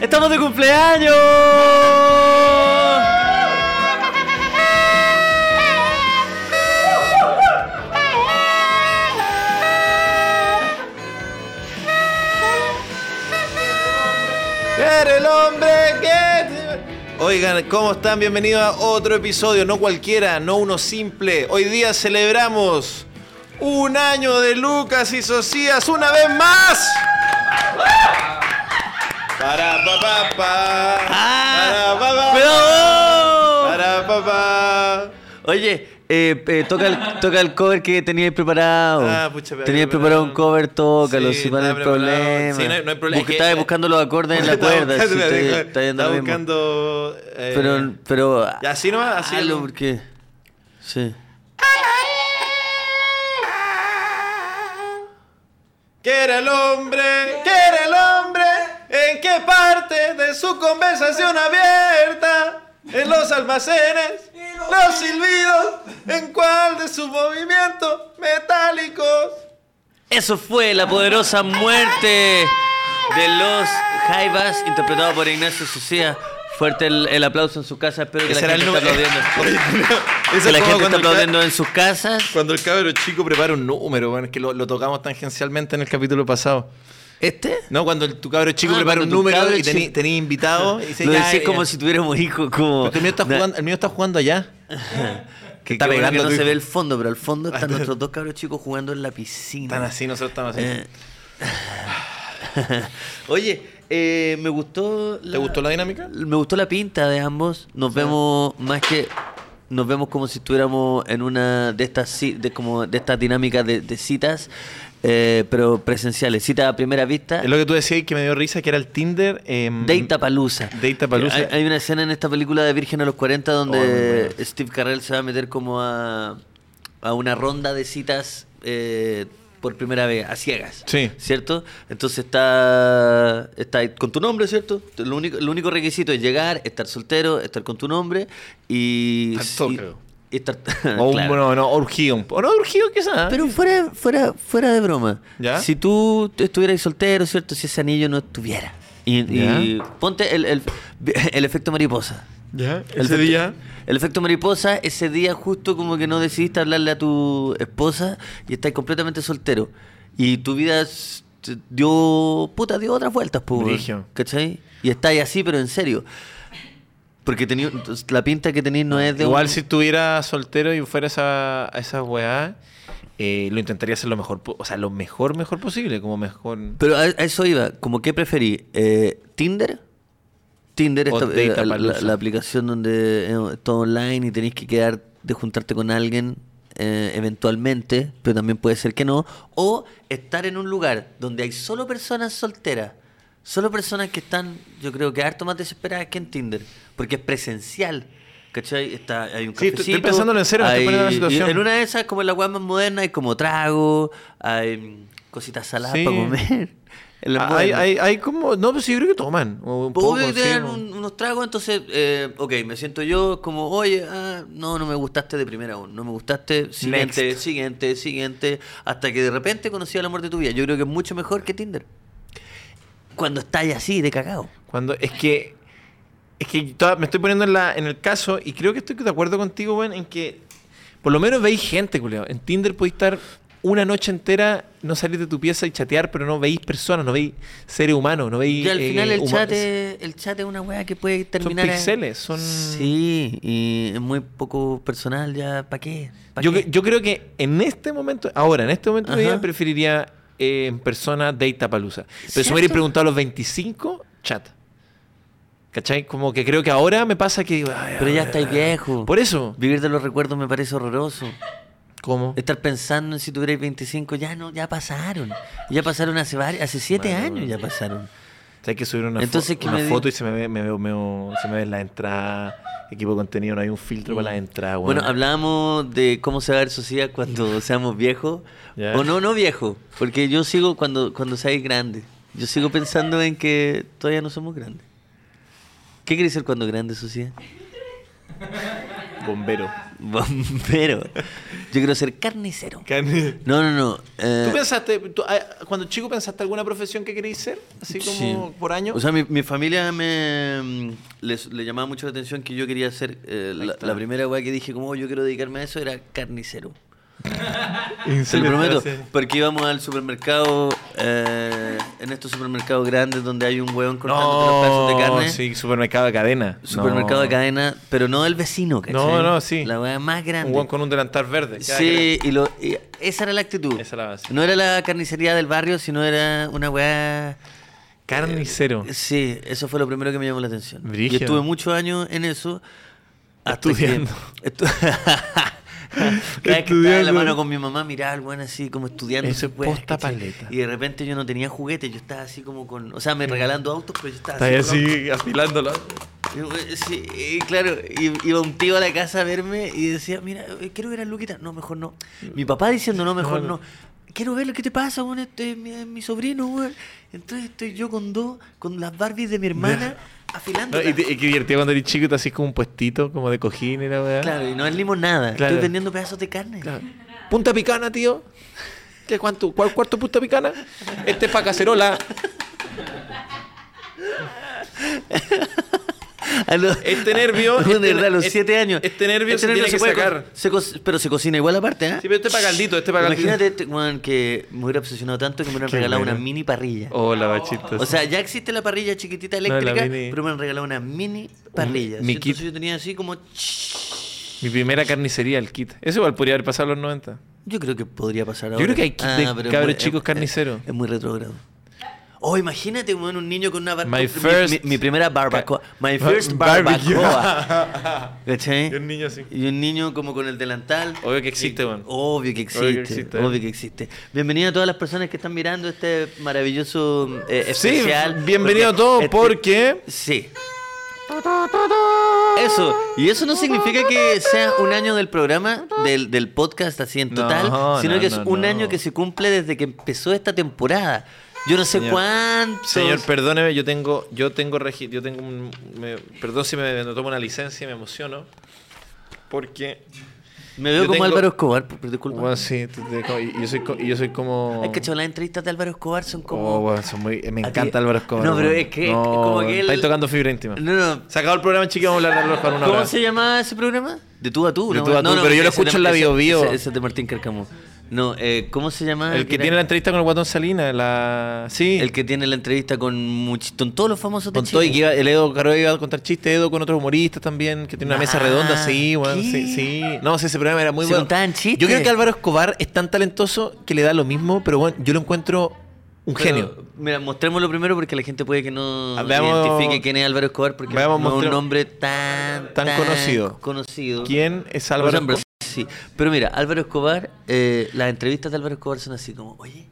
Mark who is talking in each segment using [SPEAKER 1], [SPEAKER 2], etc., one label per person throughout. [SPEAKER 1] ¡Estamos de cumpleaños!
[SPEAKER 2] Era el hombre que... Oigan, ¿cómo están? Bienvenidos a otro episodio, no cualquiera, no uno simple. Hoy día celebramos un año de Lucas y Socias una vez más. Para pa pa pa.
[SPEAKER 1] Ah,
[SPEAKER 2] Para pa pa.
[SPEAKER 1] ¡Bravo!
[SPEAKER 2] Para pa pa.
[SPEAKER 1] Oye, eh, eh, toca, el, toca el cover que teníais preparado.
[SPEAKER 2] Ah, pucha, me
[SPEAKER 1] teníais
[SPEAKER 2] había
[SPEAKER 1] preparado
[SPEAKER 2] preparado.
[SPEAKER 1] un cover, tócalo,
[SPEAKER 2] Sí,
[SPEAKER 1] si no hay
[SPEAKER 2] estaba preparado.
[SPEAKER 1] problema.
[SPEAKER 2] Sí, no hay- no hay
[SPEAKER 1] Busca-
[SPEAKER 2] problema. Es que-
[SPEAKER 1] estabas buscando los acordes en la
[SPEAKER 2] Estaba
[SPEAKER 1] cuerda. si
[SPEAKER 2] buscando-
[SPEAKER 1] estoy- está yendo
[SPEAKER 2] estaba
[SPEAKER 1] lo mismo.
[SPEAKER 2] buscando. eh,
[SPEAKER 1] Pero, Ah, pero.
[SPEAKER 2] y así nomás, así.
[SPEAKER 1] hazlo, porque. Sí.
[SPEAKER 2] ¿Qué era el hombre? ¿Qué era el hombre? ¿En qué parte de su conversación abierta? ¿En los almacenes? ¿Los silbidos? ¿En cuál de sus movimientos metálicos?
[SPEAKER 1] Eso fue la poderosa muerte de los Jaivas, interpretado por Ignacio Sucía. Fuerte el, el aplauso en su casa. Espero que la gente esté aplaudiendo.
[SPEAKER 2] Eso
[SPEAKER 1] Que la gente
[SPEAKER 2] es como
[SPEAKER 1] está
[SPEAKER 2] cuando el ca-
[SPEAKER 1] aplaudiendo en sus casas.
[SPEAKER 2] Cuando el cabro chico prepara un número, bueno, es que lo, lo tocamos tangencialmente en el capítulo pasado.
[SPEAKER 1] ¿Este?
[SPEAKER 2] No, cuando el, tu cabro chico
[SPEAKER 1] Ah,
[SPEAKER 2] prepara
[SPEAKER 1] cuando tu
[SPEAKER 2] un número
[SPEAKER 1] cabro
[SPEAKER 2] y tení-
[SPEAKER 1] chico-
[SPEAKER 2] tenía invitados. y dice,
[SPEAKER 1] Lo
[SPEAKER 2] "Ya,
[SPEAKER 1] decís
[SPEAKER 2] ya".
[SPEAKER 1] como si tuviéramos hijos, como...
[SPEAKER 2] Porque el mío está
[SPEAKER 1] Na-
[SPEAKER 2] jugando, el mío está jugando allá.
[SPEAKER 1] Que está pegando.
[SPEAKER 2] pegando
[SPEAKER 1] no
[SPEAKER 2] tu
[SPEAKER 1] se
[SPEAKER 2] hijo.
[SPEAKER 1] ve el fondo, pero al fondo
[SPEAKER 2] Ah,
[SPEAKER 1] están
[SPEAKER 2] está-
[SPEAKER 1] nuestros dos cabros chicos jugando en la piscina.
[SPEAKER 2] Están así, nosotros estamos así.
[SPEAKER 1] Eh. Oye, eh, me gustó...
[SPEAKER 2] ¿Te gustó la dinámica?
[SPEAKER 1] Me gustó la pinta de ambos. Nos vemos más que. Nos vemos como si estuviéramos en una de estas ci- de como de estas dinámicas de, de citas, eh, pero presenciales. Cita a primera vista.
[SPEAKER 2] Es lo que tú decías y que me dio risa, que era el Tinder. em,
[SPEAKER 1] Data Palusa.
[SPEAKER 2] Datapalooza.
[SPEAKER 1] Eh, Hay, hay una escena en esta película de Virgen a los 40
[SPEAKER 2] Oh, muy
[SPEAKER 1] donde
[SPEAKER 2] buena.
[SPEAKER 1] Steve Carell se va a meter como a, a una ronda de citas eh, por primera vez, a ciegas.
[SPEAKER 2] Sí.
[SPEAKER 1] ¿Cierto? Entonces está, está ahí con tu nombre, ¿cierto? Lo único, el único requisito es llegar, estar soltero, estar con tu nombre y.
[SPEAKER 2] Estar todo
[SPEAKER 1] y-
[SPEAKER 2] cagado.
[SPEAKER 1] y estar-
[SPEAKER 2] O un,
[SPEAKER 1] claro.
[SPEAKER 2] no, no, urgido. un po- O no, urgido quizás.
[SPEAKER 1] Pero fuera, fuera, fuera de broma.
[SPEAKER 2] ¿Ya?
[SPEAKER 1] Si tú estuvieras soltero, ¿cierto? Si ese anillo no estuviera. Y, y ponte el, el- el efecto mariposa.
[SPEAKER 2] ¿Ya?
[SPEAKER 1] El efecto- El efecto mariposa, ese día justo como que no decidiste hablarle a tu esposa y estás completamente soltero. Y tu vida s- te dio. puta, dio otras vueltas, pues.
[SPEAKER 2] Brigio.
[SPEAKER 1] ¿Cachai? Y estás así, pero en serio. Porque tenía, la pinta que tenéis no es de.
[SPEAKER 2] Igual
[SPEAKER 1] un-
[SPEAKER 2] si estuviera soltero y fuera esa, a esa weá, eh, lo intentaría hacer lo mejor, po- o sea, lo mejor, mejor posible, como mejor...
[SPEAKER 1] Pero a, a eso iba, como qué preferí, eh, Tinder, Tinder
[SPEAKER 2] O
[SPEAKER 1] esta, eh, la- la,
[SPEAKER 2] Datapalooza.
[SPEAKER 1] la aplicación donde eh, es todo online y tenés que quedar de juntarte con alguien eh, eventualmente, pero también puede ser que no, o estar en un lugar donde hay solo personas solteras, solo personas que están, yo creo que harto más desesperadas que en Tinder, porque es presencial. ¿Cachai? Está, hay un
[SPEAKER 2] Sí, estoy-
[SPEAKER 1] cafecito.
[SPEAKER 2] estoy pensándolo en serio, me estoy
[SPEAKER 1] hay-
[SPEAKER 2] poniendo en la
[SPEAKER 1] y
[SPEAKER 2] situación.
[SPEAKER 1] En una de esas, como en la web más moderna, hay como trago, hay mm, cositas saladas
[SPEAKER 2] Sí.
[SPEAKER 1] para comer. En la
[SPEAKER 2] Ah, hay,
[SPEAKER 1] moderna.
[SPEAKER 2] hay, hay como... No, pero sí, yo creo que toman. o Un poco,
[SPEAKER 1] Obvio que te
[SPEAKER 2] sí,
[SPEAKER 1] dan
[SPEAKER 2] o-
[SPEAKER 1] un- unos tragos, entonces, eh, ok, me siento yo como, oye, ah, no, no me gustaste de primera aún, no me gustaste, siguiente,
[SPEAKER 2] Next.
[SPEAKER 1] siguiente, siguiente, hasta que de repente conocí al amor de tu vida. Yo creo que es mucho mejor que Tinder. Cuando estáis así, de cagado.
[SPEAKER 2] Cuando es que es que toda- me estoy poniendo en, la, en el caso y creo que estoy de acuerdo contigo, weón, en que por lo menos veis gente, culeo. En Tinder podéis estar una noche entera, no salir de tu pieza y chatear, pero no veis personas, no veis seres humanos, no veis.
[SPEAKER 1] Y al
[SPEAKER 2] eh,
[SPEAKER 1] final el
[SPEAKER 2] huma-
[SPEAKER 1] chat, es, el chat es una weá que puede terminar. en-
[SPEAKER 2] píxeles, son-
[SPEAKER 1] Sí, y es muy poco personal, ya, ¿para qué? ¿Pa'
[SPEAKER 2] Yo,
[SPEAKER 1] qué?
[SPEAKER 2] cre- yo creo que en este momento, ahora, en este momento de mi vida,
[SPEAKER 1] Ajá.
[SPEAKER 2] preferiría eh, en persona Data Palusa. Pero si
[SPEAKER 1] ¿Cierto?
[SPEAKER 2] me hubiera preguntado a los 25, chat. ¿Cachai? Como que creo que ahora me pasa que digo. ay,
[SPEAKER 1] Pero ya
[SPEAKER 2] ay,
[SPEAKER 1] estáis
[SPEAKER 2] ay.
[SPEAKER 1] viejo.
[SPEAKER 2] Por eso.
[SPEAKER 1] Vivir de los recuerdos me parece horroroso.
[SPEAKER 2] ¿Cómo?
[SPEAKER 1] Estar pensando en si tuvierais 25, ya no, ya pasaron. Ya pasaron hace varios, hace 7
[SPEAKER 2] Bueno,
[SPEAKER 1] años
[SPEAKER 2] bueno.
[SPEAKER 1] ya pasaron.
[SPEAKER 2] O sea, hay que subir una, fo-
[SPEAKER 1] Entonces, ¿qué
[SPEAKER 2] una
[SPEAKER 1] me di-
[SPEAKER 2] foto y se me ve, me veo, me veo- se me ven las entradas, equipo de contenido, no hay un filtro para las entradas, weón.
[SPEAKER 1] Mm. Bueno, hablábamos de cómo se va a ver sociedad cuando seamos viejos.
[SPEAKER 2] Ya.
[SPEAKER 1] O no, no viejos. Porque yo sigo cuando, cuando seáis grandes. Yo sigo pensando en que todavía no somos grandes. ¿Qué querés ser cuando grande, sociedad?
[SPEAKER 2] Bombero.
[SPEAKER 1] Bombero. Yo quiero ser carnicero.
[SPEAKER 2] Carne-
[SPEAKER 1] No, no, no. eh,
[SPEAKER 2] ¿Tú pensaste, tú, ah, cuando chico pensaste alguna profesión que queréis ser? Así como
[SPEAKER 1] sí.
[SPEAKER 2] por año.
[SPEAKER 1] O sea, mi, mi familia me mm, les- le llamaba mucho la atención que yo quería ser. eh, la, la primera weá que dije, como "Oh, yo quiero dedicarme a eso, era carnicero. Se lo prometo. Porque íbamos al supermercado, eh, en estos supermercados grandes donde hay un weón cortando los pedazos de carne.
[SPEAKER 2] sí, supermercado de cadena.
[SPEAKER 1] Supermercado
[SPEAKER 2] No.
[SPEAKER 1] de cadena, pero no del vecino, ¿cachai?
[SPEAKER 2] No, no, sí.
[SPEAKER 1] La weá más grande.
[SPEAKER 2] Un guan con un delantal verde. cada
[SPEAKER 1] Sí, y, lo, y esa era la actitud.
[SPEAKER 2] Esa era la base.
[SPEAKER 1] No era la carnicería del barrio, sino era una weá...
[SPEAKER 2] cadena. Carnicero.
[SPEAKER 1] Sí, eso fue lo primero que me llamó la atención.
[SPEAKER 2] Brígido.
[SPEAKER 1] Y estuve muchos años en eso. hasta
[SPEAKER 2] Estudiando.
[SPEAKER 1] que- estu- Cada vez que estaba en la
[SPEAKER 2] Estudiando.
[SPEAKER 1] mano con mi mamá, miraba al buen así como estudiando.
[SPEAKER 2] Eso
[SPEAKER 1] sus
[SPEAKER 2] es
[SPEAKER 1] weas,
[SPEAKER 2] posta
[SPEAKER 1] ¿cachai?
[SPEAKER 2] paleta.
[SPEAKER 1] Y de repente yo no tenía juguetes, yo estaba así como con. O sea, me regalando autos, pero yo estaba
[SPEAKER 2] Está ahí
[SPEAKER 1] con autos.
[SPEAKER 2] así afilándolo.
[SPEAKER 1] Yo, eh, Sí, eh, claro, i- iba un tío a la casa a verme y decía, mira, eh, quiero ver a Luquita. No, mejor no. Mi papá diciendo, no, mejor no. Quiero ver lo que te pasa, weón, este es mi, es mi sobrino, weón. Entonces estoy yo con dos, con las Barbies de mi hermana, afilando.
[SPEAKER 2] No, y, te- y qué divertido cuando eres chico y te haces como un puestito, como de cojín y la weá.
[SPEAKER 1] Claro, y no es limonada,
[SPEAKER 2] Claro.
[SPEAKER 1] estoy vendiendo pedazos de carne.
[SPEAKER 2] Claro. Punta picana, tío. ¿Qué cuánto? ¿Cuál cuarto punta picana? Este es para cacerola.
[SPEAKER 1] A los-
[SPEAKER 2] Este nervio-
[SPEAKER 1] Bueno,
[SPEAKER 2] este-
[SPEAKER 1] de verdad, a los
[SPEAKER 2] este-
[SPEAKER 1] siete años.
[SPEAKER 2] este nervio se tiene que
[SPEAKER 1] puede
[SPEAKER 2] sacar.
[SPEAKER 1] co- se co- pero se cocina igual aparte, ¿eh?
[SPEAKER 2] Sí, pero este es para caldito, este es para caldito.
[SPEAKER 1] Imagínate, este, weón, que me hubiera obsesionado tanto que me hubieran
[SPEAKER 2] Qué
[SPEAKER 1] regalado
[SPEAKER 2] bueno.
[SPEAKER 1] una mini parrilla.
[SPEAKER 2] Hola, bachito.
[SPEAKER 1] O sea, ya existe la parrilla chiquitita
[SPEAKER 2] No, la
[SPEAKER 1] eléctrica,
[SPEAKER 2] mini.
[SPEAKER 1] pero me han regalado una mini parrilla. ¿sí?
[SPEAKER 2] mi
[SPEAKER 1] Entonces
[SPEAKER 2] kit.
[SPEAKER 1] yo tenía así como...
[SPEAKER 2] mi primera carnicería, el kit. Eso igual podría haber pasado a los 90.
[SPEAKER 1] Yo creo que podría pasar ahora. Ah,
[SPEAKER 2] creo que hay kit de
[SPEAKER 1] pero es
[SPEAKER 2] cabros
[SPEAKER 1] muy-
[SPEAKER 2] chicos
[SPEAKER 1] es-
[SPEAKER 2] carniceros.
[SPEAKER 1] Es, muy retrógrado. Oh, imagínate, weón, un niño con una barbacoa.
[SPEAKER 2] My first-
[SPEAKER 1] mi, mi primera barbacoa. My
[SPEAKER 2] Bar-
[SPEAKER 1] first
[SPEAKER 2] barbecue.
[SPEAKER 1] barbacoa. ¿Cachai?
[SPEAKER 2] Y un niño así.
[SPEAKER 1] Y un niño como con el delantal.
[SPEAKER 2] Obvio que
[SPEAKER 1] Y-
[SPEAKER 2] existe, weón.
[SPEAKER 1] Obvio que existe.
[SPEAKER 2] Obvio
[SPEAKER 1] Obvio
[SPEAKER 2] que
[SPEAKER 1] que
[SPEAKER 2] existe.
[SPEAKER 1] existe. Bienvenido a todas las personas que están mirando este maravilloso eh, especial.
[SPEAKER 2] Sí, bienvenido a
[SPEAKER 1] Porque
[SPEAKER 2] todos
[SPEAKER 1] este-
[SPEAKER 2] porque...
[SPEAKER 1] Sí. Eso, y eso no significa que sea un año del programa, del, del podcast así en total,
[SPEAKER 2] No,
[SPEAKER 1] sino
[SPEAKER 2] no,
[SPEAKER 1] que es
[SPEAKER 2] no,
[SPEAKER 1] un
[SPEAKER 2] no.
[SPEAKER 1] año que se cumple desde que empezó esta temporada. Yo no sé
[SPEAKER 2] Señor-
[SPEAKER 1] cuántos.
[SPEAKER 2] Señor, perdóneme, yo tengo, yo tengo, regi- yo tengo un, me- perdón si me, me tomo una licencia y me emociono. Porque...
[SPEAKER 1] me veo
[SPEAKER 2] yo
[SPEAKER 1] como
[SPEAKER 2] tengo-
[SPEAKER 1] Álvaro Escobar, pero disculpa.
[SPEAKER 2] Bueno, sí, tú te- como- y yo soy, co- y yo soy como...
[SPEAKER 1] Hay que las entrevistas de Álvaro Escobar son
[SPEAKER 2] Oh,
[SPEAKER 1] como.
[SPEAKER 2] bueno, son muy, me
[SPEAKER 1] A ti-
[SPEAKER 2] encanta Álvaro Escobar.
[SPEAKER 1] No, pero
[SPEAKER 2] weón.
[SPEAKER 1] es que-
[SPEAKER 2] No,
[SPEAKER 1] como que
[SPEAKER 2] Estáis
[SPEAKER 1] él-
[SPEAKER 2] tocando fibra íntima.
[SPEAKER 1] No, no.
[SPEAKER 2] Se acabó el programa, chicos, vamos a hablar de Álvaro Escobar una
[SPEAKER 1] ¿Cómo
[SPEAKER 2] hora.
[SPEAKER 1] se llamaba ese programa? De tú a tú.
[SPEAKER 2] De
[SPEAKER 1] ¿no?
[SPEAKER 2] tú a
[SPEAKER 1] No,
[SPEAKER 2] tú,
[SPEAKER 1] no,
[SPEAKER 2] pero yo lo
[SPEAKER 1] ese de-
[SPEAKER 2] escucho en la
[SPEAKER 1] ese-
[SPEAKER 2] Bio Bio.
[SPEAKER 1] Ese, ese es de Martín Carcamo. No, eh, ¿cómo se llama?
[SPEAKER 2] El que
[SPEAKER 1] era-
[SPEAKER 2] tiene la entrevista con el guatón Salinas, la... Sí.
[SPEAKER 1] El que tiene la entrevista con, much- con todos los famosos de
[SPEAKER 2] Con todo y
[SPEAKER 1] Chile.
[SPEAKER 2] que iba- el Edo Caroe iba a contar chistes, Edo con otros humoristas también, que tiene una mesa
[SPEAKER 1] Ah,
[SPEAKER 2] redonda, sí, weón,
[SPEAKER 1] ¿qué?
[SPEAKER 2] sí, sí. No, sí, ese programa era muy
[SPEAKER 1] Se
[SPEAKER 2] bueno.
[SPEAKER 1] contaban chistes.
[SPEAKER 2] Yo creo que Álvaro Escobar es tan talentoso que le da lo mismo, pero bueno, yo lo encuentro un
[SPEAKER 1] Pero,
[SPEAKER 2] genio.
[SPEAKER 1] Mira, mostrémoslo primero porque la gente puede que no
[SPEAKER 2] Ah, veamos-
[SPEAKER 1] identifique quién es Álvaro Escobar porque
[SPEAKER 2] Veamos,
[SPEAKER 1] no es
[SPEAKER 2] mostré-
[SPEAKER 1] un nombre tan,
[SPEAKER 2] Tan conocido.
[SPEAKER 1] conocido.
[SPEAKER 2] ¿Quién es
[SPEAKER 1] Por
[SPEAKER 2] Álvaro
[SPEAKER 1] ejemplo,
[SPEAKER 2] Escobar?
[SPEAKER 1] sí. Pero mira, Álvaro Escobar, eh, las entrevistas de Álvaro Escobar son así como, oye,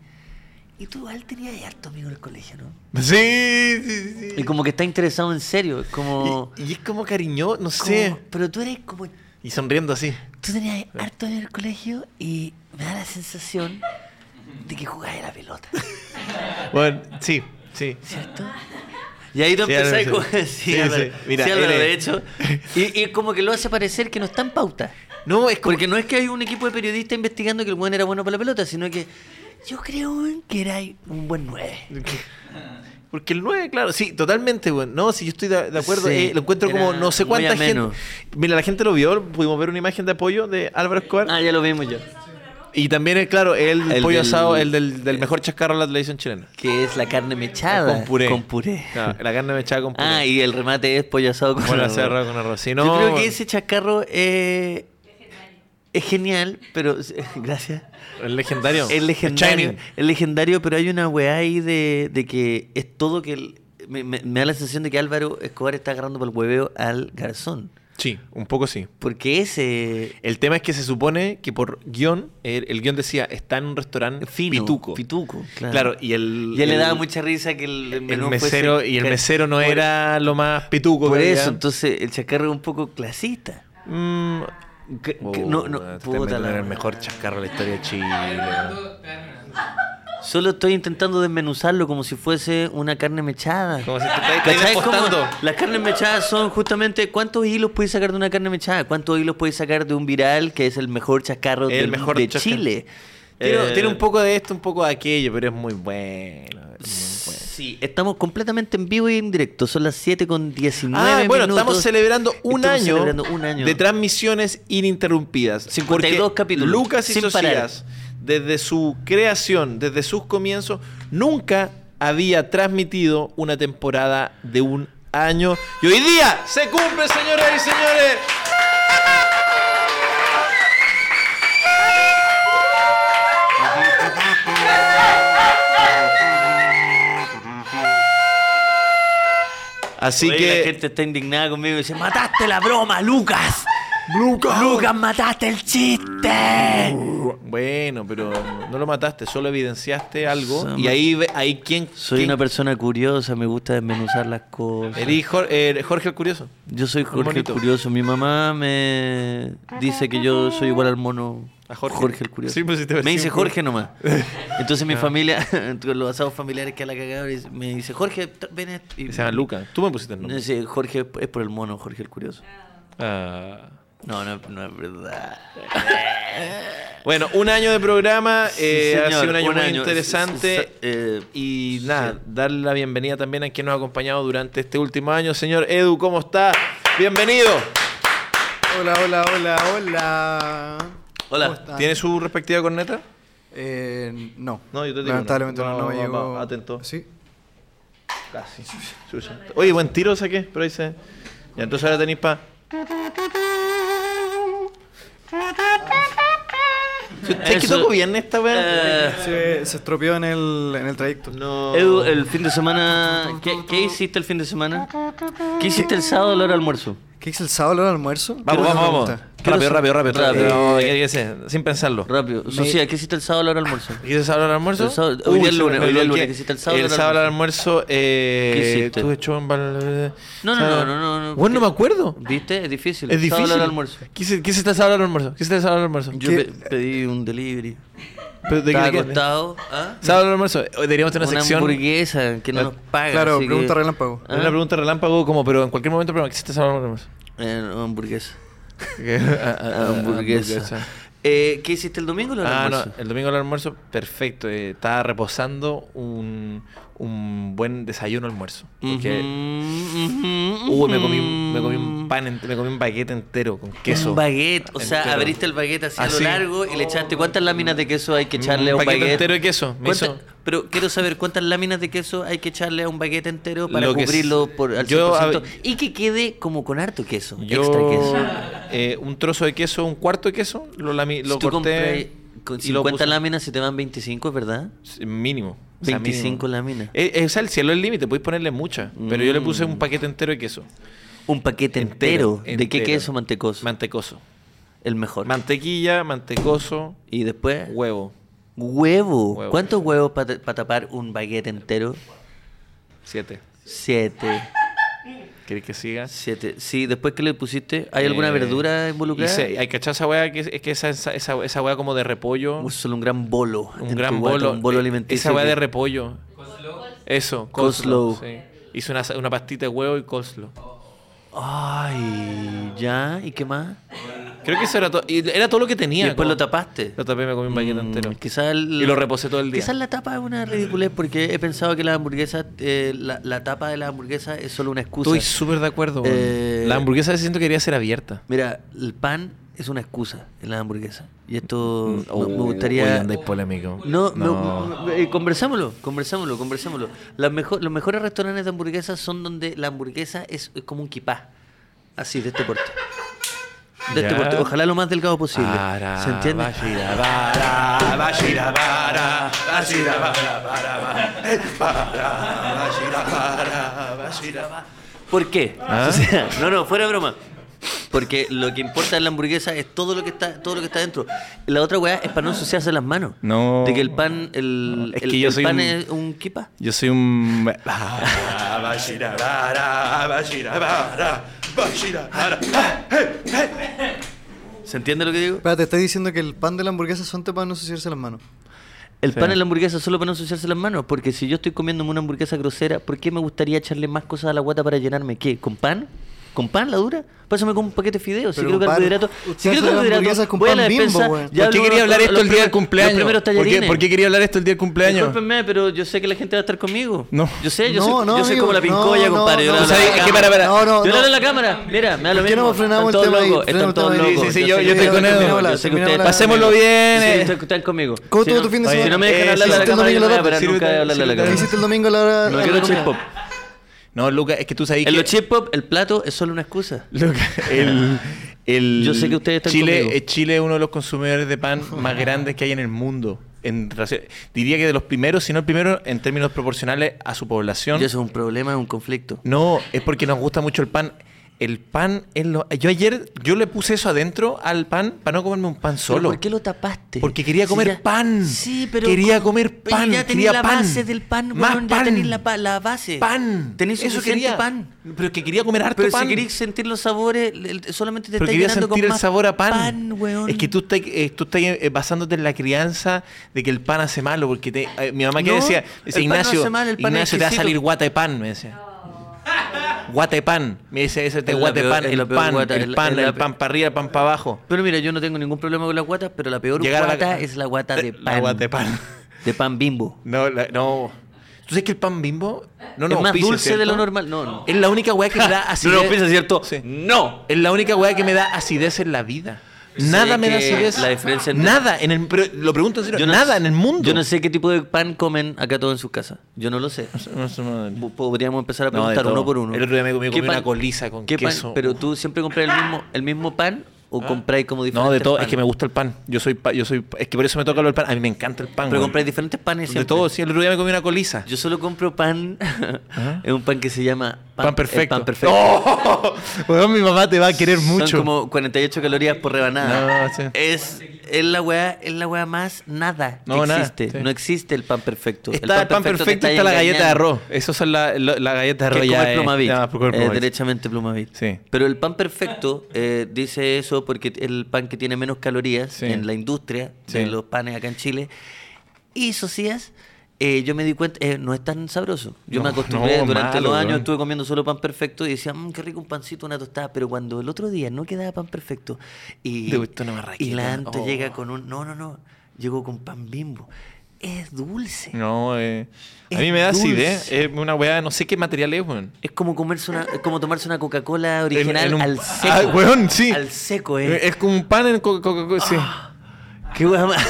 [SPEAKER 1] ¿y tú, Al, tenías harto amigo en el colegio, no?
[SPEAKER 2] Sí, sí, sí.
[SPEAKER 1] Y como que está interesado en serio, es como...
[SPEAKER 2] Y, y es como cariño, no
[SPEAKER 1] como,
[SPEAKER 2] sé.
[SPEAKER 1] Pero tú eres como...
[SPEAKER 2] Y sonriendo así.
[SPEAKER 1] Tú tenías harto amigo en el colegio y me da la sensación de que jugabas a la pelota.
[SPEAKER 2] Bueno, sí, sí.
[SPEAKER 1] ¿Cierto? Y ahí tú
[SPEAKER 2] Sí,
[SPEAKER 1] empezás
[SPEAKER 2] Álvaro,
[SPEAKER 1] como
[SPEAKER 2] sí. Sí,
[SPEAKER 1] sí, Álvaro,
[SPEAKER 2] sí. Mira,
[SPEAKER 1] sí, Álvaro,
[SPEAKER 2] él es-
[SPEAKER 1] de hecho. Y, y como que lo hace parecer que no está en pauta.
[SPEAKER 2] No, es como
[SPEAKER 1] Porque no es que hay un equipo de periodistas investigando que el buen era bueno para la pelota, sino que yo creo weón, que era un buen 9.
[SPEAKER 2] Porque- Porque el 9, claro, sí, totalmente, bueno. No, si yo estoy de, de acuerdo,
[SPEAKER 1] Sí,
[SPEAKER 2] eh, lo encuentro como
[SPEAKER 1] era
[SPEAKER 2] no sé
[SPEAKER 1] muy
[SPEAKER 2] cuánta gente.
[SPEAKER 1] ameno.
[SPEAKER 2] Mira, la gente lo vio, pudimos ver una imagen de apoyo de Álvaro Escobar.
[SPEAKER 1] Ah, ya lo vimos ya.
[SPEAKER 2] Y también, eh, claro, el,
[SPEAKER 1] El
[SPEAKER 2] pollo
[SPEAKER 1] del-
[SPEAKER 2] asado, el del, del mejor chascarro de la televisión chilena.
[SPEAKER 1] Que es la carne mechada.
[SPEAKER 2] Ah, Con puré.
[SPEAKER 1] Con puré.
[SPEAKER 2] Claro, la carne mechada con puré.
[SPEAKER 1] Ah, y el remate es pollo asado con
[SPEAKER 2] Bueno,
[SPEAKER 1] arroz.
[SPEAKER 2] hacer arroz con arroz. Si no,
[SPEAKER 1] Yo creo que ese chacarro eh, es genial, pero... eh, Gracias.
[SPEAKER 2] el legendario.
[SPEAKER 1] El legendario.
[SPEAKER 2] Shining.
[SPEAKER 1] El legendario, pero hay una weá ahí de, de que es todo que. el- me, me- me da la sensación de que Álvaro Escobar está agarrando por el hueveo al garzón.
[SPEAKER 2] Sí, un poco sí.
[SPEAKER 1] Porque ese.
[SPEAKER 2] El tema es que se supone que por guión, el, el guión decía, está en un restaurante
[SPEAKER 1] Fino.
[SPEAKER 2] pituco.
[SPEAKER 1] Pituco, claro.
[SPEAKER 2] Claro, y el...
[SPEAKER 1] Ya le
[SPEAKER 2] el-
[SPEAKER 1] daba mucha risa que el,
[SPEAKER 2] el
[SPEAKER 1] menú fuese-
[SPEAKER 2] mesero y el
[SPEAKER 1] que-
[SPEAKER 2] mesero no
[SPEAKER 1] por-
[SPEAKER 2] era lo más pituco
[SPEAKER 1] Por
[SPEAKER 2] que
[SPEAKER 1] eso,
[SPEAKER 2] había.
[SPEAKER 1] entonces el chacarro es un poco clasista.
[SPEAKER 2] Mm,
[SPEAKER 1] Que- que-
[SPEAKER 2] oh,
[SPEAKER 1] no, no,
[SPEAKER 2] te estás
[SPEAKER 1] puta
[SPEAKER 2] metiendo
[SPEAKER 1] la
[SPEAKER 2] en el
[SPEAKER 1] weá.
[SPEAKER 2] mejor chascarro de la historia de Chile.
[SPEAKER 1] Solo estoy intentando desmenuzarlo como si fuese una carne mechada.
[SPEAKER 2] Como si te estáis- estáis
[SPEAKER 1] ¿Cachai? Como
[SPEAKER 2] despostando.
[SPEAKER 1] Las carnes mechadas son justamente cuántos hilos puedes sacar de una carne mechada, cuántos hilos puedes sacar de un viral que es el mejor chascarro
[SPEAKER 2] El
[SPEAKER 1] del-
[SPEAKER 2] mejor
[SPEAKER 1] de
[SPEAKER 2] chascarro.
[SPEAKER 1] Chile.
[SPEAKER 2] Tiene,
[SPEAKER 1] Eh,
[SPEAKER 2] tiene un poco de esto, un poco de aquello, pero es muy bueno. es muy bueno.
[SPEAKER 1] Sí, estamos completamente en vivo y en directo. Son las 7 con 19
[SPEAKER 2] Ah, bueno,
[SPEAKER 1] minutos.
[SPEAKER 2] estamos celebrando un
[SPEAKER 1] Estamos
[SPEAKER 2] año
[SPEAKER 1] celebrando un año.
[SPEAKER 2] de transmisiones ininterrumpidas.
[SPEAKER 1] 52
[SPEAKER 2] Porque
[SPEAKER 1] capítulos,
[SPEAKER 2] Lucas y
[SPEAKER 1] sin parar.
[SPEAKER 2] Socias, desde su creación, desde sus comienzos, nunca había transmitido una temporada de un año. Y hoy día se cumple, señoras y señores. Así
[SPEAKER 1] Oye,
[SPEAKER 2] que
[SPEAKER 1] la gente está indignada conmigo y dice, mataste la broma, Lucas. Lucas. mataste el chiste.
[SPEAKER 2] Bueno, pero no lo mataste, solo evidenciaste algo.
[SPEAKER 1] Sama-
[SPEAKER 2] Y ahí, ve- ahí quién.
[SPEAKER 1] Soy
[SPEAKER 2] quién-
[SPEAKER 1] una persona curiosa, me gusta desmenuzar las cosas.
[SPEAKER 2] Eres Jor- eh, Jorge el Curioso.
[SPEAKER 1] Yo soy Jorge el
[SPEAKER 2] monito.
[SPEAKER 1] Curioso. Mi mamá me dice que yo soy igual al mono
[SPEAKER 2] A Jorge.
[SPEAKER 1] el Curioso.
[SPEAKER 2] Sí, pues, sí te
[SPEAKER 1] me
[SPEAKER 2] parecía
[SPEAKER 1] dice
[SPEAKER 2] un cur-
[SPEAKER 1] Jorge nomás. Entonces mi familia, con los asados familiares que a la cagada, me dice, Jorge, t- ven. a- y-
[SPEAKER 2] Se llama Luca. Tú me pusiste el nombre.
[SPEAKER 1] Sí, Jorge es por el mono, Jorge el Curioso.
[SPEAKER 2] Ah.
[SPEAKER 1] No, no, no es verdad.
[SPEAKER 2] Bueno, un año de programa. eh, ha
[SPEAKER 1] señor,
[SPEAKER 2] sido un año
[SPEAKER 1] un
[SPEAKER 2] muy
[SPEAKER 1] año. S-
[SPEAKER 2] interesante.
[SPEAKER 1] s- eh,
[SPEAKER 2] y nada, darle la bienvenida también a quien nos ha acompañado durante este último año. Señor Edu, ¿cómo está? Bienvenido.
[SPEAKER 3] Hola, hola, hola, hola.
[SPEAKER 1] Hola.
[SPEAKER 3] ¿Cómo están?
[SPEAKER 2] ¿Tiene su respectiva corneta?
[SPEAKER 3] Eh, no.
[SPEAKER 2] No, yo te digo
[SPEAKER 3] Lamentablemente
[SPEAKER 2] una.
[SPEAKER 3] no, no,
[SPEAKER 2] Va,
[SPEAKER 3] me
[SPEAKER 2] va,
[SPEAKER 3] llegó.
[SPEAKER 2] va, atento.
[SPEAKER 3] Sí.
[SPEAKER 2] Casi. Chucha. Oye, buen tiro saqué, pero ahí se. Ya, entonces ahora tenéis pa. ¿Sabes que
[SPEAKER 1] Eso-
[SPEAKER 2] toco bien esta weá?
[SPEAKER 1] Eh,
[SPEAKER 3] Se, se estropeó en el, en el trayecto.
[SPEAKER 2] No.
[SPEAKER 1] Edu, el fin de semana. ¿qué, qué hiciste el fin de semana? ¿Qué hiciste el sábado a la hora del almuerzo?
[SPEAKER 3] ¿Qué hice el sábado al almuerzo?
[SPEAKER 2] Vamos,
[SPEAKER 3] Quiero
[SPEAKER 2] vamos, vamos.
[SPEAKER 1] Quiero
[SPEAKER 3] preguntar.
[SPEAKER 1] Eh,
[SPEAKER 2] Rápido,
[SPEAKER 1] sa-
[SPEAKER 2] rápido, rápido,
[SPEAKER 1] Rápido.
[SPEAKER 2] rápido. No, ¿qué quieres hacer? Sin pensarlo.
[SPEAKER 1] Rápido. Socia, ¿qué hiciste el sábado a la hora del almuerzo?
[SPEAKER 2] ¿Quieres hablar al almuerzo?
[SPEAKER 1] El sábado- hoy día es
[SPEAKER 2] se
[SPEAKER 1] lunes,
[SPEAKER 2] me
[SPEAKER 1] hoy día es
[SPEAKER 2] olvidó
[SPEAKER 1] lunes,
[SPEAKER 2] que-
[SPEAKER 1] que hiciste el sábado
[SPEAKER 2] El
[SPEAKER 1] al
[SPEAKER 2] sábado al
[SPEAKER 1] almuerzo.
[SPEAKER 2] almuerzo, eh.
[SPEAKER 1] ¿Qué hiciste?
[SPEAKER 2] Tuve show en Val-
[SPEAKER 1] No, no, no, no, no, no.
[SPEAKER 2] Bueno, no me acuerdo.
[SPEAKER 1] ¿Viste? Es difícil. Sábado a
[SPEAKER 2] Es
[SPEAKER 1] la
[SPEAKER 2] difícil.
[SPEAKER 1] hora del almuerzo.
[SPEAKER 2] ¿Qué hiciste qué hiciste el sábado al almuerzo? ¿Qué hiciste el sábado al almuerzo?
[SPEAKER 1] Yo
[SPEAKER 3] ¿Qué?
[SPEAKER 1] pe- pedí un delivery.
[SPEAKER 2] Pero, ¿de qué-
[SPEAKER 1] Estaba
[SPEAKER 2] de qué-
[SPEAKER 1] acostado. ¿ah?
[SPEAKER 2] Sábado al almuerzo. Hoy deberíamos tener
[SPEAKER 1] Una
[SPEAKER 2] una sección. Ah,
[SPEAKER 1] hamburguesa que no nos paga.
[SPEAKER 3] Claro,
[SPEAKER 1] así que-
[SPEAKER 3] pregunta relámpago.
[SPEAKER 1] Ah,
[SPEAKER 2] Una pregunta relámpago como, pero en cualquier momento, pero existe esa hamburguesa.
[SPEAKER 1] eh, no, hamburguesa.
[SPEAKER 2] Ah,
[SPEAKER 1] hamburguesa. Eh, ¿Qué hiciste el domingo a la hora del
[SPEAKER 2] Ah, no,
[SPEAKER 1] almuerzo?
[SPEAKER 2] el domingo al almuerzo, perfecto. eh, estaba reposando un, un buen desayuno almuerzo. Porque,
[SPEAKER 1] Ujú, Mm. ujú,
[SPEAKER 2] uy, me comí, un- me comí
[SPEAKER 1] ujú.
[SPEAKER 2] un pan, ent- me comí un baguette entero con queso.
[SPEAKER 1] Un baguette, o sea,
[SPEAKER 2] Mm. Entero. Ah,
[SPEAKER 1] abriste el baguette así a lo
[SPEAKER 2] Así.
[SPEAKER 1] largo y le echaste cuántas láminas de queso hay que echarle a un
[SPEAKER 2] paquete
[SPEAKER 1] baguette.
[SPEAKER 2] Mm, entero de queso, me
[SPEAKER 1] ¿Cuánta-
[SPEAKER 2] hizo-
[SPEAKER 1] Pero quiero saber cuántas láminas de queso hay que echarle a un baguette entero para
[SPEAKER 2] Lo que es-
[SPEAKER 1] cubrirlo por al
[SPEAKER 2] yo,
[SPEAKER 1] 100%
[SPEAKER 2] a-
[SPEAKER 1] y que quede como con harto queso,
[SPEAKER 2] Yo,
[SPEAKER 1] extra queso.
[SPEAKER 2] eh, un trozo de queso, un cuarto de queso, lo, lami, lo
[SPEAKER 1] si tú compras
[SPEAKER 2] corté.
[SPEAKER 1] con
[SPEAKER 2] y lo
[SPEAKER 1] 50
[SPEAKER 2] puse-
[SPEAKER 1] láminas se te van 25, ¿es ¿verdad?
[SPEAKER 2] Mínimo.
[SPEAKER 1] 25 láminas.
[SPEAKER 2] Eh, eh, o sea, el cielo es el límite, podéis ponerle muchas. Pero yo le puse un paquete entero de queso.
[SPEAKER 1] Un paquete Mm. entero, de qué
[SPEAKER 2] entero.
[SPEAKER 1] queso mantecoso,
[SPEAKER 2] Mantecoso.
[SPEAKER 1] el mejor.
[SPEAKER 2] Mantequilla, mantecoso,
[SPEAKER 1] y después
[SPEAKER 2] huevo.
[SPEAKER 1] huevo.
[SPEAKER 2] Huevo,
[SPEAKER 1] ¿Cuántos
[SPEAKER 2] sí.
[SPEAKER 1] huevos para tapar un baguette entero?
[SPEAKER 2] Siete.
[SPEAKER 1] Siete.
[SPEAKER 2] ¿Querés que siga?
[SPEAKER 1] Siete. Sí, después que le pusiste, ¿hay alguna
[SPEAKER 2] Eh,
[SPEAKER 1] verdura involucrada?
[SPEAKER 2] hice- hay que echar esa weá que es, es que esa, esa, esa- esa weá como de repollo.
[SPEAKER 1] Un- Solo un gran bolo. en
[SPEAKER 2] un
[SPEAKER 1] tu
[SPEAKER 2] gran
[SPEAKER 1] guata,
[SPEAKER 2] bolo.
[SPEAKER 1] Un bolo
[SPEAKER 2] eh,
[SPEAKER 1] alimenticio.
[SPEAKER 2] Esa weá
[SPEAKER 1] que-
[SPEAKER 2] de repollo. Eso,
[SPEAKER 1] Coleslaw.
[SPEAKER 2] coleslaw. sí. Hice una, sa- una pastita de huevo y coleslaw.
[SPEAKER 1] Ay, ya, ¿y qué más?
[SPEAKER 2] Creo que eso era todo. Era todo lo que
[SPEAKER 1] Y
[SPEAKER 2] tenía.
[SPEAKER 1] después
[SPEAKER 2] como-
[SPEAKER 1] lo Mm, tapaste.
[SPEAKER 2] Lo tapé, me comí un baguette entero.
[SPEAKER 1] Quizás el-
[SPEAKER 2] Y lo reposé todo el día.
[SPEAKER 1] Quizás la tapa es una ridiculez porque he pensado que la hamburguesa, eh, la, la tapa de la hamburguesa es solo una excusa.
[SPEAKER 2] Estoy súper de acuerdo. weón.
[SPEAKER 1] Eh,
[SPEAKER 2] La hamburguesa siento que quería ser abierta.
[SPEAKER 1] Mira, el pan es una excusa en la hamburguesa. Y esto me-
[SPEAKER 2] Oh,
[SPEAKER 1] me gustaría...
[SPEAKER 2] oye, andáis polémico.
[SPEAKER 1] No, me- me- eh, conversémoslo, conversémoslo, conversémoslo. Las mejo- los mejores restaurantes de hamburguesas son donde la hamburguesa es, es como un kipá. Así, de este porte. De este
[SPEAKER 2] Ya.
[SPEAKER 1] porte. Ojalá lo más delgado posible.
[SPEAKER 2] Ara,
[SPEAKER 1] ¿Se entiende?
[SPEAKER 2] bashira, bara, bashira, bara, bashira, bara, bara, bara, bara, bashira, bara, bashira, bara.
[SPEAKER 1] ¿Por qué?
[SPEAKER 2] ¿Ah?
[SPEAKER 1] O sea, no, no, fuera de broma. Porque lo que importa en la hamburguesa es todo lo que está, todo lo que está dentro. La otra weá es para no ensuciarse las manos.
[SPEAKER 2] No.
[SPEAKER 1] De que el pan, el,
[SPEAKER 2] Es
[SPEAKER 1] el-
[SPEAKER 2] que yo
[SPEAKER 1] el
[SPEAKER 2] soy
[SPEAKER 1] pan
[SPEAKER 2] un-
[SPEAKER 1] es un kipá.
[SPEAKER 2] Yo soy un. Bara, bashira, bara, bashira, bara, bashira, bara.
[SPEAKER 1] ¿Se entiende lo que digo?
[SPEAKER 3] Espérate, estás diciendo que el pan de la hamburguesa son para no ensuciarse las manos.
[SPEAKER 1] El
[SPEAKER 2] Sí.
[SPEAKER 1] pan en la hamburguesa solo para no ensuciarse las manos, porque si yo estoy comiéndome una hamburguesa grosera, ¿por qué me gustaría echarle más cosas a la guata para llenarme? ¿Qué? ¿Con pan? ¿Con pan la dura? Por eso me como un paquete de fideos. Si
[SPEAKER 3] Pero
[SPEAKER 1] quiero
[SPEAKER 3] con pan-
[SPEAKER 1] carbohidratos,
[SPEAKER 3] usted
[SPEAKER 1] si
[SPEAKER 3] hace
[SPEAKER 1] quiero
[SPEAKER 3] las
[SPEAKER 1] carbohidratos,
[SPEAKER 3] hamburguesas con
[SPEAKER 1] voy a la
[SPEAKER 3] pan
[SPEAKER 1] despensa.
[SPEAKER 3] Bimbo,
[SPEAKER 1] ya
[SPEAKER 3] weón.
[SPEAKER 2] ¿Por qué
[SPEAKER 1] hablo
[SPEAKER 2] quería
[SPEAKER 1] de
[SPEAKER 2] hablar
[SPEAKER 1] los-
[SPEAKER 2] esto
[SPEAKER 1] los
[SPEAKER 2] el día del
[SPEAKER 1] primer-
[SPEAKER 2] cumpleaños?
[SPEAKER 1] Los primeros
[SPEAKER 2] ¿Por qué-
[SPEAKER 1] tallarines.
[SPEAKER 2] ¿Por qué quería hablar esto el día del cumpleaños?
[SPEAKER 1] Discúlpenme, pero yo sé que la gente va a estar conmigo.
[SPEAKER 2] No.
[SPEAKER 1] Yo sé, yo
[SPEAKER 3] No,
[SPEAKER 1] soy,
[SPEAKER 3] no,
[SPEAKER 1] yo soy
[SPEAKER 3] amigo,
[SPEAKER 1] como la
[SPEAKER 3] no,
[SPEAKER 1] pincoya,
[SPEAKER 3] no,
[SPEAKER 1] compadre. yo
[SPEAKER 3] no,
[SPEAKER 1] le hablo a
[SPEAKER 2] no.
[SPEAKER 1] la
[SPEAKER 2] ¿Sabes qué?
[SPEAKER 1] cámara.
[SPEAKER 2] Para, para.
[SPEAKER 1] Yo
[SPEAKER 3] No, no,
[SPEAKER 1] le hablo
[SPEAKER 3] no.
[SPEAKER 1] a la cámara. Mira, me da lo
[SPEAKER 3] ¿Por qué
[SPEAKER 1] mismo.
[SPEAKER 3] no frenamos
[SPEAKER 1] Están
[SPEAKER 3] el
[SPEAKER 1] todos
[SPEAKER 3] tema ahí?
[SPEAKER 1] locos, Están
[SPEAKER 3] Frenamos
[SPEAKER 1] todos
[SPEAKER 3] el tema ahí.
[SPEAKER 1] locos.
[SPEAKER 2] Sí, sí,
[SPEAKER 1] yo
[SPEAKER 2] sí, yo-
[SPEAKER 1] sé
[SPEAKER 2] yo
[SPEAKER 1] que
[SPEAKER 2] estoy
[SPEAKER 1] ustedes
[SPEAKER 2] con
[SPEAKER 1] están
[SPEAKER 2] él.
[SPEAKER 1] conmigo, yo sé que
[SPEAKER 3] Terminemos
[SPEAKER 1] ustedes
[SPEAKER 3] la-
[SPEAKER 1] están
[SPEAKER 2] Pasémoslo
[SPEAKER 1] conmigo.
[SPEAKER 2] bien,
[SPEAKER 1] Sí,
[SPEAKER 2] eh.
[SPEAKER 1] ustedes están conmigo.
[SPEAKER 3] ¿Cómo
[SPEAKER 1] Si
[SPEAKER 3] estuvo
[SPEAKER 1] no-
[SPEAKER 3] tu fin de
[SPEAKER 1] Oye, Si
[SPEAKER 3] semana?
[SPEAKER 1] no me dejan
[SPEAKER 2] Eh,
[SPEAKER 1] hablar a la
[SPEAKER 2] sí,
[SPEAKER 1] cámara,
[SPEAKER 3] sí,
[SPEAKER 1] yo no voy a
[SPEAKER 3] sí,
[SPEAKER 1] parar
[SPEAKER 3] sí,
[SPEAKER 1] nunca
[SPEAKER 2] sí,
[SPEAKER 1] de hablarle a la
[SPEAKER 2] sí,
[SPEAKER 3] ¿Qué
[SPEAKER 1] cámara.
[SPEAKER 3] hiciste el domingo a la hora?
[SPEAKER 1] No
[SPEAKER 3] a la
[SPEAKER 1] quiero
[SPEAKER 3] hora de
[SPEAKER 1] chip
[SPEAKER 3] comer?
[SPEAKER 1] pop.
[SPEAKER 2] No, Lucas, es que tú sabes
[SPEAKER 1] En
[SPEAKER 2] que...
[SPEAKER 1] los chip pop, el plato es solo una excusa.
[SPEAKER 2] Lucas, el, el-
[SPEAKER 1] Yo sé que ustedes están
[SPEAKER 2] Chile,
[SPEAKER 1] conmigo.
[SPEAKER 2] eh, Chile es uno de los consumidores de pan más grandes que hay en el mundo. En relación- diría que de los primeros, si no el primero, en términos proporcionales a su
[SPEAKER 1] Y
[SPEAKER 2] población.
[SPEAKER 1] eso es un problema, es un conflicto.
[SPEAKER 2] No, es porque nos gusta mucho el pan. El pan es lo... Yo ayer, yo le puse eso adentro al pan para no comerme un pan
[SPEAKER 1] ¿Pero
[SPEAKER 2] solo.
[SPEAKER 1] ¿Por qué lo tapaste?
[SPEAKER 2] Porque quería comer
[SPEAKER 1] ya-
[SPEAKER 2] pan.
[SPEAKER 1] Sí, pero.
[SPEAKER 2] Quería comer
[SPEAKER 1] Pero
[SPEAKER 2] pan,
[SPEAKER 1] Ya
[SPEAKER 2] quería
[SPEAKER 1] tenía la
[SPEAKER 2] pan.
[SPEAKER 1] base del pan,
[SPEAKER 2] Más
[SPEAKER 1] weón, Ya
[SPEAKER 2] pan.
[SPEAKER 1] tenía la, pa- la base.
[SPEAKER 2] ¡Pan!
[SPEAKER 1] Tenés
[SPEAKER 2] Eso
[SPEAKER 1] suficiente
[SPEAKER 2] quería.
[SPEAKER 1] pan.
[SPEAKER 2] Pero es que quería comer harto
[SPEAKER 1] Pero
[SPEAKER 2] pan.
[SPEAKER 1] si queréis sentir los sabores, el- el- solamente te
[SPEAKER 2] Pero
[SPEAKER 1] estás
[SPEAKER 2] quería
[SPEAKER 1] llenando
[SPEAKER 2] sentir
[SPEAKER 1] con
[SPEAKER 2] el
[SPEAKER 1] más
[SPEAKER 2] sabor a pan.
[SPEAKER 1] weón.
[SPEAKER 2] Es que tú estás, eh, tú estás, eh, basándote en la crianza de que el pan hace malo, porque te- eh, mi mamá que
[SPEAKER 1] No,
[SPEAKER 2] decía,
[SPEAKER 1] el
[SPEAKER 2] decía
[SPEAKER 1] pan no
[SPEAKER 2] Ignacio,
[SPEAKER 1] hace mal, el pan es
[SPEAKER 2] Ignacio te va a
[SPEAKER 1] exquisito". Oh.
[SPEAKER 2] salir guata de pan, me decía. Guata de pan, me dice ese te
[SPEAKER 1] Es la
[SPEAKER 2] guata de
[SPEAKER 1] peor-
[SPEAKER 2] pan,
[SPEAKER 1] es
[SPEAKER 2] el
[SPEAKER 1] la peor
[SPEAKER 2] pan,
[SPEAKER 1] guata, es
[SPEAKER 2] el
[SPEAKER 1] la-
[SPEAKER 2] pan,
[SPEAKER 1] es la
[SPEAKER 2] el
[SPEAKER 1] pe-
[SPEAKER 2] pan para arriba, el pan para abajo.
[SPEAKER 1] Pero mira, yo no tengo ningún problema con las guatas, pero la peor
[SPEAKER 2] Llegar a la-
[SPEAKER 1] guata es la guata de pan.
[SPEAKER 2] La guata de pan.
[SPEAKER 1] De pan bimbo.
[SPEAKER 2] No, la- no. ¿Tú sabes que el pan bimbo no
[SPEAKER 1] es
[SPEAKER 2] nos
[SPEAKER 1] más
[SPEAKER 2] auspicia,
[SPEAKER 1] dulce de lo
[SPEAKER 2] ¿cierto?
[SPEAKER 1] normal. No, no.
[SPEAKER 2] Es la única weá que me da acidez.
[SPEAKER 1] nos auspicia, ¿cierto?
[SPEAKER 2] Sí.
[SPEAKER 1] No.
[SPEAKER 2] Es la única weá que me da acidez en la vida. Nada
[SPEAKER 1] ¿Sabes
[SPEAKER 2] me da
[SPEAKER 1] que
[SPEAKER 2] acidez.
[SPEAKER 1] la diferencia entre-
[SPEAKER 2] Nada. En el, pero lo pregunto en serio.
[SPEAKER 1] Yo no
[SPEAKER 2] nada
[SPEAKER 1] sé-
[SPEAKER 2] en el mundo.
[SPEAKER 1] Yo no sé qué tipo de pan comen acá todos en sus casas. Yo no lo sé.
[SPEAKER 2] No sé, no, no.
[SPEAKER 1] Bu- Podríamos empezar a
[SPEAKER 2] No, de
[SPEAKER 1] preguntar
[SPEAKER 2] todo.
[SPEAKER 1] uno por uno.
[SPEAKER 2] El otro día me comí-
[SPEAKER 1] ¿Qué
[SPEAKER 2] comí una
[SPEAKER 1] pan-
[SPEAKER 2] coliza con
[SPEAKER 1] ¿qué pan-
[SPEAKER 2] queso.
[SPEAKER 1] Pero
[SPEAKER 2] Uf.
[SPEAKER 1] tú siempre compras el mismo, el mismo pan o compráis como diferentes
[SPEAKER 2] No, de todo.
[SPEAKER 1] panes?
[SPEAKER 2] Es que me gusta el pan. Yo soy, pa- yo soy. Es que por eso me toca lo del pan. A mí me encanta el pan.
[SPEAKER 1] Pero
[SPEAKER 2] weón.
[SPEAKER 1] compráis diferentes panes
[SPEAKER 2] De
[SPEAKER 1] siempre.
[SPEAKER 2] todo. Sí, el otro día me comí una coliza.
[SPEAKER 1] Yo solo compro pan. es un pan que se llama
[SPEAKER 2] pan,
[SPEAKER 1] el
[SPEAKER 2] perfecto.
[SPEAKER 1] Pan perfecto.
[SPEAKER 2] ¡Oh! Weón, mi mamá te va a querer mucho.
[SPEAKER 1] Son como 48 calorías por rebanada.
[SPEAKER 2] No, sí.
[SPEAKER 1] es, es la weá, es la weá más nada
[SPEAKER 2] No,
[SPEAKER 1] que
[SPEAKER 2] nada,
[SPEAKER 1] existe.
[SPEAKER 2] sí.
[SPEAKER 1] No existe el pan perfecto.
[SPEAKER 2] Está el pan perfecto,
[SPEAKER 1] te
[SPEAKER 2] y está la galleta de
[SPEAKER 1] engañando.
[SPEAKER 2] arroz. Esas son las la, la galletas de
[SPEAKER 1] Que
[SPEAKER 2] arroz.
[SPEAKER 1] es
[SPEAKER 2] ya
[SPEAKER 1] como el
[SPEAKER 2] es-
[SPEAKER 1] plumavit,
[SPEAKER 2] ya, como el
[SPEAKER 1] eh,
[SPEAKER 2] plumavit.
[SPEAKER 1] derechamente plumavit.
[SPEAKER 2] Sí.
[SPEAKER 1] Pero el pan perfecto eh, dice eso porque es el pan que tiene menos calorías
[SPEAKER 2] Sí.
[SPEAKER 1] en la industria de
[SPEAKER 2] Sí.
[SPEAKER 1] los panes acá en Chile. Y socias, eh, yo me di cuenta, eh, no es tan sabroso. Yo me
[SPEAKER 2] No,
[SPEAKER 1] acostumbré
[SPEAKER 2] no,
[SPEAKER 1] durante
[SPEAKER 2] malo,
[SPEAKER 1] dos años,
[SPEAKER 2] weón.
[SPEAKER 1] estuve comiendo solo pan perfecto y decía, mmm, qué rico un pancito, una tostada. Pero cuando el otro día no quedaba pan perfecto y,
[SPEAKER 2] Te gustó una
[SPEAKER 1] y
[SPEAKER 2] marraqueta.
[SPEAKER 1] la Anto
[SPEAKER 2] Oh.
[SPEAKER 1] llega con un, no, no, no, llegó con pan bimbo. Es dulce.
[SPEAKER 2] No, eh, a
[SPEAKER 1] Es
[SPEAKER 2] mí me da
[SPEAKER 1] dulce.
[SPEAKER 2] acidez. Es una weá, no sé qué material es, weón.
[SPEAKER 1] Es como comerse una, es como tomarse una Coca-Cola original
[SPEAKER 2] En- en un-
[SPEAKER 1] al seco.
[SPEAKER 2] Ah, weón, sí.
[SPEAKER 1] Al seco,
[SPEAKER 2] Eh,
[SPEAKER 1] eh.
[SPEAKER 2] Es como un pan en coca coca coca sí.
[SPEAKER 1] Qué weá más,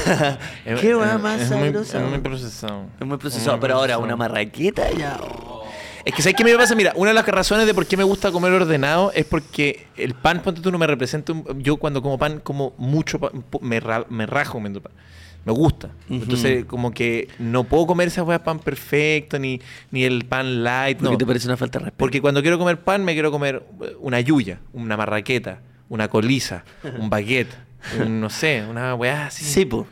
[SPEAKER 1] qué weá más
[SPEAKER 2] es muy-
[SPEAKER 1] sabrosa.
[SPEAKER 2] es muy
[SPEAKER 1] weón.
[SPEAKER 2] procesado.
[SPEAKER 1] Es muy procesado, pero ahora una marraqueta ya. oh.
[SPEAKER 2] Es que, ¿sabes qué me pasa? Mira, una de las razones de por qué me gusta comer ordenado es porque el pan, ponte tú, no me representa. un- yo cuando como pan, como mucho pan, un po- me, ra- me rajo comiendo pan. Me gusta. Entonces, como que no puedo comer esas weas pan perfecto, ni, ni el pan light.
[SPEAKER 1] ¿Por
[SPEAKER 2] no.
[SPEAKER 1] qué te parece una falta de respeto?
[SPEAKER 2] Porque cuando quiero comer pan, me quiero comer eh, una yuya, una marraqueta, una coliza, un baguette, un, no sé, una weá así.
[SPEAKER 1] Sí, po.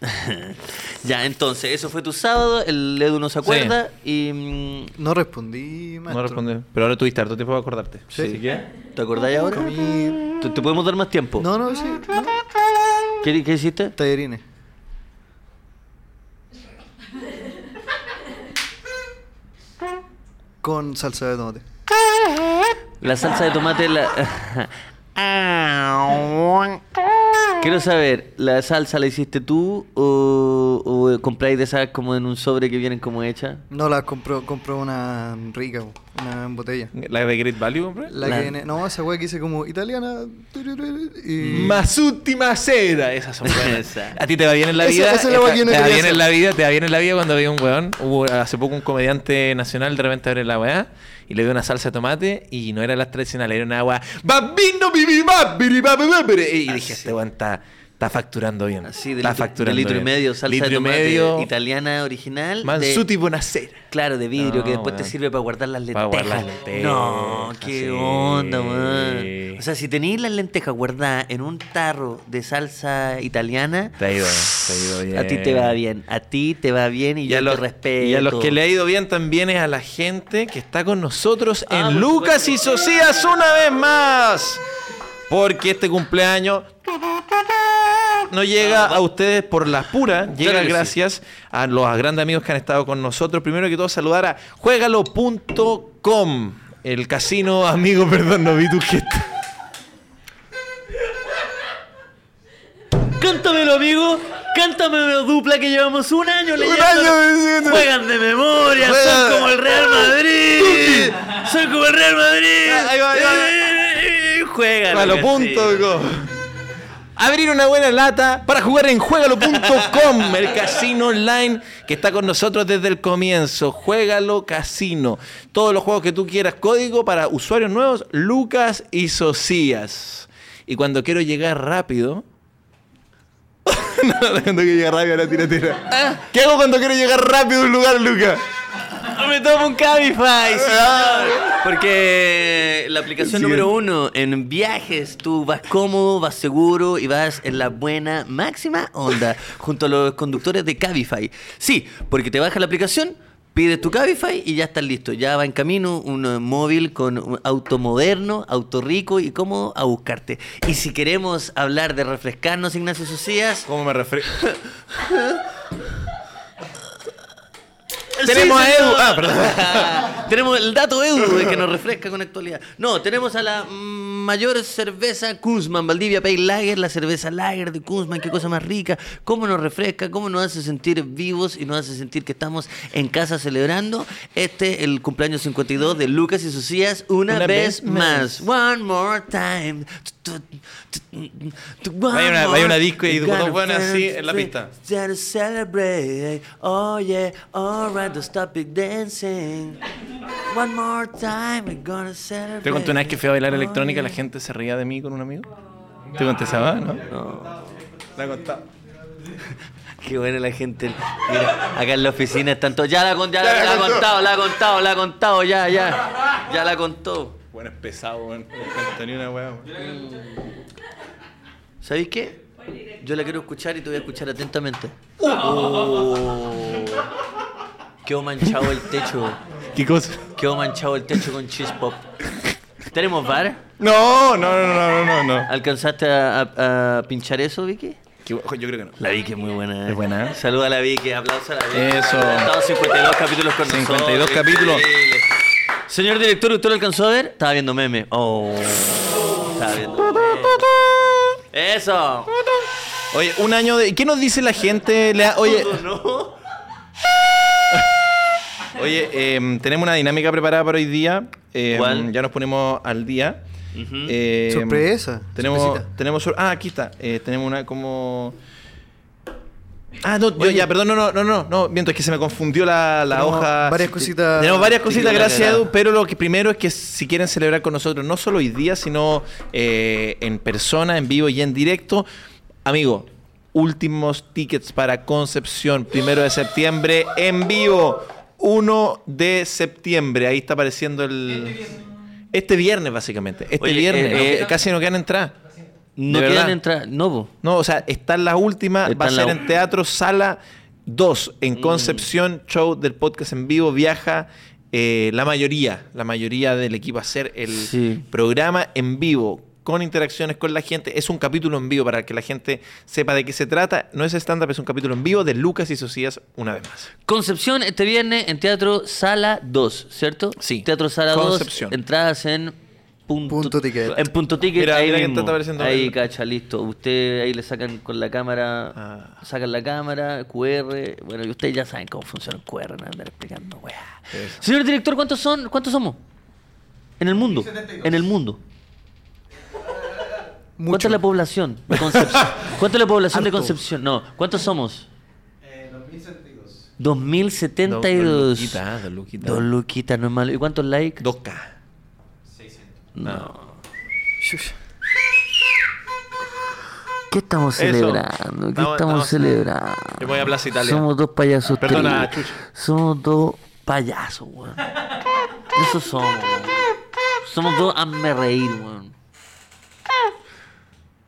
[SPEAKER 1] ya, entonces, eso fue tu sábado, el Edu no se acuerda y. mm,
[SPEAKER 3] No respondí,
[SPEAKER 2] No
[SPEAKER 3] maestro.
[SPEAKER 2] responde. Pero ahora tuviste harto tiempo para acordarte.
[SPEAKER 3] Sí.
[SPEAKER 2] Así que-
[SPEAKER 1] ¿Te acordáis ahora?
[SPEAKER 3] Comí-
[SPEAKER 1] ¿Te, te podemos dar más tiempo?
[SPEAKER 3] No, no, sí. No.
[SPEAKER 1] ¿Qué, qué hiciste?
[SPEAKER 3] Tallerines. Con salsa de tomate.
[SPEAKER 1] La salsa de tomate la. Quiero saber, ¿la salsa la hiciste tú o, o compráis de esas como en un sobre que vienen como hecha?
[SPEAKER 3] No la compró, compró una rica, bo, una en botella.
[SPEAKER 2] ¿La de Great Value, hombre?
[SPEAKER 3] La,
[SPEAKER 1] La-
[SPEAKER 3] que viene- no, esa weá que hice como italiana. tururú, Y...
[SPEAKER 2] Más última cera. Esas son buenas.
[SPEAKER 1] Esa.
[SPEAKER 2] A ti te va bien en la
[SPEAKER 3] Esa-
[SPEAKER 2] vida.
[SPEAKER 3] esa es la weá que yo no
[SPEAKER 2] te va
[SPEAKER 3] quería
[SPEAKER 2] bien en
[SPEAKER 3] hacer.
[SPEAKER 2] la vida. Te va bien en la vida cuando había un weón. Hubo hace poco un comediante nacional de repente abre la weá y le dio una salsa de tomate y no era la tradicional, era una agua. Babino, bibi, babiri, babi, babiri. Y
[SPEAKER 1] Ah,
[SPEAKER 2] dije, este weón está. Está facturando bien.
[SPEAKER 1] Así, Ah, de
[SPEAKER 2] está
[SPEAKER 1] litro, de
[SPEAKER 2] facturando
[SPEAKER 1] litro y
[SPEAKER 2] bien.
[SPEAKER 1] medio, salsa
[SPEAKER 2] Litro
[SPEAKER 1] de
[SPEAKER 2] y
[SPEAKER 1] tomate
[SPEAKER 2] medio,
[SPEAKER 1] italiana original. de-
[SPEAKER 2] Mansuti Bonacera.
[SPEAKER 1] claro, de vidrio,
[SPEAKER 2] No,
[SPEAKER 1] que después te
[SPEAKER 2] weón.
[SPEAKER 1] sirve para guardar las
[SPEAKER 2] Para
[SPEAKER 1] lentejas.
[SPEAKER 2] guardar las
[SPEAKER 1] No,
[SPEAKER 2] lentejas,
[SPEAKER 1] qué
[SPEAKER 2] sí.
[SPEAKER 1] onda, man. O sea, si tenéis las lentejas guardadas en un tarro de salsa italiana,
[SPEAKER 2] Te ha ido bien, te ha ido bien.
[SPEAKER 1] a ti te va bien. A ti te va bien y,
[SPEAKER 2] Y
[SPEAKER 1] yo
[SPEAKER 2] a, los,
[SPEAKER 1] te respeto.
[SPEAKER 2] y a los que le ha ido bien también es a la gente que está con nosotros
[SPEAKER 1] Ah,
[SPEAKER 2] en
[SPEAKER 1] por
[SPEAKER 2] Lucas y Socias una vez más. Porque este cumpleaños no llega a ustedes por las puras, llega
[SPEAKER 1] Ah, Claro que
[SPEAKER 2] gracias a los grandes amigos que han estado con nosotros. Primero que todo, saludar a juegalo.com, el casino amigo, perdón, no vi tu gesta.
[SPEAKER 1] Cántamelo, amigo. Cántamelo dupla que llevamos un año leyendo.
[SPEAKER 2] año diciendo-
[SPEAKER 1] Juegan de memoria,
[SPEAKER 2] Juegan-
[SPEAKER 1] son como el Real Madrid. Son como el Real Madrid.
[SPEAKER 2] Ahí va, ahí va.
[SPEAKER 1] Eh, Juegan. casino.
[SPEAKER 2] Juegalo.com. Abrir una buena lata para jugar en juegalo.com, el casino online que está con nosotros desde el comienzo. Juegalo Casino. Todos los juegos que tú quieras, código para usuarios nuevos, Lucas y Socias. Y cuando quiero llegar rápido. no, cuando quiero llegar rápido, la tira, tira. ¿Qué hago cuando quiero llegar rápido a un lugar, Lucas?
[SPEAKER 1] Me tomo un Cabify, señor. Porque la aplicación
[SPEAKER 2] Sí.
[SPEAKER 1] número uno en viajes, tú vas cómodo, vas seguro y vas en la buena máxima onda junto a los conductores de Cabify. Sí, porque te baja la aplicación, pides tu Cabify y ya estás listo. Ya va en camino un eh, móvil con un auto moderno, auto rico y cómodo a buscarte. Y si queremos hablar de refrescarnos, Ignacio Socias,
[SPEAKER 2] ¿Cómo me refresco? Tenemos a Edu. Ah,
[SPEAKER 1] perdón. tenemos el dato Edu eh, que nos refresca con actualidad. No, tenemos a la mm, mayor cerveza Kuzman, Valdivia Pale Lager, la cerveza Lager de Kuzman, qué cosa más rica. Cómo nos refresca, cómo nos hace sentir vivos y nos hace sentir que estamos en casa celebrando este, el cumpleaños 52 de Lucas y Socias, una,
[SPEAKER 2] Una
[SPEAKER 1] vez,
[SPEAKER 2] vez
[SPEAKER 1] más. One more time. Tu, tu, tu, tu, one
[SPEAKER 2] Vaya una-
[SPEAKER 1] more-
[SPEAKER 2] vaya una disco y
[SPEAKER 1] You
[SPEAKER 2] todos
[SPEAKER 1] gotta
[SPEAKER 2] van así
[SPEAKER 1] find
[SPEAKER 2] en la pista.
[SPEAKER 1] Time to celebrate. Oh yeah, alright, don't stop it dancing. One more time, we're gonna celebrate.
[SPEAKER 2] Te conté una vez que fui a bailar electrónica, la gente se reía de mí con un amigo. Te conté esa, ¿no? La he contado.
[SPEAKER 1] Qué buena la gente. Mira, acá en la oficina están todos. Ya la, con- ya la- la ha contado, la ha contado, la ha contado, ya, ya. Ya la contó.
[SPEAKER 2] Bueno, es pesado, weón. Tenía una weá, weón.
[SPEAKER 1] ¿Sabéis qué? Yo la quiero escuchar y te voy a escuchar atentamente. Oh. Quedó manchado el techo.
[SPEAKER 2] ¿Qué cosa?
[SPEAKER 1] Quedó manchado el techo con cheese pop. ¿Tenemos bar?
[SPEAKER 2] No, no, no, no, no, no.
[SPEAKER 1] ¿Alcanzaste a, a- a pinchar eso, Vicky?
[SPEAKER 2] Qué bu- Yo creo que no.
[SPEAKER 1] La Vicky es muy buena.
[SPEAKER 2] Es buena, ¿eh?
[SPEAKER 1] Saluda a la Vicky, aplauso a la Vicky.
[SPEAKER 2] Eso.
[SPEAKER 1] Ha estado 52 capítulos con
[SPEAKER 2] 52
[SPEAKER 1] nosotros.
[SPEAKER 2] capítulos.
[SPEAKER 1] Increíble. Señor director, ¿usted lo alcanzó a ver? Estaba viendo meme. Oh. Estaba viendo meme. Eso.
[SPEAKER 2] Oye, un año de. ¿Qué nos dice la gente? Le ha- Oye.
[SPEAKER 1] No.
[SPEAKER 2] Oye, em, tenemos una dinámica preparada para hoy día. Em,
[SPEAKER 1] ¿Cuál?
[SPEAKER 2] Ya nos ponemos al día. Em,
[SPEAKER 3] Sorpresa,
[SPEAKER 2] Tenemos,
[SPEAKER 3] sorpresita.
[SPEAKER 2] tenemos sor- ah, aquí está. Eh, tenemos una como. Ah, no, yo- ya, perdón, no, no, no, no, no, miento, es que se me confundió la, la
[SPEAKER 3] Tenemos
[SPEAKER 2] hoja.
[SPEAKER 3] varias cositas.
[SPEAKER 2] Tenemos varias cositas,
[SPEAKER 1] Sí,
[SPEAKER 2] gracias
[SPEAKER 1] claro.
[SPEAKER 2] Edu, pero lo que primero es que si quieren celebrar con nosotros, no solo hoy día, sino eh, en persona, en vivo y en directo, amigo, últimos tickets para Concepción, primero de septiembre, en vivo, 1 de septiembre, ahí está apareciendo el... Este viernes, básicamente. Este
[SPEAKER 1] Oye,
[SPEAKER 2] viernes.
[SPEAKER 1] eh,
[SPEAKER 2] eh, casi no quedan entradas.
[SPEAKER 1] No
[SPEAKER 2] De
[SPEAKER 1] quieren
[SPEAKER 2] verdad.
[SPEAKER 1] entrar. No, po.
[SPEAKER 2] No, o sea, está en la última,
[SPEAKER 1] Está
[SPEAKER 2] va a
[SPEAKER 1] en la Mm.
[SPEAKER 2] ser
[SPEAKER 1] u-
[SPEAKER 2] en Teatro Sala 2, en Concepción, show del podcast en vivo, viaja eh, la mayoría, la mayoría del equipo a hacer el
[SPEAKER 1] Sí.
[SPEAKER 2] programa en vivo, con interacciones con la gente, es un capítulo en vivo para que la gente sepa de qué se trata, no es stand-up, es un capítulo en vivo de Lucas y Socias una vez más.
[SPEAKER 1] Concepción este viernes en Teatro Sala 2, ¿cierto?
[SPEAKER 2] Sí.
[SPEAKER 1] Teatro Sala
[SPEAKER 2] Concepción.
[SPEAKER 1] 2, entradas en punto,
[SPEAKER 3] Punto Ticket.
[SPEAKER 1] En punto ticket,
[SPEAKER 2] Mira,
[SPEAKER 1] ahí
[SPEAKER 2] mira que
[SPEAKER 1] mismo.
[SPEAKER 2] está apareciendo
[SPEAKER 1] ahí
[SPEAKER 2] el-
[SPEAKER 1] cacha, listo. Usted ahí le sacan con la cámara,
[SPEAKER 2] Ah.
[SPEAKER 1] sacan la cámara, QR, bueno, y ustedes ya saben cómo funciona el QR, no andar explicando, weá. Señor director, ¿cuántos son? ¿Cuántos somos? En el mundo. En el mundo. ¿Cuánta
[SPEAKER 3] Mucho.
[SPEAKER 1] es la población de Concepción? ¿Cuánta es la población de
[SPEAKER 3] Harto.
[SPEAKER 1] Concepción? No, ¿cuántos somos? 2072.
[SPEAKER 2] Dos luquitas, dos luquitas.
[SPEAKER 1] Dos luquitas, no es malo. ¿Y cuántos likes?
[SPEAKER 2] 2K.
[SPEAKER 1] No.
[SPEAKER 3] Shush.
[SPEAKER 1] ¿Qué estamos
[SPEAKER 2] Eso.
[SPEAKER 1] celebrando? ¿Qué
[SPEAKER 2] Estamos-
[SPEAKER 1] estamos,
[SPEAKER 2] estamos-
[SPEAKER 1] celebrando?
[SPEAKER 2] Yo voy a Plaza Italia.
[SPEAKER 1] Somos dos payasos
[SPEAKER 2] Perdona,
[SPEAKER 1] tristes.
[SPEAKER 2] Chucho.
[SPEAKER 1] Somos dos payasos, weón. Eso somos, weón. Somos dos hazme reír, weón.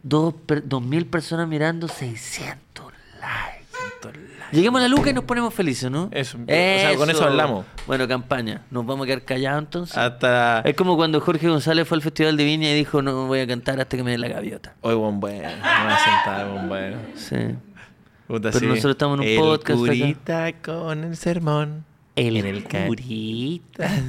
[SPEAKER 1] Dos, per- dos mil personas mirando 600 likes. 600 likes. Lleguemos a la luca y nos ponemos felices, ¿no?
[SPEAKER 2] Eso. O sea, con eso hablamos. Ah.
[SPEAKER 1] Bueno, campaña. Nos vamos a quedar callados entonces.
[SPEAKER 2] Hasta.
[SPEAKER 1] Es como cuando Jorge González fue al Festival de Viña y dijo, no voy a cantar hasta que me dé la gaviota.
[SPEAKER 2] Hoy, buen bueno. Me voy a sentar, buen bueno.
[SPEAKER 1] Sí.
[SPEAKER 2] Puta,
[SPEAKER 1] Pero nosotros estamos en un
[SPEAKER 2] el
[SPEAKER 1] podcast acá.
[SPEAKER 2] Curita con el sermón.
[SPEAKER 1] El,
[SPEAKER 2] ca-
[SPEAKER 1] curita.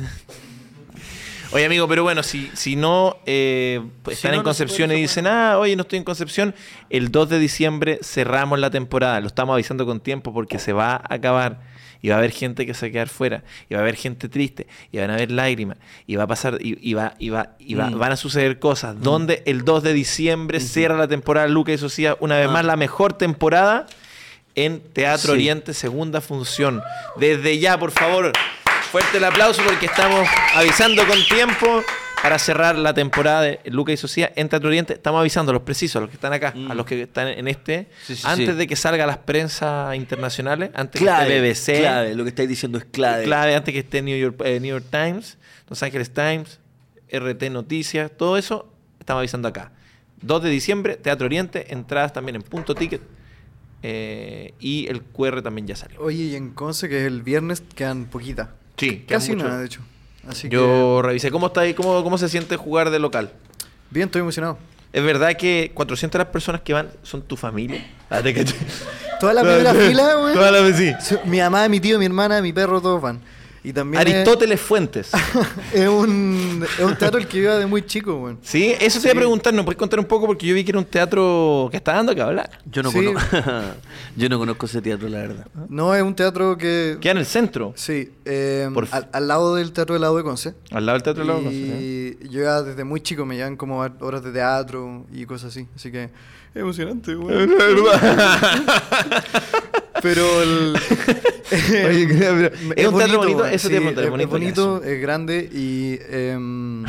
[SPEAKER 2] Oye, amigo, pero bueno, si, si no eh, pues,
[SPEAKER 1] Si
[SPEAKER 2] están
[SPEAKER 1] no,
[SPEAKER 2] en
[SPEAKER 1] no se
[SPEAKER 2] Concepción y
[SPEAKER 1] puede,
[SPEAKER 2] dicen, ah, oye, no estoy en Concepción, el 2 de diciembre cerramos la temporada. Lo estamos avisando con tiempo porque se va a acabar. Y va a haber gente que se va a quedar fuera. Y va a haber gente triste. Y van a haber lágrimas. Y va a pasar. Y, y va, y va, y va-
[SPEAKER 1] Mm.
[SPEAKER 2] van a suceder cosas. Donde el 2 de diciembre cierra la temporada Luca y Socia. Una vez
[SPEAKER 1] Ah.
[SPEAKER 2] más, la mejor temporada en Teatro
[SPEAKER 1] Sí.
[SPEAKER 2] Oriente, segunda función. Desde ya, por favor, fuerte el aplauso porque estamos avisando con tiempo para cerrar la temporada de Luca y Socia en Teatro Oriente. Estamos avisando a los precisos, a los que están acá,
[SPEAKER 1] Mm.
[SPEAKER 2] a los que están en este,
[SPEAKER 1] Sí, sí,
[SPEAKER 2] antes
[SPEAKER 1] sí.
[SPEAKER 2] de que salga a las prensas internacionales, antes
[SPEAKER 1] Clave,
[SPEAKER 2] que esté BBC,
[SPEAKER 1] clave. Lo que estáis diciendo es clave.
[SPEAKER 2] clave, antes que esté New York, eh, New York Times, Los Ángeles Times, RT Noticias, todo eso estamos avisando acá. 2 de diciembre, Teatro Oriente, entradas también en punto ticket eh, y el QR también ya salió.
[SPEAKER 3] Oye, y en Conce, que el viernes quedan poquitas.
[SPEAKER 2] Sí, queda
[SPEAKER 3] Casi
[SPEAKER 2] mucho.
[SPEAKER 3] nada, de hecho. Así
[SPEAKER 2] Yo revisé cómo está ahí, cómo, cómo se siente jugar de local.
[SPEAKER 3] que. Bien, estoy emocionado.
[SPEAKER 2] Es verdad que 400 de las personas que van son tu familia. Ah, te caché.
[SPEAKER 3] Toda la
[SPEAKER 2] Toda-
[SPEAKER 3] primera fila, güey.
[SPEAKER 2] toda la- sí.
[SPEAKER 3] Sí, Mi mamá, mi tío, mi hermana, mi perro, todos van. Y también. es-
[SPEAKER 2] Aristóteles Fuentes.
[SPEAKER 3] Es un, es un teatro al que iba de muy chico, weón.
[SPEAKER 2] Sí, eso te iba a preguntar, ¿nos puedes contar un poco? Porque yo vi que era un teatro que está dando que hablar.
[SPEAKER 1] Yo no,
[SPEAKER 3] Sí.
[SPEAKER 1] conozco, yo no conozco ese teatro, la verdad.
[SPEAKER 2] ¿Ah?
[SPEAKER 3] No, es un teatro que.
[SPEAKER 2] Queda en el centro.
[SPEAKER 3] Sí, eh,
[SPEAKER 2] Por
[SPEAKER 3] al, al lado del teatro del lado de Conce.
[SPEAKER 2] Al lado del teatro de la Boca, sí.
[SPEAKER 3] Y yo ya desde muy chico me llevan como a horas de teatro y cosas así. Así que es emocionante, weón. Pero el. em,
[SPEAKER 2] Oye, que- pero- es un teatro bonito,
[SPEAKER 3] weón.
[SPEAKER 2] eso te iba a preguntar,
[SPEAKER 3] es
[SPEAKER 2] es bonito
[SPEAKER 3] es bonito, es grande y em,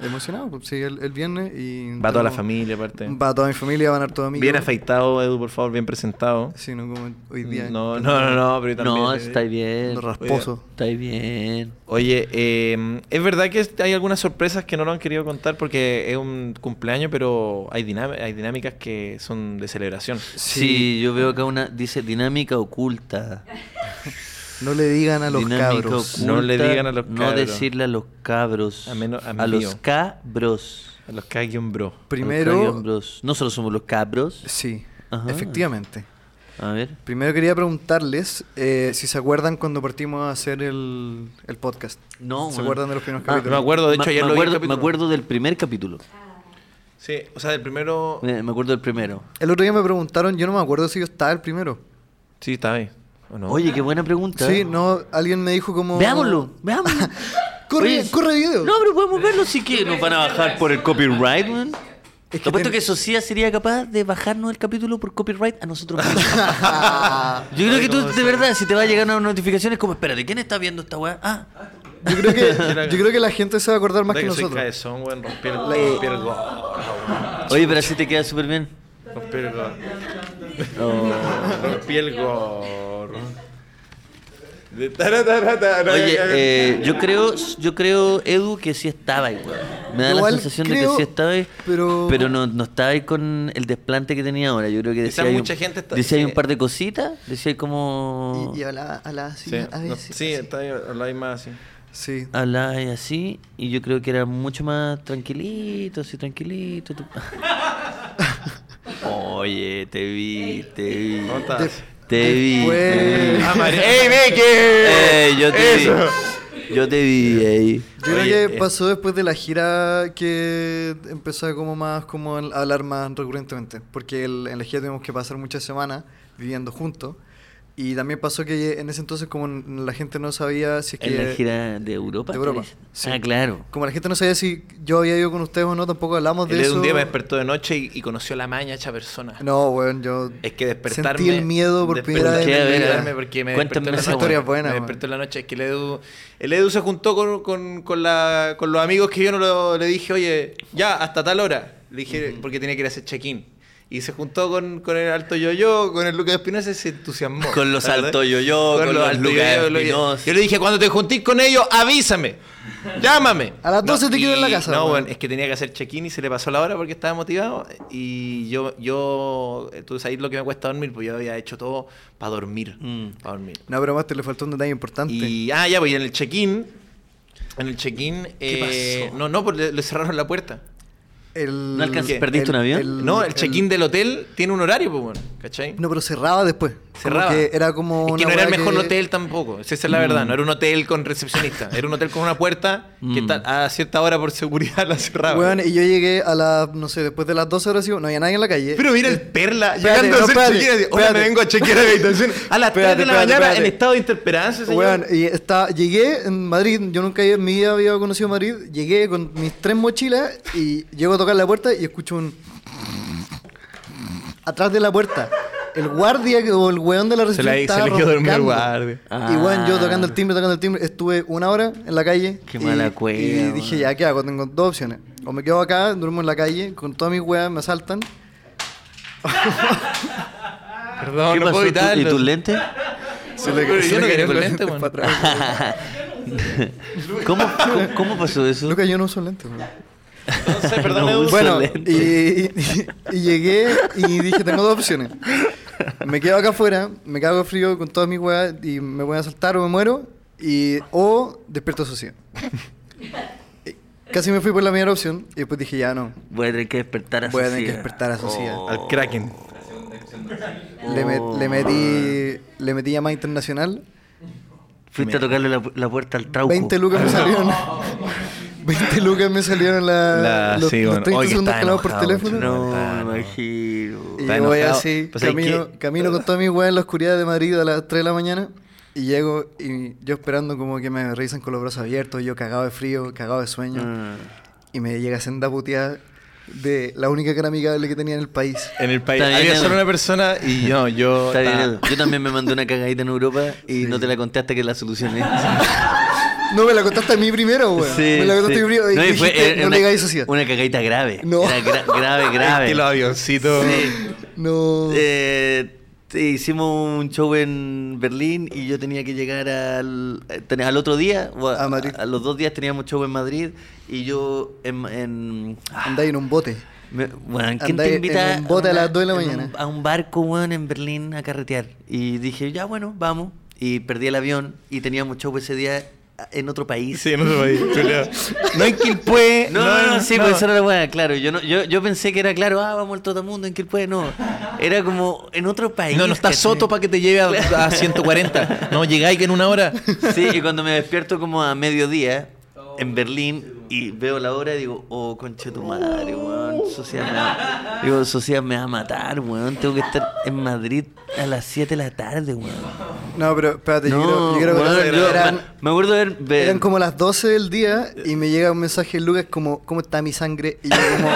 [SPEAKER 3] emocionado. pues, Sí, el, el viernes y.
[SPEAKER 2] Va toda la
[SPEAKER 3] tengo-
[SPEAKER 2] familia, aparte.
[SPEAKER 3] Va toda mi familia, van a todos amigos.
[SPEAKER 2] Bien afeitado, Edu, por favor, bien presentado.
[SPEAKER 3] Sí, no como hoy día.
[SPEAKER 2] No, no, no, no, pero yo también. eh,
[SPEAKER 1] No, está bien.
[SPEAKER 3] Lo rasposo.
[SPEAKER 1] Está bien.
[SPEAKER 2] Oye, eh, es verdad que hay algunas sorpresas que no lo han querido contar porque es un cumpleaños, pero hay, dinam- hay dinámicas que son de celebración.
[SPEAKER 1] Sí. yo veo acá una, dice dinámica oculta.
[SPEAKER 3] No le digan a los
[SPEAKER 1] Dinámica
[SPEAKER 3] cabros.
[SPEAKER 2] No le digan a los
[SPEAKER 1] No
[SPEAKER 2] cabros.
[SPEAKER 1] decirle a los cabros.
[SPEAKER 2] A menos- a mí
[SPEAKER 1] los
[SPEAKER 2] mío.
[SPEAKER 1] cabros.
[SPEAKER 2] A los que hay un bro.
[SPEAKER 1] A los
[SPEAKER 3] Primero.
[SPEAKER 1] cabros. Nosotros somos los cabros.
[SPEAKER 3] Sí,
[SPEAKER 1] Ajá.
[SPEAKER 3] efectivamente.
[SPEAKER 1] A ver.
[SPEAKER 3] Primero quería preguntarles eh, si se acuerdan cuando partimos a hacer el, el podcast.
[SPEAKER 1] No,
[SPEAKER 3] ¿Se
[SPEAKER 1] weón.
[SPEAKER 3] acuerdan de los primeros
[SPEAKER 1] Ah,
[SPEAKER 3] capítulos?
[SPEAKER 2] me acuerdo, de hecho,
[SPEAKER 1] Ma-
[SPEAKER 2] ayer
[SPEAKER 1] me
[SPEAKER 2] lo vi el
[SPEAKER 1] acuerdo, me
[SPEAKER 2] capítulo.
[SPEAKER 1] acuerdo del primer capítulo.
[SPEAKER 2] Sí, o sea, el primero.
[SPEAKER 1] Me, me acuerdo del primero.
[SPEAKER 3] El otro día me preguntaron, yo no me acuerdo si yo estaba el primero.
[SPEAKER 2] Sí, está ahí. ¿O no?
[SPEAKER 1] Oye, qué buena pregunta.
[SPEAKER 3] Sí, no, alguien me dijo como...
[SPEAKER 1] Veámoslo, veámoslo.
[SPEAKER 3] Corre- corre video.
[SPEAKER 1] No, pero podemos verlo si que nos van a bajar por el copyright, weón.
[SPEAKER 3] Es que
[SPEAKER 1] Te apuesto
[SPEAKER 3] ten-
[SPEAKER 1] que Socia sería capaz de bajarnos el capítulo por copyright a nosotros mismos. Yo creo que tú, de verdad, si te va a llegar una notificación, es como, espérate, ¿quién está viendo esta weá? Ah,
[SPEAKER 3] Yo creo, que, yo creo que la gente se va a acordar más
[SPEAKER 2] Puta
[SPEAKER 3] que
[SPEAKER 2] que soy
[SPEAKER 3] nosotros.
[SPEAKER 2] cabezón, weón, rompí el, rompí el gol.
[SPEAKER 1] oye, pero así te queda súper bien.
[SPEAKER 2] Rompí el gol.
[SPEAKER 1] Oh.
[SPEAKER 2] Rompí el gorro.
[SPEAKER 1] Oye, eh, yo creo, yo creo, Edu, que sí estaba ahí, weón. Me da
[SPEAKER 3] Igual
[SPEAKER 1] la sensación de que
[SPEAKER 3] creo,
[SPEAKER 1] sí estaba ahí, pero,
[SPEAKER 3] pero-
[SPEAKER 1] no, no estaba ahí con el desplante que tenía ahora. Yo creo que
[SPEAKER 2] Quizás
[SPEAKER 1] decía, ahí
[SPEAKER 2] mucha
[SPEAKER 1] un,
[SPEAKER 2] gente está-
[SPEAKER 1] decía ahí un
[SPEAKER 2] eh,
[SPEAKER 1] par de cositas, decía ahí como...
[SPEAKER 3] Y, y a la... A la sí,
[SPEAKER 2] Sí,
[SPEAKER 3] a
[SPEAKER 2] no,
[SPEAKER 3] veces,
[SPEAKER 2] sí, está ahí, lo hay más así.
[SPEAKER 3] sí.
[SPEAKER 1] Hablaba y así, y yo creo que era mucho más tranquilito, así tranquilito. tú- Oye, te vi, te vi.
[SPEAKER 2] ¿Cómo estás?
[SPEAKER 1] Ah, Te vi. te vi.
[SPEAKER 3] Después-
[SPEAKER 2] Ah, María- ¡Ey, Becky!
[SPEAKER 1] Eh, yo te
[SPEAKER 2] Eso.
[SPEAKER 1] vi. Yo te vi ahí.
[SPEAKER 3] Yo
[SPEAKER 2] Oye,
[SPEAKER 3] creo que
[SPEAKER 2] eh.
[SPEAKER 3] pasó después de la gira que empezó como más como a hablar más recurrentemente, porque el- en la gira tuvimos que pasar muchas semanas viviendo juntos y también pasó que en ese entonces como n- la gente no sabía si es que
[SPEAKER 1] En la gira de Europa.
[SPEAKER 3] de Europa,
[SPEAKER 1] ¿te dices?
[SPEAKER 3] sí.
[SPEAKER 1] Ah, claro.
[SPEAKER 3] como la gente no sabía si yo había ido con ustedes o no, tampoco hablamos
[SPEAKER 2] Él
[SPEAKER 3] de
[SPEAKER 2] de
[SPEAKER 3] eso.
[SPEAKER 2] un día me despertó de noche y, y conoció la maña hecha persona.
[SPEAKER 3] No, bueno, yo
[SPEAKER 2] Es que despertarme.
[SPEAKER 3] sentí el miedo por primera
[SPEAKER 1] despertarme- ¿Por qué?
[SPEAKER 3] vez. en
[SPEAKER 1] A ver, a
[SPEAKER 3] mi vida.
[SPEAKER 1] ver.
[SPEAKER 2] despertarme porque me
[SPEAKER 1] Cuéntame
[SPEAKER 2] despertó en la
[SPEAKER 1] esa
[SPEAKER 2] noche.
[SPEAKER 1] historia
[SPEAKER 3] buena,
[SPEAKER 2] Me
[SPEAKER 3] weón.
[SPEAKER 2] despertó en la noche. Es que el Edu, el Edu se juntó con, con, con la, con los amigos que yo no lo- le dije, oye, ya, hasta tal hora. Le dije, porque tenía que ir a hacer check-in. Y se juntó con, con el Alto Yo-Yo, con el Lucas Espinosa y se entusiasmó.
[SPEAKER 1] Con los
[SPEAKER 2] ¿verdad?
[SPEAKER 1] Alto Yo-Yo, con los
[SPEAKER 2] Alto
[SPEAKER 1] Lucas
[SPEAKER 2] Yo-Yo, lo-
[SPEAKER 1] Espinosa.
[SPEAKER 2] Yo le dije, cuando te juntís con ellos, avísame. Llámame.
[SPEAKER 3] A las 12 te quiero en la
[SPEAKER 2] y-
[SPEAKER 3] casa,
[SPEAKER 2] No,
[SPEAKER 3] weón.
[SPEAKER 2] bueno, es que tenía que hacer check-in y se le pasó la hora porque estaba motivado. Y yo, yo, eh, tú sabes lo que me cuesta dormir, pues yo había hecho todo para dormir.
[SPEAKER 1] Mm.
[SPEAKER 2] Para dormir.
[SPEAKER 3] No, pero más te le faltó un detalle importante.
[SPEAKER 2] Y, ah, ya, pues y en el check-in. En el check-in.
[SPEAKER 1] ¿Qué
[SPEAKER 2] eh,
[SPEAKER 1] pasó?
[SPEAKER 2] No, no, pues le, le cerraron la puerta.
[SPEAKER 3] El-
[SPEAKER 1] ¿No alcanzas-
[SPEAKER 2] ¿Qué?
[SPEAKER 1] perdiste un avión?
[SPEAKER 2] no, el check-in del hotel tiene un horario, pues bueno, ¿cachai?
[SPEAKER 3] No, pero cerraba después. Como
[SPEAKER 2] Cerraba.
[SPEAKER 3] que era como.
[SPEAKER 2] Es que
[SPEAKER 3] una
[SPEAKER 2] no era el
[SPEAKER 3] weá
[SPEAKER 2] mejor
[SPEAKER 3] que- Mm.
[SPEAKER 2] hotel tampoco, esa es la verdad. No era un hotel con recepcionista, era un hotel con una puerta que
[SPEAKER 1] Mm.
[SPEAKER 2] ta- a cierta hora por seguridad la cerraba.
[SPEAKER 3] Weón, y yo llegué a las, no sé, después de las 12 horas, sí, no había nadie en la
[SPEAKER 1] Eh,
[SPEAKER 3] calle. Eh,
[SPEAKER 2] Pero mira el perla
[SPEAKER 3] Espérate,
[SPEAKER 2] llegando a
[SPEAKER 3] no,
[SPEAKER 2] hacer
[SPEAKER 3] espérate,
[SPEAKER 2] check-in, así, Hola,
[SPEAKER 3] espérate.
[SPEAKER 2] me vengo a chequear la habitación. A las 3 de la
[SPEAKER 3] Espérate, espérate,
[SPEAKER 2] mañana en
[SPEAKER 3] espérate.
[SPEAKER 2] estado de interperanza, señor.
[SPEAKER 3] Weón, y está, llegué en Madrid, yo nunca había- en mi vida había conocido Madrid, llegué con mis tres mochilas y llego a tocar la puerta y escucho un... Atrás de la puerta. El guardia que- o el weón de la
[SPEAKER 2] Se la-
[SPEAKER 3] recepción
[SPEAKER 2] se
[SPEAKER 3] estaba
[SPEAKER 2] le quedó dormido el
[SPEAKER 3] roncando.
[SPEAKER 2] guardia.
[SPEAKER 1] Ah.
[SPEAKER 3] Y weón, yo tocando el timbre, tocando el timbre, estuve una hora en la calle.
[SPEAKER 1] Qué
[SPEAKER 3] y-
[SPEAKER 1] mala cueva,
[SPEAKER 3] Y
[SPEAKER 1] weón.
[SPEAKER 3] dije, ya, ¿qué hago? Tengo dos opciones. O me quedo acá, duermo en la calle, con todas mis weas me asaltan.
[SPEAKER 2] Ah, Perdón,
[SPEAKER 1] ¿Qué
[SPEAKER 2] no
[SPEAKER 1] pasó?
[SPEAKER 2] puedo
[SPEAKER 1] ¿Tú-
[SPEAKER 2] evitarlo.
[SPEAKER 1] ¿Y tus lentes?
[SPEAKER 2] Pero yo no quería con lente,
[SPEAKER 3] weón.
[SPEAKER 2] weón.
[SPEAKER 1] ¿Cómo, cómo, cómo pasó eso?
[SPEAKER 3] Lucas, yo no uso lentes, weón.
[SPEAKER 2] Entonces, perdón,
[SPEAKER 1] No
[SPEAKER 2] Edu.
[SPEAKER 1] uso
[SPEAKER 3] Bueno,
[SPEAKER 1] lente.
[SPEAKER 3] y, y- y llegué y dije, tengo dos opciones. Me quedo acá afuera, me cago de frío con todas mis weas y me voy a saltar o me muero, y, o despierto social. Casi me fui por la primera opción y después dije, ya no,
[SPEAKER 1] Voy a tener que despertar a Oh,
[SPEAKER 3] voy a tener que
[SPEAKER 1] Sofía.
[SPEAKER 3] despertar a Socia.
[SPEAKER 2] Al Kraken.
[SPEAKER 3] Le, met-
[SPEAKER 1] oh.
[SPEAKER 3] le metí
[SPEAKER 2] Oh.
[SPEAKER 3] le metí llamada internacional,
[SPEAKER 1] Fuiste a tocarle la, pu- la puerta al trauco.
[SPEAKER 3] 20 lucas
[SPEAKER 1] Ah.
[SPEAKER 3] me salieron. 20 lucas me salieron la,
[SPEAKER 2] La-
[SPEAKER 3] los,
[SPEAKER 2] sí,
[SPEAKER 3] los
[SPEAKER 2] bueno,
[SPEAKER 3] 30
[SPEAKER 2] hoy que
[SPEAKER 3] segundos
[SPEAKER 2] está
[SPEAKER 3] que hablaba por
[SPEAKER 2] enojado,
[SPEAKER 3] teléfono.
[SPEAKER 1] No, me
[SPEAKER 2] Ah, no.
[SPEAKER 1] imagino. Ah.
[SPEAKER 3] Y
[SPEAKER 2] Está
[SPEAKER 3] yo voy
[SPEAKER 2] enojado.
[SPEAKER 3] así,
[SPEAKER 2] Pues, ¿sabes
[SPEAKER 3] camino,
[SPEAKER 2] qué?
[SPEAKER 3] camino con todas mis weas en la oscuridad de Madrid a las 3 de la mañana. Y llego y yo esperando como que me revisan con los brazos abiertos, yo cagado de frío, cagado de sueño.
[SPEAKER 1] Ah.
[SPEAKER 3] Y me llega senda puteada de la única cara amigable que tenía en el país.
[SPEAKER 2] En el país.
[SPEAKER 1] Está bien,
[SPEAKER 2] Había solo
[SPEAKER 1] Edu.
[SPEAKER 2] una persona y no, yo.
[SPEAKER 1] Está bien,
[SPEAKER 2] estaba-
[SPEAKER 1] Edu. Yo también me mandé una cagadita en Europa y no te la conté hasta que la solucioné.
[SPEAKER 3] No, me la contaste a mí primero, weón. Ah, me la contaste a
[SPEAKER 1] sí.
[SPEAKER 3] mí primero. Y
[SPEAKER 1] No, y fue-
[SPEAKER 3] dijiste,
[SPEAKER 1] era
[SPEAKER 3] no
[SPEAKER 1] una,
[SPEAKER 3] le digáis sociedad.
[SPEAKER 1] Una cagadita grave.
[SPEAKER 3] No.
[SPEAKER 1] Era gra- grave,
[SPEAKER 2] Es
[SPEAKER 1] grave.
[SPEAKER 2] que los avioncitos.
[SPEAKER 1] Sí.
[SPEAKER 3] No.
[SPEAKER 1] Eh, te- hicimos un show en Berlín y yo tenía que llegar al, ten- al otro día, o
[SPEAKER 3] A Madrid.
[SPEAKER 1] A, los dos días teníamos show en Madrid y yo en... en- ah,
[SPEAKER 3] Andáis en un bote.
[SPEAKER 1] me- weón, ¿quién
[SPEAKER 3] Andá
[SPEAKER 1] te
[SPEAKER 3] en
[SPEAKER 1] invita
[SPEAKER 3] un bote a las
[SPEAKER 1] una-
[SPEAKER 3] dos de la
[SPEAKER 1] en un-
[SPEAKER 3] mañana?
[SPEAKER 1] a un barco, weón, en Berlín a carretear? Y dije, ya bueno, vamos. Y perdí el avión y teníamos show ese día en otro país.
[SPEAKER 2] Sí, en otro país, chuleado. No es que el pue.
[SPEAKER 1] No, no, no, sí, pues esa era la weá, claro. Yo, no, yo, yo pensé que era claro, ah, vamos al Totamundo, en Quilpue, no. Era como en otro país.
[SPEAKER 2] No, no está
[SPEAKER 1] ¿cachai?
[SPEAKER 2] Soto para que te lleve a, a 140. No, llegáis que en una hora.
[SPEAKER 1] Sí, y cuando me despierto como a mediodía en Berlín y veo la hora, digo, oh, conche tu madre, weón. Sociedad me va, digo, sociedad me va a matar, weón. Tengo que estar en Madrid a las 7 de la tarde, weón.
[SPEAKER 3] No, pero espérate, yo quiero-
[SPEAKER 1] No,
[SPEAKER 3] yo quiero
[SPEAKER 1] weón,
[SPEAKER 3] contar-
[SPEAKER 1] yo-
[SPEAKER 3] eran-
[SPEAKER 1] me acuerdo de ver. ver-
[SPEAKER 3] Eran como las 12 del día y me llega un mensaje de Lucas como, ¿cómo está mi sangre? Y yo como,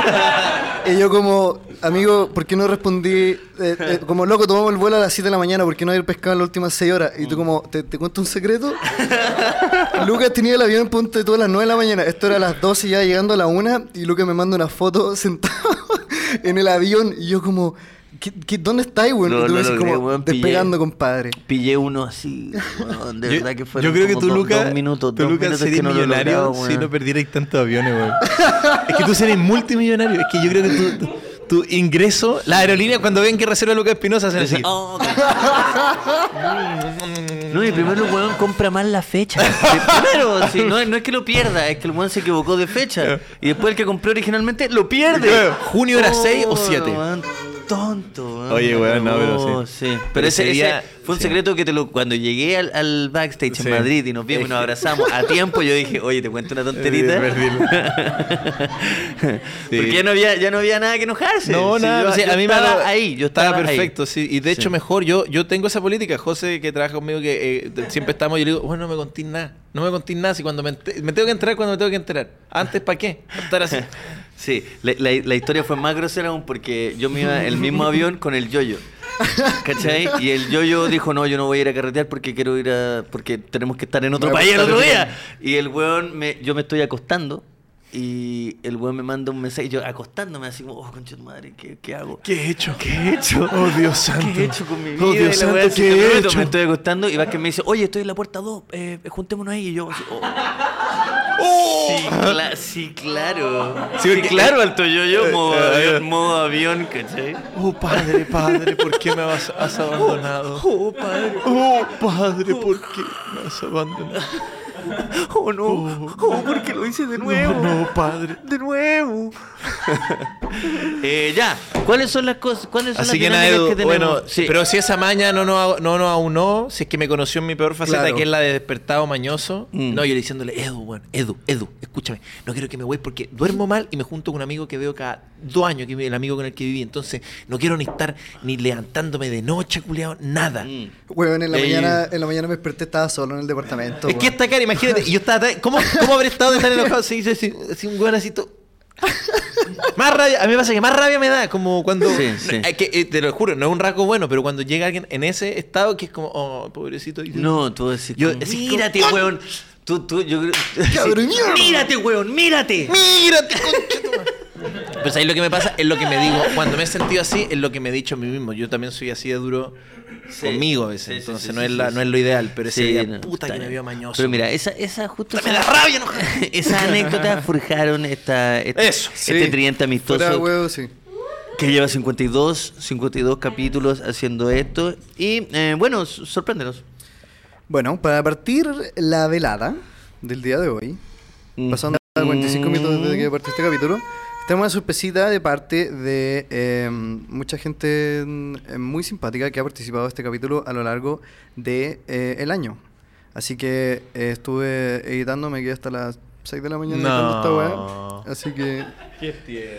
[SPEAKER 3] y yo como amigo, ¿por qué no respondí? Eh, eh, como, loco, tomamos el vuelo a las 7 de la mañana, ¿por qué no haber pescado en las últimas 6 horas?
[SPEAKER 1] Mm.
[SPEAKER 3] Y tú como, ¿te, te cuento un secreto? Lucas tenía el avión en punto de todas las 9 de la mañana, esto era a las 12 ya llegando a la 1 y Lucas me manda una foto sentado en el avión y yo como... ¿Qué, qué- dónde estáis, weón?
[SPEAKER 1] No,
[SPEAKER 3] y tú
[SPEAKER 1] no
[SPEAKER 3] me dices
[SPEAKER 1] logré,
[SPEAKER 3] como,
[SPEAKER 1] weón, pillé.
[SPEAKER 3] despegando, compadre.
[SPEAKER 1] Pillé uno así, weón, de verdad que fueron
[SPEAKER 2] yo creo que
[SPEAKER 1] como
[SPEAKER 2] tú,
[SPEAKER 1] do-
[SPEAKER 2] Lucas,
[SPEAKER 1] dos minutos,
[SPEAKER 2] tú,
[SPEAKER 1] dos
[SPEAKER 2] Lucas,
[SPEAKER 1] minutos
[SPEAKER 2] serías
[SPEAKER 1] que no lo
[SPEAKER 2] millonario
[SPEAKER 1] lograba,
[SPEAKER 2] si
[SPEAKER 1] weón.
[SPEAKER 2] no perdierais tantos aviones, weón. es que tú serías multimillonario. Es que yo creo que tu, tu- tu ingreso... La aerolínea, cuando ven que reserva Lucas Espinosa, se así.
[SPEAKER 1] Oh, qué- no, y primero el weón compra mal la fecha. Que Primero, sí, no, es- no es que lo pierda, es que el weón se equivocó de fecha. Y después el que compró originalmente lo pierde. Oh,
[SPEAKER 2] Claro, junio era seis o siete.
[SPEAKER 1] weón, tonto, weón. Oh,
[SPEAKER 2] Oye, weón, no, pero sí.
[SPEAKER 1] Pero,
[SPEAKER 2] Pero
[SPEAKER 1] ese,
[SPEAKER 2] ese
[SPEAKER 1] ese
[SPEAKER 2] día-
[SPEAKER 1] fue un
[SPEAKER 2] sí.
[SPEAKER 1] secreto que te lo, cuando llegué al, al backstage
[SPEAKER 2] Sí.
[SPEAKER 1] en Madrid y nos vimos y nos abrazamos a tiempo, yo dije, oye, te cuento una tonterita.
[SPEAKER 2] Sí, perdilo. Sí.
[SPEAKER 1] Porque ya no, había, ya no había nada que enojarse.
[SPEAKER 2] "Oh, No,
[SPEAKER 1] Sí,
[SPEAKER 2] nada,
[SPEAKER 1] yo-
[SPEAKER 2] o sea,
[SPEAKER 1] yo
[SPEAKER 2] a mí me
[SPEAKER 1] estaba
[SPEAKER 2] daba-
[SPEAKER 1] ahí, yo estaba, ahí.
[SPEAKER 2] perfecto, sí. Y de hecho, mejor, yo, yo tengo esa política. José, que trabaja conmigo, que eh, de- siempre estamos, yo le digo, bueno, no me contís nada. No me contís nada. Si cuando me, ente- me tengo que enterar, cuando me tengo que enterar. Antes, ¿para qué? Pa' Estar así.
[SPEAKER 1] Sí, la, la- la historia fue más grosera aún porque yo me iba en el mismo avión con el yoyo. ¿Cachai? Y el yoyo dijo, no, yo no voy a ir a carretear porque quiero ir a... porque tenemos que estar en otro
[SPEAKER 3] Me
[SPEAKER 1] país el
[SPEAKER 3] gusta
[SPEAKER 1] otro
[SPEAKER 3] el
[SPEAKER 1] día. Y el weón, me, yo me estoy acostando y el weón me manda un mensaje, yo acostándome así como, oh, concha de madre, ¿qué, qué hago?
[SPEAKER 2] ¿Qué he hecho? ¿Qué he hecho? Oh, Dios santo.
[SPEAKER 1] ¿Qué he hecho con mi vida?
[SPEAKER 2] Oh,
[SPEAKER 1] Y
[SPEAKER 2] Dios
[SPEAKER 1] la
[SPEAKER 2] santo,
[SPEAKER 1] weá, así,
[SPEAKER 2] ¿qué
[SPEAKER 1] de
[SPEAKER 2] he
[SPEAKER 1] pronto
[SPEAKER 2] hecho?
[SPEAKER 1] eh, Me estoy acostando y va que me dice, oye, estoy en la puerta 2, eh, juntémonos ahí. Y yo, así, oh. Sí, cla- sí, claro.
[SPEAKER 2] Sí,
[SPEAKER 1] Sí,
[SPEAKER 2] porque-
[SPEAKER 1] claro, alto yo, yo, modo,
[SPEAKER 2] eh, eh.
[SPEAKER 1] avión, modo avión, ¿cachai?
[SPEAKER 2] Oh, padre, padre, ¿por qué me has, has abandonado? Oh, padre. Oh, padre, ¿por qué me has abandonado?
[SPEAKER 1] Oh, no. Oh, porque lo hice de nuevo.
[SPEAKER 2] No, padre.
[SPEAKER 1] De nuevo. eh, ya. ¿Cuáles son las cosas? ¿Cuáles son
[SPEAKER 2] Así que
[SPEAKER 1] las
[SPEAKER 2] nada,
[SPEAKER 1] dinámicas
[SPEAKER 2] Edu,
[SPEAKER 1] que tenemos?
[SPEAKER 2] bueno,
[SPEAKER 1] Sí.
[SPEAKER 2] pero si esa maña no nos no, no aunó, si es que me conoció en mi peor faceta,
[SPEAKER 3] Claro.
[SPEAKER 2] que es la de despertado mañoso,
[SPEAKER 1] Mm.
[SPEAKER 2] no, yo diciéndole, Edu, bueno, Edu, Edu, escúchame, no quiero que me voy porque duermo mal y me junto con un amigo que veo cada dos años, que es el amigo con el que viví, entonces no quiero ni estar ni levantándome de noche, culiado, nada.
[SPEAKER 1] Mm.
[SPEAKER 3] Weón, en la,
[SPEAKER 2] Ey.
[SPEAKER 3] mañana, en la mañana me desperté, estaba solo en el departamento.
[SPEAKER 2] Es que
[SPEAKER 3] weón.
[SPEAKER 2] esta cara, imagínate, y yo estaba tan- ¿cómo, ¿Cómo habré estado de tan enojado? Sí, sí, sí, así un weón así todo. Más rabia, a mí me pasa que más rabia me da, como cuando.
[SPEAKER 1] Sí,
[SPEAKER 2] no,
[SPEAKER 1] sí.
[SPEAKER 2] es que, eh, te lo juro, no es un rasgo bueno, pero cuando llega alguien en ese estado que es como, oh, pobrecito. y-
[SPEAKER 1] No, tú decís.
[SPEAKER 2] Yo
[SPEAKER 1] como,
[SPEAKER 2] decís como,
[SPEAKER 1] mírate,
[SPEAKER 2] "Con-".
[SPEAKER 1] weón. Tú, tú, yo creo.
[SPEAKER 3] Cabrón,
[SPEAKER 1] Sí.
[SPEAKER 3] mierda.
[SPEAKER 1] Mírate, weón, mírate.
[SPEAKER 2] ¡Mírate, conchetumare! Pero ¿sabes lo que me pasa? Es lo que me digo. Cuando me he sentido así, es lo que me he dicho a mí mismo. Yo también soy así de duro
[SPEAKER 1] Sí.
[SPEAKER 2] conmigo a veces.
[SPEAKER 1] Sí, sí,
[SPEAKER 2] Entonces
[SPEAKER 1] sí,
[SPEAKER 2] no,
[SPEAKER 1] sí,
[SPEAKER 2] es la,
[SPEAKER 1] sí,
[SPEAKER 2] no
[SPEAKER 1] sí.
[SPEAKER 2] es lo ideal, pero ese día,
[SPEAKER 1] no,
[SPEAKER 2] puta
[SPEAKER 1] está
[SPEAKER 2] que me
[SPEAKER 1] bien.
[SPEAKER 2] vio mañoso.
[SPEAKER 1] Pero mira, esa, esa justo.
[SPEAKER 2] me
[SPEAKER 1] esa-
[SPEAKER 2] da rabia, no.
[SPEAKER 1] Esa anécdota forjaron esta, este,
[SPEAKER 2] Eso,
[SPEAKER 1] este
[SPEAKER 3] Sí.
[SPEAKER 1] tridente amistoso.
[SPEAKER 3] Fuera de huevo, sí.
[SPEAKER 1] que lleva 52, 52 capítulos haciendo esto. Y eh, bueno, s- sorpréndenos.
[SPEAKER 3] Bueno, para partir la velada del día de hoy,
[SPEAKER 1] Mm.
[SPEAKER 3] pasando a 45 minutos desde que partió este capítulo, tenemos una sorpresita de parte de eh, mucha gente mm, muy simpática que ha participado de este capítulo a lo largo de eh, el año. Así que eh, estuve editando, me quedé hasta las 6 de la mañana editando esta
[SPEAKER 2] No.
[SPEAKER 3] weá. Así que.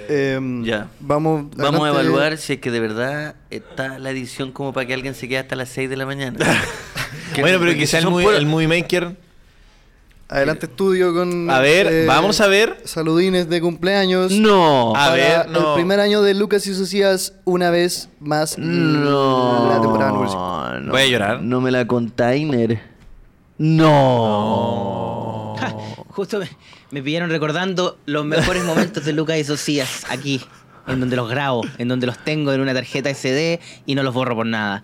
[SPEAKER 3] em,
[SPEAKER 1] Ya.
[SPEAKER 3] Vamos,
[SPEAKER 1] Vamos a
[SPEAKER 3] adelante.
[SPEAKER 1] evaluar si es que de verdad está la edición como para que alguien se quede hasta las 6 de la mañana. Que-
[SPEAKER 2] Bueno, pero
[SPEAKER 1] porque
[SPEAKER 2] quizá el
[SPEAKER 1] son
[SPEAKER 2] movie,
[SPEAKER 1] puros-
[SPEAKER 2] el movie maker.
[SPEAKER 3] Adelante, estudio con.
[SPEAKER 2] Eh,
[SPEAKER 3] eh,
[SPEAKER 2] A ver, vamos a ver.
[SPEAKER 3] Saludines de cumpleaños.
[SPEAKER 1] No.
[SPEAKER 2] Ah, A
[SPEAKER 3] para
[SPEAKER 2] ver, no.
[SPEAKER 3] El primer año de Lucas y Socias, una vez más.
[SPEAKER 1] No.
[SPEAKER 3] La temporada número
[SPEAKER 1] no.
[SPEAKER 2] Voy a llorar.
[SPEAKER 1] No me la container. No.
[SPEAKER 4] Ja, Justo me, me pillaron recordando los mejores momentos de Lucas y Socias aquí, en donde los grabo, en donde los tengo en una tarjeta SD y no los borro por nada.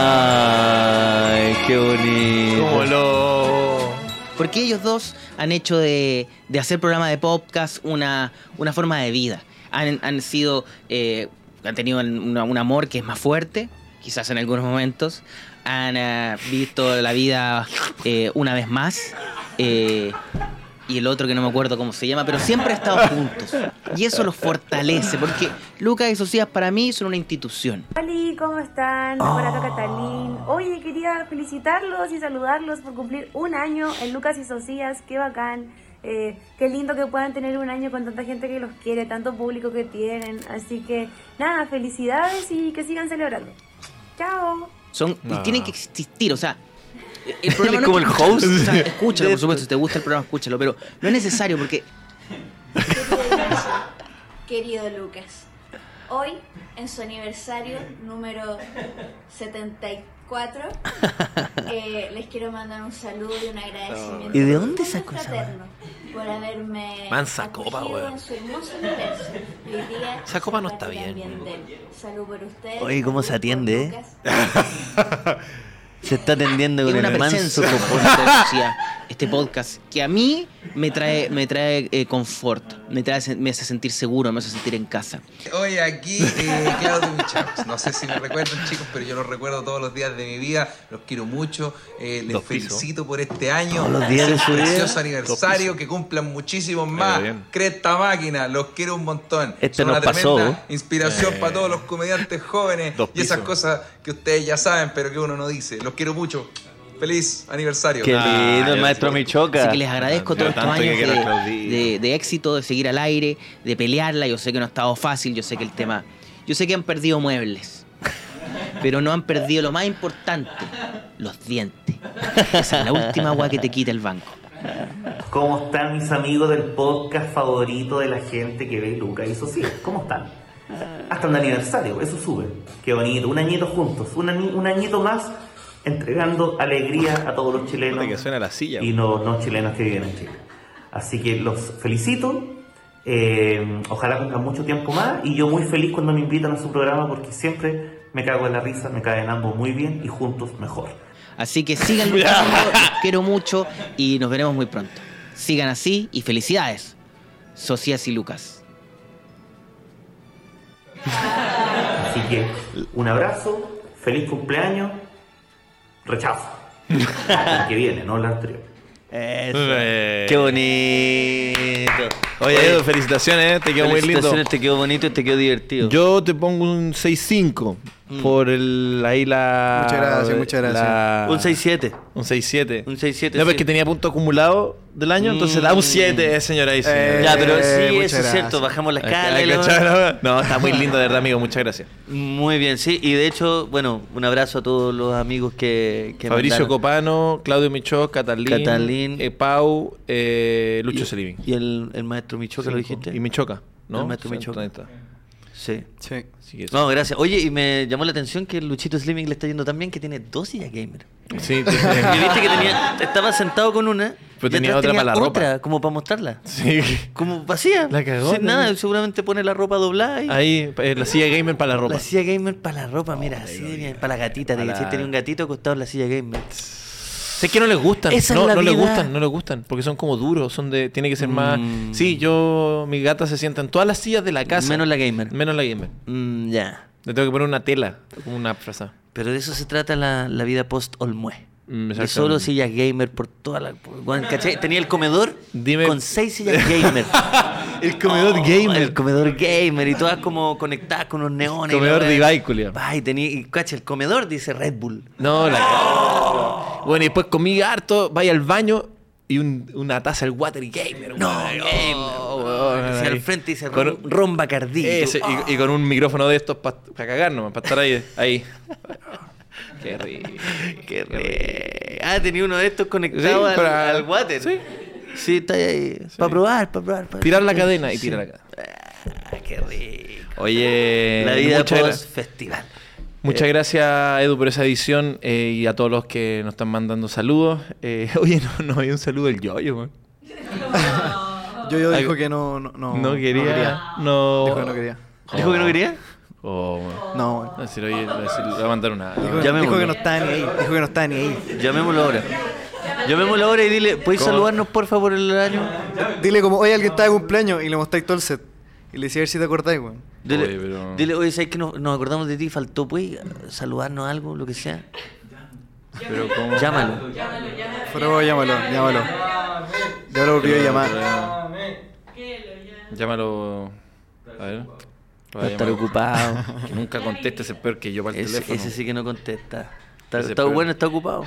[SPEAKER 1] Ay, qué bonito.
[SPEAKER 2] Como lo.
[SPEAKER 4] Porque ellos dos han hecho de, de hacer programa de podcast una, una forma de vida. Han, han sido, eh, han tenido un, un amor que es más fuerte, quizás en algunos momentos. Han eh, visto la vida eh, una vez más. eh, y el otro que no me acuerdo cómo se llama, pero siempre han estado juntos. Y eso los fortalece, porque Lucas y Socias para mí son una institución.
[SPEAKER 5] Hola, ¿cómo están? Por acá Catalín. Oye, quería felicitarlos y saludarlos por cumplir un año en Lucas y Socias. Qué bacán. Eh, qué lindo que puedan tener un año con tanta gente que los quiere, tanto público que tienen. Así que nada, felicidades y que sigan celebrando. Chao.
[SPEAKER 4] Son, y
[SPEAKER 2] No.
[SPEAKER 4] tienen que existir, o sea. El programa
[SPEAKER 1] Ah. Es
[SPEAKER 4] no
[SPEAKER 1] como el host.
[SPEAKER 4] o sea, escúchalo, por supuesto. Si te gusta el programa, escúchalo. Pero no es necesario porque
[SPEAKER 6] Querido Lucas, hoy en su aniversario número 74, eh, les quiero mandar un saludo y un agradecimiento.
[SPEAKER 1] ¿Y de dónde
[SPEAKER 6] profundo y
[SPEAKER 1] sacó esa
[SPEAKER 6] fraterno Por haberme.
[SPEAKER 2] Mansa copa,
[SPEAKER 6] acogido
[SPEAKER 2] weón.
[SPEAKER 6] en su hermoso universo. Y hoy día
[SPEAKER 2] Esa copa no está
[SPEAKER 6] soy parte
[SPEAKER 2] bien.
[SPEAKER 6] también de él. Salud por ustedes.
[SPEAKER 1] Oye, ¿cómo se
[SPEAKER 6] salud por
[SPEAKER 1] atiende, eh?
[SPEAKER 6] Lucas.
[SPEAKER 1] Se está atendiendo
[SPEAKER 4] es
[SPEAKER 1] con
[SPEAKER 4] una
[SPEAKER 1] el manso
[SPEAKER 4] presencia componente social, este podcast que a mí me trae, me trae eh, confort, me, trae, me hace sentir seguro, me hace sentir en casa.
[SPEAKER 7] Hoy aquí, eh, Claudio Michaus. No sé si me recuerdan, chicos, pero yo los recuerdo todos los días de mi vida. Los quiero mucho. eh, les
[SPEAKER 2] Dos pisos.
[SPEAKER 7] felicito por este año.
[SPEAKER 1] Todos los días de su vida.
[SPEAKER 7] Precioso aniversario. Que cumplan muchísimos
[SPEAKER 2] Pero
[SPEAKER 7] más.
[SPEAKER 2] bien.
[SPEAKER 7] Cresta máquina. Los quiero un montón.
[SPEAKER 1] Este
[SPEAKER 7] Son una
[SPEAKER 1] nos pasó,
[SPEAKER 7] tremenda
[SPEAKER 1] ¿eh?
[SPEAKER 7] inspiración para todos los comediantes jóvenes.
[SPEAKER 2] Dos
[SPEAKER 7] Y esas
[SPEAKER 2] pisos.
[SPEAKER 7] cosas que ustedes ya saben, pero que uno no dice. Los quiero mucho. Feliz aniversario.
[SPEAKER 2] Ah,
[SPEAKER 1] Qué lindo, el
[SPEAKER 2] yo
[SPEAKER 1] maestro
[SPEAKER 2] sí.
[SPEAKER 1] Michoca.
[SPEAKER 4] Así que les agradezco
[SPEAKER 2] Pero
[SPEAKER 4] todos estos
[SPEAKER 2] tanto que
[SPEAKER 4] años
[SPEAKER 2] quiero
[SPEAKER 4] de,
[SPEAKER 2] aplaudir.
[SPEAKER 4] de- de éxito, de seguir al aire, de pelearla. Yo sé que no ha estado fácil, yo sé que el tema. Yo sé que han perdido muebles, pero no han perdido lo más importante: los dientes. Esa es la última agua que te quita el banco.
[SPEAKER 8] ¿Cómo están mis amigos del podcast favorito de la gente que ve Luca y Socias? ¿Cómo están? Hasta un aniversario, eso sube. Qué bonito, un añito juntos, un, añi- un añito más entregando alegría a todos los chilenos
[SPEAKER 2] Puta que suena la silla,
[SPEAKER 8] y no, no chilenos que viven en Chile. Así que los felicito, eh, ojalá cumplan mucho tiempo más y yo muy feliz cuando me invitan a su programa porque siempre me cago en la risa, me caen ambos muy bien y juntos mejor.
[SPEAKER 4] Así que sigan luchando, los quiero mucho y nos veremos muy pronto. Sigan así y felicidades, Socias y Lucas.
[SPEAKER 8] Así que un abrazo, feliz cumpleaños, rechazo. El que viene, no el anterior.
[SPEAKER 1] Eso. Qué bonito.
[SPEAKER 2] Eh, Oye, Edu, felicitaciones, eh, te quedó muy lindo.
[SPEAKER 1] felicitaciones, te quedó bonito y te quedó divertido.
[SPEAKER 2] Yo te pongo un 6-5
[SPEAKER 1] Mm.
[SPEAKER 2] por el, ahí la.
[SPEAKER 3] Muchas gracias, muchas gracias.
[SPEAKER 2] la-
[SPEAKER 1] un 6-7.
[SPEAKER 2] Un 6-7.
[SPEAKER 1] Un 6-7,
[SPEAKER 2] No, pero
[SPEAKER 1] sí.
[SPEAKER 2] es
[SPEAKER 1] Mm.
[SPEAKER 2] que tenía punto acumulado del año, entonces da un 7, señora. Ahí,
[SPEAKER 3] Eh,
[SPEAKER 2] señora.
[SPEAKER 1] ya, pero sí,
[SPEAKER 3] muchas
[SPEAKER 1] eso es
[SPEAKER 3] gracias.
[SPEAKER 1] cierto. Bajamos la
[SPEAKER 2] Hay que- hay que
[SPEAKER 1] escala.
[SPEAKER 2] echar
[SPEAKER 1] ¿no?
[SPEAKER 2] la hueá. No, está muy lindo, de verdad, amigo. Muchas gracias.
[SPEAKER 1] Muy bien, sí. Y de hecho, bueno, un abrazo a todos los amigos que. que
[SPEAKER 2] Fabricio
[SPEAKER 1] mandaron.
[SPEAKER 2] Copano, Claudio Michó, Catalín,
[SPEAKER 1] Catalín.
[SPEAKER 2] eh, Pau, eh, Lucho Selivin.
[SPEAKER 1] Y el, el maestro Michoca, ¿lo
[SPEAKER 2] Cinco.
[SPEAKER 1] dijiste?
[SPEAKER 2] Y Michoca, ¿no?
[SPEAKER 1] El maestro
[SPEAKER 2] O sea,
[SPEAKER 1] Michoca.
[SPEAKER 2] ahí está.
[SPEAKER 1] Sí.
[SPEAKER 3] Sí.
[SPEAKER 2] Así que eso.
[SPEAKER 1] No, gracias. Oye, y me llamó la atención que el Luchito Slimming le está yendo tan bien que tiene dos sillas gamer.
[SPEAKER 2] Sí,
[SPEAKER 1] Porque
[SPEAKER 2] tiene-
[SPEAKER 1] viste que tenía, estaba sentado con una,
[SPEAKER 2] Pero
[SPEAKER 1] y
[SPEAKER 2] tenía
[SPEAKER 1] atrás
[SPEAKER 2] otra para la ropa.
[SPEAKER 1] otra, como para mostrarla.
[SPEAKER 2] sí.
[SPEAKER 1] Como vacía.
[SPEAKER 2] La cagó,
[SPEAKER 1] Sin nada,
[SPEAKER 2] también.
[SPEAKER 1] seguramente pone la ropa doblada y
[SPEAKER 2] Ahí, eh, la silla gamer para la ropa.
[SPEAKER 1] la silla gamer para la ropa, mira, así de bien, para la gatita, de
[SPEAKER 2] Para
[SPEAKER 1] que si
[SPEAKER 2] la-
[SPEAKER 1] tenía un gatito acostado en la silla gamer.
[SPEAKER 2] Sé que no les gustan,
[SPEAKER 1] Esa es
[SPEAKER 2] no,
[SPEAKER 1] la
[SPEAKER 2] no les
[SPEAKER 1] vida.
[SPEAKER 2] gustan, no les gustan, porque son como duros, son de, tiene que ser más.
[SPEAKER 1] Mm.
[SPEAKER 2] Sí, yo, mi gata se sienta en todas las sillas de la casa.
[SPEAKER 1] Menos la gamer.
[SPEAKER 2] Menos la gamer.
[SPEAKER 1] Mm, ya.
[SPEAKER 2] Le tengo que poner una tela, como una frase.
[SPEAKER 1] Pero de eso se trata la, la vida post Olmué.
[SPEAKER 2] Mm,
[SPEAKER 1] Y
[SPEAKER 2] exactamente.
[SPEAKER 1] solo sillas gamer por toda la. por- Juan, ¿cachai? Tenía el comedor
[SPEAKER 2] Dime-
[SPEAKER 1] con seis sillas gamer.
[SPEAKER 2] El comedor
[SPEAKER 1] Oh,
[SPEAKER 2] gamer.
[SPEAKER 1] El comedor gamer y todas como conectadas con unos neones. y
[SPEAKER 2] Comedor
[SPEAKER 1] la wea.
[SPEAKER 2] Divide, culiao.
[SPEAKER 1] Ah, y tenía. Y cacha, el comedor dice Red Bull.
[SPEAKER 2] No, la Bueno, y después comí harto, vaya al baño y un- una taza del water gamer.
[SPEAKER 1] No,
[SPEAKER 2] weón.
[SPEAKER 1] gamer.
[SPEAKER 2] Oh,
[SPEAKER 1] weón.
[SPEAKER 2] weón,
[SPEAKER 1] Hacia
[SPEAKER 2] ahí.
[SPEAKER 1] el frente dice
[SPEAKER 2] Con-
[SPEAKER 1] Ron- Ron Bacardí.
[SPEAKER 2] Ese,
[SPEAKER 1] Yo,
[SPEAKER 2] y, y con un micrófono de estos para cagar nomás, para estar ahí. ahí. Qué rico.
[SPEAKER 1] oh, qué re. Ah, tenía uno de estos conectado
[SPEAKER 2] Sí,
[SPEAKER 1] al,
[SPEAKER 2] para-
[SPEAKER 1] al water.
[SPEAKER 2] sí.
[SPEAKER 1] Sí, está ahí. Para probar, para probar. pa-
[SPEAKER 2] Tirar la cadena y tirar la cadena.
[SPEAKER 1] Ah, qué rico.
[SPEAKER 2] Oye,
[SPEAKER 1] la vida
[SPEAKER 2] muchas,
[SPEAKER 1] post
[SPEAKER 2] gra-
[SPEAKER 1] festival.
[SPEAKER 2] muchas gracias Edu por esa edición eh, y a todos los que nos están mandando saludos. Eh, oye, no, no hay un saludo del yoyo, man.
[SPEAKER 3] Yo, yo
[SPEAKER 2] Ay,
[SPEAKER 3] dijo que no, no, no,
[SPEAKER 2] No, quería, no.
[SPEAKER 3] Dijo que no quería.
[SPEAKER 1] ¿Dijo que no quería?
[SPEAKER 2] Oh, man.
[SPEAKER 3] No, bueno.
[SPEAKER 2] No, si lo oye, le voy a decir- le voy a mandar una.
[SPEAKER 3] Dijo,
[SPEAKER 1] Ya me
[SPEAKER 3] dijo
[SPEAKER 1] voy.
[SPEAKER 3] que no estaba ni ahí. Dijo que no estaba ni ahí.
[SPEAKER 1] Llamémoslo ahora. Llamémoslo ahora y dile, ¿podéis saludarnos porfa por el año?
[SPEAKER 3] Dile como, oye, alguien está de cumpleaños y le mostráis todo el set. Y le decía a ver si te acordáis, weón.
[SPEAKER 1] Dile,
[SPEAKER 2] Oye, pero-
[SPEAKER 1] dile, oye, ¿sabes que nos, nos acordamos de ti? Faltó, pues, saludarnos algo, lo que sea.
[SPEAKER 2] Pero ¿cómo?
[SPEAKER 1] Llámalo.
[SPEAKER 3] Por favor, llámalo, llámalo. Llámalo por videollamada.
[SPEAKER 2] Llámalo. A ver.
[SPEAKER 1] Va a estar ocupado.
[SPEAKER 2] Que nunca conteste ese peor que yo para el
[SPEAKER 1] Ese,
[SPEAKER 2] teléfono.
[SPEAKER 1] ese sí que no contesta. Está,
[SPEAKER 2] Ese
[SPEAKER 1] está
[SPEAKER 2] peor.
[SPEAKER 1] bueno, está ocupado.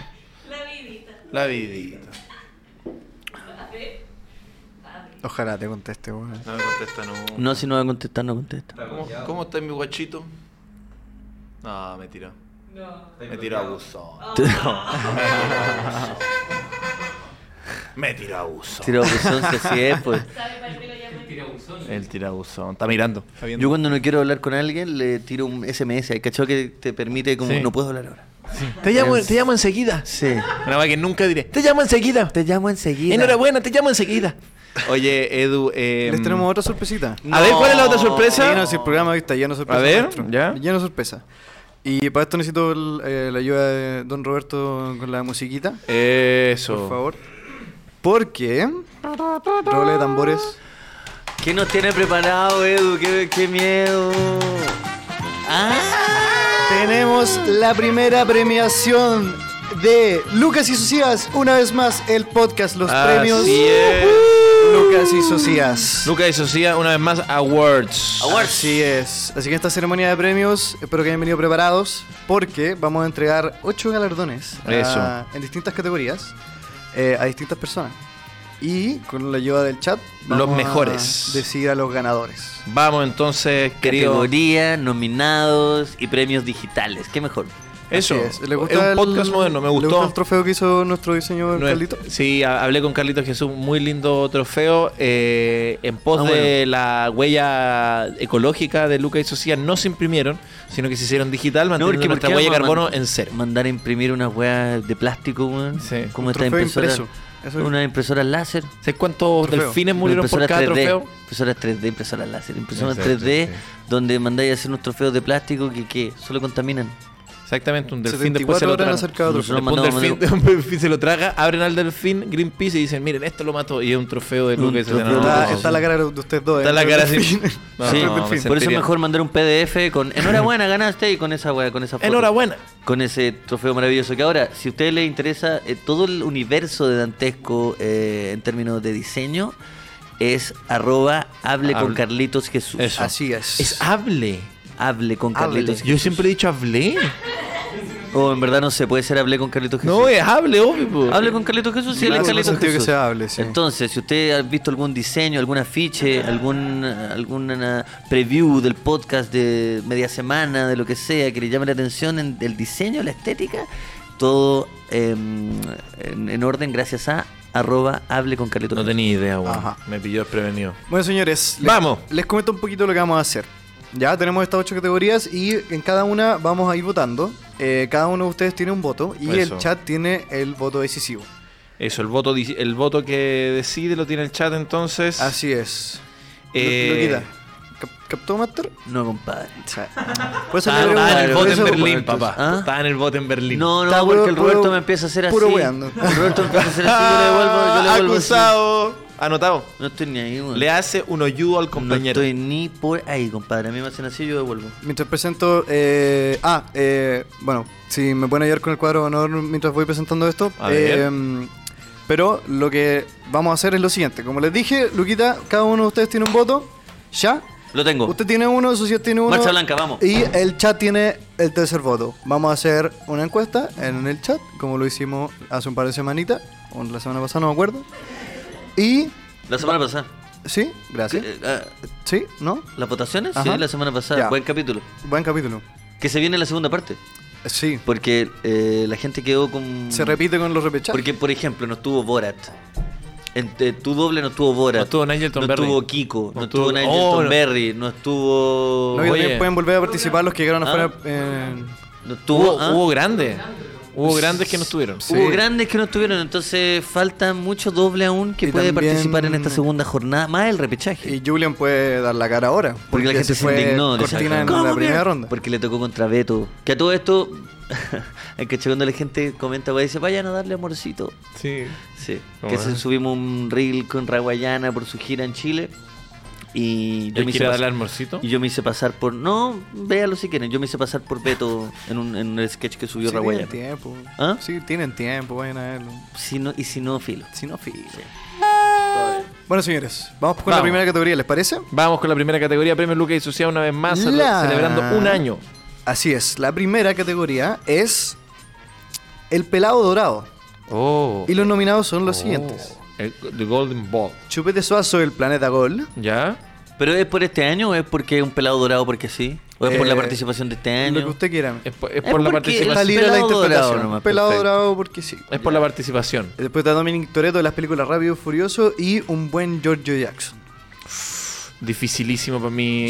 [SPEAKER 2] La vidita.
[SPEAKER 3] Ojalá te conteste, weón.
[SPEAKER 2] No me contesta, no.
[SPEAKER 1] No, si no va a contestar, no contesta.
[SPEAKER 2] ¿Cómo, cómo está mi guachito? No, me tiró. Me tiró abuso. Me tiró abuso.
[SPEAKER 1] Tiro buzón, si así es, pues.
[SPEAKER 2] El tirabuzón. Está mirando.
[SPEAKER 1] Yo cuando no quiero hablar con alguien, le tiro un SMS. Hay cachado que te permite como,
[SPEAKER 2] Sí.
[SPEAKER 1] no puedo hablar ahora.
[SPEAKER 2] Te llamo, te llamo enseguida.
[SPEAKER 1] Sí.
[SPEAKER 2] Una más que nunca diré. Te llamo enseguida.
[SPEAKER 1] Te llamo enseguida.
[SPEAKER 2] Enhorabuena, te llamo enseguida. Oye, Edu. Eh,
[SPEAKER 3] Les tenemos otra sorpresita.
[SPEAKER 2] A ver, ¿cuál es la otra sorpresa?
[SPEAKER 3] Sí, no, si el programa está lleno de sorpresa.
[SPEAKER 2] A ver,
[SPEAKER 3] maestro.
[SPEAKER 2] ya.
[SPEAKER 3] Lleno de sorpresa. Y para esto necesito el- eh, la ayuda de Don Roberto con la musiquita,
[SPEAKER 2] Eso.
[SPEAKER 3] por favor. Porque. Roble de tambores.
[SPEAKER 1] ¿Qué nos tiene preparado, Edu? ¡Qué, qué miedo! ¡Ah!
[SPEAKER 3] Tenemos la primera premiación de Lucas y Socias. Una vez más, el podcast Los
[SPEAKER 2] Así
[SPEAKER 3] Premios Uh.
[SPEAKER 2] es.
[SPEAKER 3] Lucas y Socias.
[SPEAKER 2] Lucas y Socia, una vez más, Awards.
[SPEAKER 3] Así es. Así que esta ceremonia de premios, espero que hayan venido preparados porque vamos a entregar ocho galardones a-
[SPEAKER 2] Eso.
[SPEAKER 3] en distintas categorías eh, a distintas personas. Y con la ayuda del chat, vamos
[SPEAKER 2] Los
[SPEAKER 3] a
[SPEAKER 2] mejores.
[SPEAKER 3] decidir a los ganadores.
[SPEAKER 2] Vamos entonces, querido.
[SPEAKER 1] Categoría, nominados y premios digitales. ¿Qué mejor?
[SPEAKER 2] Eso.
[SPEAKER 3] Así es. ¿Le gusta
[SPEAKER 2] es un
[SPEAKER 3] el-
[SPEAKER 2] podcast moderno, me
[SPEAKER 3] le gusta
[SPEAKER 2] gustó.
[SPEAKER 3] el trofeo que hizo nuestro diseñador
[SPEAKER 2] No es-
[SPEAKER 3] Carlito?
[SPEAKER 2] Sí, ha- hablé con Carlitos Jesús, muy lindo trofeo. eh, en pos
[SPEAKER 1] Ah,
[SPEAKER 2] de la huella ecológica de Lucas y Socia, no se imprimieron, sino que se hicieron digital, manteniendo
[SPEAKER 1] porque
[SPEAKER 2] nuestra
[SPEAKER 1] ¿por qué
[SPEAKER 2] huella de
[SPEAKER 1] vamos a
[SPEAKER 2] carbono
[SPEAKER 1] man-
[SPEAKER 2] en cero.
[SPEAKER 1] Mandar a imprimir unas weas de plástico, weón.
[SPEAKER 2] Sí.
[SPEAKER 1] Como
[SPEAKER 3] Un
[SPEAKER 1] estas
[SPEAKER 3] trofeo
[SPEAKER 1] impresoras.
[SPEAKER 3] impreso. Eso es.
[SPEAKER 1] Una impresora láser.
[SPEAKER 2] ¿Sabes cuántos
[SPEAKER 3] Trofeo.
[SPEAKER 2] delfines murieron por
[SPEAKER 1] Impresoras
[SPEAKER 2] cada
[SPEAKER 1] 3D,
[SPEAKER 2] trofeo?
[SPEAKER 1] Impresoras 3D, impresoras láser. Impresoras
[SPEAKER 2] Exacto,
[SPEAKER 1] 3D,
[SPEAKER 2] sí.
[SPEAKER 1] donde mandáis a hacer unos trofeos de plástico que, que solo contaminan.
[SPEAKER 2] Exactamente, un delfín después se
[SPEAKER 3] 74
[SPEAKER 2] lo
[SPEAKER 3] horas
[SPEAKER 2] traga.
[SPEAKER 3] en acerca de
[SPEAKER 1] Nosotros
[SPEAKER 2] Después
[SPEAKER 3] otro.
[SPEAKER 2] un,
[SPEAKER 1] mandamos
[SPEAKER 2] delfín, un delfín se lo traga, abren al delfín, Greenpeace y dicen, miren, esto lo mató. Y es un trofeo de
[SPEAKER 1] Un
[SPEAKER 2] Lucas. y dicen,
[SPEAKER 1] trofeo
[SPEAKER 2] "No,
[SPEAKER 1] de
[SPEAKER 2] no,
[SPEAKER 3] Está,
[SPEAKER 1] Lucas.
[SPEAKER 2] no,
[SPEAKER 3] está la cara de ustedes dos.
[SPEAKER 2] Está
[SPEAKER 3] ¿eh?
[SPEAKER 2] la cara así.
[SPEAKER 3] Delfín.
[SPEAKER 2] No,
[SPEAKER 1] Sí.
[SPEAKER 2] Ah, no, me
[SPEAKER 1] Por eso es
[SPEAKER 2] sentiría-
[SPEAKER 1] mejor mandar un PDF con enhorabuena, ganaste y con esa wea- con esa foto.
[SPEAKER 2] Enhorabuena.
[SPEAKER 1] Con ese trofeo maravilloso que ahora, si a ustedes les interesa, eh, todo el universo de Dantesco eh, en términos de diseño es arroba hable con
[SPEAKER 2] Hable.
[SPEAKER 1] Carlitos Jesús.
[SPEAKER 2] Eso.
[SPEAKER 3] Así es.
[SPEAKER 2] Es hable.
[SPEAKER 1] Hable con
[SPEAKER 3] Hable.
[SPEAKER 1] Carlitos
[SPEAKER 2] Yo siempre he dicho hable.
[SPEAKER 1] Jesús. O en verdad no se puede ser hable con Carlitos Jesús.
[SPEAKER 2] No, es hable, obvio. po.
[SPEAKER 1] Hable con Carlitos Jesús, sí,
[SPEAKER 3] Claro,
[SPEAKER 1] hable con
[SPEAKER 3] tiene
[SPEAKER 1] Carlitos
[SPEAKER 3] sentido que
[SPEAKER 1] Jesús.
[SPEAKER 3] se hable, sí.
[SPEAKER 1] Entonces, si usted ha visto algún diseño, algún afiche, algún alguna preview del podcast de media semana, de lo que sea, que le llame la atención en el diseño, la estética, todo eh, en, en orden gracias a arroba hable con Carlitos
[SPEAKER 2] No
[SPEAKER 1] Jesús.
[SPEAKER 2] tenía idea, weón.
[SPEAKER 3] Ajá.
[SPEAKER 2] Me pilló desprevenido.
[SPEAKER 3] Bueno, señores, les,
[SPEAKER 2] Vamos.
[SPEAKER 3] Les comento un poquito lo que vamos a hacer. Ya tenemos estas ocho categorías y en cada una vamos a ir votando. Eh, cada uno de ustedes tiene un voto y
[SPEAKER 2] Eso.
[SPEAKER 3] el chat tiene el voto decisivo.
[SPEAKER 2] Eso, el voto, dice- el voto que decide lo tiene el chat entonces.
[SPEAKER 3] Así es. Lo-
[SPEAKER 2] Eh,
[SPEAKER 3] lo quita. Cap- ¿Captó, Master?
[SPEAKER 1] No, compadre.
[SPEAKER 3] Por eso
[SPEAKER 2] Ah, Estaba
[SPEAKER 3] le pregunto,
[SPEAKER 2] estaba en el
[SPEAKER 3] por
[SPEAKER 2] voto en
[SPEAKER 3] eso-
[SPEAKER 2] Berlín,
[SPEAKER 3] por-
[SPEAKER 2] papá.
[SPEAKER 1] ¿Ah?
[SPEAKER 2] Estaba en el voto en Berlín.
[SPEAKER 1] No, no,
[SPEAKER 3] Está
[SPEAKER 1] porque el
[SPEAKER 3] puro-
[SPEAKER 1] Roberto
[SPEAKER 3] puro-
[SPEAKER 1] me empieza a hacer así.
[SPEAKER 3] puro weando.
[SPEAKER 1] El Roberto me empieza a hacer así, yo le devuelvo, yo le
[SPEAKER 2] Ah,
[SPEAKER 1] devuelvo así.
[SPEAKER 2] acusado. Anotado.
[SPEAKER 1] No estoy ni ahí, weón.
[SPEAKER 2] Le hace un hoyudo al
[SPEAKER 1] No
[SPEAKER 2] compañero.
[SPEAKER 1] estoy ni por ahí, compadre. A mí me hacen así, yo devuelvo.
[SPEAKER 3] Mientras presento. eh, ah, eh, bueno, si me pueden ayudar con el cuadro de honor mientras voy presentando esto.
[SPEAKER 2] A ver.
[SPEAKER 3] Eh, pero lo que vamos a hacer es lo siguiente. Como les dije, Luquita, cada uno de ustedes tiene un voto. Ya.
[SPEAKER 1] Lo tengo.
[SPEAKER 3] Usted tiene uno, Sociedad tiene uno.
[SPEAKER 1] Marcha blanca, vamos.
[SPEAKER 3] Y el chat tiene el tercer voto. Vamos a hacer una encuesta en el chat, como lo hicimos hace un par de semanitas, o la semana pasada, no me acuerdo. Y.
[SPEAKER 1] La semana pasada.
[SPEAKER 3] Sí, gracias.
[SPEAKER 1] Eh, ah,
[SPEAKER 3] Sí, ¿no?
[SPEAKER 1] ¿Las votaciones?
[SPEAKER 3] Ajá.
[SPEAKER 1] Sí, la semana pasada.
[SPEAKER 3] Ya.
[SPEAKER 1] Buen capítulo.
[SPEAKER 3] Buen capítulo.
[SPEAKER 1] Que se viene la segunda parte.
[SPEAKER 3] Sí.
[SPEAKER 1] Porque eh, la gente quedó con...
[SPEAKER 3] Se repite con los repechados.
[SPEAKER 1] Porque, por ejemplo, no estuvo Borat. En- eh, tu doble no estuvo Borat.
[SPEAKER 2] No estuvo Nigel Thornberry.
[SPEAKER 1] No estuvo Kiko. No,
[SPEAKER 2] No
[SPEAKER 1] estuvo
[SPEAKER 2] estuvo-
[SPEAKER 1] Nigel
[SPEAKER 2] Oh, no.
[SPEAKER 1] Thornberry. No estuvo...
[SPEAKER 3] No, y también
[SPEAKER 2] Oye.
[SPEAKER 3] pueden volver a participar los que llegaron
[SPEAKER 1] Ah.
[SPEAKER 3] afuera. eh,
[SPEAKER 1] No estuvo...
[SPEAKER 2] Hubo,
[SPEAKER 1] ¿ah?
[SPEAKER 2] hubo grandes. Hubo grandes que no estuvieron.
[SPEAKER 3] Sí.
[SPEAKER 1] Hubo grandes que no estuvieron, entonces falta mucho doble aún que
[SPEAKER 3] Y
[SPEAKER 1] puede
[SPEAKER 3] también-
[SPEAKER 1] participar en esta segunda jornada, más el repechaje.
[SPEAKER 3] y Julian puede dar la cara ahora.
[SPEAKER 1] Porque la gente se
[SPEAKER 3] fue
[SPEAKER 1] indignó. de esa
[SPEAKER 3] Cortina en
[SPEAKER 1] cosa.
[SPEAKER 3] la primera ronda.
[SPEAKER 1] Porque le tocó contra Beto. Que a todo esto, hay que cuando la gente comenta, pues, dice, vayan a darle amorcito.
[SPEAKER 2] Sí.
[SPEAKER 1] Sí.
[SPEAKER 2] ¿Cómo
[SPEAKER 1] Que
[SPEAKER 2] es?
[SPEAKER 1] se- subimos un reel con Raguayana por su gira en Chile. Y yo,
[SPEAKER 2] ¿Yo
[SPEAKER 1] me hice
[SPEAKER 2] quiero darle
[SPEAKER 1] pasar,
[SPEAKER 2] almorcito?
[SPEAKER 1] y yo me hice pasar por... No, véalo si quieren. Yo me hice pasar por Beto en un, en un sketch que subió
[SPEAKER 3] Sí, tienen
[SPEAKER 1] Raguayana.
[SPEAKER 3] tiempo.
[SPEAKER 1] ¿Ah?
[SPEAKER 3] Sí, tienen tiempo, vayan a verlo.
[SPEAKER 1] Si no, y si no, filo.
[SPEAKER 3] Si no, filo. Bueno, señores, vamos con la
[SPEAKER 2] Vamos.
[SPEAKER 3] primera categoría, ¿les parece?
[SPEAKER 2] Vamos con la primera categoría. Premio Lucas y Sociedad una vez más. cele-
[SPEAKER 3] La-
[SPEAKER 2] Celebrando un año.
[SPEAKER 3] Así es, la primera categoría es el pelado dorado.
[SPEAKER 2] Oh.
[SPEAKER 3] Y los nominados son los
[SPEAKER 2] Oh.
[SPEAKER 3] siguientes.
[SPEAKER 2] El, the Golden Ball.
[SPEAKER 3] Chupete Suazo, el planeta Gol.
[SPEAKER 2] ¿Ya?
[SPEAKER 1] ¿Pero es por este año o es porque es un pelado dorado porque sí? ¿O es por
[SPEAKER 3] Eh,
[SPEAKER 1] la participación de este año?
[SPEAKER 3] Lo que usted quiera.
[SPEAKER 2] Es por, es
[SPEAKER 1] Es
[SPEAKER 2] por la
[SPEAKER 1] porque
[SPEAKER 3] Está
[SPEAKER 1] el
[SPEAKER 2] participación.
[SPEAKER 3] libre la
[SPEAKER 1] pelado dorado
[SPEAKER 3] interpretación.
[SPEAKER 1] nomás,
[SPEAKER 3] pelado
[SPEAKER 1] perfecto.
[SPEAKER 3] dorado porque sí.
[SPEAKER 2] Es por la participación.
[SPEAKER 3] Después está Dominic Toretto de las películas Rápido y Furioso y un buen Giorgio Jackson.
[SPEAKER 2] Dificilísimo para mí,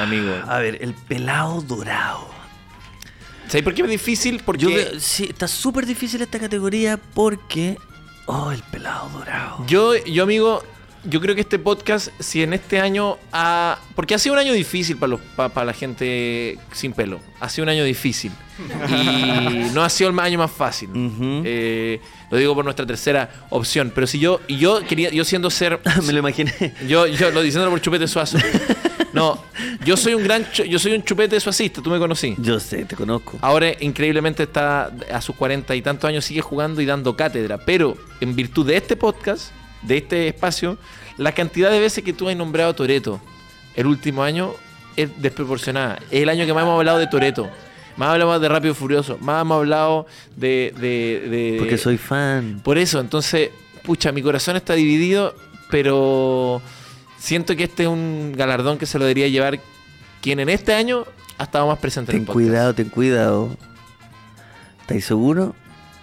[SPEAKER 2] amigo.
[SPEAKER 1] A ver, el pelado dorado.
[SPEAKER 2] ¿Sabes por qué es difícil? Porque
[SPEAKER 1] Yo veo- sí, está súper difícil esta categoría porque... Oh, el pelado dorado.
[SPEAKER 2] Yo, yo amigo, yo creo que este podcast, si en este año ha... Porque ha sido un año difícil para, los, pa- para la gente sin pelo. Ha sido un año difícil. Y no ha sido el año más fácil.
[SPEAKER 1] Ujú.
[SPEAKER 2] Eh, lo digo por nuestra tercera opción. Pero si yo... Y yo quería... Yo siendo ser...
[SPEAKER 1] Me lo imaginé.
[SPEAKER 2] Yo, yo lo diciéndolo por chupete suazo. No, yo soy un gran... chu- Yo soy un chupete suacista, tú me conocí.
[SPEAKER 1] Yo sé, te conozco.
[SPEAKER 2] Ahora, increíblemente, está a sus cuarenta y tantos años, sigue jugando y dando cátedra. Pero en virtud de este podcast, de este espacio, la cantidad de veces que tú has nombrado a Toreto el último año es desproporcionada. Es el año que más hemos hablado de Toreto. Más hablamos de Rápido y Furioso. Más hemos hablado de. de- de-
[SPEAKER 1] Porque soy fan.
[SPEAKER 2] Por eso, entonces, pucha, mi corazón está dividido, pero siento que este es un galardón que se lo debería llevar quien en este año ha estado más presente en
[SPEAKER 1] Ten
[SPEAKER 2] el podcast.
[SPEAKER 1] cuidado, ten cuidado. ¿Estáis seguro?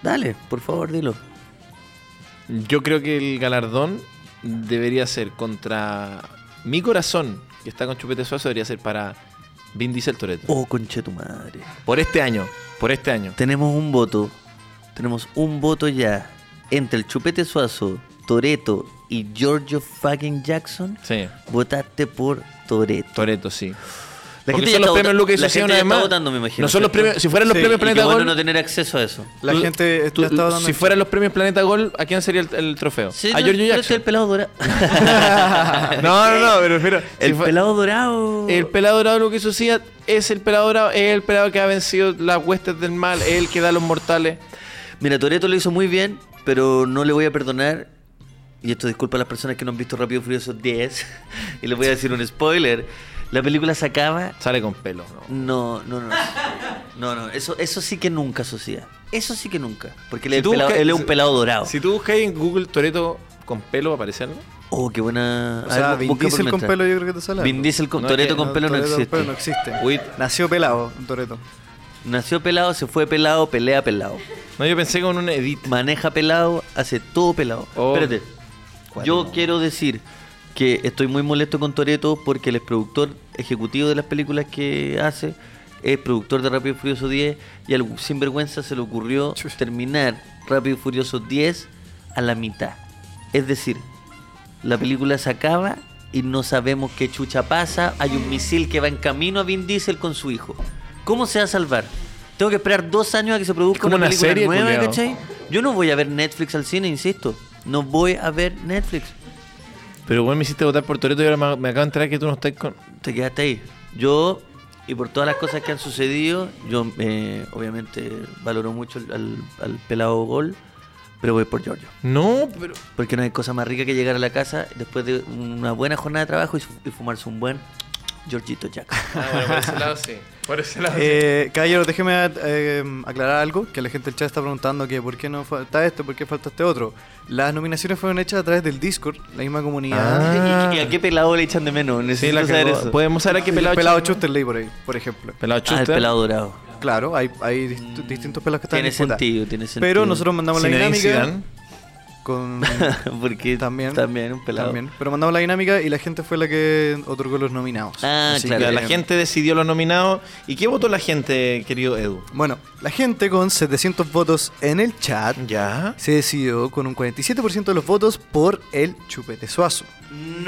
[SPEAKER 1] Dale, por favor, dilo.
[SPEAKER 2] Yo creo que el galardón debería ser contra mi corazón, que está con Chupete Suazo, debería ser para Vin Diesel Toretto.
[SPEAKER 1] Oh, conche tu madre.
[SPEAKER 2] Por este año, por este año.
[SPEAKER 1] Tenemos un voto. Tenemos un voto ya entre el Chupete Suazo, Toreto y Giorgio fucking Jackson.
[SPEAKER 2] Sí,
[SPEAKER 1] Votaste por Toreto.
[SPEAKER 2] Toretto, sí.
[SPEAKER 1] La
[SPEAKER 2] Porque
[SPEAKER 1] gente ya
[SPEAKER 2] son los
[SPEAKER 1] está
[SPEAKER 2] premios
[SPEAKER 1] vota-
[SPEAKER 2] Lucas y
[SPEAKER 1] la
[SPEAKER 2] Sosía
[SPEAKER 1] gente
[SPEAKER 2] una
[SPEAKER 1] ya
[SPEAKER 2] vez
[SPEAKER 1] está
[SPEAKER 2] más.
[SPEAKER 1] votando, me imagino,
[SPEAKER 2] No son los
[SPEAKER 1] ¿cierto?
[SPEAKER 2] premios. Si fueran los
[SPEAKER 3] Sí,
[SPEAKER 2] premios
[SPEAKER 3] y
[SPEAKER 1] Y
[SPEAKER 2] Planeta
[SPEAKER 1] qué bueno
[SPEAKER 2] Gol.
[SPEAKER 1] no tener acceso a eso.
[SPEAKER 3] La
[SPEAKER 2] tú-
[SPEAKER 3] gente
[SPEAKER 2] tú-
[SPEAKER 3] está dando
[SPEAKER 2] Si fueran los premios Planeta Gol, ¿a quién sería el, el trofeo?
[SPEAKER 1] Sí,
[SPEAKER 2] a
[SPEAKER 1] no,
[SPEAKER 2] Giorgio
[SPEAKER 1] pero este es
[SPEAKER 2] Jackson.
[SPEAKER 1] el pelado dorado.
[SPEAKER 2] no, no, no, pero espera.
[SPEAKER 1] El
[SPEAKER 2] si fue-
[SPEAKER 1] pelado dorado.
[SPEAKER 2] El pelado dorado lo que sucedía es el pelado dorado, es el pelado que ha vencido las huestes del mal, es el que da a los mortales.
[SPEAKER 1] Mira, Toreto lo hizo muy bien, pero no le voy a perdonar. Y esto disculpa a las personas que no han visto Rápido y Furioso 10. Y les voy a decir un spoiler. La película se acaba.
[SPEAKER 2] Sale con pelo. ¿no?
[SPEAKER 1] No, no, no. No, no. Eso, eso sí que nunca, Socia. Eso sí que nunca. Porque él,
[SPEAKER 2] Si
[SPEAKER 1] es,
[SPEAKER 2] tú
[SPEAKER 1] pelado-
[SPEAKER 2] buscas-
[SPEAKER 1] él es un pelado dorado.
[SPEAKER 2] Si tú buscas en Google Toreto con pelo, aparece algo.
[SPEAKER 1] Oh, qué buena.
[SPEAKER 3] O
[SPEAKER 1] A
[SPEAKER 3] sea,
[SPEAKER 1] ver,
[SPEAKER 3] Vin
[SPEAKER 1] busca por
[SPEAKER 3] Diesel con
[SPEAKER 1] mientras.
[SPEAKER 3] pelo yo creo que te sale.
[SPEAKER 1] Vin
[SPEAKER 3] algo.
[SPEAKER 1] Diesel con
[SPEAKER 2] No, es
[SPEAKER 1] Toreto
[SPEAKER 2] que
[SPEAKER 1] con pelo no,
[SPEAKER 3] Toretto con
[SPEAKER 1] existe.
[SPEAKER 3] pelo no existe.
[SPEAKER 2] Uy.
[SPEAKER 3] Nació pelado, Toreto.
[SPEAKER 1] Nació pelado, se fue pelado, pelea pelado.
[SPEAKER 2] No, yo pensé con un edit.
[SPEAKER 1] Maneja pelado, hace todo pelado.
[SPEAKER 2] Oh.
[SPEAKER 1] Espérate. Yo quiero decir que estoy muy molesto con Toreto porque el productor ejecutivo de las películas que hace es productor de Rápido y Furioso 10 y al sinvergüenza se le ocurrió
[SPEAKER 3] Chuch.
[SPEAKER 1] terminar Rápido y Furioso 10 a la mitad. Es decir, la película se acaba y no sabemos qué chucha pasa. Hay un misil que va en camino a Vin Diesel con su hijo. ¿Cómo se va a salvar? Tengo que esperar dos años a que se produzca
[SPEAKER 2] como
[SPEAKER 1] una
[SPEAKER 2] una
[SPEAKER 1] película
[SPEAKER 2] serie,
[SPEAKER 1] nueva,
[SPEAKER 2] culiao.
[SPEAKER 1] ¿cachai? Yo no voy a ver Netflix al cine, insisto. No voy a ver Netflix.
[SPEAKER 2] Pero bueno, me hiciste votar por Toreto y ahora me, me acabo de enterar que tú no estás con.
[SPEAKER 1] Te quedaste ahí. Yo, y por todas las cosas que han sucedido, yo eh, obviamente valoro mucho al, al- al pelado gol, pero voy por Giorgio.
[SPEAKER 2] No, pero.
[SPEAKER 1] Porque no hay cosa más rica que llegar a la casa después de una buena jornada de trabajo y, su- y fumarse un buen Giorgito Jack.
[SPEAKER 2] Ah, bueno, por ese lado sí. Por ese lado
[SPEAKER 3] Eh, caballero, déjeme eh, aclarar algo, que la gente del chat está preguntando que por qué no falta este, por qué falta este otro. Las nominaciones fueron hechas a través del Discord, la misma comunidad.
[SPEAKER 1] ¿Y, y a qué pelado le echan de menos?
[SPEAKER 2] Ah. sí.
[SPEAKER 1] Necesito
[SPEAKER 2] la
[SPEAKER 1] saber
[SPEAKER 2] cagó.
[SPEAKER 1] eso.
[SPEAKER 2] Podemos saber a qué
[SPEAKER 3] El pelado,
[SPEAKER 2] pelado.
[SPEAKER 3] pelado
[SPEAKER 2] ch-
[SPEAKER 3] Chuster leí por ahí, por ejemplo.
[SPEAKER 2] Pelado
[SPEAKER 1] Ah, el
[SPEAKER 2] chuster.
[SPEAKER 1] pelado dorado.
[SPEAKER 3] Claro, hay, hay dist- distintos pelados que están en
[SPEAKER 1] Tiene
[SPEAKER 3] disputa.
[SPEAKER 1] sentido, tiene sentido.
[SPEAKER 3] Pero nosotros mandamos la
[SPEAKER 2] Zinedine
[SPEAKER 3] dinámica
[SPEAKER 2] Zidane.
[SPEAKER 3] ¿eh? con
[SPEAKER 1] Porque también,
[SPEAKER 3] también,
[SPEAKER 1] un pelado.
[SPEAKER 3] también. Pero mandamos la dinámica y la gente fue la que otorgó los nominados.
[SPEAKER 1] Ah,
[SPEAKER 3] Así
[SPEAKER 1] claro.
[SPEAKER 2] Ya,
[SPEAKER 3] que-
[SPEAKER 2] la gente decidió los nominados. ¿Y qué votó la gente, querido Edu?
[SPEAKER 3] Bueno, la gente con 700 votos en el chat
[SPEAKER 2] Ya.
[SPEAKER 3] se decidió con un 47% de los votos por el chupete suazo.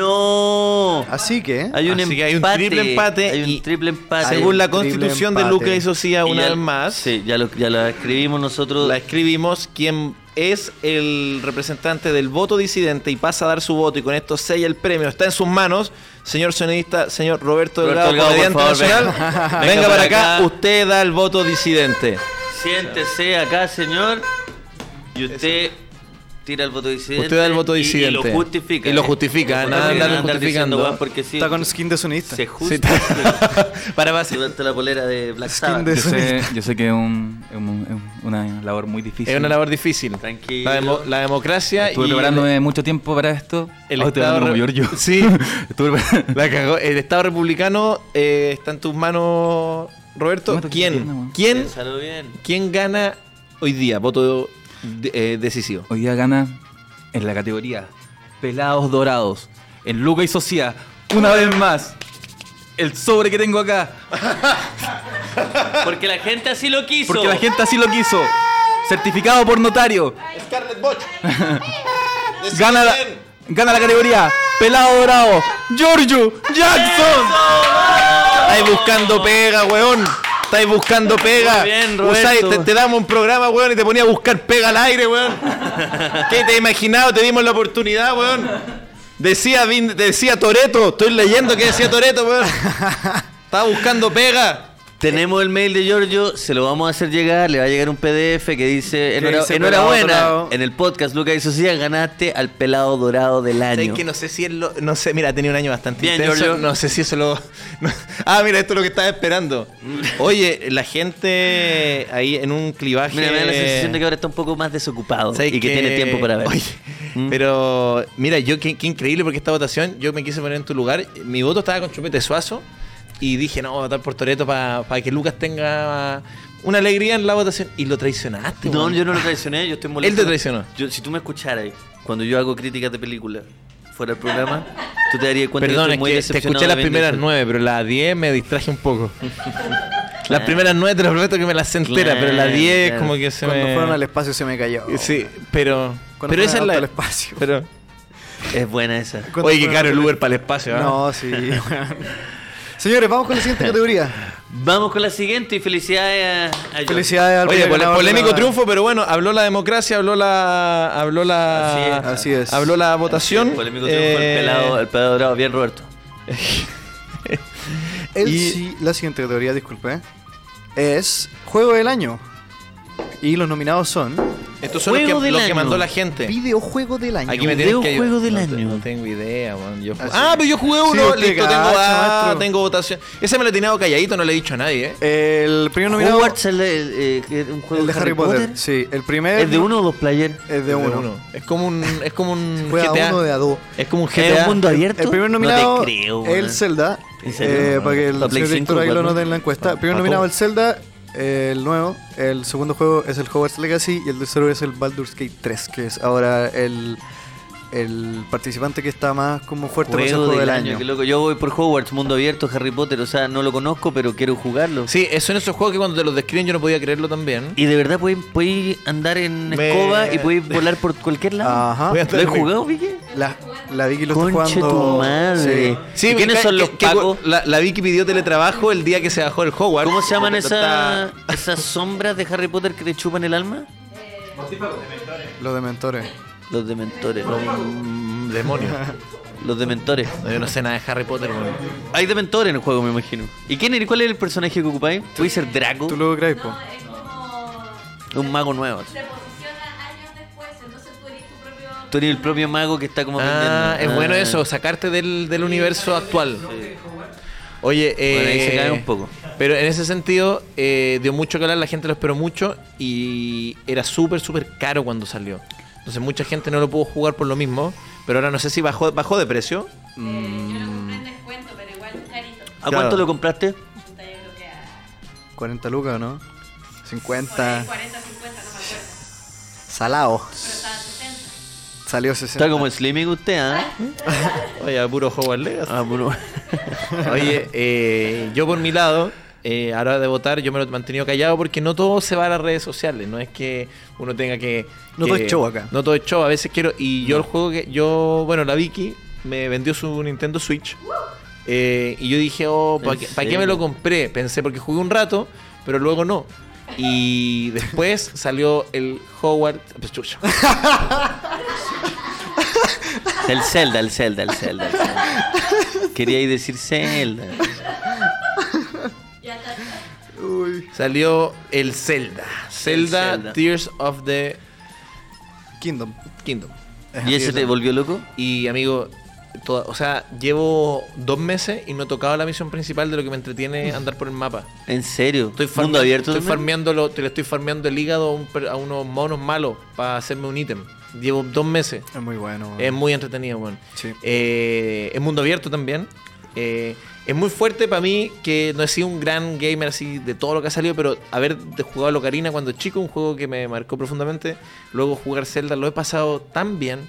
[SPEAKER 1] ¡No!
[SPEAKER 3] Así que
[SPEAKER 1] Hay un,
[SPEAKER 2] Así
[SPEAKER 1] empate,
[SPEAKER 2] que hay un triple empate
[SPEAKER 1] Hay
[SPEAKER 2] y-
[SPEAKER 1] un triple empate.
[SPEAKER 2] Según la
[SPEAKER 3] un triple
[SPEAKER 2] constitución de
[SPEAKER 3] empate.
[SPEAKER 2] Luca y Socia,
[SPEAKER 1] Y
[SPEAKER 2] una
[SPEAKER 1] ya-
[SPEAKER 2] vez más,
[SPEAKER 1] Sí, ya, lo, ya la escribimos nosotros.
[SPEAKER 2] la escribimos quien es el representante del voto disidente y pasa a dar su voto y con esto sella el premio. Está en sus manos, señor sonidista, señor Roberto Delgado,
[SPEAKER 1] Roberto Delgado,
[SPEAKER 2] comediante
[SPEAKER 1] por favor,
[SPEAKER 2] nacional. Venga,
[SPEAKER 1] venga. Venga
[SPEAKER 2] para
[SPEAKER 1] para
[SPEAKER 2] acá.
[SPEAKER 1] acá.
[SPEAKER 2] usted da el voto disidente.
[SPEAKER 1] Siéntese acá, señor. Y usted tira el voto disidente.
[SPEAKER 2] Usted da el voto
[SPEAKER 1] y-
[SPEAKER 2] disidente.
[SPEAKER 1] Y, lo justifica.
[SPEAKER 2] Y lo
[SPEAKER 1] ¿eh?
[SPEAKER 2] justifica,
[SPEAKER 1] Porque
[SPEAKER 2] nada
[SPEAKER 1] no
[SPEAKER 2] de
[SPEAKER 1] tiene
[SPEAKER 2] andar
[SPEAKER 1] andar
[SPEAKER 2] justificando.
[SPEAKER 1] diciendo, "Weón, porque sí,
[SPEAKER 3] está con skin de sonista.
[SPEAKER 1] se
[SPEAKER 2] Sí,
[SPEAKER 1] justifica.
[SPEAKER 2] está- para base.
[SPEAKER 1] Durante la polera de Black
[SPEAKER 3] Skin
[SPEAKER 1] Sabbath.
[SPEAKER 3] de-
[SPEAKER 9] Yo sé, yo sé que es, un- es un- es un- una labor muy difícil.
[SPEAKER 2] Es una labor difícil.
[SPEAKER 1] Tranquilo.
[SPEAKER 2] La, demo- la democracia
[SPEAKER 9] Estuve
[SPEAKER 2] y
[SPEAKER 9] preparándome mucho tiempo para esto. Ah,
[SPEAKER 2] El
[SPEAKER 9] Ahora estoy
[SPEAKER 2] Estado
[SPEAKER 9] hablando como
[SPEAKER 2] re-
[SPEAKER 9] Giorgio.
[SPEAKER 2] Sí.
[SPEAKER 9] Estuve pre-
[SPEAKER 2] La cagó. El Estado republicano eh, está en tus manos, Roberto.
[SPEAKER 9] No Eh, me toques la pierna,
[SPEAKER 2] ¿Quién?
[SPEAKER 9] weón.
[SPEAKER 2] ¿Quién?
[SPEAKER 1] Piénsalo bien.
[SPEAKER 2] ¿Quién gana hoy día? Voto de- eh, decisivo.
[SPEAKER 9] Hoy día gana en la categoría Pelados Dorados. En Luca y Socia. Una vez más. El sobre que tengo acá.
[SPEAKER 1] Porque la gente así lo quiso.
[SPEAKER 9] Porque la gente así lo quiso. Certificado por notario.
[SPEAKER 2] Scarlett Boch.
[SPEAKER 9] Gana la, gana la categoría Pelado Dorado. Giorgio Jackson.
[SPEAKER 2] Estáis buscando pega, weón. Estáis buscando pega.
[SPEAKER 1] Muy bien, Roberto.
[SPEAKER 2] Usáis- te, te damos un programa, weón, y te ponía a buscar pega al aire, weón. ¿Qué te imaginado? Te dimos la oportunidad, weón. Decía, Vin- decía Toreto. Estoy leyendo que decía Toreto, weón. Estaba buscando pega.
[SPEAKER 1] Tenemos el mail de Giorgio, se lo vamos a hacer llegar, le va a llegar un PDF que dice, "Enhora-
[SPEAKER 3] dice
[SPEAKER 1] enhorabuena,
[SPEAKER 3] pelado dorado".
[SPEAKER 1] en el podcast Lucas y Socia ganaste al pelado dorado del
[SPEAKER 2] Sabes
[SPEAKER 1] año.
[SPEAKER 2] que no sé si él lo- no sé, mira, ha tenido un año bastante
[SPEAKER 1] Bien,
[SPEAKER 2] intenso,
[SPEAKER 1] Giorgio.
[SPEAKER 2] no sé si eso lo no- Ah, mira, esto es lo que estaba esperando. Oye, la gente ahí en un clivaje
[SPEAKER 1] Mira, me da la sensación de que ahora está un poco más desocupado
[SPEAKER 2] Eh, ¿sabes
[SPEAKER 1] y que, tiene tiempo para ver.
[SPEAKER 2] Oye,
[SPEAKER 1] ¿Mm?
[SPEAKER 2] pero mira, yo qué, qué increíble porque esta votación, yo me quise poner en tu lugar, mi voto estaba con Chupete Suazo y dije, no, voy a votar por Toreto para que Lucas tenga una alegría en la votación y lo traicionaste.
[SPEAKER 1] no,
[SPEAKER 2] weón.
[SPEAKER 1] yo no lo traicioné, yo estoy molesto.
[SPEAKER 2] Él te traicionó.
[SPEAKER 1] Yo- si tú me escucharas cuando yo hago críticas de películas fuera del programa, tú te darías cuenta
[SPEAKER 2] Perdón,
[SPEAKER 1] que
[SPEAKER 2] es
[SPEAKER 1] estoy muy
[SPEAKER 2] que te
[SPEAKER 1] decepcionado
[SPEAKER 2] escuché las
[SPEAKER 1] de Vin
[SPEAKER 2] primeras
[SPEAKER 1] Diesel.
[SPEAKER 2] nueve, pero las diez me distraje un poco. las primeras nueve te lo prometo que me las entera,
[SPEAKER 1] Claro,
[SPEAKER 2] pero las diez
[SPEAKER 1] claro.
[SPEAKER 2] como que se
[SPEAKER 3] Cuando
[SPEAKER 2] me...
[SPEAKER 3] fueron al espacio se me cayó.
[SPEAKER 2] Sí, pero...
[SPEAKER 3] Cuando
[SPEAKER 2] Pero esa es
[SPEAKER 3] fueron
[SPEAKER 2] la...
[SPEAKER 3] al espacio.
[SPEAKER 2] Pero...
[SPEAKER 1] Es buena esa.
[SPEAKER 3] Cuando
[SPEAKER 2] Oye, qué
[SPEAKER 3] fueron
[SPEAKER 2] caro
[SPEAKER 3] al-
[SPEAKER 2] el Uber para el espacio, ¿ah?
[SPEAKER 3] No, sí. Señores, vamos con la siguiente categoría.
[SPEAKER 1] Vamos con la siguiente y felicidades a, a John.
[SPEAKER 3] Felicidades al
[SPEAKER 2] Oye,
[SPEAKER 3] primer
[SPEAKER 2] pole-
[SPEAKER 3] ganador de
[SPEAKER 2] polémico
[SPEAKER 3] la-
[SPEAKER 2] triunfo, pero bueno, habló la democracia, habló la. Habló la.
[SPEAKER 1] Así
[SPEAKER 3] es, así es.
[SPEAKER 2] Habló la votación.
[SPEAKER 1] El polémico triunfo, el
[SPEAKER 2] eh,
[SPEAKER 1] pelado, el pelado dorado. Bien, Roberto.
[SPEAKER 3] El
[SPEAKER 2] Y-
[SPEAKER 3] sí- la siguiente categoría, disculpe, es Juego del Año. Y los nominados son
[SPEAKER 2] Estos son los que,
[SPEAKER 1] Juego del
[SPEAKER 2] los que
[SPEAKER 1] año.
[SPEAKER 2] mandó la gente.
[SPEAKER 3] Videojuego del Año.
[SPEAKER 2] Aquí me tienen que
[SPEAKER 1] Videojuego del
[SPEAKER 2] no,
[SPEAKER 1] año.
[SPEAKER 2] te- No tengo idea, weón. Yo jugué-
[SPEAKER 3] Así
[SPEAKER 2] Ah,
[SPEAKER 3] es.
[SPEAKER 2] pero yo jugué
[SPEAKER 3] Sí,
[SPEAKER 2] uno.
[SPEAKER 3] usted
[SPEAKER 2] listo, tengo,
[SPEAKER 3] cacha,
[SPEAKER 2] ah,
[SPEAKER 3] maestro.
[SPEAKER 2] tengo votación. Ese me lo he tirado calladito, no le he dicho a nadie, ¿eh?
[SPEAKER 3] El primer nominado
[SPEAKER 1] Hogwarts el, el, eh, que es un juego
[SPEAKER 3] el de Harry, Potter. Sí, el primer
[SPEAKER 1] ¿Es de uno o dos player?
[SPEAKER 3] es de
[SPEAKER 2] De
[SPEAKER 3] uno.
[SPEAKER 2] uno. Es como un. Es como un
[SPEAKER 3] Fue a
[SPEAKER 2] GTA.
[SPEAKER 3] uno de a dos.
[SPEAKER 2] Es como un
[SPEAKER 1] ¿Es un
[SPEAKER 2] GTA.
[SPEAKER 1] mundo abierto?
[SPEAKER 3] El primer
[SPEAKER 1] No te
[SPEAKER 3] nominado
[SPEAKER 1] creo,
[SPEAKER 3] el
[SPEAKER 1] weón.
[SPEAKER 3] Zelda.
[SPEAKER 1] ¿En serio?
[SPEAKER 3] eh, para que el
[SPEAKER 1] La Play
[SPEAKER 3] señor
[SPEAKER 1] cinco,
[SPEAKER 3] director ahí lo
[SPEAKER 1] weón.
[SPEAKER 3] note en la encuesta.
[SPEAKER 1] Pa-
[SPEAKER 3] El primer
[SPEAKER 1] pa
[SPEAKER 3] nominado
[SPEAKER 1] todo.
[SPEAKER 3] el Zelda, eh, el nuevo. El segundo juego es el Hogwarts Legacy y el tercero es el Baldur's Gate 3, que es ahora el, el participante que está más como fuerte para ser
[SPEAKER 1] Juego del, año. qué
[SPEAKER 3] año.
[SPEAKER 1] loco. Yo voy por Hogwarts, mundo abierto, Harry Potter. O sea, no lo conozco, pero quiero jugarlo.
[SPEAKER 2] Sí, son esos juegos que cuando te los describen yo no podía creerlo también.
[SPEAKER 1] Y de verdad podéis podéis andar en
[SPEAKER 2] Me-
[SPEAKER 1] escoba y podéis volar por cualquier lado.
[SPEAKER 3] Ajá.
[SPEAKER 2] Voy a-
[SPEAKER 1] ¿Lo he jugado, Vicky?
[SPEAKER 3] La, la Vicky lo
[SPEAKER 1] Conche
[SPEAKER 3] está jugando.
[SPEAKER 1] tu madre.
[SPEAKER 3] Sí.
[SPEAKER 1] ¿Y quiénes
[SPEAKER 2] que-
[SPEAKER 1] son los
[SPEAKER 2] que- que-
[SPEAKER 1] pacos?
[SPEAKER 2] La, la Vicky pidió teletrabajo el día que se bajó el Hogwarts.
[SPEAKER 1] ¿Cómo se llaman
[SPEAKER 2] Ta- ta-
[SPEAKER 1] esas esas sombras de Harry Potter que te chupan el alma?
[SPEAKER 3] Los dementores.
[SPEAKER 1] Los dementores.
[SPEAKER 2] Mm, Demonios.
[SPEAKER 1] Los dementores.
[SPEAKER 2] No, yo no sé nada de Harry Potter, weón.
[SPEAKER 1] Hay dementores en el juego, me imagino. ¿Y quién eres? ¿Cuál es el personaje que ocupáis? ¿Puede ser Draco?
[SPEAKER 3] Tú lo crees, po.
[SPEAKER 6] es como.
[SPEAKER 1] Un mago nuevo. así.
[SPEAKER 6] Se posiciona años después, entonces tú eres tu propio.
[SPEAKER 1] Tú eres el propio mago que está como
[SPEAKER 2] Ah, es
[SPEAKER 1] vendiendo.
[SPEAKER 2] bueno
[SPEAKER 1] Ah.
[SPEAKER 2] eso, sacarte del, del universo actual. Oye, eh,
[SPEAKER 1] Bueno, ahí se cae un poco.
[SPEAKER 2] Pero en ese sentido, eh, dio mucho que hablar, la gente lo esperó mucho y era súper, súper caro cuando salió. Entonces mucha gente no lo pudo jugar por lo mismo, pero ahora no sé si bajó, bajó de precio.
[SPEAKER 6] Yo
[SPEAKER 1] mm.
[SPEAKER 6] lo compré en descuento, pero igual carito.
[SPEAKER 1] ¿A
[SPEAKER 2] Claro.
[SPEAKER 1] cuánto lo compraste?
[SPEAKER 6] Puta, yo creo que a
[SPEAKER 3] 40 lucas, ¿no? 50.
[SPEAKER 6] 40, 50, no me acuerdo.
[SPEAKER 3] Salado.
[SPEAKER 6] Pero estaba 60.
[SPEAKER 3] Salió 60.
[SPEAKER 1] Está como slimming usted, ¿ah?
[SPEAKER 2] Oye, a puro Hogwarts Legacy.
[SPEAKER 1] Ah, bueno.
[SPEAKER 2] Oye, eh, yo por mi lado, eh, a la hora de votar, yo me lo he mantenido callado porque no todo se va a las redes sociales. No es que uno tenga que.
[SPEAKER 3] No todo
[SPEAKER 2] que-
[SPEAKER 3] es show acá.
[SPEAKER 2] No todo es show. A veces quiero. Y yo el juego que. Yo, bueno, la Vicky me vendió su Nintendo Switch. eh, y yo dije, oh, ¿para
[SPEAKER 1] ¿En
[SPEAKER 2] qué, pa' qué
[SPEAKER 1] serio?
[SPEAKER 2] me lo compré? Pensé porque jugué un rato, pero luego no. Y después salió el Howard. Pues, chucha.
[SPEAKER 1] El Zelda, el Zelda, el Zelda. el Zelda. Quería ir decir Zelda.
[SPEAKER 3] Uy.
[SPEAKER 2] Salió el Zelda. Zelda,
[SPEAKER 1] Zelda.
[SPEAKER 2] Tears of the
[SPEAKER 3] Kingdom.
[SPEAKER 2] Kingdom.
[SPEAKER 1] ¿Y ese te volvió loco?
[SPEAKER 2] Y amigo, toda- o sea, llevo dos meses y no he tocado la misión principal de lo que me entretiene andar por el mapa.
[SPEAKER 1] ¿En serio?
[SPEAKER 2] Estoy, farme-
[SPEAKER 1] ¿Mundo abierto
[SPEAKER 2] estoy
[SPEAKER 1] también?
[SPEAKER 2] farmeándolo, te le estoy farmeando el hígado a, un per- a unos monos malos para hacerme un ítem. Llevo dos meses.
[SPEAKER 3] Es muy bueno. eh.
[SPEAKER 2] Es muy entretenido, weón.
[SPEAKER 3] Sí.
[SPEAKER 2] Eh, es mundo abierto también. Eh, es muy fuerte para mí que no he sido un gran gamer así de todo lo que ha salido, pero haber de- jugado a Locarina cuando chico, un juego que me marcó profundamente. Luego jugar Zelda, lo he pasado tan bien.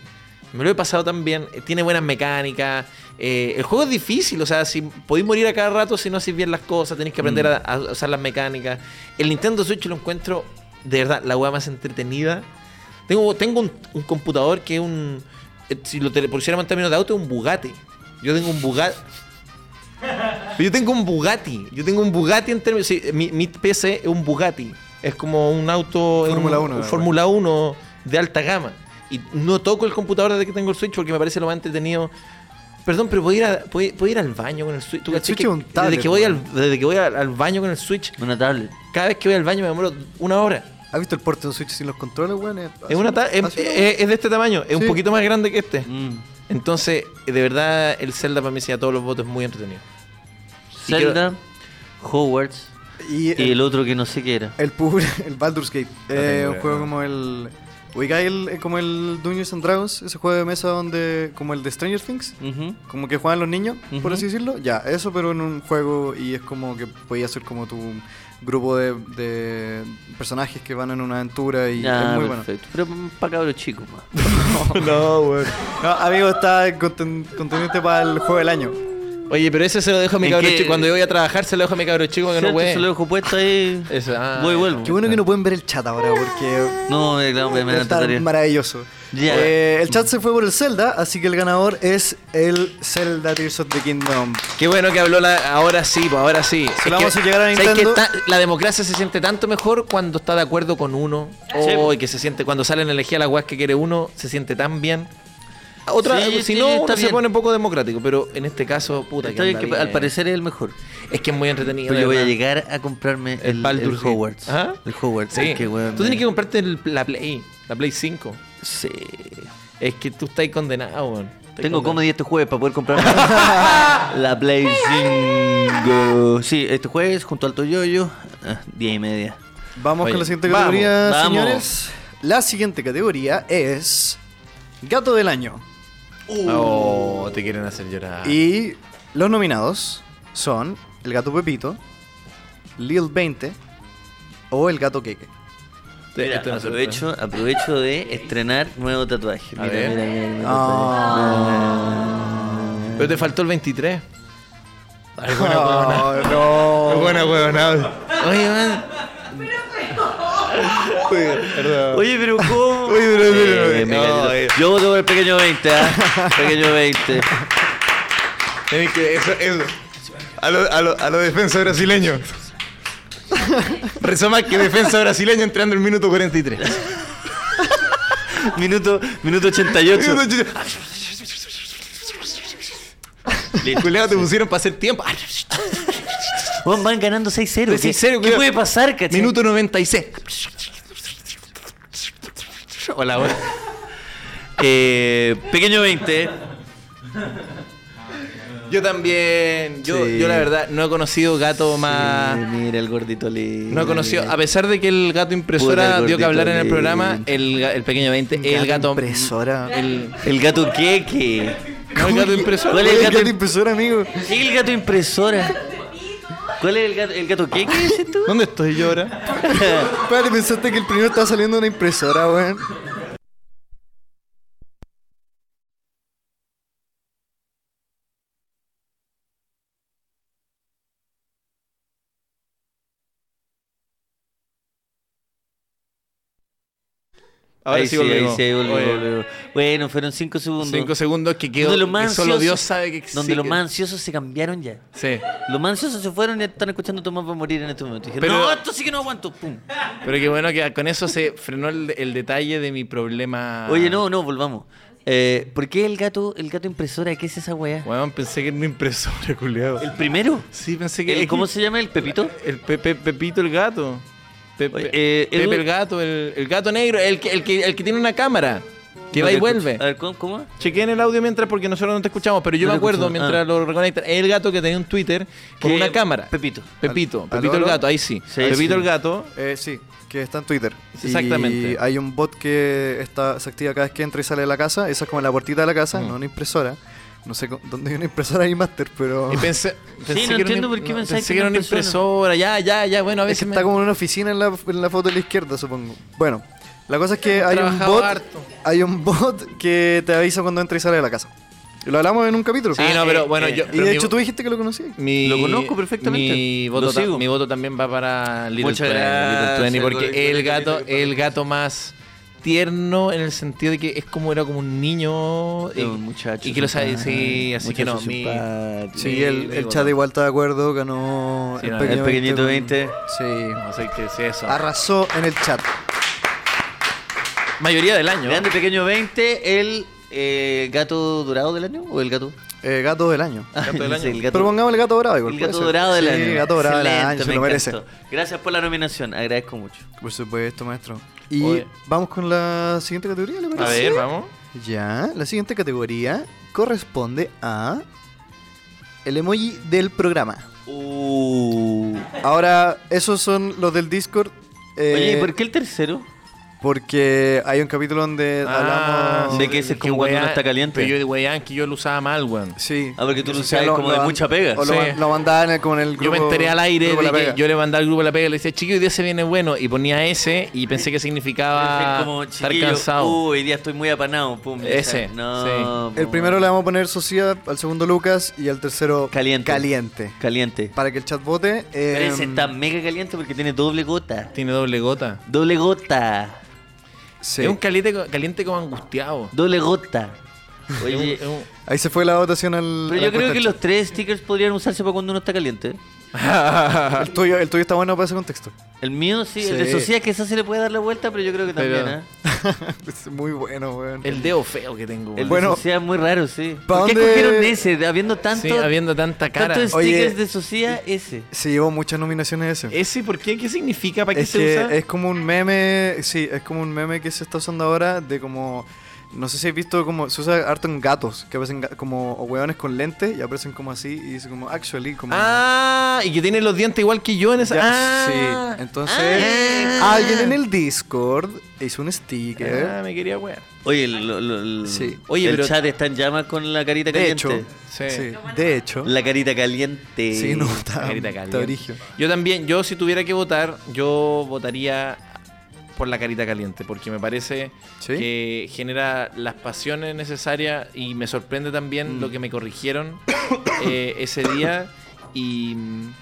[SPEAKER 2] Me lo he pasado tan bien. Eh, Tiene buenas mecánicas. Eh, el juego es difícil, o sea, si podéis morir a cada rato si no hacéis bien las cosas, tenéis que aprender
[SPEAKER 3] Mm.
[SPEAKER 2] a, a usar las mecánicas. El Nintendo Switch lo encuentro, de verdad, la weá más entretenida. Tengo, tengo un, un computador que es un. eh, Si lo tele- pusiéramos en términos de auto, es un Bugatti. Yo tengo un Bugatti. Yo tengo un Bugatti. Yo tengo un Bugatti en términos. sí, mi, mi PC es un Bugatti. Es como un auto. es un-
[SPEAKER 3] Fórmula uno,
[SPEAKER 2] un
[SPEAKER 3] güey.
[SPEAKER 2] Fórmula 1 de alta gama. Y no toco el computador desde que tengo el Switch porque me parece lo más entretenido. Perdón, pero puedo ir, a- puedo ir- puedo ir al baño con el Switch. ¿Tú
[SPEAKER 3] El
[SPEAKER 2] cachai
[SPEAKER 3] Switch
[SPEAKER 2] que
[SPEAKER 3] es un tablet,
[SPEAKER 2] desde que voy,
[SPEAKER 3] güey.
[SPEAKER 2] al, desde que voy al- al baño con el Switch,
[SPEAKER 1] Una tablet.
[SPEAKER 2] cada vez que voy al baño me demoro una hora.
[SPEAKER 3] ¿Has visto el porte de un Switch sin los controles, weón? Es
[SPEAKER 2] Es, una ta- es,
[SPEAKER 3] así, weón.
[SPEAKER 2] es- es de este tamaño, es un
[SPEAKER 3] Sí.
[SPEAKER 2] poquito más grande que este.
[SPEAKER 1] Mm.
[SPEAKER 2] Entonces, de verdad, el Zelda para mí, sí, a todos los votos, es muy entretenido. Y quiero- eh.
[SPEAKER 1] Zelda, Hogwarts
[SPEAKER 3] Y
[SPEAKER 1] y el
[SPEAKER 3] el,
[SPEAKER 1] otro que no sé qué era.
[SPEAKER 3] el, pur- el Baldur's Gate. Eh, un juego como el. Oiga, el, eh, como el Dungeons and Dragons, ese juego de mesa donde. como el de Stranger Things.
[SPEAKER 1] Ujú.
[SPEAKER 3] Como que juegan los niños, por
[SPEAKER 1] Ujú.
[SPEAKER 3] así decirlo. Ya, eso, pero en un juego y es como que podías hacer como tu grupo de, de personajes que van en una aventura y
[SPEAKER 1] Ah,
[SPEAKER 3] es muy bueno.
[SPEAKER 1] perfecto. Pero para cabros chicos, más.
[SPEAKER 3] no, weón. No, amigo, está en conten- conteniente para el juego del año.
[SPEAKER 2] Oye, pero ese se lo dejo a mi
[SPEAKER 1] ¿En
[SPEAKER 2] cabro
[SPEAKER 1] qué?
[SPEAKER 2] chico. Cuando yo voy a trabajar, se lo dejo a mi cabro chico que no
[SPEAKER 1] Cierto,
[SPEAKER 2] puede.
[SPEAKER 1] se lo dejo puesto ahí.
[SPEAKER 2] Eso, ah,
[SPEAKER 1] Voy y
[SPEAKER 2] ya.
[SPEAKER 1] vuelvo.
[SPEAKER 3] Qué bueno que no pueden ver el chat ahora porque
[SPEAKER 1] No, eh, claro, me, me
[SPEAKER 3] está
[SPEAKER 1] encantaría.
[SPEAKER 3] maravilloso.
[SPEAKER 1] Ya.
[SPEAKER 3] Eh, el chat se fue por el Zelda, así que el ganador es el Zelda Tears of the Kingdom.
[SPEAKER 2] Qué bueno que habló la- ahora sí, pues ahora sí. Es
[SPEAKER 3] lo vamos a llegar a
[SPEAKER 2] ¿sabes
[SPEAKER 3] Nintendo?
[SPEAKER 2] que está- la democracia se siente tanto mejor cuando está de acuerdo con uno.
[SPEAKER 1] pues.
[SPEAKER 2] Oh, y que se siente cuando salen a elegir a la weas que quiere uno, se siente tan bien. Otra,
[SPEAKER 1] Sí,
[SPEAKER 2] si
[SPEAKER 1] sí,
[SPEAKER 2] no,
[SPEAKER 1] está
[SPEAKER 2] uno se
[SPEAKER 1] bien.
[SPEAKER 2] pone poco democrático, pero en este caso, puta,
[SPEAKER 1] Está
[SPEAKER 2] que
[SPEAKER 1] bien que
[SPEAKER 2] anda bien.
[SPEAKER 1] al parecer es el mejor.
[SPEAKER 2] es que es muy entretenido.
[SPEAKER 1] Pero
[SPEAKER 2] de
[SPEAKER 1] yo voy a
[SPEAKER 2] verdad.
[SPEAKER 1] llegar a comprarme el, el,
[SPEAKER 2] Baldur's Gate.
[SPEAKER 1] Hogwarts.
[SPEAKER 2] Ajá.
[SPEAKER 1] El Hogwarts.
[SPEAKER 2] Sí.
[SPEAKER 1] que, weón,
[SPEAKER 2] tú tienes que eh.
[SPEAKER 1] me-
[SPEAKER 2] comprarte el- la Play, la Play 5.
[SPEAKER 1] Sí.
[SPEAKER 2] Es que tú estás condenado, weón. Estás
[SPEAKER 1] Tengo
[SPEAKER 2] condenado.
[SPEAKER 1] comedy este jueves para poder comprarme la Play 5. Sí, este jueves junto al Toyoyo, ah, Diez y media.
[SPEAKER 3] Vamos
[SPEAKER 2] Oye,
[SPEAKER 3] con la siguiente
[SPEAKER 2] vamos,
[SPEAKER 3] categoría,
[SPEAKER 1] vamos.
[SPEAKER 3] señores. La siguiente categoría es Gato del Año.
[SPEAKER 2] Oh, te quieren hacer
[SPEAKER 1] Ah.
[SPEAKER 2] llorar.
[SPEAKER 3] Y los nominados son el gato Pepito, Lil 20 o el gato Keke.
[SPEAKER 1] Mira,
[SPEAKER 2] Esto no se puede.
[SPEAKER 1] aprovecho, aprovecho de estrenar nuevo tatuaje.
[SPEAKER 2] A
[SPEAKER 1] Mira,
[SPEAKER 2] ver.
[SPEAKER 1] mira, mira, mira, Ah.
[SPEAKER 2] Pero te faltó el 23.
[SPEAKER 3] No, no.
[SPEAKER 2] Buena huevonada. Oye, man.
[SPEAKER 1] tatuaje. Oye, pero ¿cómo? Eh, me
[SPEAKER 2] no,
[SPEAKER 1] cayó.
[SPEAKER 2] eh.
[SPEAKER 1] Yo voto por el pequeño 20, ¿ah? Pequeño 20.
[SPEAKER 2] Tenés que. Eso, eso. A los a lo, a lo defensa brasileño. Rezó más que defensa brasileño entrando en el minuto 43.
[SPEAKER 1] Minuto, minuto 88. Listo.
[SPEAKER 2] Culeado, te pusieron para hacer tiempo.
[SPEAKER 1] Juan, van ganando 6-0. ¿Qué,
[SPEAKER 2] 6-0,
[SPEAKER 1] ¿qué
[SPEAKER 2] cuidado.
[SPEAKER 1] puede pasar, cachai?
[SPEAKER 2] Minuto 96. Hola, hola.
[SPEAKER 1] Eh, pequeño 20.
[SPEAKER 2] Yo también. Yo,
[SPEAKER 1] Sí.
[SPEAKER 2] yo la verdad no he conocido gato más.
[SPEAKER 1] Sí, mira el gordito lindo.
[SPEAKER 2] No he conocido. A pesar de que el gato
[SPEAKER 1] Puta, el
[SPEAKER 2] impresora dio que
[SPEAKER 1] gordito
[SPEAKER 2] hablar en el
[SPEAKER 1] lindo.
[SPEAKER 2] programa, el, ga- el pequeño 20, el gato.
[SPEAKER 3] impresora.
[SPEAKER 2] El,
[SPEAKER 1] El gato queque.
[SPEAKER 2] no, el gato impresora.
[SPEAKER 1] ¿Cuál es el gato imp-
[SPEAKER 3] impresora, amigo?
[SPEAKER 1] Sí, el gato impresora. ¿Cuál es el gato, el gato queque, dices tú?
[SPEAKER 2] ¿Dónde estoy yo ahora?
[SPEAKER 3] Espérate, pensaste que el primero estaba saliendo una impresora, weón.
[SPEAKER 2] Ahora
[SPEAKER 1] Ahí
[SPEAKER 2] sí volvemos.
[SPEAKER 1] ahí sí, ahí volvió,
[SPEAKER 2] Oye,
[SPEAKER 1] volvió. Bueno, fueron 5 segundos.
[SPEAKER 2] Cinco segundos que quedó.
[SPEAKER 1] Donde los más
[SPEAKER 2] que solo
[SPEAKER 1] ansiosos-
[SPEAKER 2] Dios sabe que existe.
[SPEAKER 1] Donde los más ansiosos se cambiaron ya.
[SPEAKER 2] Sí.
[SPEAKER 1] Los más ansiosos se fueron y están escuchando Tomás va a morir en este momento. Dijeron,
[SPEAKER 2] Pero- Ah.
[SPEAKER 1] no, esto sí que no aguanto. Pum.
[SPEAKER 2] Pero qué bueno que con eso se frenó el, el detalle de mi problema.
[SPEAKER 1] Oye, no, no, volvamos. Eh, ¿Por qué el gato, el gato impresora? ¿Qué es esa weá?
[SPEAKER 2] Weón, pensé que era un impresora, culiado.
[SPEAKER 1] ¿El primero?
[SPEAKER 2] Sí, pensé que.
[SPEAKER 1] ¿El- ¿Cómo se llama el Pepito?
[SPEAKER 2] El Pe- Pe- Pepito el gato. Pe- Pe-
[SPEAKER 1] Oye, eh,
[SPEAKER 2] Pepe
[SPEAKER 1] Edu-
[SPEAKER 2] el gato, el, el gato negro, el que, el, que, el que tiene una cámara. Que
[SPEAKER 1] No
[SPEAKER 2] va y
[SPEAKER 1] te escucho.
[SPEAKER 2] vuelve.
[SPEAKER 1] A ver, ¿cómo? cómo?
[SPEAKER 2] Chequeen el audio mientras porque nosotros no te escuchamos, pero yo
[SPEAKER 1] No te
[SPEAKER 2] me acuerdo
[SPEAKER 1] escuchamos.
[SPEAKER 2] mientras
[SPEAKER 1] Ah.
[SPEAKER 2] lo reconectan. Es el gato que tenía un Twitter con
[SPEAKER 1] Que-
[SPEAKER 2] una cámara.
[SPEAKER 1] Pepito.
[SPEAKER 2] Pepito,
[SPEAKER 3] Al-
[SPEAKER 2] Pepito el
[SPEAKER 3] aló,
[SPEAKER 2] gato, ahí sí.
[SPEAKER 1] Sí,
[SPEAKER 2] Pepito
[SPEAKER 1] sí.
[SPEAKER 2] el gato.
[SPEAKER 3] Eh, sí, que está en Twitter.
[SPEAKER 2] Exactamente.
[SPEAKER 3] Y hay un bot que está, se activa cada vez que entra y sale de la casa. Esa es como la puertita de la casa,
[SPEAKER 2] Mm.
[SPEAKER 3] no una impresora. No sé co- dónde hay una impresora y máster, pero.
[SPEAKER 2] Y pensé, pensé
[SPEAKER 1] no
[SPEAKER 2] que era
[SPEAKER 1] entiendo
[SPEAKER 2] una-
[SPEAKER 1] por qué
[SPEAKER 2] no,
[SPEAKER 1] pensáis
[SPEAKER 2] pensé
[SPEAKER 1] que
[SPEAKER 2] que era
[SPEAKER 1] era
[SPEAKER 2] una
[SPEAKER 1] persona.
[SPEAKER 2] impresora. Ya, ya, ya. Bueno, a
[SPEAKER 3] Es que
[SPEAKER 2] veces
[SPEAKER 3] está
[SPEAKER 2] me-
[SPEAKER 3] como en una oficina en la, en la foto de la izquierda, supongo. Bueno, la cosa es que hay un
[SPEAKER 2] trabajado
[SPEAKER 3] bot.
[SPEAKER 2] harto.
[SPEAKER 3] Hay un bot que te avisa cuando entra y sale de la casa. Y Lo hablamos en un capítulo.
[SPEAKER 2] Sí, no, pero bueno, yo.
[SPEAKER 3] y
[SPEAKER 2] pero
[SPEAKER 3] de
[SPEAKER 2] mi-
[SPEAKER 3] hecho tú dijiste que lo conocías.
[SPEAKER 2] mi-
[SPEAKER 1] Lo conozco perfectamente.
[SPEAKER 2] Mi voto,
[SPEAKER 1] Lo
[SPEAKER 2] ta-
[SPEAKER 1] sigo.
[SPEAKER 2] mi voto también va para Little
[SPEAKER 1] Muchas
[SPEAKER 2] Twenty,
[SPEAKER 1] gracias,
[SPEAKER 2] Little Twenty, porque
[SPEAKER 1] Little
[SPEAKER 2] el
[SPEAKER 1] Twenty,
[SPEAKER 2] gato,
[SPEAKER 1] Little Twenty.
[SPEAKER 2] el gato más tierno en el sentido de que es como era como un niño y,
[SPEAKER 1] Es un muchacho
[SPEAKER 2] y que lo sabe sí
[SPEAKER 1] simpático,
[SPEAKER 2] así que no
[SPEAKER 1] muchacho
[SPEAKER 2] mi,
[SPEAKER 1] simpático.
[SPEAKER 3] Sí,
[SPEAKER 2] mi-
[SPEAKER 3] el,
[SPEAKER 2] mi
[SPEAKER 3] el
[SPEAKER 2] voto.
[SPEAKER 3] chat igual está de acuerdo, ganó
[SPEAKER 2] Sí, no,
[SPEAKER 1] El pequeñito 20.
[SPEAKER 3] Sí.
[SPEAKER 2] No sé qué es eso.
[SPEAKER 3] Arrasó en el chat.
[SPEAKER 2] Mayoría del año.
[SPEAKER 1] Grande pequeño 20, el eh, gato dorado del año o el gato.
[SPEAKER 3] Eh, gato del año.
[SPEAKER 2] Gato del
[SPEAKER 1] Sí,
[SPEAKER 2] año.
[SPEAKER 1] el
[SPEAKER 3] Pero
[SPEAKER 1] gato,
[SPEAKER 3] pongamos el gato dorado igual.
[SPEAKER 1] el
[SPEAKER 3] puede
[SPEAKER 1] gato
[SPEAKER 3] ser.
[SPEAKER 1] dorado del
[SPEAKER 3] Sí,
[SPEAKER 1] año.
[SPEAKER 3] gato dorado del
[SPEAKER 1] Excelente,
[SPEAKER 3] año, se
[SPEAKER 1] me
[SPEAKER 3] lo merece.
[SPEAKER 1] encantó. Gracias por la nominación, agradezco mucho.
[SPEAKER 3] Por supuesto, maestro. Y
[SPEAKER 2] Oye.
[SPEAKER 3] vamos con la siguiente categoría, ¿le
[SPEAKER 2] A
[SPEAKER 3] parece?
[SPEAKER 2] ver, vamos.
[SPEAKER 3] Ya, la siguiente categoría corresponde a el emoji del programa.
[SPEAKER 1] Uh.
[SPEAKER 3] Ahora, esos son los del Discord. eh,
[SPEAKER 1] Oye, ¿y por qué el tercero?
[SPEAKER 3] Porque hay un capítulo donde hablamos...
[SPEAKER 1] Ah, de que ese es como cuando uno está caliente.
[SPEAKER 2] Pero yo de weán que yo lo usaba mal, weón.
[SPEAKER 3] Sí.
[SPEAKER 1] Ah, porque tú
[SPEAKER 3] O
[SPEAKER 1] lo
[SPEAKER 3] sea,
[SPEAKER 1] usabas como de
[SPEAKER 3] man-
[SPEAKER 1] mucha pega.
[SPEAKER 3] O lo,
[SPEAKER 2] Sí.
[SPEAKER 3] man- lo mandaba en el, como en el grupo...
[SPEAKER 2] Yo me enteré al aire
[SPEAKER 3] grupo
[SPEAKER 2] de
[SPEAKER 3] La
[SPEAKER 2] que
[SPEAKER 3] Pega.
[SPEAKER 2] yo le mandaba al grupo de la pega y le decía, chico, hoy día se viene bueno. Y ponía ese y pensé que significaba
[SPEAKER 1] como
[SPEAKER 2] Ah, estar
[SPEAKER 1] chiquillo,
[SPEAKER 2] cansado.
[SPEAKER 1] Uh, hoy día estoy muy apanado. Pum, ya
[SPEAKER 2] Ese,
[SPEAKER 1] sabes. No,
[SPEAKER 3] El
[SPEAKER 1] pum.
[SPEAKER 3] primero le vamos a poner Socia, al segundo Lucas y al tercero
[SPEAKER 1] Caliente.
[SPEAKER 3] Caliente.
[SPEAKER 1] Caliente.
[SPEAKER 3] Para que el chat vote. eh,
[SPEAKER 1] Pero ese está mega caliente porque tiene doble gota.
[SPEAKER 2] Tiene doble gota.
[SPEAKER 1] Doble gota.
[SPEAKER 3] Sí.
[SPEAKER 2] Es un caliente, co- caliente como angustiado.
[SPEAKER 1] Doble gota.
[SPEAKER 2] Es un-
[SPEAKER 1] Oye,
[SPEAKER 2] es un-
[SPEAKER 3] Ahí se fue la votación al.
[SPEAKER 1] pero
[SPEAKER 3] a la
[SPEAKER 1] yo creo que
[SPEAKER 3] contesta.
[SPEAKER 1] los tres stickers podrían usarse para cuando uno está caliente.
[SPEAKER 3] El tuyo, el tuyo está bueno para ese contexto.
[SPEAKER 1] El mío sí, el de
[SPEAKER 3] Sí.
[SPEAKER 1] Sociedad quizás se le puede dar la vuelta, pero yo creo que
[SPEAKER 2] Pero-
[SPEAKER 1] también, ¿eh?
[SPEAKER 3] es muy bueno, weón.
[SPEAKER 2] el dedo feo que tengo.
[SPEAKER 1] El
[SPEAKER 2] weón.
[SPEAKER 3] Bueno.
[SPEAKER 1] de Sociedad es muy raro, sí.
[SPEAKER 3] ¿Pa
[SPEAKER 1] ¿Por qué
[SPEAKER 3] dónde-
[SPEAKER 1] escogieron ese? Habiendo tanto,
[SPEAKER 2] Sí, habiendo tanta cara.
[SPEAKER 1] tantos
[SPEAKER 3] Oye.
[SPEAKER 1] stickers de Sociedad, ese.
[SPEAKER 3] Se llevó muchas nominaciones ese.
[SPEAKER 2] ¿Ese por qué? ¿Qué significa? ¿Para qué
[SPEAKER 3] Es
[SPEAKER 2] se
[SPEAKER 3] que
[SPEAKER 2] usa?
[SPEAKER 3] es como un meme, sí, es como un meme que se está usando ahora de como, no sé si has visto como, se usa harto en gatos, que aparecen ga- como o hueones con lentes y aparecen como así y dice como actually, como...
[SPEAKER 2] Ah, y que tiene los dientes igual que yo en esa.
[SPEAKER 3] Ya,
[SPEAKER 2] ah,
[SPEAKER 3] sí, entonces
[SPEAKER 2] Ah.
[SPEAKER 3] alguien en el Discord hizo un sticker.
[SPEAKER 2] Ah, me quería weón.
[SPEAKER 1] Oye, lo- lo- lo-
[SPEAKER 3] Sí.
[SPEAKER 1] Oye,
[SPEAKER 2] Oye,
[SPEAKER 1] el
[SPEAKER 2] pero-
[SPEAKER 1] chat está en llamas con la carita
[SPEAKER 3] de
[SPEAKER 1] caliente.
[SPEAKER 3] hecho,
[SPEAKER 2] Sí.
[SPEAKER 3] sí, de hecho,
[SPEAKER 1] La carita caliente.
[SPEAKER 3] sí, no, está,
[SPEAKER 2] Carita
[SPEAKER 3] está
[SPEAKER 2] caliente.
[SPEAKER 3] origio.
[SPEAKER 2] Yo también, yo si tuviera que votar, yo votaría por la carita caliente, porque me parece
[SPEAKER 3] ¿Sí?
[SPEAKER 2] que genera las pasiones necesarias y me sorprende
[SPEAKER 3] Mm.
[SPEAKER 2] también lo que me corrigieron eh, ese día. Y mm,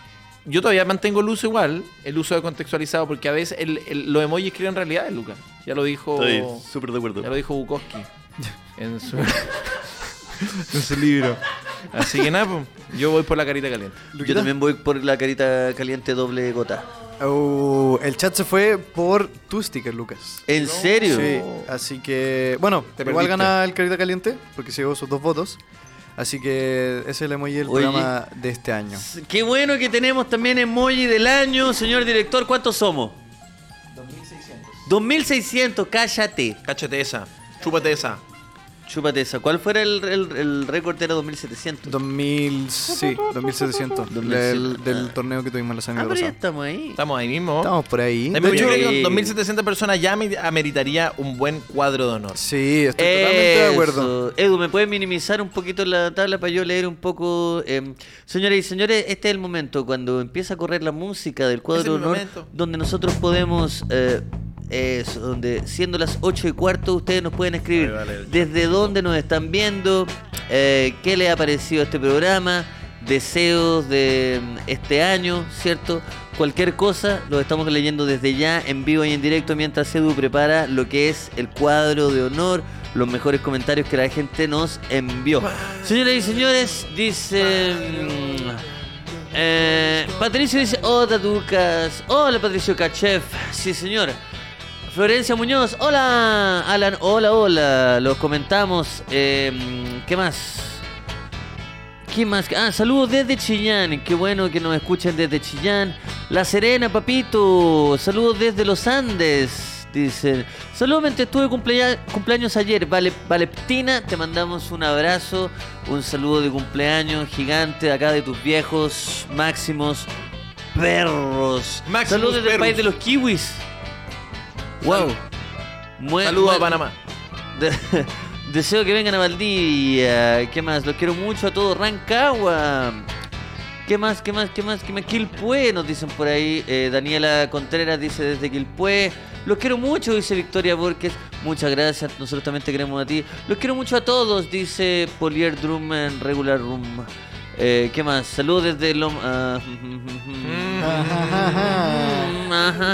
[SPEAKER 2] yo todavía mantengo el uso igual, el uso de contextualizado, porque a veces el- el- los emojis crean realidad, Lucas. Ya lo dijo,
[SPEAKER 1] Estoy súper de acuerdo.
[SPEAKER 2] ya lo dijo Bukowski en su, en su libro. Así que nada, pues, yo voy por la carita caliente.
[SPEAKER 1] Yo también voy por la carita caliente doble gota.
[SPEAKER 3] Oh, el chat se fue por tu sticker, Lucas.
[SPEAKER 1] ¿En serio?
[SPEAKER 3] Sí, así que, bueno,
[SPEAKER 2] Te
[SPEAKER 3] igual
[SPEAKER 2] perdiste.
[SPEAKER 3] gana el Carita Caliente, porque se llevó sus dos votos. Así que ese es el emoji del
[SPEAKER 1] Oye.
[SPEAKER 3] programa de este año.
[SPEAKER 1] Qué bueno que tenemos también emoji del año, señor director. ¿Cuántos somos? 2600. 2600, cállate.
[SPEAKER 2] Cáchate esa, chúpate esa.
[SPEAKER 1] Chúpate esa. ¿Cuál fuera el, el- el récord? Era 2700.
[SPEAKER 3] 2000, sí, 2700, Del,
[SPEAKER 1] 2700,
[SPEAKER 3] del
[SPEAKER 1] ah.
[SPEAKER 3] torneo que tuvimos los
[SPEAKER 1] ah,
[SPEAKER 3] años
[SPEAKER 1] pero ya
[SPEAKER 3] pasados.
[SPEAKER 1] estamos ahí.
[SPEAKER 2] Estamos ahí mismo.
[SPEAKER 3] Estamos por ahí.
[SPEAKER 2] Ahí mismo.
[SPEAKER 3] De
[SPEAKER 2] Yo
[SPEAKER 3] hecho,
[SPEAKER 2] creo que
[SPEAKER 1] Sí.
[SPEAKER 2] con 2.700 personas ya me- ameritaría un buen cuadro de honor.
[SPEAKER 3] sí, estoy totalmente de acuerdo.
[SPEAKER 1] Eso. Edu, ¿me puedes minimizar un poquito la tabla para yo leer un poco? eh, señoras y señores, este es el momento cuando empieza a correr la música del
[SPEAKER 2] Ese
[SPEAKER 1] cuadro
[SPEAKER 2] es
[SPEAKER 1] de
[SPEAKER 2] mi
[SPEAKER 1] honor,
[SPEAKER 2] momento.
[SPEAKER 1] donde nosotros podemos, eh, eso, donde siendo las 8 y cuarto, ustedes nos pueden escribir
[SPEAKER 2] Ahí va a leer el chat.
[SPEAKER 1] desde dónde nos están viendo, eh, qué les ha parecido este programa, deseos de mm, este año, ¿cierto? Cualquier cosa lo estamos leyendo desde ya en vivo y en directo mientras Edu prepara lo que es el cuadro de honor, los mejores comentarios que la gente nos envió. Señoras y señores, dice... mm, eh, Patricio dice, hola Ducas, hola Patricio Cachef, sí señor. Florencia Muñoz, hola Alan, hola, hola, los comentamos. eh, ¿Qué más? ¿Qué más? Ah, saludos desde Chillán, qué bueno que nos escuchen desde Chillán. La Serena, papito, saludos desde los Andes, dicen. Solamente estuve cumplea- cumpleaños ayer, vale, Valeptina, te mandamos un abrazo, un saludo de cumpleaños gigante de acá de tus viejos máximos perros.
[SPEAKER 2] Máximos
[SPEAKER 1] saludos desde el
[SPEAKER 2] perros.
[SPEAKER 1] país de los kiwis. Wow. Mue-
[SPEAKER 2] Saludos
[SPEAKER 1] mue-
[SPEAKER 2] a Panamá.
[SPEAKER 1] de- deseo que vengan a Valdivia. ¿Qué más? Los quiero mucho a todos. Rancagua. ¿Qué más? ¿Qué más? ¿Qué más? ¿Qué más? Quilpué nos dicen por ahí. Eh, Daniela Contreras dice desde Quilpué. Los quiero mucho, dice Victoria Borges. Muchas gracias. Nosotros también te queremos a ti. Los quiero mucho a todos, dice Polier Drum en Regular Room. Eh, ¿Qué más? Saludos desde Lom... ah,
[SPEAKER 3] Mm.
[SPEAKER 1] ajá,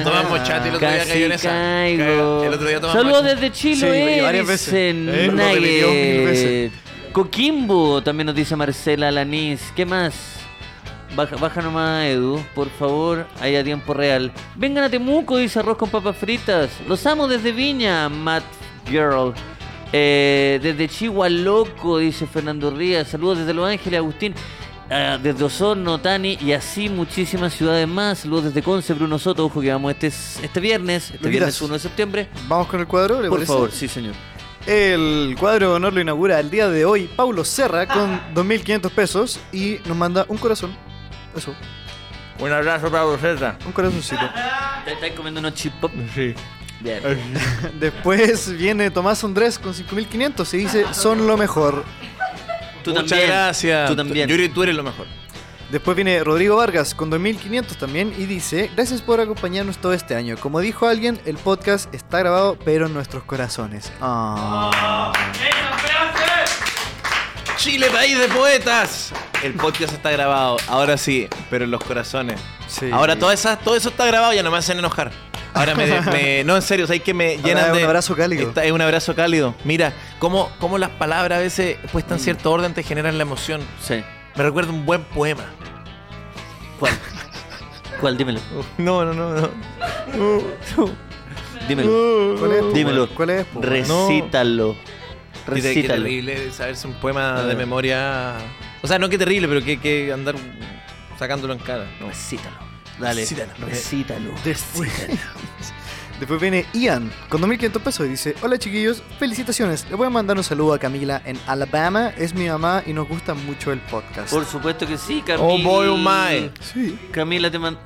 [SPEAKER 1] ajá.
[SPEAKER 2] Tomamos chat y el otro día
[SPEAKER 1] Casi
[SPEAKER 2] cayó en esa.
[SPEAKER 1] caigo.
[SPEAKER 2] Caga- El otro día tomamos
[SPEAKER 1] Saludos
[SPEAKER 2] chat.
[SPEAKER 1] desde
[SPEAKER 3] Sí,
[SPEAKER 1] Chile,
[SPEAKER 3] oye, varias veces.
[SPEAKER 1] dicen
[SPEAKER 3] Eh, lo repitió mil veces.
[SPEAKER 1] Nugget. Coquimbo, también nos dice Marcela Alanís. ¿Qué más? Baja, baja nomás, Edu, por favor, ahí a tiempo real. Vengan a Temuco, dice Arroz con papas fritas. Los amo desde Viña, Matt Girl. Eh, desde Chihuahua Loco, dice Fernando Rías. Saludos desde Los Ángeles, Agustín. Ah, desde Osorno, Tani y así muchísimas ciudades más. Saludos desde Conce, Bruno Soto. Ojo que vamos este, este viernes, este
[SPEAKER 3] Luquitas.
[SPEAKER 1] viernes 1 de septiembre.
[SPEAKER 3] Vamos con el cuadro, ¿le
[SPEAKER 1] Por
[SPEAKER 3] parece?
[SPEAKER 1] favor, sí, señor.
[SPEAKER 3] El cuadro de honor lo inaugura el día de hoy Paulo Serra con 2.500 pesos y nos manda un corazón. Eso,
[SPEAKER 2] Un abrazo para vosotros.
[SPEAKER 3] un corazoncito.
[SPEAKER 1] ¿Te estás comiendo unos chip pop?
[SPEAKER 2] Sí.
[SPEAKER 1] Bien.
[SPEAKER 3] Después viene Tomás Andrés con 5.500 y dice, son lo mejor.
[SPEAKER 1] Tú
[SPEAKER 2] Muchas
[SPEAKER 1] también.
[SPEAKER 2] gracias.
[SPEAKER 1] Tú también.
[SPEAKER 2] Yuri, tú eres lo mejor.
[SPEAKER 3] Después viene Rodrigo Vargas con 2500 también y dice, gracias por acompañarnos todo este año. Como dijo alguien, el podcast está grabado, pero en nuestros corazones. Ah.
[SPEAKER 2] Chile, país de poetas. El podcast está grabado, ahora sí, pero en los corazones.
[SPEAKER 3] Sí.
[SPEAKER 2] Ahora todo, esa- todo eso está grabado, ya no me hacen enojar. Ahora me, me- no en serio, sabéis que me
[SPEAKER 3] Ahora
[SPEAKER 2] llenan
[SPEAKER 3] es un
[SPEAKER 2] de
[SPEAKER 3] abrazo cálido.
[SPEAKER 2] Está- es un abrazo cálido. Mira, cómo, cómo las palabras a veces puestas
[SPEAKER 3] Mm.
[SPEAKER 2] en cierto orden te generan la emoción.
[SPEAKER 1] Sí.
[SPEAKER 2] Me recuerda un buen poema.
[SPEAKER 1] ¿Cuál? ¿Cuál? Dímelo.
[SPEAKER 2] No, no, no, no.
[SPEAKER 1] Dímelo.
[SPEAKER 3] ¿Cuál es? po,
[SPEAKER 1] Dímelo.
[SPEAKER 3] weón? ¿Cuál es? po, weón?
[SPEAKER 1] Recítalo.
[SPEAKER 2] Mira, qué
[SPEAKER 1] Recítalo.
[SPEAKER 2] terrible saberse un poema de
[SPEAKER 1] Eh.
[SPEAKER 2] memoria. O sea, no que terrible, pero que, que andar sacándolo en cara. No.
[SPEAKER 1] Recítalo. Dale.
[SPEAKER 2] Recítalo.
[SPEAKER 1] Recítalo.
[SPEAKER 3] Después, después viene Ian con 2.500 pesos y dice, hola chiquillos, felicitaciones. Le voy a mandar un saludo a Camila en Alabama. Es mi mamá y nos gusta mucho el podcast.
[SPEAKER 1] Por supuesto que sí, Camila.
[SPEAKER 2] Oh boy, oh my.
[SPEAKER 3] Sí.
[SPEAKER 1] Camila te manda.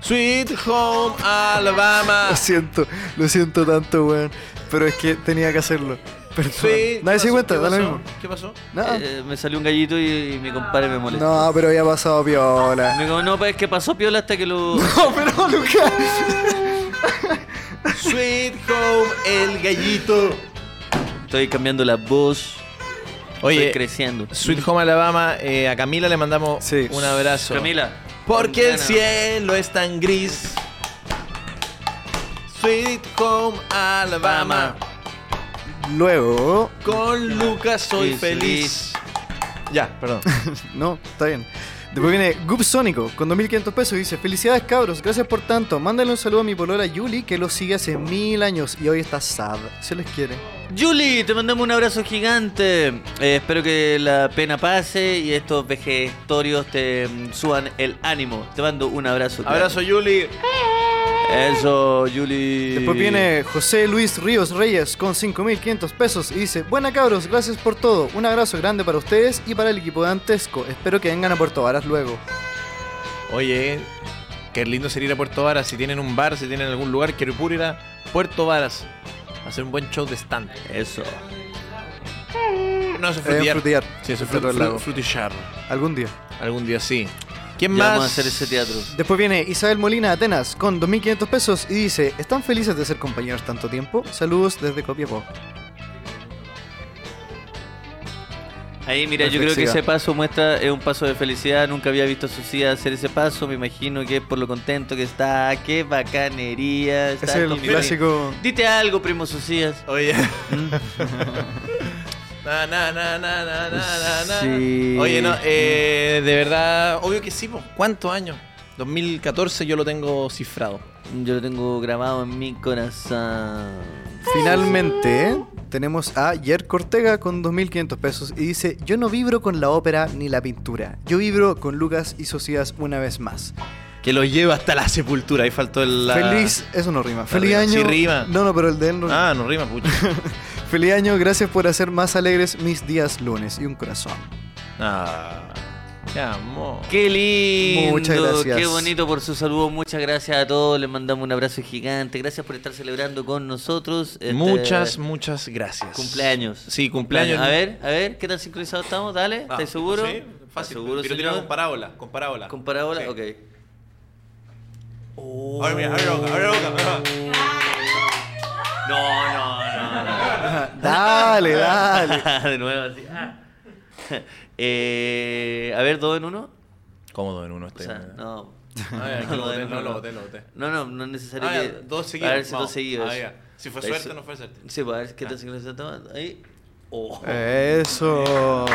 [SPEAKER 2] Sweet Home Alabama.
[SPEAKER 3] Lo siento, lo siento tanto, weón. Pero es que tenía que hacerlo. Perdón.
[SPEAKER 2] Sweet.
[SPEAKER 3] Nadie se
[SPEAKER 2] ¿Qué
[SPEAKER 3] cuenta,
[SPEAKER 2] pasó? Eh,
[SPEAKER 3] da lo mismo.
[SPEAKER 2] ¿Qué pasó?
[SPEAKER 3] No,
[SPEAKER 1] eh, me salió un gallito y, y mi compadre me molestó.
[SPEAKER 3] no pero había pasado piola.
[SPEAKER 1] Me dijo, no, pues es que pasó piola hasta que lo.
[SPEAKER 3] No, pero Lucas.
[SPEAKER 2] Sweet Home El Gallito.
[SPEAKER 1] Estoy cambiando la voz.
[SPEAKER 2] Oye,
[SPEAKER 1] Estoy creciendo.
[SPEAKER 2] Sweet Home Alabama, eh, a Camila le mandamos
[SPEAKER 3] Sí.
[SPEAKER 2] un abrazo.
[SPEAKER 1] Camila.
[SPEAKER 2] Porque el
[SPEAKER 1] Nana.
[SPEAKER 2] cielo es tan gris. Sweet Home Alabama.
[SPEAKER 3] Luego...
[SPEAKER 2] Con Lucas soy
[SPEAKER 1] Sí,
[SPEAKER 2] feliz. Ya, perdón.
[SPEAKER 3] No, está bien. Después viene Goop Sónico con 2.500 pesos y dice: Felicidades, cabros, gracias por tanto. Mándale un saludo a mi polola Yuli que lo sigue hace mil años y hoy está sad. Se les quiere.
[SPEAKER 1] Julie, te mandamos un abrazo gigante. Eh, espero que la pena pase y estos vegetorios te mm, suban el ánimo. Te mando un abrazo.
[SPEAKER 2] Abrazo, Yuli.
[SPEAKER 1] grande. Eso, Julie.
[SPEAKER 3] Después viene José Luis Ríos Reyes con 5.500 pesos y dice: Buena, cabros, gracias por todo. Un abrazo grande para ustedes y para el equipo de Antesco. Espero que vengan a Puerto Varas luego. eh,
[SPEAKER 2] Oye, qué lindo sería ir a Puerto Varas. Si tienen un bar, si tienen algún lugar, quiero puro ir a Puerto Varas. a Hacer un buen show de stand.
[SPEAKER 1] Eso.
[SPEAKER 2] No, eso es
[SPEAKER 3] Eh,
[SPEAKER 2] frutillar.
[SPEAKER 3] frutillar.
[SPEAKER 2] Sí, eso es
[SPEAKER 3] Frutillar
[SPEAKER 2] fru-
[SPEAKER 3] del
[SPEAKER 2] fru-
[SPEAKER 3] lago.
[SPEAKER 2] frutillar.
[SPEAKER 3] Algún día.
[SPEAKER 2] Algún día sí. ¿Quién
[SPEAKER 1] Ya
[SPEAKER 2] más?
[SPEAKER 1] vamos a hacer ese teatro.
[SPEAKER 3] Después viene Isabel Molina de Atenas con 2.500 pesos y dice: ¿Están felices de ser compañeros tanto tiempo? Saludos desde Copiapó.
[SPEAKER 1] Ahí, mira, yo creo que
[SPEAKER 3] Reflexiva.
[SPEAKER 1] ese paso muestra es un paso de felicidad. Nunca había visto a Sucia hacer ese paso. Me imagino que es por lo contento que está. Qué bacanería.
[SPEAKER 3] Es
[SPEAKER 1] Está
[SPEAKER 3] el
[SPEAKER 1] con mi-
[SPEAKER 3] clásico.
[SPEAKER 1] Dite algo, primo Sucías.
[SPEAKER 2] Oye.
[SPEAKER 1] ¿Mm?
[SPEAKER 2] Na, na, na, na, na, na, na.
[SPEAKER 1] Sí.
[SPEAKER 2] Oye, no, eh, de verdad, obvio que sí, po. ¿cuántos años? 2014 yo lo tengo cifrado.
[SPEAKER 1] Yo lo tengo grabado en mi corazón.
[SPEAKER 3] Finalmente, tenemos a Jer Cortega con 2.500 pesos y dice, yo no vibro con la ópera ni la pintura, yo vibro con Lucas y Socias una vez más.
[SPEAKER 2] Que lo lleva hasta la sepultura. Ahí faltó el. la-
[SPEAKER 3] Feliz, eso no rima, feliz
[SPEAKER 2] rima.
[SPEAKER 3] año.
[SPEAKER 2] Sí rima.
[SPEAKER 3] No, no, pero el de él no rima.
[SPEAKER 2] Ah, no rima, pucha.
[SPEAKER 3] Feliz año, gracias por hacer más alegres mis días lunes y un corazón.
[SPEAKER 2] ah, qué amor.
[SPEAKER 1] Qué lindo,
[SPEAKER 3] Muchas gracias.
[SPEAKER 1] qué bonito por su saludo. Muchas gracias a todos. Les mandamos un abrazo gigante. Gracias por estar celebrando con nosotros. este,
[SPEAKER 2] Muchas, muchas gracias.
[SPEAKER 1] cumpleaños.
[SPEAKER 2] Sí, cumpleaños.
[SPEAKER 1] A ver, a ver, ¿qué tan sincronizados estamos? Dale,
[SPEAKER 2] Ah,
[SPEAKER 1] ¿estás seguro?
[SPEAKER 2] Sí,
[SPEAKER 1] ¿Estás
[SPEAKER 2] fácil.
[SPEAKER 1] seguro,
[SPEAKER 2] pero
[SPEAKER 1] señor?
[SPEAKER 2] con parábola. Con parábola.
[SPEAKER 1] ¿Con parábola?
[SPEAKER 2] Sí.
[SPEAKER 1] Ok.
[SPEAKER 2] Abre, mira, abre la boca, abre la boca, abre la boca.
[SPEAKER 1] No, no, no.
[SPEAKER 3] Dale, dale.
[SPEAKER 1] de nuevo así. ah. Eh, a ver, dos en uno.
[SPEAKER 2] Cómodo en uno
[SPEAKER 1] O
[SPEAKER 2] este.
[SPEAKER 1] sea, no.
[SPEAKER 2] Ah, ya, que
[SPEAKER 1] Dos
[SPEAKER 2] lo boté,
[SPEAKER 1] en
[SPEAKER 2] no,
[SPEAKER 1] uno,
[SPEAKER 2] lo boté, lo boté.
[SPEAKER 1] No, no, no es necesario
[SPEAKER 2] Ah,
[SPEAKER 1] que.
[SPEAKER 2] ya, dos seguidos.
[SPEAKER 1] A ver si
[SPEAKER 2] vamos.
[SPEAKER 1] dos seguidos.
[SPEAKER 2] Ah, ya. Si fue
[SPEAKER 1] Ahí
[SPEAKER 2] suerte,
[SPEAKER 1] su-
[SPEAKER 2] no fue suerte. Ah.
[SPEAKER 1] Sí, pues a ver qué tan sincronizado estamos. Ahí. Oh,
[SPEAKER 3] Eso.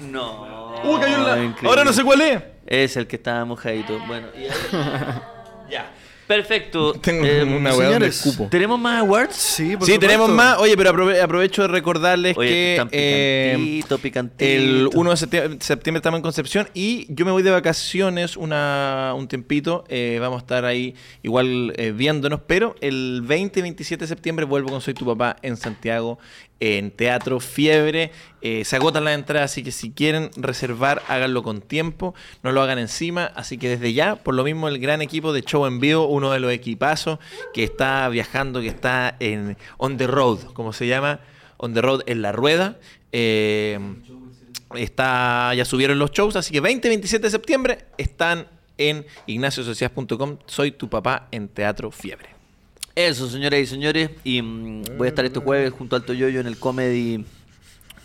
[SPEAKER 1] no.
[SPEAKER 2] Uh, cayó en la-
[SPEAKER 1] Increíble.
[SPEAKER 2] Ahora no sé cuál es.
[SPEAKER 1] Es el que estaba mojadito. Bueno, y ahí- ya. Perfecto. Eh,
[SPEAKER 2] Tengo una weá donde
[SPEAKER 3] Señores,
[SPEAKER 2] escupo.
[SPEAKER 1] ¿Tenemos más awards?
[SPEAKER 3] Sí, por
[SPEAKER 2] Sí,
[SPEAKER 3] supuesto.
[SPEAKER 2] tenemos más. Oye, pero aprove- aprovecho de recordarles
[SPEAKER 1] Oye,
[SPEAKER 2] que
[SPEAKER 1] están
[SPEAKER 2] eh,
[SPEAKER 1] picantito, picantito.
[SPEAKER 2] el 1 de septiembre, septiembre estamos en Concepción y yo me voy de vacaciones una, un tiempito. eh, vamos a estar ahí igual eh, viéndonos, pero el 20 y 27 de septiembre vuelvo con Soy tu papá en Santiago, en Teatro Fiebre. Eh, se agotan las entradas, así que si quieren reservar, háganlo con tiempo, no lo hagan encima. Así que desde ya, por lo mismo, el gran equipo de Show en Vivo, uno de los equipazos que está viajando, que está en on the road, como se llama, on the road en la rueda. Eh, Está, ya subieron los shows, así que 20 27 de septiembre están en ignaciosocias.com. Soy tu papá en Teatro Fiebre.
[SPEAKER 1] Eso, señoras y señores. Y mm, voy a estar este jueves junto al Toyoyo en el Comedy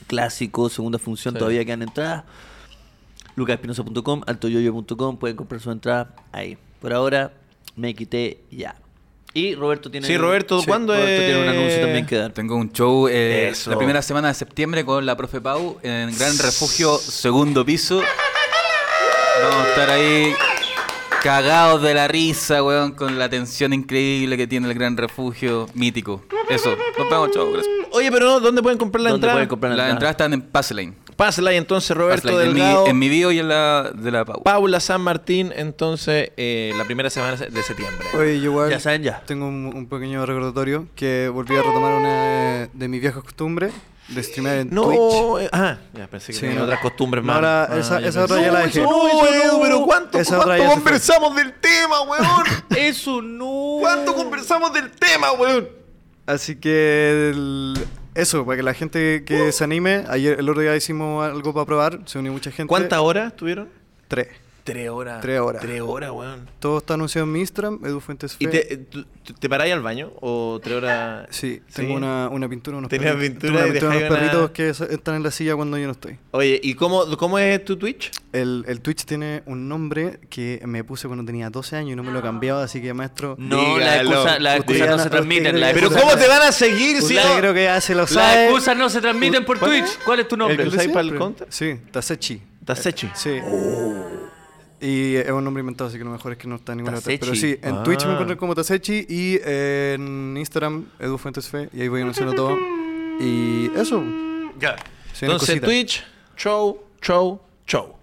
[SPEAKER 1] Clásico, segunda función.
[SPEAKER 2] Sí.
[SPEAKER 1] Todavía quedan entradas. lucaspinoza.com, altoyoyo.com. Pueden comprar su entrada ahí. Por ahora, Me quité ya. Y Roberto tiene.
[SPEAKER 2] Sí, Roberto, ¿cuándo es?
[SPEAKER 1] tiene un anuncio también que dar.
[SPEAKER 9] Tengo un show eh,
[SPEAKER 1] Eso.
[SPEAKER 9] la primera semana de septiembre con la profe Pau en Gran Refugio, segundo piso. Vamos a estar ahí cagados de la risa, weón, con la tensión increíble que tiene el Gran Refugio mítico. Eso, nos vemos, chao. gracias.
[SPEAKER 2] Oye, pero no, ¿dónde pueden comprar la
[SPEAKER 1] ¿Dónde
[SPEAKER 2] entrada?
[SPEAKER 1] pueden comprar la
[SPEAKER 9] Las entradas
[SPEAKER 1] entrada?
[SPEAKER 9] están en Passlane.
[SPEAKER 2] Pásala y entonces Roberto
[SPEAKER 9] Passlane, en, mi,
[SPEAKER 2] Delgado,
[SPEAKER 9] en mi bio y en la de la Pau.
[SPEAKER 2] Paula San Martín, entonces eh, la primera semana de septiembre.
[SPEAKER 3] Oye, yo igual
[SPEAKER 1] Ya saben, ya.
[SPEAKER 3] tengo un, un pequeño recordatorio que volví a retomar una de, de mis viejas costumbres de streamear en Twitch.
[SPEAKER 2] No, eh, ah, ya pensé que
[SPEAKER 3] Sí,
[SPEAKER 2] tenía
[SPEAKER 3] no.
[SPEAKER 2] otras costumbres más.
[SPEAKER 3] Ahora,
[SPEAKER 2] Ah,
[SPEAKER 3] esa-
[SPEAKER 2] ya
[SPEAKER 3] esa
[SPEAKER 2] pensé-
[SPEAKER 3] otra ya la dejé.
[SPEAKER 2] No,
[SPEAKER 3] No, eso
[SPEAKER 2] Edu,
[SPEAKER 3] no.
[SPEAKER 2] pero ¿cuánto,
[SPEAKER 3] Esa otra
[SPEAKER 2] cuánto
[SPEAKER 3] ya se fue.
[SPEAKER 2] conversamos del tema, weón?
[SPEAKER 1] Eso no.
[SPEAKER 2] ¿Cuánto conversamos del tema, weón?
[SPEAKER 3] Así que el- eso, para que la gente
[SPEAKER 2] Uh.
[SPEAKER 3] que se anime, ayer el otro día hicimos algo para probar, se unió mucha gente.
[SPEAKER 2] ¿Cuántas horas tuvieron?
[SPEAKER 3] Tres.
[SPEAKER 2] Tres horas.
[SPEAKER 3] Tres horas.
[SPEAKER 2] Tres horas, weón.
[SPEAKER 3] Todo está anunciado en mi Instagram, Edu Fuentes
[SPEAKER 2] ¿Y
[SPEAKER 3] Fe.
[SPEAKER 2] te, eh, tú- tú- te paráis al baño? ¿O tres horas?
[SPEAKER 3] Sí, tengo Una, una pintura, unos
[SPEAKER 2] Tenía
[SPEAKER 3] perritos-
[SPEAKER 2] pintura y
[SPEAKER 3] tengo una pintura de unos
[SPEAKER 2] dejáis
[SPEAKER 3] perritos
[SPEAKER 2] una-
[SPEAKER 3] que sa- están en la silla cuando yo no estoy.
[SPEAKER 2] Oye, ¿y cómo, cómo es tu Twitch?
[SPEAKER 3] El, el Twitch tiene un nombre que me puse cuando tenía 12 años y no me lo he cambiado, así que maestro...
[SPEAKER 1] No, las
[SPEAKER 2] Dígalo.
[SPEAKER 1] excusas, las excusas
[SPEAKER 3] Ustedes
[SPEAKER 1] no se
[SPEAKER 3] no-
[SPEAKER 1] transmiten. las
[SPEAKER 2] ¿Pero
[SPEAKER 1] excusas-
[SPEAKER 2] cómo te van a seguir si
[SPEAKER 3] Usted
[SPEAKER 2] no?
[SPEAKER 3] creo que ya se lo
[SPEAKER 1] Las
[SPEAKER 3] sabe.
[SPEAKER 1] excusas no se transmiten por
[SPEAKER 2] ¿Cuál
[SPEAKER 1] Twitch.
[SPEAKER 2] es?
[SPEAKER 1] ¿Cuál es tu nombre?
[SPEAKER 2] ¿El que
[SPEAKER 3] de
[SPEAKER 2] usáis para el
[SPEAKER 3] siempre.
[SPEAKER 2] counter?
[SPEAKER 3] Sí, Tasechi.
[SPEAKER 2] Tasechi.
[SPEAKER 3] Sí.
[SPEAKER 2] Oh.
[SPEAKER 3] Y es un nombre inventado, así que lo mejor es que no está en ninguna otra. Pero
[SPEAKER 1] Tasechi.
[SPEAKER 3] sí, en
[SPEAKER 2] Ah.
[SPEAKER 3] Twitch me encuentran como Tasechi y en Instagram Edu Fuentes Fe, y ahí voy anunciando todo. Y eso.
[SPEAKER 2] Ya.
[SPEAKER 3] Sí, una
[SPEAKER 2] Entonces,
[SPEAKER 3] cosita.
[SPEAKER 2] Twitch, show, show, show.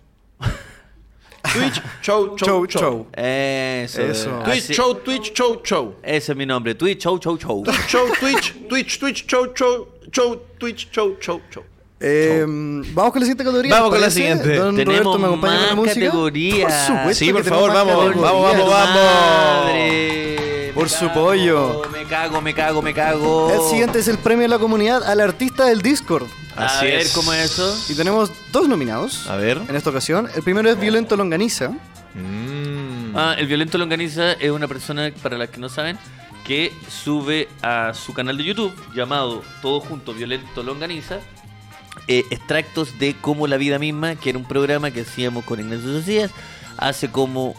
[SPEAKER 2] Twitch, show, show, show.
[SPEAKER 3] Chau, chau.
[SPEAKER 1] Eso.
[SPEAKER 3] Eso.
[SPEAKER 1] Así-
[SPEAKER 2] Twitch, show, Twitch, show, show.
[SPEAKER 1] Ese es mi nombre. Twitch, chau, chau, chau.
[SPEAKER 2] Show, Twitch, Twitch, Twitch, show, show, show, Twitch, show, show, show.
[SPEAKER 3] Eh, vamos con la siguiente categoría.
[SPEAKER 2] Vamos
[SPEAKER 3] ¿te
[SPEAKER 2] con la
[SPEAKER 3] parece?
[SPEAKER 2] siguiente.
[SPEAKER 3] Don
[SPEAKER 1] Tenemos
[SPEAKER 3] Roberto me acompaña con
[SPEAKER 1] más
[SPEAKER 3] la música.
[SPEAKER 1] categorías.
[SPEAKER 3] Por supuesto.
[SPEAKER 2] Sí, por
[SPEAKER 3] que
[SPEAKER 2] favor,
[SPEAKER 3] tenemos más
[SPEAKER 2] vamos,
[SPEAKER 3] categorías.
[SPEAKER 2] vamos, vamos, vamos.
[SPEAKER 1] Madre, me
[SPEAKER 3] Por su
[SPEAKER 1] cago,
[SPEAKER 3] pollo.
[SPEAKER 1] Me cago, me cago, me cago.
[SPEAKER 3] El siguiente es el premio de la comunidad al artista del Discord.
[SPEAKER 1] A
[SPEAKER 2] Así
[SPEAKER 1] ver
[SPEAKER 2] es.
[SPEAKER 1] cómo es eso.
[SPEAKER 3] Y tenemos dos nominados.
[SPEAKER 2] A ver.
[SPEAKER 3] En esta ocasión. El primero es Violento Longaniza.
[SPEAKER 2] Mm.
[SPEAKER 1] Ah, el Violento Longaniza es una persona, para las que no saben, que sube a su canal de YouTube llamado Todo Junto Violento Longaniza eh, extractos de Como la Vida Misma, que era un programa que hacíamos con Ignacio Socias hace como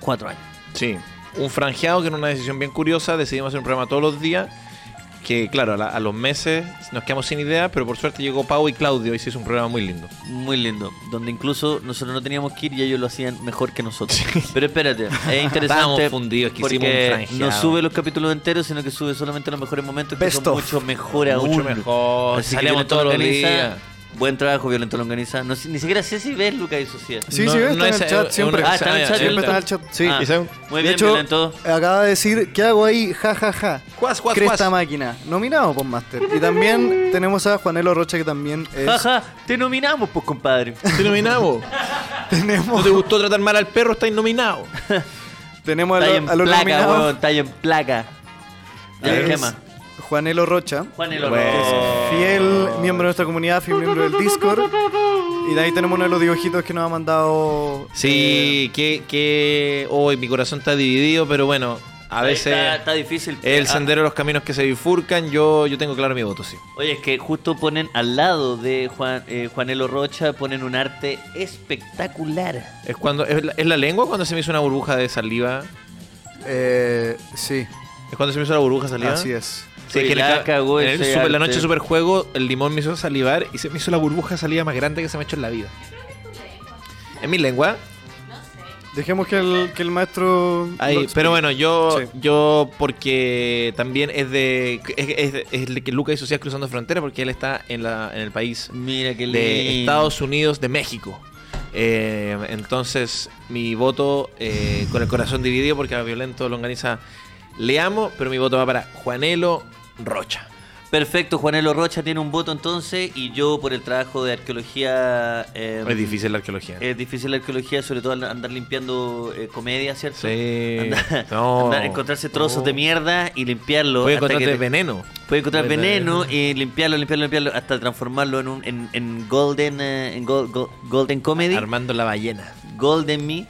[SPEAKER 1] cuatro años.
[SPEAKER 2] Sí, un franjeado que en una decisión bien curiosa decidimos hacer un programa todos los días. Que claro, a, la- a los meses nos quedamos sin idea, pero por suerte llegó Pau y Claudio y se hizo un programa muy lindo.
[SPEAKER 1] Muy lindo, donde incluso nosotros no teníamos que ir y ellos lo hacían mejor que nosotros. Pero espérate, es interesante
[SPEAKER 2] Estábamos fundidos, que hicimos un
[SPEAKER 1] porque
[SPEAKER 2] franjeado.
[SPEAKER 1] no sube los capítulos enteros, sino que sube solamente los mejores momentos, que
[SPEAKER 3] Best
[SPEAKER 1] son
[SPEAKER 3] of.
[SPEAKER 1] mucho mejor aún.
[SPEAKER 2] Mucho mejor,
[SPEAKER 1] Así que
[SPEAKER 2] salíamos
[SPEAKER 1] Violento
[SPEAKER 2] todos los
[SPEAKER 1] Longaniza,
[SPEAKER 2] días.
[SPEAKER 1] Buen trabajo, Violento Longaniza. No, sé- ni siquiera sé si ves Lucas y Sociedad.
[SPEAKER 3] Sí,
[SPEAKER 2] No,
[SPEAKER 3] sí, está
[SPEAKER 2] no
[SPEAKER 3] en
[SPEAKER 2] es-
[SPEAKER 3] el chat
[SPEAKER 2] es
[SPEAKER 3] siempre.
[SPEAKER 2] una-
[SPEAKER 1] Ah, está en el chat.
[SPEAKER 3] Siempre está en el
[SPEAKER 1] Violento.
[SPEAKER 3] chat, sí.
[SPEAKER 1] Ah,
[SPEAKER 2] ¿Y saben?
[SPEAKER 1] muy
[SPEAKER 3] de
[SPEAKER 1] bien,
[SPEAKER 3] hecho,
[SPEAKER 1] Violento.
[SPEAKER 3] acaba de decir, ¿qué hago ahí? Ja, ja, ja.
[SPEAKER 2] Cuas, cuas,
[SPEAKER 3] Cresta
[SPEAKER 2] cuas.
[SPEAKER 3] máquina. Nominado por Master. Y también tenemos a Juanelo Rocha, que también es...
[SPEAKER 1] Jaja, te nominamos, pues, compadre.
[SPEAKER 2] Te nominamos.
[SPEAKER 3] tenemos,
[SPEAKER 2] ¿No te gustó tratar mal al perro? Estáis nominado.
[SPEAKER 3] tenemos a,
[SPEAKER 1] Talla
[SPEAKER 3] lo-
[SPEAKER 1] en
[SPEAKER 3] a los
[SPEAKER 1] placa,
[SPEAKER 3] nominados.
[SPEAKER 1] weón, talla en placa. Ya,
[SPEAKER 3] que
[SPEAKER 1] ¿qué
[SPEAKER 3] es
[SPEAKER 1] más?
[SPEAKER 3] Juanelo Rocha.
[SPEAKER 1] Juan el
[SPEAKER 3] que es
[SPEAKER 1] Oro.
[SPEAKER 3] fiel miembro de nuestra comunidad, fiel miembro del Discord. Y de ahí tenemos uno de los dibujitos que nos ha mandado...
[SPEAKER 2] Sí, que, que hoy mi corazón está dividido, pero bueno, a
[SPEAKER 1] Ahí
[SPEAKER 2] veces
[SPEAKER 1] Está, está difícil.
[SPEAKER 2] el
[SPEAKER 1] Ah,
[SPEAKER 2] sendero de los caminos que se bifurcan, yo, yo tengo claro mi voto, sí.
[SPEAKER 1] Oye, es que justo ponen al lado de Juan, eh, Juanelo Rocha, ponen un arte espectacular.
[SPEAKER 2] Es cuando es la, es la lengua cuando se me hizo una burbuja de saliva.
[SPEAKER 3] Eh, sí,
[SPEAKER 2] Es cuando se me hizo la burbuja de saliva.
[SPEAKER 3] así es.
[SPEAKER 2] Sí,
[SPEAKER 1] Sí,
[SPEAKER 2] que en el
[SPEAKER 1] la
[SPEAKER 2] ca-
[SPEAKER 1] cagó
[SPEAKER 2] Ah, en el
[SPEAKER 1] ese
[SPEAKER 2] super- la
[SPEAKER 1] arte.
[SPEAKER 2] noche superjuego, el limón me hizo salivar y se me hizo la burbuja de salida más grande que se me ha hecho en la vida. En mi lengua.
[SPEAKER 3] Dejemos que el, que el maestro...
[SPEAKER 2] ahí,
[SPEAKER 3] lo-
[SPEAKER 2] pero bueno, yo,
[SPEAKER 3] Sí.
[SPEAKER 2] yo porque también es de. Es, es- es de que Lucas y Socias cruzando frontera porque él está en, la, en el país
[SPEAKER 1] Mira qué lindo.
[SPEAKER 2] de Estados Unidos de México. Eh, entonces, mi voto eh, con el corazón dividido porque a Violento Longaniza le amo, pero mi voto va para Juanelo Rocha.
[SPEAKER 1] Perfecto, Juanelo Rocha tiene un voto entonces y yo por el trabajo de arqueología... eh,
[SPEAKER 2] Es difícil la arqueología.
[SPEAKER 1] Es difícil la arqueología, sobre todo al andar limpiando eh, comedia, ¿cierto?
[SPEAKER 2] Sí.
[SPEAKER 1] Andar-
[SPEAKER 2] No.
[SPEAKER 1] andar- encontrarse trozos
[SPEAKER 2] No.
[SPEAKER 1] de mierda y limpiarlo.
[SPEAKER 2] Voy a
[SPEAKER 1] hasta que
[SPEAKER 2] encontrarte
[SPEAKER 1] te-
[SPEAKER 2] veneno.
[SPEAKER 1] Puede encontrar
[SPEAKER 2] Puede
[SPEAKER 1] veneno
[SPEAKER 2] tener-
[SPEAKER 1] y limpiarlo, limpiarlo, limpiarlo hasta transformarlo en un en, en golden eh, en gol- gol- golden comedy,
[SPEAKER 2] Armando la ballena.
[SPEAKER 1] golden me.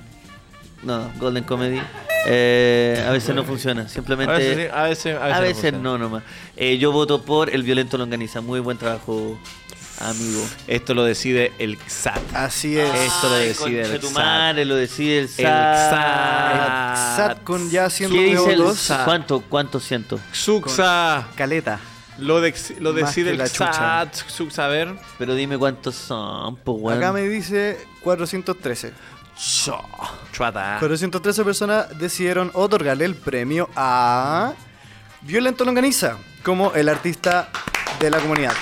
[SPEAKER 1] No, golden comedy. Eh, a veces no funciona, simplemente
[SPEAKER 2] A veces sí, a veces- a veces no
[SPEAKER 1] no, nomás. Eh, yo voto por El Violento Longaniza, muy buen trabajo. amigo. Ah,
[SPEAKER 2] Esto lo decide el SAT.
[SPEAKER 3] Así es.
[SPEAKER 2] Esto lo decide el
[SPEAKER 1] Concha tu
[SPEAKER 2] SAT.
[SPEAKER 1] madre, lo decide el
[SPEAKER 2] El
[SPEAKER 1] SAT.
[SPEAKER 2] SAT.
[SPEAKER 3] SAT con ya
[SPEAKER 1] ¿Qué
[SPEAKER 3] siendo
[SPEAKER 1] dice el
[SPEAKER 3] CO2.
[SPEAKER 1] SAT? ¿Cuánto, cuánto siento?
[SPEAKER 2] Suxa.
[SPEAKER 3] Caleta.
[SPEAKER 2] Lo, dex- lo
[SPEAKER 3] Más
[SPEAKER 2] decide
[SPEAKER 3] que
[SPEAKER 2] el
[SPEAKER 3] la chucha.
[SPEAKER 2] SAT. Suxa, a ver.
[SPEAKER 1] Pero dime cuántos son, pues, weón.
[SPEAKER 3] Acá me dice 413.
[SPEAKER 2] Cho.
[SPEAKER 1] Ah.
[SPEAKER 2] Chuata.
[SPEAKER 3] 413 personas decidieron otorgarle el premio a Violento Longaniza como el artista de la comunidad.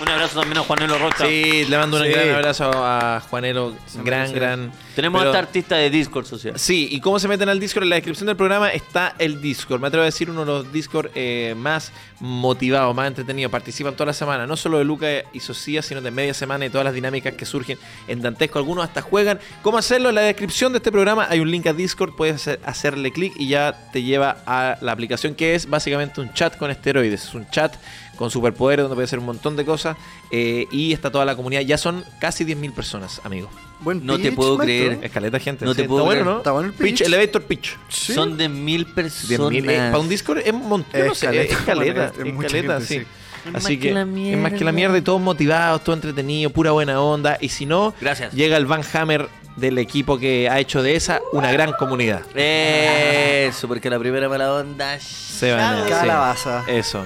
[SPEAKER 1] Un abrazo también a Juanelo Rocha.
[SPEAKER 2] Sí, le mando un
[SPEAKER 3] Sí.
[SPEAKER 2] gran abrazo a Juanelo. Gran,
[SPEAKER 3] merece.
[SPEAKER 2] gran.
[SPEAKER 1] Tenemos
[SPEAKER 2] Pero-
[SPEAKER 1] a esta artista de Discord social.
[SPEAKER 2] Sí, y cómo se meten al Discord, en la descripción del programa está el Discord. Me atrevo a decir uno de los Discord eh, más motivados, más entretenidos. Participan toda la semana, no solo de Luca y Socia, sino de media semana y todas las dinámicas que surgen en Dantesco. Algunos hasta juegan. ¿Cómo hacerlo? En la descripción de este programa hay un link a Discord, puedes hacer- hacerle clic y ya te lleva a la aplicación que es básicamente un chat con esteroides. Es un chat con superpoderes donde puedes hacer un montón de cosas eh, y está toda la comunidad. Ya son casi 10.000 personas, amigo.
[SPEAKER 3] Buen
[SPEAKER 1] No te
[SPEAKER 3] pitch,
[SPEAKER 1] puedo
[SPEAKER 3] maestro.
[SPEAKER 1] creer.
[SPEAKER 2] Escaleta, gente.
[SPEAKER 1] No te puedo
[SPEAKER 2] está
[SPEAKER 1] creer.
[SPEAKER 2] bueno, ¿no?
[SPEAKER 3] Está bueno el
[SPEAKER 2] pitch.
[SPEAKER 3] pitch.
[SPEAKER 2] Elevator pitch.
[SPEAKER 3] Sí.
[SPEAKER 1] Son de mil personas.
[SPEAKER 2] 10.000, eh, para un Discord es un montón, yo no sé,
[SPEAKER 3] Escaleta,
[SPEAKER 2] es escaleta,
[SPEAKER 3] bueno, es- es
[SPEAKER 2] es
[SPEAKER 3] mucha
[SPEAKER 2] escaleta,
[SPEAKER 3] gente,
[SPEAKER 2] sí.
[SPEAKER 3] sí.
[SPEAKER 1] Es
[SPEAKER 2] Así
[SPEAKER 1] más
[SPEAKER 2] que,
[SPEAKER 1] que la
[SPEAKER 2] es más que la mierda y todos motivados, todo entretenido, pura buena onda. Y si no,
[SPEAKER 1] Gracias.
[SPEAKER 2] llega el Van Hammer del equipo que ha hecho de esa una gran comunidad.
[SPEAKER 1] Eso, porque la primera mala onda.
[SPEAKER 2] Se van a- sí.
[SPEAKER 3] Calabaza.
[SPEAKER 1] Eh,
[SPEAKER 2] Eso.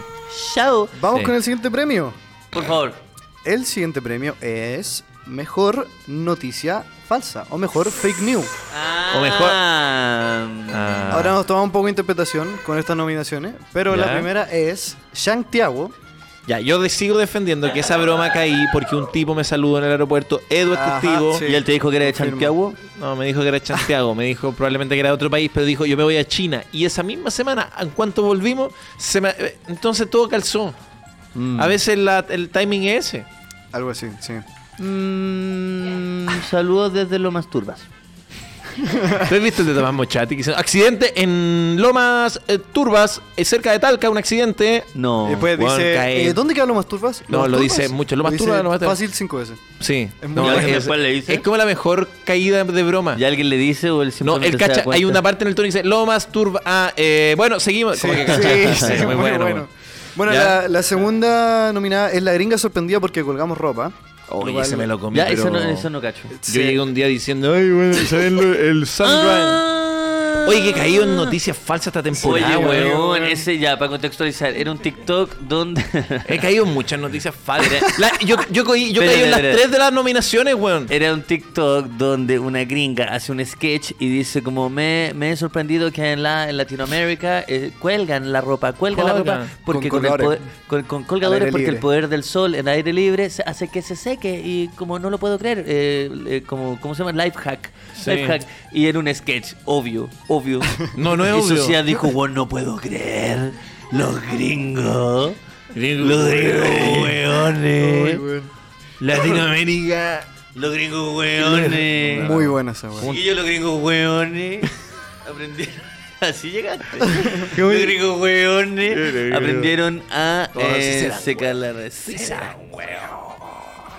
[SPEAKER 1] Chao.
[SPEAKER 3] Vamos
[SPEAKER 2] Sí.
[SPEAKER 3] con el siguiente premio.
[SPEAKER 1] Por favor.
[SPEAKER 3] El siguiente premio es mejor noticia falsa o mejor fake news.
[SPEAKER 2] O mejor-
[SPEAKER 1] Ah,
[SPEAKER 2] Ah,
[SPEAKER 3] Ahora nos tomamos un poco de interpretación con estas nominaciones, pero
[SPEAKER 2] Ya.
[SPEAKER 3] la primera es Santiago.
[SPEAKER 2] Ya, yo de- sigo defendiendo que esa broma caí porque un tipo me saludó en el aeropuerto, Edward
[SPEAKER 3] Ajá,
[SPEAKER 2] Testigo.
[SPEAKER 3] sí.
[SPEAKER 1] ¿Y él te dijo que era de
[SPEAKER 3] Confirmo.
[SPEAKER 1] Chanquiagua?
[SPEAKER 2] No, me dijo que era Santiago, me dijo probablemente que era de otro país, pero dijo yo me voy a China. Y esa misma semana, en cuanto volvimos, se me- eh, entonces todo calzó.
[SPEAKER 3] Mm.
[SPEAKER 2] A veces la- el timing es ese.
[SPEAKER 3] Algo así, sí.
[SPEAKER 1] Mm, saludos desde lo masturbas.
[SPEAKER 2] ¿Tú has visto el de Tomás Mochati? Que dice, accidente en Lomas eh, Turbas, eh, cerca de Talca, un accidente.
[SPEAKER 1] No.
[SPEAKER 3] Y después
[SPEAKER 2] Oh, Bueno, cae.
[SPEAKER 3] dice, eh, ¿dónde quedan los masturbas?
[SPEAKER 2] No, lo
[SPEAKER 3] Masturbas?
[SPEAKER 2] dice mucho, lo masturba,
[SPEAKER 3] dice
[SPEAKER 2] lo masturba.
[SPEAKER 3] Fácil cinco veces.
[SPEAKER 2] Sí.
[SPEAKER 3] Es muy
[SPEAKER 2] No,
[SPEAKER 3] bueno.
[SPEAKER 2] es,
[SPEAKER 1] Después le dice.
[SPEAKER 2] es como la mejor caída de broma.
[SPEAKER 1] ¿Y alguien le dice o él
[SPEAKER 2] No,
[SPEAKER 1] simplemente
[SPEAKER 2] el
[SPEAKER 1] se da
[SPEAKER 2] cacha, hay
[SPEAKER 1] cuenta?
[SPEAKER 2] una parte en el tono que dice Lomas Turba. Ah, eh, bueno, seguimos. Como que cacha. Sí, muy bueno. bueno.
[SPEAKER 3] Bueno,
[SPEAKER 2] ¿Ya?
[SPEAKER 3] la, la segunda nominada es la gringa sorprendida porque colgamos ropa.
[SPEAKER 2] Oye,
[SPEAKER 3] cual-
[SPEAKER 2] se Oh, me lo comí.
[SPEAKER 1] Ya,
[SPEAKER 2] pero-
[SPEAKER 1] eso, no, eso no cacho.
[SPEAKER 2] Yo llegué un día diciendo, ay, bueno, ¿saben lo- el Sandra? Oye, que he caído en noticias falsas esta
[SPEAKER 1] Oye,
[SPEAKER 2] temporada, weón.
[SPEAKER 1] weón, ese ya, para contextualizar, era un TikTok donde.
[SPEAKER 2] He caído en muchas noticias falsas. La- yo yo, caí, yo
[SPEAKER 1] Espera,
[SPEAKER 2] caí en
[SPEAKER 1] espera,
[SPEAKER 2] las
[SPEAKER 1] espera.
[SPEAKER 2] tres de las nominaciones, weón.
[SPEAKER 1] Era un TikTok donde una gringa hace un sketch y dice como me, me he sorprendido que en la en Latinoamérica eh, cuelgan la ropa, cuelgan
[SPEAKER 2] Cuelgan.
[SPEAKER 1] la ropa porque
[SPEAKER 3] Con
[SPEAKER 1] con, el
[SPEAKER 3] colores.
[SPEAKER 1] poder- con- con colgadores
[SPEAKER 3] Al aire
[SPEAKER 1] porque
[SPEAKER 3] libre.
[SPEAKER 1] el poder del sol en aire libre se- hace que se seque y como no lo puedo creer eh, eh, como cómo se llama life hack,
[SPEAKER 2] Sí.
[SPEAKER 1] life hack y era un sketch obvio, obvio.
[SPEAKER 2] No, no es
[SPEAKER 1] y
[SPEAKER 2] obvio.
[SPEAKER 1] Socia dijo, "Bueno, no puedo creer los gringos, los gringos
[SPEAKER 3] Muy
[SPEAKER 1] weones,
[SPEAKER 3] bueno.
[SPEAKER 2] Latinoamérica.
[SPEAKER 1] los gringos weones."
[SPEAKER 3] Muy buena esa weá.
[SPEAKER 1] Y yo los gringos hueones aprendieron. Así llegaste.
[SPEAKER 3] Qué
[SPEAKER 1] Los
[SPEAKER 3] bueno.
[SPEAKER 1] gringos hueones aprendieron a
[SPEAKER 2] Oh, sí
[SPEAKER 1] eh,
[SPEAKER 2] serán
[SPEAKER 1] secar la resina.
[SPEAKER 2] eh,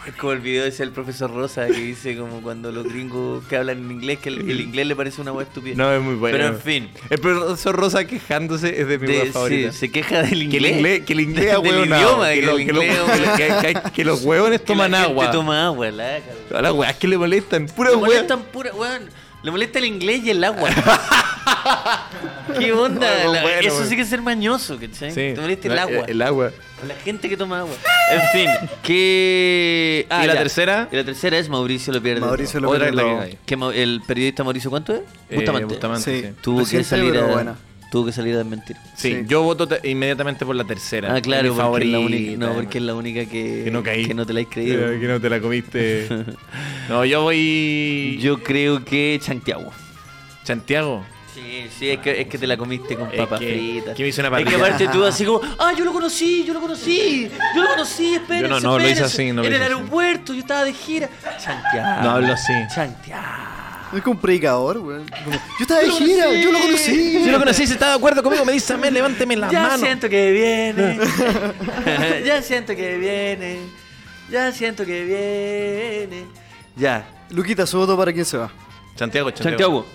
[SPEAKER 1] Es como el video ese del profesor Rosa que dice como cuando los gringos que hablan en inglés, que el, el inglés le parece una hueá estúpida.
[SPEAKER 2] No, es muy bueno.
[SPEAKER 1] Pero en fin.
[SPEAKER 2] El profesor Rosa quejándose es de mi
[SPEAKER 1] de-
[SPEAKER 2] weá
[SPEAKER 1] sí,
[SPEAKER 2] favorita.
[SPEAKER 1] se queja del
[SPEAKER 2] Que
[SPEAKER 1] inglés.
[SPEAKER 2] el inglés, que el inglés
[SPEAKER 1] Del
[SPEAKER 2] ahueonado,
[SPEAKER 1] idioma,
[SPEAKER 2] que,
[SPEAKER 1] que
[SPEAKER 2] lo-
[SPEAKER 1] el
[SPEAKER 2] que lo-
[SPEAKER 1] inglés-
[SPEAKER 2] que- que- que los huevones
[SPEAKER 1] que la
[SPEAKER 2] toman
[SPEAKER 1] gente
[SPEAKER 2] agua.
[SPEAKER 1] toma agua, la cabrón.
[SPEAKER 2] A las weas que le molestan, pura
[SPEAKER 1] Le
[SPEAKER 2] wea.
[SPEAKER 1] molestan pura, weón. Le molesta el inglés y el agua. ¿Qué onda?
[SPEAKER 2] Algo
[SPEAKER 1] La-
[SPEAKER 2] bueno,
[SPEAKER 1] eso
[SPEAKER 2] weón.
[SPEAKER 1] sí que es ser mañoso, ¿cachai?
[SPEAKER 2] Sí.
[SPEAKER 1] Te ¿eh? molesta el
[SPEAKER 2] La-
[SPEAKER 1] agua.
[SPEAKER 2] El agua.
[SPEAKER 1] La gente que toma agua. En fin, que.
[SPEAKER 2] ¿Y la
[SPEAKER 1] ya.
[SPEAKER 2] tercera?
[SPEAKER 1] Y la tercera es Mauricio lo pierde.
[SPEAKER 3] Mauricio lo
[SPEAKER 2] Otra
[SPEAKER 3] pierde
[SPEAKER 2] que la
[SPEAKER 3] todo.
[SPEAKER 2] que cae.
[SPEAKER 1] Que Mau- el periodista Mauricio, ¿cuánto es?
[SPEAKER 2] Eh,
[SPEAKER 1] Bustamante.
[SPEAKER 2] Bustamante,
[SPEAKER 3] Sí.
[SPEAKER 2] sí.
[SPEAKER 1] Tuvo que
[SPEAKER 3] Reciente,
[SPEAKER 1] salir
[SPEAKER 3] pero
[SPEAKER 1] a.
[SPEAKER 3] buena.
[SPEAKER 1] Tuvo que salir a mentir.
[SPEAKER 2] Sí,
[SPEAKER 3] Sí.
[SPEAKER 2] yo voto te- inmediatamente por la tercera.
[SPEAKER 1] Ah, claro, porque
[SPEAKER 2] Mi
[SPEAKER 1] es, la
[SPEAKER 2] favorita.
[SPEAKER 1] única, no, porque es la única que,
[SPEAKER 2] Que no caí.
[SPEAKER 1] te la has creído.
[SPEAKER 2] Eh, que no te la comiste. No, yo voy.
[SPEAKER 1] Yo creo que Chantiagua.
[SPEAKER 2] Santiago.
[SPEAKER 1] Sí, sí, es que, es que te la comiste con
[SPEAKER 2] Es
[SPEAKER 1] papas
[SPEAKER 2] que-
[SPEAKER 1] fritas.
[SPEAKER 2] que me hice una
[SPEAKER 1] Es que
[SPEAKER 2] parrilla.
[SPEAKER 1] aparte tú así como, ah, yo lo conocí, yo lo conocí, yo lo conocí, espérense,
[SPEAKER 2] no, no, lo hice
[SPEAKER 1] espérense".
[SPEAKER 2] así, no lo
[SPEAKER 1] En el
[SPEAKER 2] hice así.
[SPEAKER 1] aeropuerto, yo estaba de gira. Chanteado.
[SPEAKER 2] No hablo así.
[SPEAKER 1] Chanteado.
[SPEAKER 3] Es como un predicador, weón. Como, Yo estaba de
[SPEAKER 1] Yo lo
[SPEAKER 3] gira,
[SPEAKER 1] conocí.
[SPEAKER 3] yo lo conocí.
[SPEAKER 2] Si lo conocí, se está de acuerdo conmigo, me dice amén, levánteme la
[SPEAKER 1] Ya
[SPEAKER 2] mano.
[SPEAKER 1] siento que viene. ya siento que viene. Ya siento que viene. Ya.
[SPEAKER 3] Luquita, subo todo para quién se va.
[SPEAKER 2] Santiago, Santiago.
[SPEAKER 1] Santiago.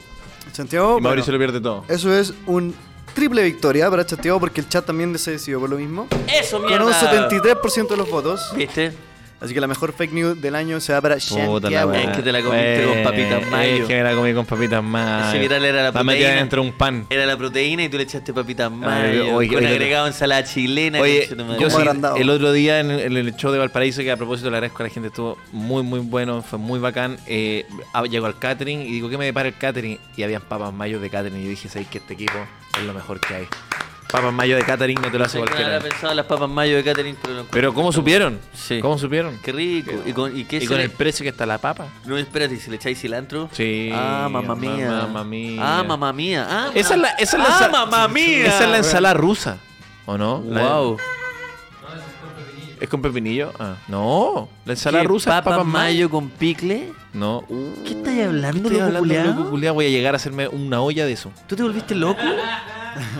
[SPEAKER 3] Santiago.
[SPEAKER 2] Y Mauricio
[SPEAKER 3] bueno,
[SPEAKER 2] lo pierde todo.
[SPEAKER 3] Eso es un triple victoria para Santiago porque el chat también se decidió por lo mismo.
[SPEAKER 1] Eso,
[SPEAKER 3] Con
[SPEAKER 1] mierda.
[SPEAKER 3] un 73% de los votos.
[SPEAKER 1] ¿Viste?
[SPEAKER 3] Así que la mejor fake news del año se va para
[SPEAKER 2] Puta la
[SPEAKER 3] Shankiawa.
[SPEAKER 2] weá. Eh,
[SPEAKER 1] Es que te la comiste con papitas mayo.
[SPEAKER 2] Es que me la comí con papitas mayo.
[SPEAKER 1] Ese viral era la
[SPEAKER 2] La metí
[SPEAKER 1] proteína.
[SPEAKER 2] dentro de un pan.
[SPEAKER 1] Era la proteína y tú le echaste papitas
[SPEAKER 2] Ay,
[SPEAKER 1] mayo,
[SPEAKER 2] oye,
[SPEAKER 1] con
[SPEAKER 2] oye,
[SPEAKER 1] agregado ensalada chilena.
[SPEAKER 2] Oye,
[SPEAKER 1] concha tu madre.
[SPEAKER 2] yo sí,
[SPEAKER 3] agrandado.
[SPEAKER 2] el otro día en, en el show de Valparaíso, que a propósito le agradezco a la gente, estuvo muy, muy bueno, fue muy bacán. eh, ah, llegó al catering y digo, ¿qué me depara el catering? Y habían papas mayos de catering. Y yo dije, ¿sabéis que este equipo es lo mejor que hay? Papas mayo de catering no te lo
[SPEAKER 1] Sé
[SPEAKER 2] hace
[SPEAKER 1] que no
[SPEAKER 2] cualquiera.
[SPEAKER 1] había pensado en las papas mayo de catering, pero no
[SPEAKER 2] Pero ¿cómo supieron?
[SPEAKER 1] Sí.
[SPEAKER 2] ¿Cómo supieron?
[SPEAKER 1] Qué rico. ¿Y con, y qué
[SPEAKER 2] ¿Y
[SPEAKER 1] se
[SPEAKER 2] con
[SPEAKER 1] le-
[SPEAKER 2] el precio que está la papa?
[SPEAKER 1] No, espérate, ¿y si le echáis cilantro?
[SPEAKER 2] Sí.
[SPEAKER 1] Ah, mamá mía.
[SPEAKER 2] Mamá mía.
[SPEAKER 1] Ah, mamá mía. Ah,
[SPEAKER 2] Esa es la, esa es la
[SPEAKER 1] ah,
[SPEAKER 2] ensa-
[SPEAKER 1] mamá mía.
[SPEAKER 2] Esa es la ensalada rusa, ¿o no? La-
[SPEAKER 1] Wow.
[SPEAKER 2] ¿Es con pepinillo? Ah, no. La ensalada
[SPEAKER 1] ¿Qué,
[SPEAKER 2] rusa es
[SPEAKER 1] Papa,
[SPEAKER 2] papa
[SPEAKER 1] mayo con picle.
[SPEAKER 2] No. Uh.
[SPEAKER 1] ¿Qué estás hablando,
[SPEAKER 2] Estoy
[SPEAKER 1] loco
[SPEAKER 2] hablando
[SPEAKER 1] culiao?
[SPEAKER 2] loco culiao, Voy a llegar a hacerme una olla de eso.
[SPEAKER 1] ¿Tú te volviste loco?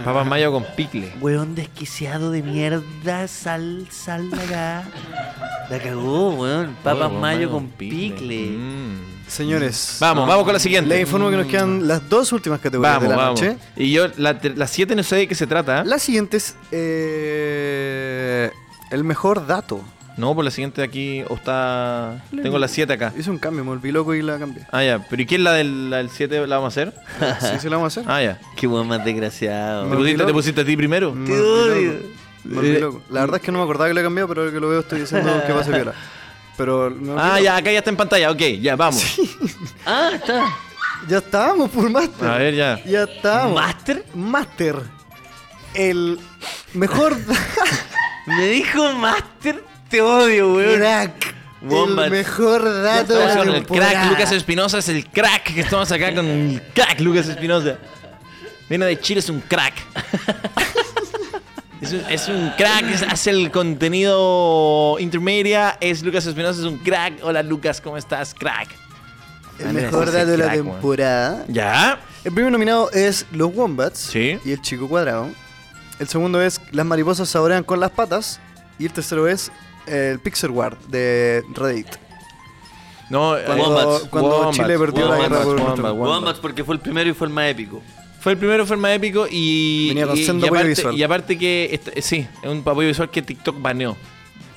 [SPEAKER 2] Papas mayo con picle.
[SPEAKER 1] Weón desquiciado de mierda, sal, sal de acá. La cagó, weón. Papas
[SPEAKER 2] Papas
[SPEAKER 1] mayo con picle.
[SPEAKER 2] Mm.
[SPEAKER 3] Señores,
[SPEAKER 2] Vamos, vamos con la siguiente.
[SPEAKER 3] les informo que nos quedan las dos últimas categorías
[SPEAKER 2] Vamos,
[SPEAKER 3] de la
[SPEAKER 2] vamos.
[SPEAKER 3] noche.
[SPEAKER 2] Y yo, la, ter- la siete no sé de qué se trata. ¿eh?
[SPEAKER 3] La siguiente es eh, el mejor dato.
[SPEAKER 2] No, por la siguiente de aquí. O está. Tengo la 7 acá.
[SPEAKER 3] Hice un cambio, me volví loco y la cambié.
[SPEAKER 2] Ah, ya. ¿Pero y quién la del la del 7 la vamos a hacer?
[SPEAKER 3] ¿Sí se la vamos a hacer?
[SPEAKER 2] Ah, ya.
[SPEAKER 1] Qué weón más desgraciado.
[SPEAKER 2] ¿Te pusiste, te Eh, pusiste a ti primero?
[SPEAKER 3] Me volví loco. Me volví loco. La verdad es que no me acordaba que la cambié, pero ahora que lo veo estoy diciendo que pasa piola. Pero me volví
[SPEAKER 2] Ah,
[SPEAKER 3] loco.
[SPEAKER 2] ya, acá ya está en pantalla. Ok, ya, vamos.
[SPEAKER 1] Ah, está.
[SPEAKER 3] Ya estábamos por Master.
[SPEAKER 2] A ver, ya.
[SPEAKER 3] Ya
[SPEAKER 2] Ah,
[SPEAKER 3] estábamos.
[SPEAKER 1] ¿Master?
[SPEAKER 3] Master. El mejor
[SPEAKER 1] Me dijo Master, te odio, weón.
[SPEAKER 3] crack.
[SPEAKER 1] Wombat.
[SPEAKER 3] El mejor dato de
[SPEAKER 2] Estamos con
[SPEAKER 3] la
[SPEAKER 2] el crack,
[SPEAKER 3] temporada.
[SPEAKER 2] Lucas Espinosa es el crack que estamos acá con el crack, Lucas Espinosa. Viene de Chile, es un crack. Es un, es un crack, es- hace el contenido intermedia, es Lucas Espinosa, es un crack. Hola Lucas, ¿cómo estás? Crack.
[SPEAKER 3] El mejor dato de la temporada.
[SPEAKER 2] ¿Ya?
[SPEAKER 3] El primer nominado es Los Wombats
[SPEAKER 2] Sí.
[SPEAKER 3] y El Chico Cuadrado. El segundo es Las mariposas saborean con las patas. Y el tercero es El Pixel Guard de Reddit.
[SPEAKER 2] Eh, No, eh,
[SPEAKER 3] Cuando-
[SPEAKER 2] Wombats,
[SPEAKER 3] cuando
[SPEAKER 2] Wombats,
[SPEAKER 3] Chile perdió la guerra por
[SPEAKER 2] Wombats,
[SPEAKER 3] nuestro-
[SPEAKER 2] Wombats.
[SPEAKER 1] Wombats porque fue el primero y fue el más épico.
[SPEAKER 2] Fue el primero, fue el más épico y.
[SPEAKER 3] Venía con
[SPEAKER 2] y,
[SPEAKER 3] sendo
[SPEAKER 2] y
[SPEAKER 3] apoyo
[SPEAKER 2] aparte,
[SPEAKER 3] visual.
[SPEAKER 2] y aparte que. est- sí, es un apoyo visual que TikTok baneó.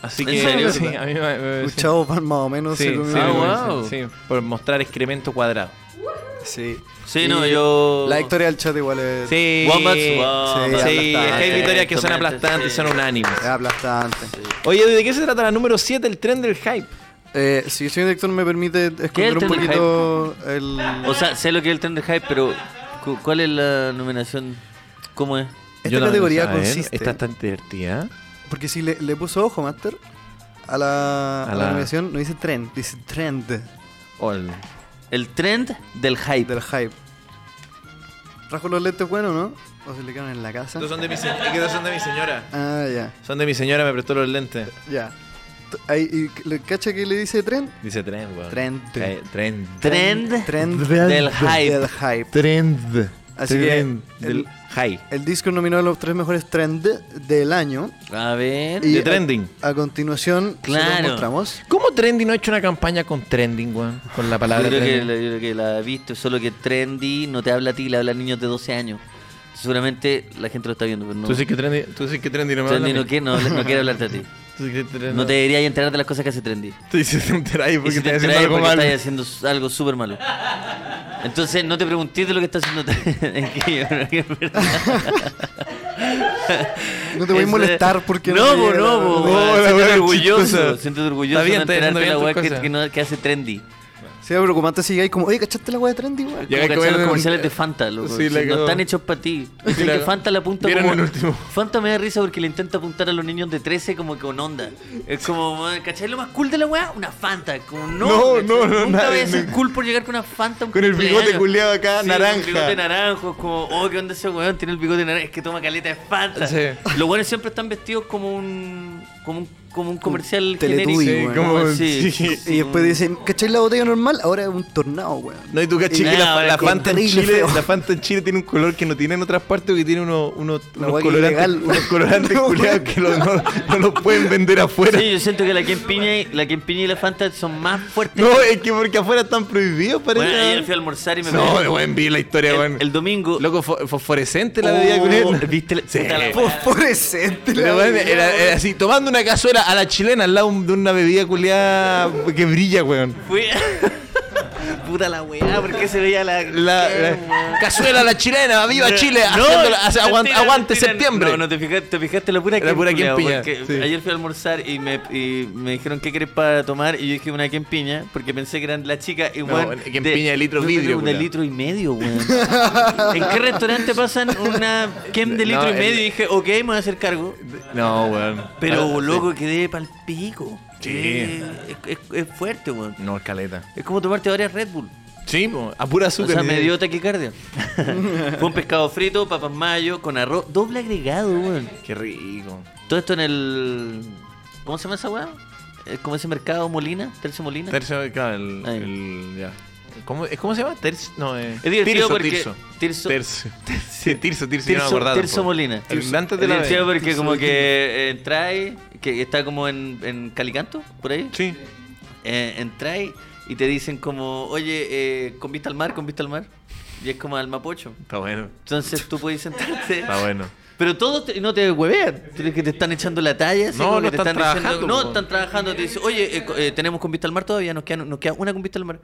[SPEAKER 2] Así
[SPEAKER 1] ¿En
[SPEAKER 2] que.
[SPEAKER 1] serio?
[SPEAKER 2] Sí, a mí me- me-
[SPEAKER 3] Un
[SPEAKER 2] sí.
[SPEAKER 3] chavo pan más o menos.
[SPEAKER 2] Sí,
[SPEAKER 3] se comió.
[SPEAKER 2] sí,
[SPEAKER 1] Ah,
[SPEAKER 2] sí,
[SPEAKER 1] wow.
[SPEAKER 2] sí, sí, por mostrar excremento cuadrado.
[SPEAKER 3] Sí.
[SPEAKER 1] Sí, no, yo.
[SPEAKER 3] La victoria del chat igual es.
[SPEAKER 2] Sí.
[SPEAKER 1] Wombats,
[SPEAKER 2] sí,
[SPEAKER 1] Wombats.
[SPEAKER 2] sí, es que hay
[SPEAKER 3] aplastante,
[SPEAKER 2] victorias que son aplastantes,
[SPEAKER 1] sí.
[SPEAKER 2] son unánimes.
[SPEAKER 3] Es aplastante.
[SPEAKER 2] Oye, ¿de qué se trata la número 7, el tren del hype?
[SPEAKER 3] Eh, si el señor director me permite
[SPEAKER 1] ¿Qué es
[SPEAKER 3] esconder
[SPEAKER 1] el
[SPEAKER 3] un
[SPEAKER 1] tren de
[SPEAKER 3] poquito el.
[SPEAKER 1] O sea, sé lo que es el tren de hype, pero cu- ¿cuál es la nominación? ¿Cómo es?
[SPEAKER 3] Esta
[SPEAKER 2] Yo no-
[SPEAKER 3] categoría
[SPEAKER 2] a ver,
[SPEAKER 3] consiste.
[SPEAKER 2] Esta está tan divertida.
[SPEAKER 3] Porque si le, le puso ojo, Master, a la, a la
[SPEAKER 2] la-
[SPEAKER 3] nominación, no dice trend, dice trend
[SPEAKER 2] Ol.
[SPEAKER 1] El trend del hype.
[SPEAKER 3] del hype. ¿Trajo los lentes buenos, no? ¿O se le quedaron en la casa?
[SPEAKER 2] Estos son de mi, se- es que estos son de mi señora.
[SPEAKER 3] Ah, ya,
[SPEAKER 2] Son de mi señora, me prestó los lentes.
[SPEAKER 3] ya. T- Ahí, y, le- ¿Cacha que le dice trend?
[SPEAKER 2] Dice tren, weón.
[SPEAKER 3] Trend.
[SPEAKER 2] Eh, tren.
[SPEAKER 1] Trend.
[SPEAKER 3] Trend
[SPEAKER 1] del hype.
[SPEAKER 3] Del hype.
[SPEAKER 2] Trend.
[SPEAKER 3] Así que
[SPEAKER 2] Tren
[SPEAKER 3] el-
[SPEAKER 2] del hype.
[SPEAKER 3] El disco nominó a los tres mejores trend del año.
[SPEAKER 1] A ver.
[SPEAKER 3] Y
[SPEAKER 2] De
[SPEAKER 3] a-
[SPEAKER 2] trending.
[SPEAKER 3] A, continuación, se los
[SPEAKER 1] Claro.
[SPEAKER 3] mostramos.
[SPEAKER 2] ¿Cómo Trending no ha hecho una campaña con Trending, weón? Con la palabra
[SPEAKER 1] Yo creo, que
[SPEAKER 2] trending.
[SPEAKER 1] la, yo creo que la he visto, solo que trendy no te habla a ti, le habla a niños de 12 años. Seguramente la gente lo está viendo, pero no.
[SPEAKER 2] Tú dices que Trending, tú dices que trending no me
[SPEAKER 1] trendy
[SPEAKER 2] habla a
[SPEAKER 1] no
[SPEAKER 2] mí.
[SPEAKER 1] quiere, no, habla- no quiere hablarte a ti.
[SPEAKER 2] Tú dices que Trending
[SPEAKER 1] No te deberías enterar de las cosas que hace trendy.
[SPEAKER 2] Tú dices un terai
[SPEAKER 1] Y
[SPEAKER 2] porque
[SPEAKER 1] si te
[SPEAKER 2] estás haciendo
[SPEAKER 1] distraes
[SPEAKER 2] algo
[SPEAKER 1] porque
[SPEAKER 2] mal.
[SPEAKER 1] estás haciendo s- algo súper malo. Entonces no te preguntes de lo que estás haciendo. Es que yo creo que es verdad.
[SPEAKER 3] No te voy a
[SPEAKER 1] Eso
[SPEAKER 3] molestar
[SPEAKER 1] es-
[SPEAKER 3] porque
[SPEAKER 1] no.
[SPEAKER 3] me
[SPEAKER 1] po,
[SPEAKER 3] llega
[SPEAKER 1] no,
[SPEAKER 3] la-
[SPEAKER 1] po,
[SPEAKER 3] la-
[SPEAKER 2] No,
[SPEAKER 1] weón.
[SPEAKER 2] la
[SPEAKER 1] Siéntete
[SPEAKER 2] weá
[SPEAKER 1] orgulloso.
[SPEAKER 2] chistosa.
[SPEAKER 1] Siéntete orgulloso
[SPEAKER 2] Está bien,
[SPEAKER 1] de
[SPEAKER 2] está bien,
[SPEAKER 1] enterarte de
[SPEAKER 2] está
[SPEAKER 1] la
[SPEAKER 2] bien
[SPEAKER 1] weá
[SPEAKER 2] tu
[SPEAKER 1] que,
[SPEAKER 2] cosa.
[SPEAKER 1] que no- que hace trendy.
[SPEAKER 3] Sí, pero como antes sigue ahí como, oye, ¿cachaste la wea de trend igual?
[SPEAKER 2] Ya,
[SPEAKER 1] Como
[SPEAKER 2] que
[SPEAKER 1] cachar los
[SPEAKER 2] bueno,
[SPEAKER 1] comerciales
[SPEAKER 2] eh,
[SPEAKER 1] de Fanta, loco.
[SPEAKER 2] sí,
[SPEAKER 1] Si
[SPEAKER 2] la
[SPEAKER 1] no
[SPEAKER 2] cagó.
[SPEAKER 1] están hechos para ti. Dicen
[SPEAKER 2] la
[SPEAKER 1] que
[SPEAKER 2] cagó.
[SPEAKER 1] Fanta la apunta
[SPEAKER 2] Vieron
[SPEAKER 1] como...
[SPEAKER 2] el último.
[SPEAKER 1] Fanta me da risa porque le intenta apuntar a los niños de 13 como con onda. Es como, man, ¿cachai? Lo más cool de la weá, una Fanta. Como no,
[SPEAKER 2] No,
[SPEAKER 1] ¿cachai?
[SPEAKER 2] no, no,
[SPEAKER 1] Nunca
[SPEAKER 2] nadie,
[SPEAKER 1] voy a ser
[SPEAKER 2] no.
[SPEAKER 1] cool por llegar con una Fanta. a un
[SPEAKER 2] Con el bigote
[SPEAKER 1] cumpleaños.
[SPEAKER 2] culeado acá,
[SPEAKER 1] con
[SPEAKER 2] naranja.
[SPEAKER 1] el bigote naranjo. Es como, oh, ¿qué onda ese weón? Tiene el bigote naranja. Es que toma caleta de Fanta.
[SPEAKER 2] Sí.
[SPEAKER 1] Los weones siempre están vestidos como un... Como un, como un comercial genérico.
[SPEAKER 3] Teletubby,
[SPEAKER 2] Sí,
[SPEAKER 3] weón.
[SPEAKER 2] como-
[SPEAKER 1] así.
[SPEAKER 2] sí.
[SPEAKER 3] Y después dicen, ¿cachai la botella normal? Ahora es un tornado, weón.
[SPEAKER 2] No, y tú caché que
[SPEAKER 1] Nah,
[SPEAKER 2] la,
[SPEAKER 1] ahora
[SPEAKER 2] la
[SPEAKER 1] con
[SPEAKER 2] Fanta en
[SPEAKER 3] terrible
[SPEAKER 2] Chile,
[SPEAKER 3] feo.
[SPEAKER 2] la Fanta en Chile tiene un color que no tiene en otras partes porque tiene uno- uno-
[SPEAKER 3] La
[SPEAKER 2] unos
[SPEAKER 3] weá que
[SPEAKER 2] colorantes,
[SPEAKER 3] ilegal.
[SPEAKER 2] unos colorantes
[SPEAKER 3] No,
[SPEAKER 2] culiados que lo- no, no los pueden vender afuera.
[SPEAKER 1] Sí, yo siento que la que empiña y la que empiña y la Fanta son más fuertes.
[SPEAKER 2] No, es que porque afuera están prohibidos, parece.
[SPEAKER 1] Bueno, ayer fui a almorzar y me
[SPEAKER 2] no,
[SPEAKER 1] pegué-
[SPEAKER 2] de buen vi la historia,
[SPEAKER 1] el,
[SPEAKER 2] weón.
[SPEAKER 1] el domingo.
[SPEAKER 2] Loco, fo- fosforescente la
[SPEAKER 1] Oh,
[SPEAKER 2] bebida culiada.
[SPEAKER 1] ¿Viste? la-
[SPEAKER 2] Sí.
[SPEAKER 1] Puta la-
[SPEAKER 3] Fosforescente,
[SPEAKER 2] Pero,
[SPEAKER 3] la
[SPEAKER 2] weón,
[SPEAKER 3] botella,
[SPEAKER 2] era, era así, tomando una cazuela a la chilena al lado de una bebida culiada que brilla, weón.
[SPEAKER 1] Fui- Puta la weá, ¿por qué se veía la.
[SPEAKER 2] La,
[SPEAKER 1] qué,
[SPEAKER 2] la-
[SPEAKER 1] weón?
[SPEAKER 2] cazuela a la chilena, viva Chile,
[SPEAKER 1] Eh, No,
[SPEAKER 2] haciéndola- hace- aguan-
[SPEAKER 1] mentira,
[SPEAKER 2] aguante
[SPEAKER 1] mentira.
[SPEAKER 2] septiembre.
[SPEAKER 1] No, no te fijaste, te fijaste la pura
[SPEAKER 2] La pura quempiña,
[SPEAKER 1] porque
[SPEAKER 2] sí.
[SPEAKER 1] Ayer fui a almorzar y me, y me dijeron qué querés para tomar y yo dije una quempiña porque pensé que eran las chicas y
[SPEAKER 2] No,
[SPEAKER 1] weón,
[SPEAKER 2] una quempiña de litro
[SPEAKER 1] no,
[SPEAKER 2] vidrio,
[SPEAKER 1] De
[SPEAKER 2] culiao.
[SPEAKER 1] litro y medio, weón. ¿En qué restaurante pasan una quem de
[SPEAKER 2] No,
[SPEAKER 1] litro y
[SPEAKER 2] el-
[SPEAKER 1] medio? Y dije, ok, me voy a hacer cargo.
[SPEAKER 2] No, weón.
[SPEAKER 1] Pero
[SPEAKER 2] Ah,
[SPEAKER 1] loco, quedé pa'l pico.
[SPEAKER 2] Sí.
[SPEAKER 1] Eh, Es, es- es fuerte, weón.
[SPEAKER 2] sí. No, es caleta.
[SPEAKER 1] Es como tomarte varias Red Bull.
[SPEAKER 2] Sí, po, a pura
[SPEAKER 1] O
[SPEAKER 2] azúcar.
[SPEAKER 1] sea,
[SPEAKER 2] ni-
[SPEAKER 1] me dio taquicardia. Fue un pescado frito, papas mayo, con arroz, doble agregado, weón.
[SPEAKER 2] Qué rico.
[SPEAKER 1] Todo esto en el. ¿Cómo se llama esa weá? Eh, ¿Cómo ese mercado Molina? ¿Tercio Molina?
[SPEAKER 2] Tercio, claro, el,
[SPEAKER 1] Ahí.
[SPEAKER 2] el- ya. ¿Cómo, es- ¿Cómo se llama? Tercio, no, eh.
[SPEAKER 1] Es divertido
[SPEAKER 2] tirso,
[SPEAKER 1] porque-
[SPEAKER 2] Tirso.
[SPEAKER 1] tirso-
[SPEAKER 2] Tercio. Sí, tirso, tirso, yo no me
[SPEAKER 1] Tirso-
[SPEAKER 2] acordaba
[SPEAKER 1] Tirso
[SPEAKER 2] tampoco.
[SPEAKER 1] Molina.
[SPEAKER 2] El
[SPEAKER 1] Tirso-
[SPEAKER 2] antes de
[SPEAKER 1] Es
[SPEAKER 2] la
[SPEAKER 1] divertido
[SPEAKER 2] B.
[SPEAKER 1] porque como que eh, entráis, que está como en, en Calicanto, por ahí.
[SPEAKER 2] Sí.
[SPEAKER 1] Eh, entráis y te dicen como, oye, eh, con vista al mar, con vista al mar. Y es como al Mapocho.
[SPEAKER 2] Está bueno.
[SPEAKER 1] Entonces tú puedes sentarte.
[SPEAKER 2] Está bueno.
[SPEAKER 1] Pero todos te- no te huevean, tú crees que te están echando la talla. así
[SPEAKER 2] No,
[SPEAKER 1] como
[SPEAKER 2] no
[SPEAKER 1] que te
[SPEAKER 2] están
[SPEAKER 1] diciendo-
[SPEAKER 2] trabajando,
[SPEAKER 1] no,
[SPEAKER 2] po.
[SPEAKER 1] están trabajando. Te dicen, oye, eh, co- eh, tenemos con vista al mar todavía, nos queda, nos queda una con vista al mar.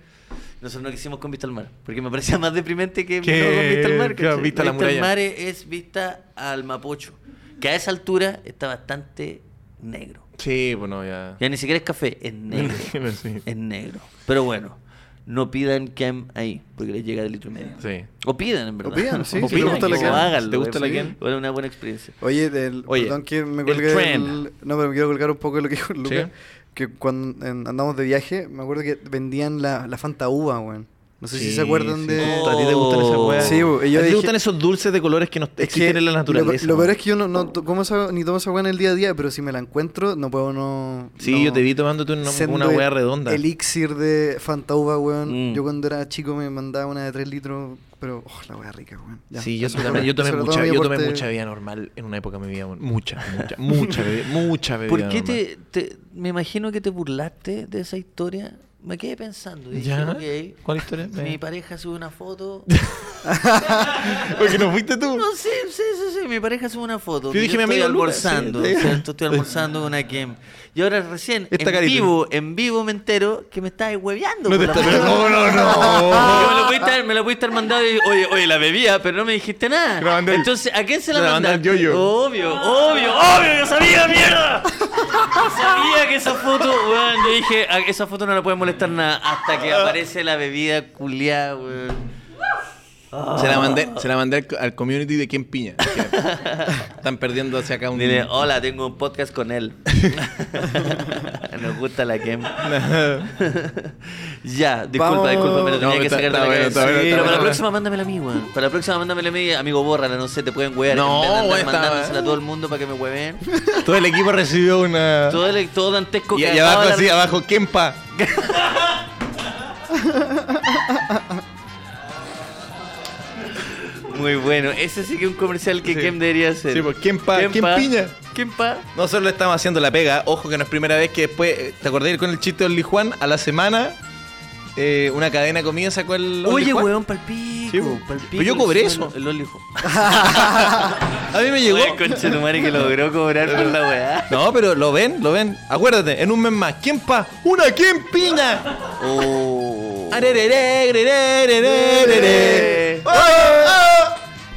[SPEAKER 1] Nosotros no quisimos con vista al mar, porque me parecía más deprimente que no
[SPEAKER 2] Que-
[SPEAKER 1] con vista al mar.
[SPEAKER 2] claro,
[SPEAKER 1] ¿cachai?
[SPEAKER 2] vista a la
[SPEAKER 1] al
[SPEAKER 2] muralla.
[SPEAKER 1] mar es, es vista al Mapocho, que a esa altura está bastante negro.
[SPEAKER 2] Sí, bueno, ya.
[SPEAKER 1] Ya ni siquiera es café, es negro.
[SPEAKER 2] Sí.
[SPEAKER 1] es negro. Pero bueno, no pidan cam ahí, porque les llega de litro y medio.
[SPEAKER 2] Sí.
[SPEAKER 1] O pidan, en verdad.
[SPEAKER 3] O pidan, sí, si
[SPEAKER 2] te gusta la
[SPEAKER 1] o
[SPEAKER 2] Ken.
[SPEAKER 1] háganlo,
[SPEAKER 2] Si te gusta la
[SPEAKER 1] sí.
[SPEAKER 2] Ken.
[SPEAKER 1] Bueno, una buena experiencia.
[SPEAKER 3] Oye, del,
[SPEAKER 1] Oye,
[SPEAKER 3] perdón que me
[SPEAKER 1] el
[SPEAKER 3] colgué.
[SPEAKER 1] tren.
[SPEAKER 3] el- no, pero me quiero colgar un poco de lo que dijo el
[SPEAKER 2] Sí.
[SPEAKER 3] Lucas. Que cuando en- andamos de viaje, me acuerdo que vendían la, la Fanta Uva, weón. No sé si
[SPEAKER 2] Sí,
[SPEAKER 3] se acuerdan
[SPEAKER 2] sí.
[SPEAKER 3] de.
[SPEAKER 1] Oh,
[SPEAKER 2] ¿A ti te gustan esas weas?
[SPEAKER 3] Sí, bo, y yo
[SPEAKER 2] ¿A ti te
[SPEAKER 3] dije-
[SPEAKER 2] gustan esos dulces de colores que no
[SPEAKER 3] Es
[SPEAKER 2] existen
[SPEAKER 3] que
[SPEAKER 2] en la
[SPEAKER 3] lo-
[SPEAKER 2] naturaleza?
[SPEAKER 3] Lo,
[SPEAKER 2] weón?
[SPEAKER 3] peor es que yo no, no to- como esa- ni tomo esa weá en el día a día, pero si me la encuentro, no puedo no.
[SPEAKER 2] Sí,
[SPEAKER 3] no-
[SPEAKER 2] yo te vi tomándote una,
[SPEAKER 3] Siendo
[SPEAKER 2] una hueá
[SPEAKER 3] el
[SPEAKER 2] redonda.
[SPEAKER 3] Elixir de Fanta Uva, weón.
[SPEAKER 1] Mm.
[SPEAKER 3] Yo cuando era chico me mandaba una de 3 litros, pero oh, la weá rica, weón. Ya,
[SPEAKER 2] sí, yo
[SPEAKER 3] eso
[SPEAKER 2] también. Yo
[SPEAKER 3] fue-
[SPEAKER 2] tomé,
[SPEAKER 3] sobre todo
[SPEAKER 2] mucha,
[SPEAKER 3] mi
[SPEAKER 2] yo tomé
[SPEAKER 3] aporte-
[SPEAKER 2] mucha bebida normal en una época de mi vida. weón. Mucha, mucha, mucha bebida. Mucha bebida
[SPEAKER 1] ¿Por qué
[SPEAKER 2] normal.
[SPEAKER 1] te, te- Me imagino que te burlaste de esa historia. Me quedé pensando. Dije,
[SPEAKER 2] ¿Ya?
[SPEAKER 1] ok,
[SPEAKER 2] ¿Cuál historia?
[SPEAKER 1] Mi pareja sube una foto.
[SPEAKER 2] Porque no fuiste tú.
[SPEAKER 1] No, sí, sí, sí, sí, Mi pareja sube una foto.
[SPEAKER 2] Yo dije, mi
[SPEAKER 1] estoy
[SPEAKER 2] amigo Lucas,
[SPEAKER 1] almorzando,
[SPEAKER 2] sí.
[SPEAKER 1] ¿cierto? Estoy almorzando con una Kim. Y ahora recién,
[SPEAKER 2] Esta
[SPEAKER 1] en
[SPEAKER 2] carita.
[SPEAKER 1] vivo, en vivo me entero que me estás hueveando. por
[SPEAKER 2] No te
[SPEAKER 1] la
[SPEAKER 2] estás-
[SPEAKER 1] foto.
[SPEAKER 2] No, no, no.
[SPEAKER 1] Porque me lo pudiste haber, me lo pudiste haber mandado y oye, oye, la bebía, pero no me dijiste nada.
[SPEAKER 2] Te la mandé.
[SPEAKER 1] Entonces, ¿a quién se la
[SPEAKER 2] Te la mandé al
[SPEAKER 1] mandaste?
[SPEAKER 2] Yoyo.
[SPEAKER 1] Obvio, obvio, obvio, yo sabía, mierda. Yo sabía que esa foto, weón, yo dije, "A esa foto no la puede molestar nada hasta que aparece la bebida culiada, weón.
[SPEAKER 2] Se la mandé, se la mandé al, co- al community de quien piña. Que Están perdiendo hacia acá un.
[SPEAKER 1] Dile, hola, tengo un podcast con él. Nos gusta la Kem. ya, disculpa,
[SPEAKER 3] Vamos.
[SPEAKER 1] disculpa, me lo
[SPEAKER 2] No,
[SPEAKER 1] tenía que
[SPEAKER 2] está-
[SPEAKER 1] sacar de
[SPEAKER 2] está
[SPEAKER 1] la
[SPEAKER 2] bueno,
[SPEAKER 1] cabeza.
[SPEAKER 2] está bueno,
[SPEAKER 1] Sí, Pero
[SPEAKER 2] está
[SPEAKER 1] para la
[SPEAKER 2] bueno.
[SPEAKER 1] próxima, mándamela a mí, weón. Para la próxima, mándamela a mí, amigo, bórrala, no sé, te pueden huear. en
[SPEAKER 2] No,
[SPEAKER 1] vez de andar
[SPEAKER 2] weón, está-
[SPEAKER 1] mandándosela a todo el mundo para que me hueven.
[SPEAKER 2] Todo el equipo recibió una.
[SPEAKER 1] Todo, el- todo dantesco
[SPEAKER 2] Y,
[SPEAKER 1] que
[SPEAKER 2] y
[SPEAKER 1] acaba
[SPEAKER 2] abajo,
[SPEAKER 1] la-
[SPEAKER 2] así, abajo, Kempa.
[SPEAKER 1] Muy bueno, ese sí que es un comercial que
[SPEAKER 2] Sí.
[SPEAKER 1] Kem debería hacer.
[SPEAKER 2] Sí, pues, Kempa,
[SPEAKER 1] Kempa,
[SPEAKER 2] Kempiña.
[SPEAKER 1] Kempa.
[SPEAKER 2] Nosotros le estamos haciendo la pega. Ojo que no es primera vez que después. eh, ¿Te acordás con el chiste de Only Juan? A la semana, eh, una cadena de comida sacó el. Only
[SPEAKER 1] Oye,
[SPEAKER 2] Juan.
[SPEAKER 1] weón, palpico.
[SPEAKER 2] Sí,
[SPEAKER 1] pico,
[SPEAKER 2] pues. Pero yo cobré eso.
[SPEAKER 1] El, el olijo.
[SPEAKER 2] A mí me llegó.
[SPEAKER 1] Oye, conche tu madre que logró cobrar por la weá.
[SPEAKER 2] No, pero lo ven, lo ven. Acuérdate, en un mes más. ¿Quién pa? ¡Una quién pina! Uh.
[SPEAKER 1] Oh.
[SPEAKER 2] Arerere, grerere, grerere. ¡Oh!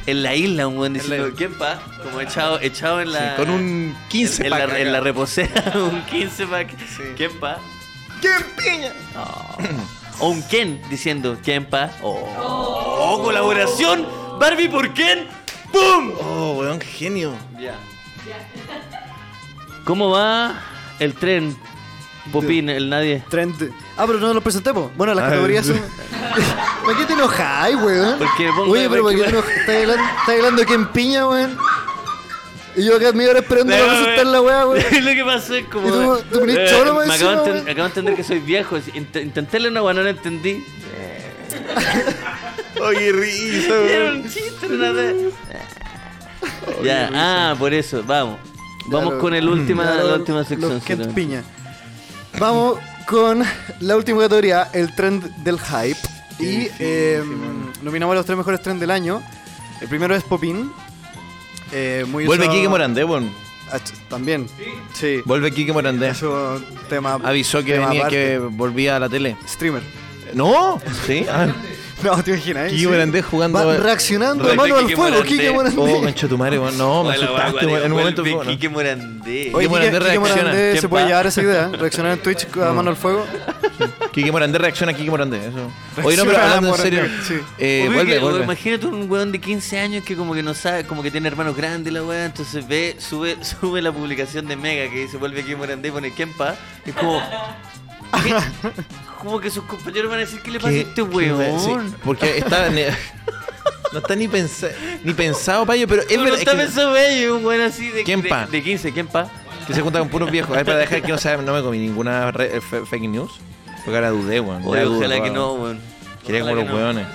[SPEAKER 1] En la isla, un buen diciendo,
[SPEAKER 2] isla.
[SPEAKER 1] ¿quién pa? Como echado, echado en la.
[SPEAKER 2] Sí, con un 15
[SPEAKER 1] en, en la,
[SPEAKER 2] pack
[SPEAKER 1] en la
[SPEAKER 2] acá.
[SPEAKER 1] reposera, un 15 pack. ¿Quién pa?
[SPEAKER 2] ¿Quién piña?
[SPEAKER 1] O un Ken diciendo, ¿quién pa? Oh. Oh, colaboración, Barbie por Ken. ¡Pum!
[SPEAKER 2] Oh, weón, qué genio.
[SPEAKER 1] Ya. ¿Cómo va el tren? Popín, el nadie.
[SPEAKER 3] Tren de- Ah, pero no lo presenté, po. Bueno,
[SPEAKER 2] Ah,
[SPEAKER 3] las categorías son. ¿Por qué te enojáis, weón?
[SPEAKER 1] Porque pongo-
[SPEAKER 3] Oye, pero ¿por qué te enojáis? ¿Estás hablando, estás hablando que en piña, weón? Y yo acá media hora esperando para presentar la weá, weón.
[SPEAKER 1] Lo que pasó es como.
[SPEAKER 3] Y tú- tú ponés
[SPEAKER 1] Eh,
[SPEAKER 3] choro, weón,
[SPEAKER 1] me acabo, de
[SPEAKER 3] encima,
[SPEAKER 1] enten-
[SPEAKER 3] weón.
[SPEAKER 1] acabo de entender que soy viejo. Int- intenté leer una guana, no entendí.
[SPEAKER 2] Oye, risa,
[SPEAKER 1] Era
[SPEAKER 2] weón.
[SPEAKER 1] un chiste, era una vez. Ya, ah, por eso, vamos. Vamos
[SPEAKER 3] Claro.
[SPEAKER 1] con el última,
[SPEAKER 3] Claro,
[SPEAKER 1] la última
[SPEAKER 3] los
[SPEAKER 1] sección.
[SPEAKER 3] Kent
[SPEAKER 1] sí,
[SPEAKER 3] Piña. Vamos con la última categoría, el trend del hype. Y eh, nominamos a los tres mejores trends del año. El primero es Popín. Eh, muy
[SPEAKER 2] Vuelve
[SPEAKER 3] usado-
[SPEAKER 2] Kike Morandé, weón.
[SPEAKER 3] Ah, ch- También. Sí.
[SPEAKER 2] Vuelve Kike Morandé.
[SPEAKER 3] Eso, tema.
[SPEAKER 2] Avisó que
[SPEAKER 3] tema
[SPEAKER 2] venía, que
[SPEAKER 3] aparte.
[SPEAKER 2] volvía a la tele.
[SPEAKER 3] Streamer.
[SPEAKER 2] No, sí. Ah.
[SPEAKER 3] No, te imaginas. ¿eh?
[SPEAKER 2] Kike Morandé jugando-
[SPEAKER 3] Va reaccionando
[SPEAKER 2] Re-
[SPEAKER 3] de mano al
[SPEAKER 1] Kike
[SPEAKER 3] fuego,
[SPEAKER 1] Morandé.
[SPEAKER 3] Kike Morandé.
[SPEAKER 2] Oh, concha tu madre, weón. No, me
[SPEAKER 1] Hola,
[SPEAKER 2] asustaste,
[SPEAKER 1] guagua,
[SPEAKER 2] weón. En un momento
[SPEAKER 1] vuelve
[SPEAKER 2] fue, bueno.
[SPEAKER 1] Quique Morandé.
[SPEAKER 2] Oye,
[SPEAKER 3] Oye,
[SPEAKER 2] Kike Morandé
[SPEAKER 3] Kike, Kike
[SPEAKER 2] reacciona.
[SPEAKER 3] Morandé se
[SPEAKER 1] ¿Quién
[SPEAKER 3] puede
[SPEAKER 1] va?
[SPEAKER 3] llevar esa idea, ¿eh? reaccionar en Twitch a mano al fuego.
[SPEAKER 2] Kike Morandé reacciona a Kike Morandé. Eso. Oye, no, pero
[SPEAKER 3] Reacciona
[SPEAKER 2] hablando en serio.
[SPEAKER 3] Morandé, sí.
[SPEAKER 2] Eh,
[SPEAKER 1] Ubique,
[SPEAKER 2] vuelve,
[SPEAKER 1] weón,
[SPEAKER 2] vuelve.
[SPEAKER 1] Imagínate un weón de 15 años que como que no sabe, como que tiene hermanos grandes la weá, entonces ve, sube, sube la publicación de Mega que dice vuelve aquí Morandé y pone Kempa. Y es como. ¿qué? como que sus compañeros van a decir, ¿qué le pasa a
[SPEAKER 2] ¿Qué-
[SPEAKER 1] este
[SPEAKER 2] qué weón? Sí,
[SPEAKER 1] weón?
[SPEAKER 2] porque está. ne- no está ni, pensa- ni pensado para ello, pero es
[SPEAKER 1] Es
[SPEAKER 2] verdad.
[SPEAKER 1] no
[SPEAKER 2] es
[SPEAKER 1] está
[SPEAKER 2] que-
[SPEAKER 1] pensando ello, un weón así de,
[SPEAKER 2] Kempa.
[SPEAKER 1] de, de 15, Kempa.
[SPEAKER 2] Que se junta con puros viejos. Ay, para dejar que no sea, no me comí ninguna re- eh, fe- fake news. Porque ahora dudé, weón. Ya
[SPEAKER 1] Oye,
[SPEAKER 2] dudo,
[SPEAKER 1] ojalá que
[SPEAKER 2] weón.
[SPEAKER 1] no, weón.
[SPEAKER 2] Quería
[SPEAKER 1] Ojalá
[SPEAKER 2] como
[SPEAKER 1] que
[SPEAKER 2] los
[SPEAKER 1] no.
[SPEAKER 2] weones.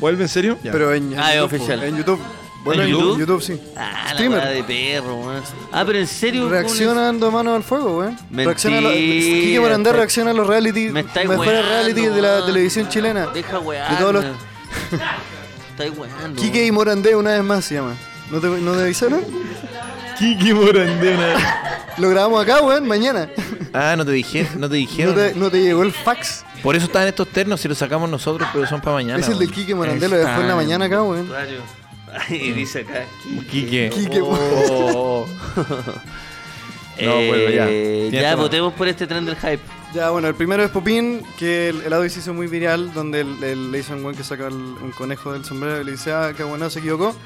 [SPEAKER 2] ¿Vuelve en serio?
[SPEAKER 3] Pero en, en
[SPEAKER 1] Ah, es
[SPEAKER 3] YouTube,
[SPEAKER 1] oficial.
[SPEAKER 3] En YouTube. Bueno,
[SPEAKER 1] ¿En
[SPEAKER 3] en
[SPEAKER 1] YouTube?
[SPEAKER 3] YouTube, YouTube sí.
[SPEAKER 1] Ah, la
[SPEAKER 3] Streamer.
[SPEAKER 1] weá de perro, weón. Ah, pero en serio, weón,
[SPEAKER 3] Reaccionando a mano al fuego, weón.
[SPEAKER 1] Mentira.
[SPEAKER 3] Reacciona a los- Kike Morandé reacciona a los reality.
[SPEAKER 1] Me estáis
[SPEAKER 3] mejores
[SPEAKER 1] weando,
[SPEAKER 3] reality de la
[SPEAKER 1] weón.
[SPEAKER 3] televisión chilena.
[SPEAKER 1] Deja weón.
[SPEAKER 3] De todos los-
[SPEAKER 1] Estáis weando.
[SPEAKER 3] Kike y Morandé una vez más se llama. ¿No te, no te avisaron?
[SPEAKER 2] Kiki Morandena.
[SPEAKER 3] Lo grabamos acá, weón, mañana.
[SPEAKER 2] Ah, no te dije, no te
[SPEAKER 3] ¿No
[SPEAKER 2] dijeron.
[SPEAKER 3] te, no te llegó el fax.
[SPEAKER 2] Por eso están estos ternos, si los sacamos nosotros, pero son para mañana.
[SPEAKER 3] es el del Kike Morandé, lo dejó en la mañana acá, weón.
[SPEAKER 1] Usuario.
[SPEAKER 2] Mm.
[SPEAKER 1] Y dice acá.
[SPEAKER 2] Kike.
[SPEAKER 3] Kike,
[SPEAKER 2] Oh. No, vuelve pues, ya.
[SPEAKER 1] Eh,
[SPEAKER 2] Tienes
[SPEAKER 1] ya,
[SPEAKER 2] razón.
[SPEAKER 1] votemos por este tren del hype.
[SPEAKER 2] Ah,
[SPEAKER 3] Ya, bueno, el primero es Popín, que el, el audio se hizo muy viral, donde el, el- le hizo un weón que saca el- un conejo del sombrero y le dice, ah, qué bueno, se equivocó.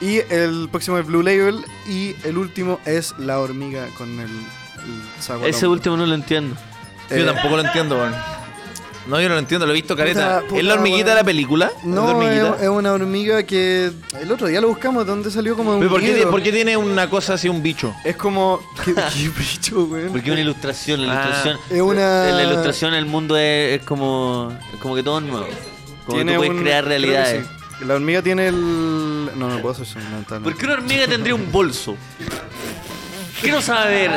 [SPEAKER 3] Y el próximo es Blue Label, y el último es La Hormiga con el, el saco al
[SPEAKER 1] Ese
[SPEAKER 3] hombro.
[SPEAKER 1] último no lo entiendo.
[SPEAKER 2] Yo tampoco lo entiendo, weón. No, yo no lo entiendo, lo he visto careta.
[SPEAKER 3] Puta, puta,
[SPEAKER 2] ¿Es la hormiguita
[SPEAKER 3] weón.
[SPEAKER 2] de la película? ¿Es la
[SPEAKER 3] No,
[SPEAKER 2] hormiguita?
[SPEAKER 3] es, es una hormiga que el otro día lo buscamos, ¿dónde salió como de un
[SPEAKER 2] ¿Pero por qué,
[SPEAKER 3] nido.
[SPEAKER 2] por qué tiene una cosa así, un bicho?
[SPEAKER 3] Es como... ¿Qué, qué bicho, weón?
[SPEAKER 1] Porque una ilustración, la
[SPEAKER 2] Ah,
[SPEAKER 1] ilustración. eh,
[SPEAKER 3] es una-
[SPEAKER 1] La ilustración el mundo es, es como. es como que todo es nuevo. Como que tú puedes
[SPEAKER 3] un-
[SPEAKER 1] crear
[SPEAKER 3] creo que
[SPEAKER 1] realidades.
[SPEAKER 3] sí. La hormiga tiene el... No, no puedo hacer eso. no, tal-
[SPEAKER 1] ¿Por qué una hormiga tendría un bolso? Quiero saber,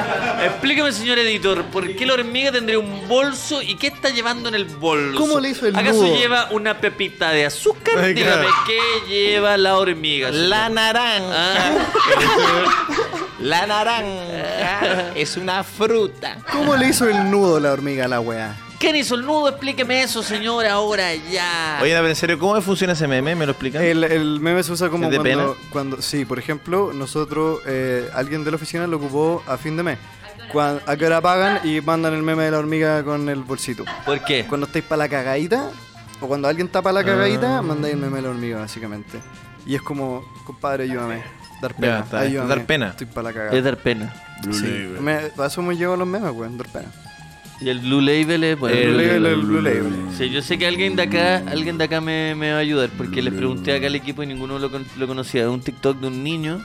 [SPEAKER 1] explícame señor editor, ¿por qué la hormiga tendría un bolso y qué está llevando en el bolso?
[SPEAKER 3] ¿Cómo le hizo el
[SPEAKER 1] ¿Acaso
[SPEAKER 3] nudo?
[SPEAKER 1] lleva una pepita de azúcar?
[SPEAKER 2] Ay,
[SPEAKER 1] Dígame,
[SPEAKER 2] claro.
[SPEAKER 1] ¿qué lleva la hormiga?
[SPEAKER 4] La
[SPEAKER 1] señor?
[SPEAKER 4] naranja.
[SPEAKER 1] Ah,
[SPEAKER 4] La naranja es una fruta.
[SPEAKER 3] ¿Cómo le hizo el nudo la hormiga a la weá?
[SPEAKER 1] ¿Quién hizo el nudo? Explíqueme eso, señor, ahora ya.
[SPEAKER 2] Oye, no, pero en serio, ¿cómo funciona ese meme? ¿Me lo explican?
[SPEAKER 3] El, el meme se usa como
[SPEAKER 2] ¿Es de
[SPEAKER 3] cuando,
[SPEAKER 2] pena?
[SPEAKER 3] cuando. Sí, por ejemplo, nosotros, eh, alguien de la oficina lo ocupó a fin de mes. Cuan- a qué hora pagan y mandan el meme de la hormiga con el bolsito.
[SPEAKER 1] ¿Por qué?
[SPEAKER 3] Cuando estáis para la cagadita, o cuando alguien está para la cagadita,
[SPEAKER 2] Ah.
[SPEAKER 3] mandáis el meme de la hormiga, básicamente. Y es como, compadre, ayúdame. Dar
[SPEAKER 2] Ya,
[SPEAKER 3] pena.
[SPEAKER 2] está,
[SPEAKER 3] ayúdame,
[SPEAKER 2] dar pena.
[SPEAKER 3] Estoy para la
[SPEAKER 1] Es
[SPEAKER 3] cagada.
[SPEAKER 1] dar pena.
[SPEAKER 3] Sí. Me, a eso me llevo los memes, weón, dar pena.
[SPEAKER 1] Y el Blue Label es... bueno,
[SPEAKER 2] Pues, El
[SPEAKER 3] Blue
[SPEAKER 2] Blue
[SPEAKER 3] Label, el Blue Label.
[SPEAKER 1] Sí, yo sé que alguien de acá, alguien de acá me, me va a ayudar, porque les pregunté acá al equipo y ninguno lo, con- lo conocía. Un TikTok de un niño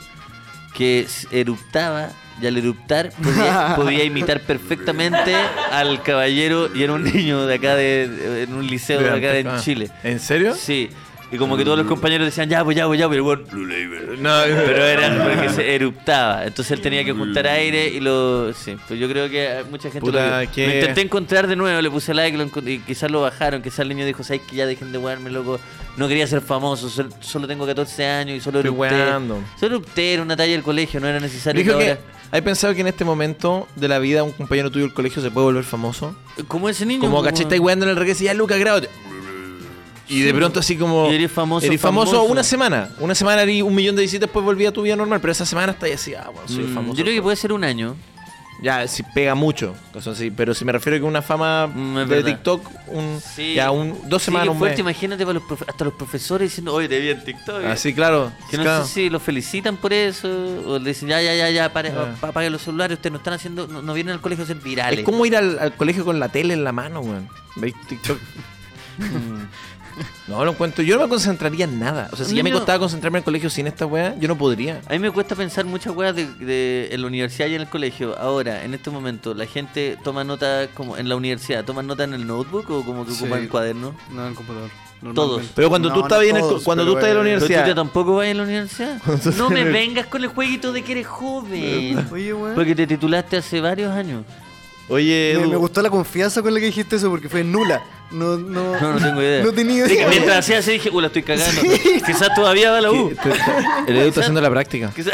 [SPEAKER 1] que s- eruptaba y al eruptar podía, podía imitar perfectamente al caballero y era un niño de acá, de, de- en un liceo de acá
[SPEAKER 2] Ah,
[SPEAKER 1] en Chile.
[SPEAKER 2] ¿En serio?
[SPEAKER 1] Sí. Y como que todos
[SPEAKER 2] Mm.
[SPEAKER 1] los compañeros decían, ya, pues, ya, pues, ya, pues, y el weón, "Blue Label". Pero era porque se eruptaba. Entonces él tenía que juntar aire y lo. Sí, pues yo creo que mucha gente
[SPEAKER 2] Puta,
[SPEAKER 1] lo. vio.
[SPEAKER 2] qué-
[SPEAKER 1] Lo intenté encontrar de nuevo, le puse like lo encon- y quizás lo bajaron. Quizás el niño dijo, ¿sabes que ya dejen de wearme, loco? No quería ser famoso, sol- solo tengo 14 años y solo
[SPEAKER 2] Estoy
[SPEAKER 1] erupté.
[SPEAKER 2] weando.
[SPEAKER 1] Solo erupté, era una talla del colegio, no era necesario.
[SPEAKER 2] Dijo
[SPEAKER 1] que
[SPEAKER 2] que,
[SPEAKER 1] ahora-
[SPEAKER 2] ¿Has pensado que en este momento de la vida un compañero tuyo del colegio se puede volver famoso?
[SPEAKER 1] Como ese niño.
[SPEAKER 2] Como caché, estáis weando en el regreso y ya, Luca, grábate. Y de pronto así como...
[SPEAKER 1] Y eres famoso,
[SPEAKER 2] Eres famoso,
[SPEAKER 1] famoso.
[SPEAKER 2] una semana. Una semana y un millón de visitas, después volví a tu vida normal. Pero esa semana estáis así, ah, bueno, soy
[SPEAKER 1] Mm,
[SPEAKER 2] famoso.
[SPEAKER 1] Yo creo que puede ser un año.
[SPEAKER 2] Ya, si pega mucho. o sea, sí, pero si me refiero a que una fama
[SPEAKER 1] Mm,
[SPEAKER 2] de
[SPEAKER 1] es verdad.
[SPEAKER 2] TikTok, un,
[SPEAKER 1] Sí.
[SPEAKER 2] ya un, dos
[SPEAKER 1] Sí,
[SPEAKER 2] semanas,
[SPEAKER 1] qué
[SPEAKER 2] un
[SPEAKER 1] fuerte,
[SPEAKER 2] mes.
[SPEAKER 1] imagínate para los profe- hasta los profesores diciendo, oye, te vi en TikTok. eh".
[SPEAKER 2] Así, claro.
[SPEAKER 1] Que no
[SPEAKER 2] claro.
[SPEAKER 1] sé si los felicitan por eso o le dicen, ya, ya, ya, ya, pare,
[SPEAKER 2] Ah.
[SPEAKER 1] pa- apaguen los celulares, ustedes no están haciendo, no, no vienen al colegio a ser virales.
[SPEAKER 2] Es como ir al, al colegio con la tele en la mano, weón. ¿Veis TikTok? Mm. no, lo encuentro. Yo no me concentraría en nada. O sea, si ya me
[SPEAKER 1] Niño-
[SPEAKER 2] costaba concentrarme en el colegio sin esta weá, yo no podría.
[SPEAKER 1] A mí me cuesta pensar muchas weas de, de- en la universidad y en el colegio. Ahora, en este momento, la gente toma nota como en la universidad, toman nota en el notebook o como que
[SPEAKER 3] Sí.
[SPEAKER 1] ocupan el cuaderno.
[SPEAKER 3] No en el computador.
[SPEAKER 1] Todos.
[SPEAKER 2] Pero cuando tú estabas ahí en el co- cuando tú estabas en
[SPEAKER 1] Pero tú
[SPEAKER 2] la universidad.
[SPEAKER 1] ya tampoco vas a la universidad. No me vengas con el jueguito de que eres joven.
[SPEAKER 3] Oye, weón.
[SPEAKER 1] Porque te titulaste hace varios años.
[SPEAKER 2] Oye,
[SPEAKER 3] Me,
[SPEAKER 2] Edu,
[SPEAKER 3] me gustó la confianza con la que dijiste eso porque fue nula. No, no.
[SPEAKER 1] No, no tengo idea.
[SPEAKER 3] No tenía
[SPEAKER 1] Es que
[SPEAKER 3] idea.
[SPEAKER 1] Mientras hacía así dije, uh, la estoy cagando. Quizás todavía va la U.
[SPEAKER 2] El Edu está haciendo la práctica.
[SPEAKER 1] Quizás.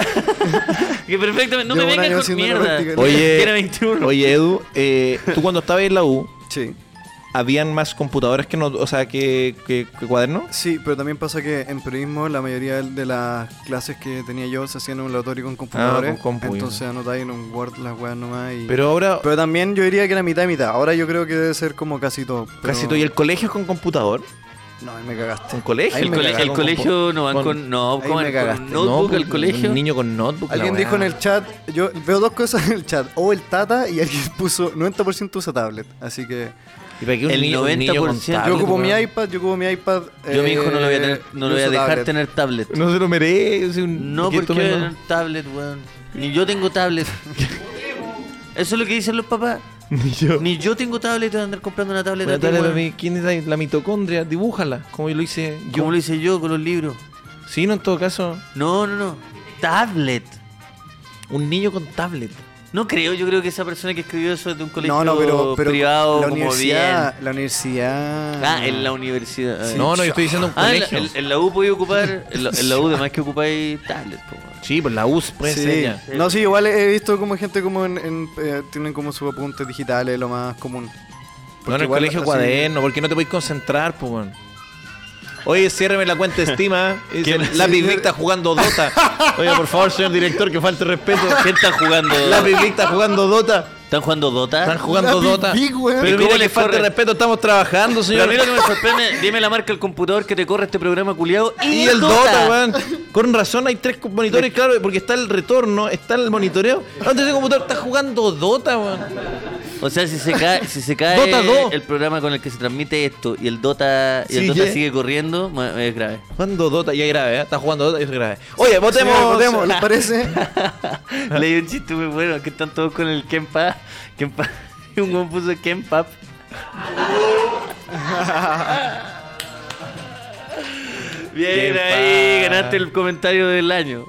[SPEAKER 1] que perfectamente. No
[SPEAKER 3] Llevo
[SPEAKER 1] me
[SPEAKER 3] un año
[SPEAKER 1] vengas con
[SPEAKER 3] haciendo la
[SPEAKER 1] mierda.
[SPEAKER 3] práctica.
[SPEAKER 2] Oye,
[SPEAKER 1] Era 21.
[SPEAKER 2] oye Edu, eh, tú cuando estabas en la U,
[SPEAKER 3] Sí.
[SPEAKER 2] ¿habían más computadoras que no, o sea, que, que, que cuadernos?
[SPEAKER 3] Sí, pero también pasa que en periodismo la mayoría de las clases que tenía yo se hacían en un laboratorio con computadores.
[SPEAKER 2] Ah, con compu,
[SPEAKER 3] entonces anotáis en un Word las weas nomás. Y...
[SPEAKER 2] Pero ahora
[SPEAKER 3] Pero también yo diría que era mitad y mitad. Ahora yo creo que debe ser como casi todo. pero-
[SPEAKER 2] casi todo. ¿Y el colegio es con computador?
[SPEAKER 3] No, ahí me cagaste.
[SPEAKER 2] ¿Un colegio?
[SPEAKER 3] Ahí
[SPEAKER 1] El,
[SPEAKER 3] me
[SPEAKER 1] cole-
[SPEAKER 3] cagaron
[SPEAKER 1] el
[SPEAKER 2] con
[SPEAKER 1] colegio no van
[SPEAKER 2] con-
[SPEAKER 1] con. No,
[SPEAKER 3] ahí
[SPEAKER 1] ¿cómo
[SPEAKER 3] me
[SPEAKER 1] van?
[SPEAKER 3] cagaste. pues,
[SPEAKER 1] con notebook
[SPEAKER 2] No, pues,
[SPEAKER 1] al colegio.
[SPEAKER 2] Un niño con notebook. la
[SPEAKER 3] Alguien
[SPEAKER 2] weá.
[SPEAKER 3] dijo en el chat, yo veo dos cosas en el chat, o el Tata y alguien puso 90% usa tablet, así que
[SPEAKER 2] ¿Y para qué un
[SPEAKER 1] el
[SPEAKER 2] niño, un niño con
[SPEAKER 1] 90%
[SPEAKER 3] yo
[SPEAKER 2] tablet,
[SPEAKER 3] ocupo mi
[SPEAKER 2] weón?
[SPEAKER 3] iPad, yo ocupo mi iPad.
[SPEAKER 1] Ah, Yo a mi hijo no lo voy a,
[SPEAKER 3] eh,
[SPEAKER 1] tener, no lo voy a
[SPEAKER 3] uso
[SPEAKER 1] dejar
[SPEAKER 3] tablet.
[SPEAKER 1] tener tablet.
[SPEAKER 2] No se lo merece. un-
[SPEAKER 1] No,
[SPEAKER 2] ¿qué
[SPEAKER 1] porque
[SPEAKER 2] toma
[SPEAKER 1] voy a
[SPEAKER 2] el-
[SPEAKER 1] tener tablet, weón. Ni yo tengo tablet. Eso es lo que dicen los papás.
[SPEAKER 2] Ni yo.
[SPEAKER 1] Ni yo tengo tablet y te voy a andar comprando una tablet
[SPEAKER 2] Bueno,
[SPEAKER 1] a ti,
[SPEAKER 2] dale,
[SPEAKER 1] weón.
[SPEAKER 2] mami, ¿Quién es la, la mitocondria? Dibújala, como yo lo hice yo.
[SPEAKER 1] Como lo hice yo con los libros.
[SPEAKER 2] Sí, no, en todo caso,
[SPEAKER 1] No, no, no. Tablet.
[SPEAKER 2] un niño con tablet.
[SPEAKER 1] No creo, yo creo que esa persona que escribió eso es de un colegio
[SPEAKER 3] No, no, pero, pero
[SPEAKER 1] privado,
[SPEAKER 3] la
[SPEAKER 1] como bien.
[SPEAKER 3] universidad, la universidad.
[SPEAKER 1] Ah, en la universidad. Ah,
[SPEAKER 2] No, no, yo estoy diciendo un
[SPEAKER 1] Ah, en la,
[SPEAKER 2] colegio.
[SPEAKER 1] en- en la U podía ocupar. En la, en la U, además que ocupáis tablet, po, weón.
[SPEAKER 2] Sí, pues la US puede ser
[SPEAKER 3] Sí.
[SPEAKER 2] ya.
[SPEAKER 3] No, sí, igual he visto como gente como en, en, eh, tienen como sus apuntes digitales, lo más común.
[SPEAKER 2] No en el
[SPEAKER 3] igual
[SPEAKER 2] colegio
[SPEAKER 3] así-
[SPEAKER 2] cuaderno, porque no te podéis concentrar, pues, weón. Oye, ciérreme la cuenta estima. ¿eh? Dice, Lápiz Vic está jugando Dota. Oye, por favor, señor director, que falte respeto.
[SPEAKER 1] ¿Quién está jugando?
[SPEAKER 2] Lápiz Vic está jugando Dota.
[SPEAKER 1] ¿Están jugando Dota?
[SPEAKER 2] Están jugando
[SPEAKER 3] Lápiz
[SPEAKER 2] Dota.
[SPEAKER 3] Vic, weón.
[SPEAKER 1] ¿Y
[SPEAKER 2] Pero
[SPEAKER 1] cómo
[SPEAKER 2] mira que
[SPEAKER 1] les
[SPEAKER 2] falta de
[SPEAKER 1] corre?
[SPEAKER 2] respeto, estamos trabajando,
[SPEAKER 1] Pero
[SPEAKER 2] señor.
[SPEAKER 1] a mí lo que me sorprende, dime la marca del computador que te corre este programa culiado y,
[SPEAKER 2] Y el Dota, weón. Con razón hay tres monitores, claro, porque está el retorno, está el monitoreo. Antes de computador está jugando Dota, weón.
[SPEAKER 1] O sea, si se cae, si se cae
[SPEAKER 2] Dota 2.
[SPEAKER 1] el programa con el que se transmite esto y el Dota, y el
[SPEAKER 2] Sí,
[SPEAKER 1] Dota
[SPEAKER 2] ye.
[SPEAKER 1] sigue corriendo, ma- es grave.
[SPEAKER 2] Jugando Dota, y es grave, ¿eh? Está jugando Dota y es grave. Oye, votemos.
[SPEAKER 3] Señores, votemos, ¿les parece?
[SPEAKER 1] Leí un chiste muy bueno, que están todos con el Kenpa. Kenpa. Y un buen puso Kenpap. Bien ahí, ganaste el comentario del año.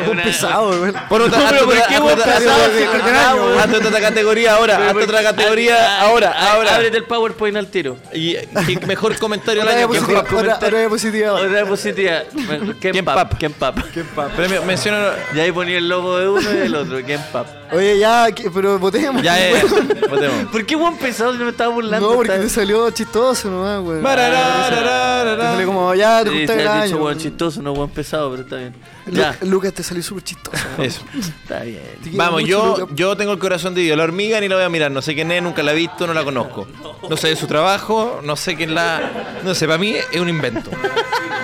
[SPEAKER 1] Es
[SPEAKER 3] Un
[SPEAKER 1] una-
[SPEAKER 3] pesado, weón.
[SPEAKER 2] Por otra,
[SPEAKER 1] No, pero
[SPEAKER 2] hazte
[SPEAKER 1] ¿por
[SPEAKER 2] otra-
[SPEAKER 1] qué
[SPEAKER 2] hazte
[SPEAKER 1] vos
[SPEAKER 2] otra-
[SPEAKER 1] pensabas
[SPEAKER 2] hazte
[SPEAKER 1] que
[SPEAKER 2] otra-
[SPEAKER 1] ganaba, weón?
[SPEAKER 2] hazte otra categoría ahora, hazte otra categoría ahora, ahora.
[SPEAKER 1] Ábrete el PowerPoint al tiro.
[SPEAKER 2] Y y mejor comentario del
[SPEAKER 3] Ahora
[SPEAKER 2] año.
[SPEAKER 3] ya
[SPEAKER 2] que
[SPEAKER 3] positiva,
[SPEAKER 2] mejor
[SPEAKER 3] ahora-
[SPEAKER 2] comentario.
[SPEAKER 3] ahora ya positiva.
[SPEAKER 1] Otra diapositiva. Kenpap.
[SPEAKER 2] Kenpap.
[SPEAKER 1] Kenpap.
[SPEAKER 2] Premio, menciona.
[SPEAKER 1] Y ahí ponía el logo de uno y del otro. Kenpap.
[SPEAKER 3] Oye, ya, que- pero votemos.
[SPEAKER 2] Ya, ya, ya. Votemos.
[SPEAKER 1] ¿Por qué Juan pesado no me estaba burlando?
[SPEAKER 3] No, porque
[SPEAKER 1] Estaba-
[SPEAKER 3] te salió chistoso nomás, weón. Te
[SPEAKER 2] Barararararara.
[SPEAKER 3] salió como, ya, te
[SPEAKER 1] Sí,
[SPEAKER 3] gusta
[SPEAKER 1] te
[SPEAKER 3] el
[SPEAKER 1] has dicho,
[SPEAKER 3] año.
[SPEAKER 1] weón, chistoso, no Juan pesado, pero está bien.
[SPEAKER 3] Lu-
[SPEAKER 1] Ya,
[SPEAKER 3] Lucas, te salió súper chistoso.
[SPEAKER 2] Eso.
[SPEAKER 1] está bien.
[SPEAKER 3] Te quiero
[SPEAKER 2] Vamos,
[SPEAKER 3] mucho,
[SPEAKER 2] yo,
[SPEAKER 3] Lucas.
[SPEAKER 2] yo tengo el corazón dividido. La hormiga ni la voy a mirar. No sé quién es, nunca la he visto, no la conozco. No sé de su trabajo, no sé quién la. No sé, para mí es un invento.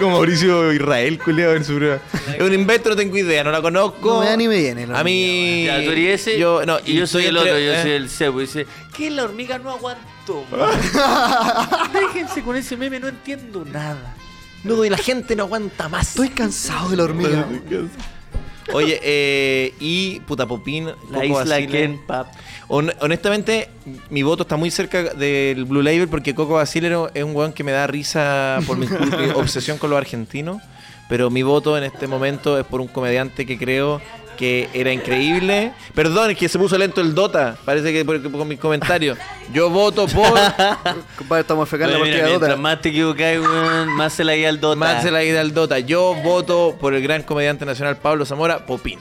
[SPEAKER 2] Como Mauricio Israel, culiado en su prueba. Es un invento, no tengo idea, no la conozco.
[SPEAKER 3] No me da ni me viene la
[SPEAKER 2] A mí.
[SPEAKER 1] Ya, tú eres ese
[SPEAKER 2] Yo, no,
[SPEAKER 1] y yo soy el
[SPEAKER 2] entre-
[SPEAKER 1] otro, yo
[SPEAKER 2] ¿eh?
[SPEAKER 1] soy el cebo. Y dice, ¿qué la hormiga no aguanto? man". Déjense con ese meme, no entiendo nada.
[SPEAKER 2] Nudo y la gente no aguanta más.
[SPEAKER 3] Estoy cansado de la hormiga.
[SPEAKER 2] Oye, eh, y puta popín.
[SPEAKER 1] La
[SPEAKER 2] Coco
[SPEAKER 1] isla
[SPEAKER 2] Basile.
[SPEAKER 1] Kenpap.
[SPEAKER 2] Hon- honestamente, mi voto está muy cerca del Blue Label porque Coco Basilero es un weón que me da risa por mi, mi obsesión con los argentinos. Pero mi voto en este momento es por un comediante que creo que era increíble. Perdón, es que se puso lento el Dota. Parece que por, con mis comentarios. Yo voto por
[SPEAKER 3] Compadre, estamos afectando la
[SPEAKER 1] Oye, mira,
[SPEAKER 3] partida de
[SPEAKER 1] mientras
[SPEAKER 3] Dota.
[SPEAKER 1] más te equivocáis, weón, más se la guía al Dota.
[SPEAKER 2] Max de la ida al Dota. Yo voto por el gran comediante nacional Pablo Zamora, Popín.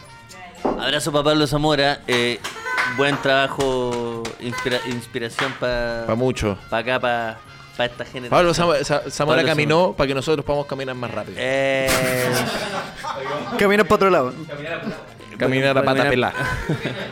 [SPEAKER 1] Abrazo para Pablo Zamora. eh, buen trabajo, inspira- inspiración para
[SPEAKER 2] Para mucho.
[SPEAKER 1] acá, para esta generación.
[SPEAKER 2] Pablo Zamo- Za- Zamora
[SPEAKER 1] Pablo
[SPEAKER 2] caminó para que nosotros podamos caminar más rápido.
[SPEAKER 1] Eh,
[SPEAKER 3] Camina para otro lado.
[SPEAKER 2] Caminar a pata
[SPEAKER 1] caminar-
[SPEAKER 2] pelada.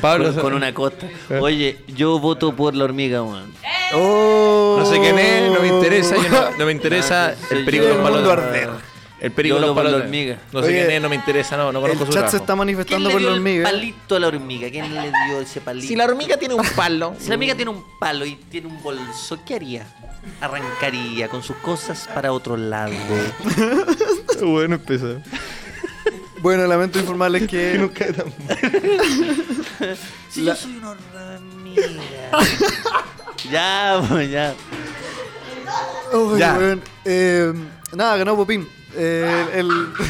[SPEAKER 2] Pablo Eh.
[SPEAKER 1] con,
[SPEAKER 2] Zam-
[SPEAKER 1] con una costa. Oye, yo voto por la hormiga, weón.
[SPEAKER 3] Oh.
[SPEAKER 2] No sé quién es, no me interesa. yo no, no me interesa
[SPEAKER 1] No,
[SPEAKER 2] el
[SPEAKER 1] sí,
[SPEAKER 2] perico
[SPEAKER 1] yo-
[SPEAKER 2] de los
[SPEAKER 1] El mundo
[SPEAKER 2] palos.
[SPEAKER 3] arder.
[SPEAKER 2] El
[SPEAKER 1] Yo
[SPEAKER 2] perico de
[SPEAKER 1] lo
[SPEAKER 2] los
[SPEAKER 1] por la
[SPEAKER 2] palos.
[SPEAKER 1] hormiga.
[SPEAKER 2] No sé
[SPEAKER 3] Oye,
[SPEAKER 2] quién es, no me interesa, no, no
[SPEAKER 3] El
[SPEAKER 2] conozco
[SPEAKER 3] chat
[SPEAKER 2] su
[SPEAKER 3] se
[SPEAKER 2] trabajo.
[SPEAKER 3] está
[SPEAKER 1] ¿Quién
[SPEAKER 3] manifestando
[SPEAKER 1] le
[SPEAKER 3] por
[SPEAKER 1] dio
[SPEAKER 3] los
[SPEAKER 1] el
[SPEAKER 3] hormigas.
[SPEAKER 1] palito a la hormiga? ¿Quién le dio ese palito?
[SPEAKER 2] Si la hormiga tiene un palo,
[SPEAKER 1] Si la hormiga tiene un palo y tiene un bolso, ¿qué haría? Arrancaría con sus cosas para otro lado.
[SPEAKER 2] bueno, empezó.
[SPEAKER 3] Bueno, lamento informarles que
[SPEAKER 1] Si yo soy una hormiga. ya, pues, ya.
[SPEAKER 3] Oh,
[SPEAKER 2] Ya.
[SPEAKER 3] weón. Eh, nada, ganó Popín. Eh, el,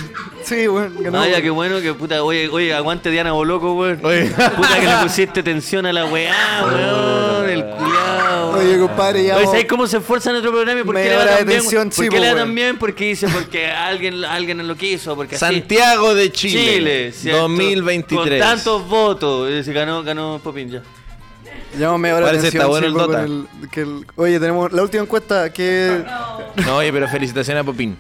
[SPEAKER 3] sí, weón, ganó.
[SPEAKER 2] Ah,
[SPEAKER 1] No, ya, qué bueno, que puta. Oye, oye aguante Diana Boloco, weón.
[SPEAKER 2] Oye.
[SPEAKER 1] Puta que le pusiste tensión a la weá, weón. El culiao.
[SPEAKER 3] Oye, Oye, compadre, ya.
[SPEAKER 1] Oye,
[SPEAKER 3] vos-
[SPEAKER 1] ¿sabes cómo se esfuerza nuestro programa? y ¿Por qué
[SPEAKER 3] Media
[SPEAKER 1] le va
[SPEAKER 3] hora de
[SPEAKER 1] tan bien?
[SPEAKER 3] atención,
[SPEAKER 1] ¿Por
[SPEAKER 3] sí,
[SPEAKER 1] qué
[SPEAKER 3] po,
[SPEAKER 1] le va
[SPEAKER 3] weón.
[SPEAKER 1] tan bien? Porque dice, porque alguien, alguien lo quiso, porque así.
[SPEAKER 2] Santiago de Chile,
[SPEAKER 1] ¿cierto?
[SPEAKER 2] 2023.
[SPEAKER 1] Con tantos votos. Eh, Se ganó, ganó Popín ya.
[SPEAKER 3] Llevamos media hora de
[SPEAKER 2] Parece
[SPEAKER 3] atención,
[SPEAKER 2] está bueno
[SPEAKER 3] sí,
[SPEAKER 2] el
[SPEAKER 3] po,
[SPEAKER 2] Dota.
[SPEAKER 3] con el- que el- Oye, tenemos la última encuesta que...
[SPEAKER 2] No, oye, pero felicitaciones a Popín.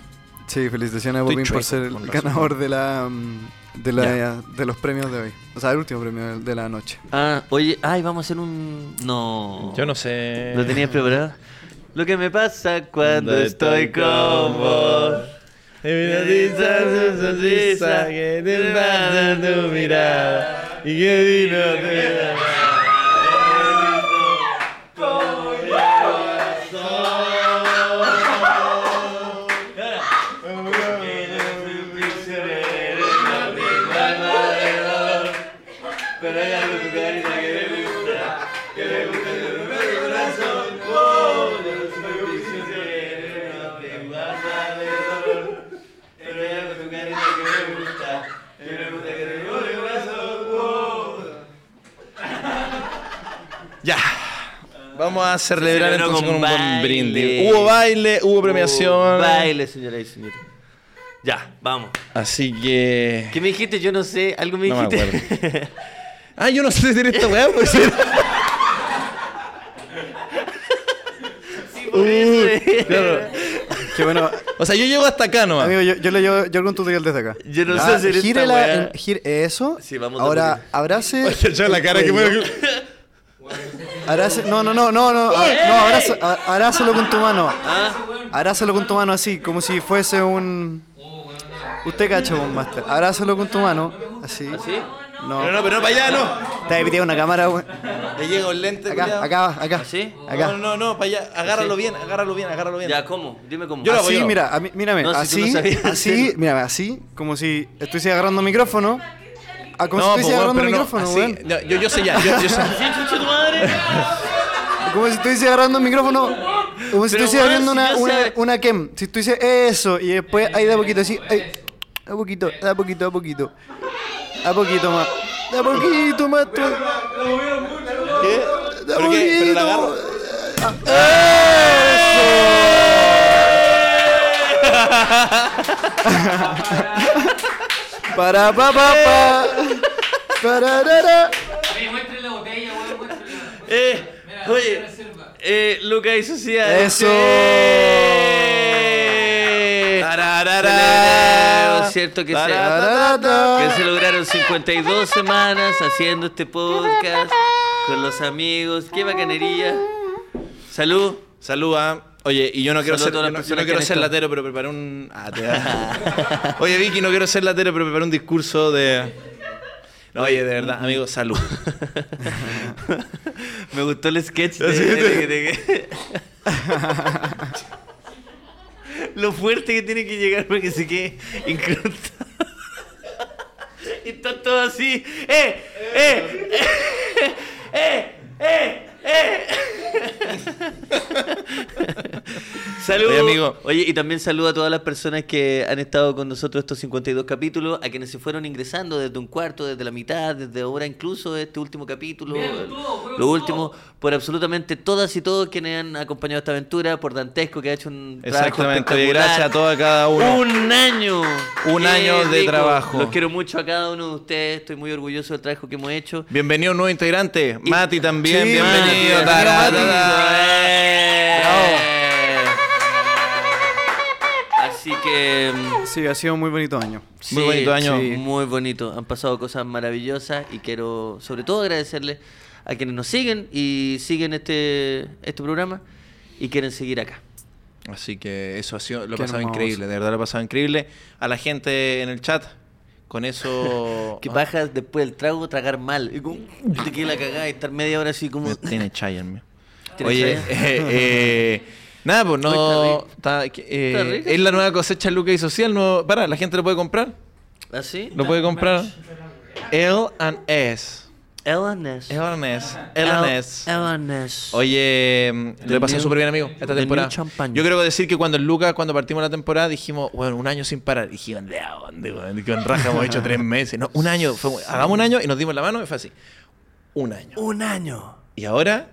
[SPEAKER 3] Sí, felicitaciones a
[SPEAKER 2] Estoy
[SPEAKER 3] Popín por
[SPEAKER 2] chueco,
[SPEAKER 3] ser el
[SPEAKER 2] con razón.
[SPEAKER 3] ganador de la mm, de, la, de los premios de hoy. O sea, el último premio de- de la noche.
[SPEAKER 1] Ah, oye, ay, vamos a hacer un. No.
[SPEAKER 2] Yo no sé.
[SPEAKER 1] ¿Lo tenías preparado? Lo que me pasa cuando
[SPEAKER 2] Cuando
[SPEAKER 1] estoy
[SPEAKER 2] estoy con
[SPEAKER 1] con vos. Uh,
[SPEAKER 2] Ya. Vamos a celebrar
[SPEAKER 1] celebró
[SPEAKER 2] entonces
[SPEAKER 1] con
[SPEAKER 2] con un buen
[SPEAKER 1] baile.
[SPEAKER 2] brindis. Hubo baile, hubo premiación.
[SPEAKER 1] Baile, señora y señores. Ya, vamos.
[SPEAKER 2] Así que.
[SPEAKER 1] ¿Qué me dijiste? Yo no sé. Algo me
[SPEAKER 2] No me
[SPEAKER 1] dijiste.
[SPEAKER 2] Ah, yo no sé decir esta weá, por cierto.
[SPEAKER 1] Por eso es.
[SPEAKER 2] Uh, Claro.
[SPEAKER 3] Que bueno,
[SPEAKER 2] O sea, yo llego hasta acá nomás.
[SPEAKER 3] amigo, yo, yo le llevo yo hago un tutorial desde acá.
[SPEAKER 1] Yo no
[SPEAKER 3] Ah,
[SPEAKER 1] sé hacer esta
[SPEAKER 3] gírela
[SPEAKER 1] weá.
[SPEAKER 3] en- gir- eso.
[SPEAKER 1] Sí, vamos de
[SPEAKER 3] Ahora,
[SPEAKER 1] poquito.
[SPEAKER 3] abrace.
[SPEAKER 2] Oye, ya la
[SPEAKER 3] el
[SPEAKER 2] cara que
[SPEAKER 3] cuello.
[SPEAKER 2] me-
[SPEAKER 3] Abrace, no, no, no, no, no, a- no, abraza, a- abrázalo con tu mano.
[SPEAKER 1] Ah,
[SPEAKER 3] Abrázalo con tu mano así, como si fuese un. Usted cacho, Bombmaster. Abrázalo con tu mano, así.
[SPEAKER 1] ¿Ah,
[SPEAKER 3] No,
[SPEAKER 2] No, no, pero no para allá, no.
[SPEAKER 3] te voy a pedir una cámara, güey.
[SPEAKER 2] Le llega un lente,
[SPEAKER 3] Acá,
[SPEAKER 2] culiao.
[SPEAKER 3] acá, acá.
[SPEAKER 1] ¿Así?
[SPEAKER 2] No,
[SPEAKER 3] Acá.
[SPEAKER 2] no, no, para allá. Agárralo bien, agárralo bien, agárralo bien.
[SPEAKER 1] Ya, ¿cómo? Dime cómo. Ah,
[SPEAKER 2] Yo lo hago,
[SPEAKER 3] Así,
[SPEAKER 2] yo.
[SPEAKER 3] mira, a mí- mírame,
[SPEAKER 1] No, si tú no
[SPEAKER 3] así,
[SPEAKER 1] sabías
[SPEAKER 3] así,
[SPEAKER 1] hacerlo.
[SPEAKER 3] mírame, así, como si estuviese agarrando micrófono. Ah, como si estuviese
[SPEAKER 2] pues, weón,
[SPEAKER 3] agarrando
[SPEAKER 2] pero no,
[SPEAKER 3] micrófono,
[SPEAKER 2] así.
[SPEAKER 3] güey.
[SPEAKER 2] No, yo, yo sé ya, yo, yo sé.
[SPEAKER 3] Como si estuviese agarrando el micrófono. Como si
[SPEAKER 1] Pero,
[SPEAKER 3] estuviese
[SPEAKER 1] weón,
[SPEAKER 3] abriendo
[SPEAKER 1] si
[SPEAKER 3] una,
[SPEAKER 1] yo
[SPEAKER 3] una,
[SPEAKER 1] sé-
[SPEAKER 3] una chem. Si estuviese eso y después ahí de a poquito así. Ahí, de a poquito, de a poquito, de a poquito. De a poquito más. De a poquito más. tú.
[SPEAKER 2] ¿Qué?
[SPEAKER 3] De a
[SPEAKER 2] ¿Pero qué? ¿Pero la
[SPEAKER 3] poquito.
[SPEAKER 2] agarro?
[SPEAKER 3] Para pa pa pa. Para ra, ra.
[SPEAKER 1] Eh, oye, eh, Luca y Sociedad.
[SPEAKER 3] Eso.
[SPEAKER 1] Eh, celebremos, ¿Cierto que
[SPEAKER 3] Ra,
[SPEAKER 1] se,
[SPEAKER 3] ra, ra.
[SPEAKER 1] que se lograron 52 semanas haciendo este podcast con los amigos? ¡Qué bacanería! ¡Salud!
[SPEAKER 2] Saluda. Oye, y yo no quiero
[SPEAKER 1] Saluda a
[SPEAKER 2] ser,
[SPEAKER 1] todas
[SPEAKER 2] yo
[SPEAKER 1] las personas
[SPEAKER 2] no, yo no
[SPEAKER 1] que
[SPEAKER 2] quiero
[SPEAKER 1] han
[SPEAKER 2] ser
[SPEAKER 1] estado.
[SPEAKER 2] latero, pero preparé un. Ah, te da- Oye, Vicky, no quiero ser latero, pero preparé un discurso de. No, oye, de verdad, amigo, salud.
[SPEAKER 1] Me gustó el sketch. de- de- de- de- Lo fuerte que tiene que llegar para que se quede incrustado. y está todo así. ¡Eh! ¡Eh! ¡Eh! ¡Eh! ¡Eh! ¡Eh! Saludos.
[SPEAKER 2] Oye, amigo.
[SPEAKER 1] Oye, y también saludo a todas las personas que han estado con nosotros estos 52 capítulos, a quienes se fueron ingresando desde un cuarto, desde la mitad, desde ahora incluso este último capítulo, lo último, por absolutamente todas y todos quienes han acompañado esta aventura, por Dantesco que ha hecho un trabajo
[SPEAKER 2] Exactamente. Oye,
[SPEAKER 1] espectacular.
[SPEAKER 2] gracias a todos, a cada uno.
[SPEAKER 1] Un año.
[SPEAKER 2] Un
[SPEAKER 1] Qué
[SPEAKER 2] año de trabajo.
[SPEAKER 1] Los quiero mucho a cada uno de ustedes. Estoy muy orgulloso del trabajo que hemos hecho.
[SPEAKER 2] Bienvenido un nuevo integrante. Mati también,
[SPEAKER 3] Sí,
[SPEAKER 2] bienvenido.
[SPEAKER 1] Mati,
[SPEAKER 2] Ta, ta,
[SPEAKER 3] bienvenido,
[SPEAKER 2] ta, ta.
[SPEAKER 1] Así que mm,
[SPEAKER 3] Sí, ha sido un muy bonito año.
[SPEAKER 2] Muy bonito año.
[SPEAKER 1] sí, muy bonito. Han pasado cosas maravillosas y quiero sobre todo agradecerles a quienes nos siguen y siguen este, este programa y quieren seguir acá.
[SPEAKER 2] Así que eso ha sido, lo he
[SPEAKER 3] Qué
[SPEAKER 2] pasado
[SPEAKER 3] hermoso.
[SPEAKER 2] increíble, de verdad lo he pasado increíble. A la gente en el chat, con eso.
[SPEAKER 1] Que bajas después del trago tragar mal. Y como, y te queda la cagada y estar media hora así como...
[SPEAKER 2] Me tiene chaya en mí.
[SPEAKER 1] ¿Tiene
[SPEAKER 2] Oye,
[SPEAKER 1] chaya?
[SPEAKER 2] eh, eh, nada, pues no.
[SPEAKER 1] Uy,
[SPEAKER 2] está- que, eh,
[SPEAKER 1] Está rico.
[SPEAKER 2] es la nueva cosecha Luca y Social. Nuevo, para, la gente lo puede comprar.
[SPEAKER 1] ¿Así?
[SPEAKER 2] Lo puede comprar. L and S.
[SPEAKER 1] Elanes.
[SPEAKER 2] L and S. L and S.
[SPEAKER 1] Elanes.
[SPEAKER 2] Oye, mm, lo he pasado
[SPEAKER 1] new-
[SPEAKER 2] súper bien, amigo, esta
[SPEAKER 1] the
[SPEAKER 2] temporada.
[SPEAKER 1] new champagne.
[SPEAKER 2] Yo quiero decir que cuando el Lucas, cuando partimos la temporada, dijimos, bueno, un año sin parar. Dijimos, ¿de a dónde, weón? Con raja hemos hecho tres meses. No, un año. Fue, hagamos un año y nos dimos la mano y fue así. Un año.
[SPEAKER 1] Un año.
[SPEAKER 2] Y ahora,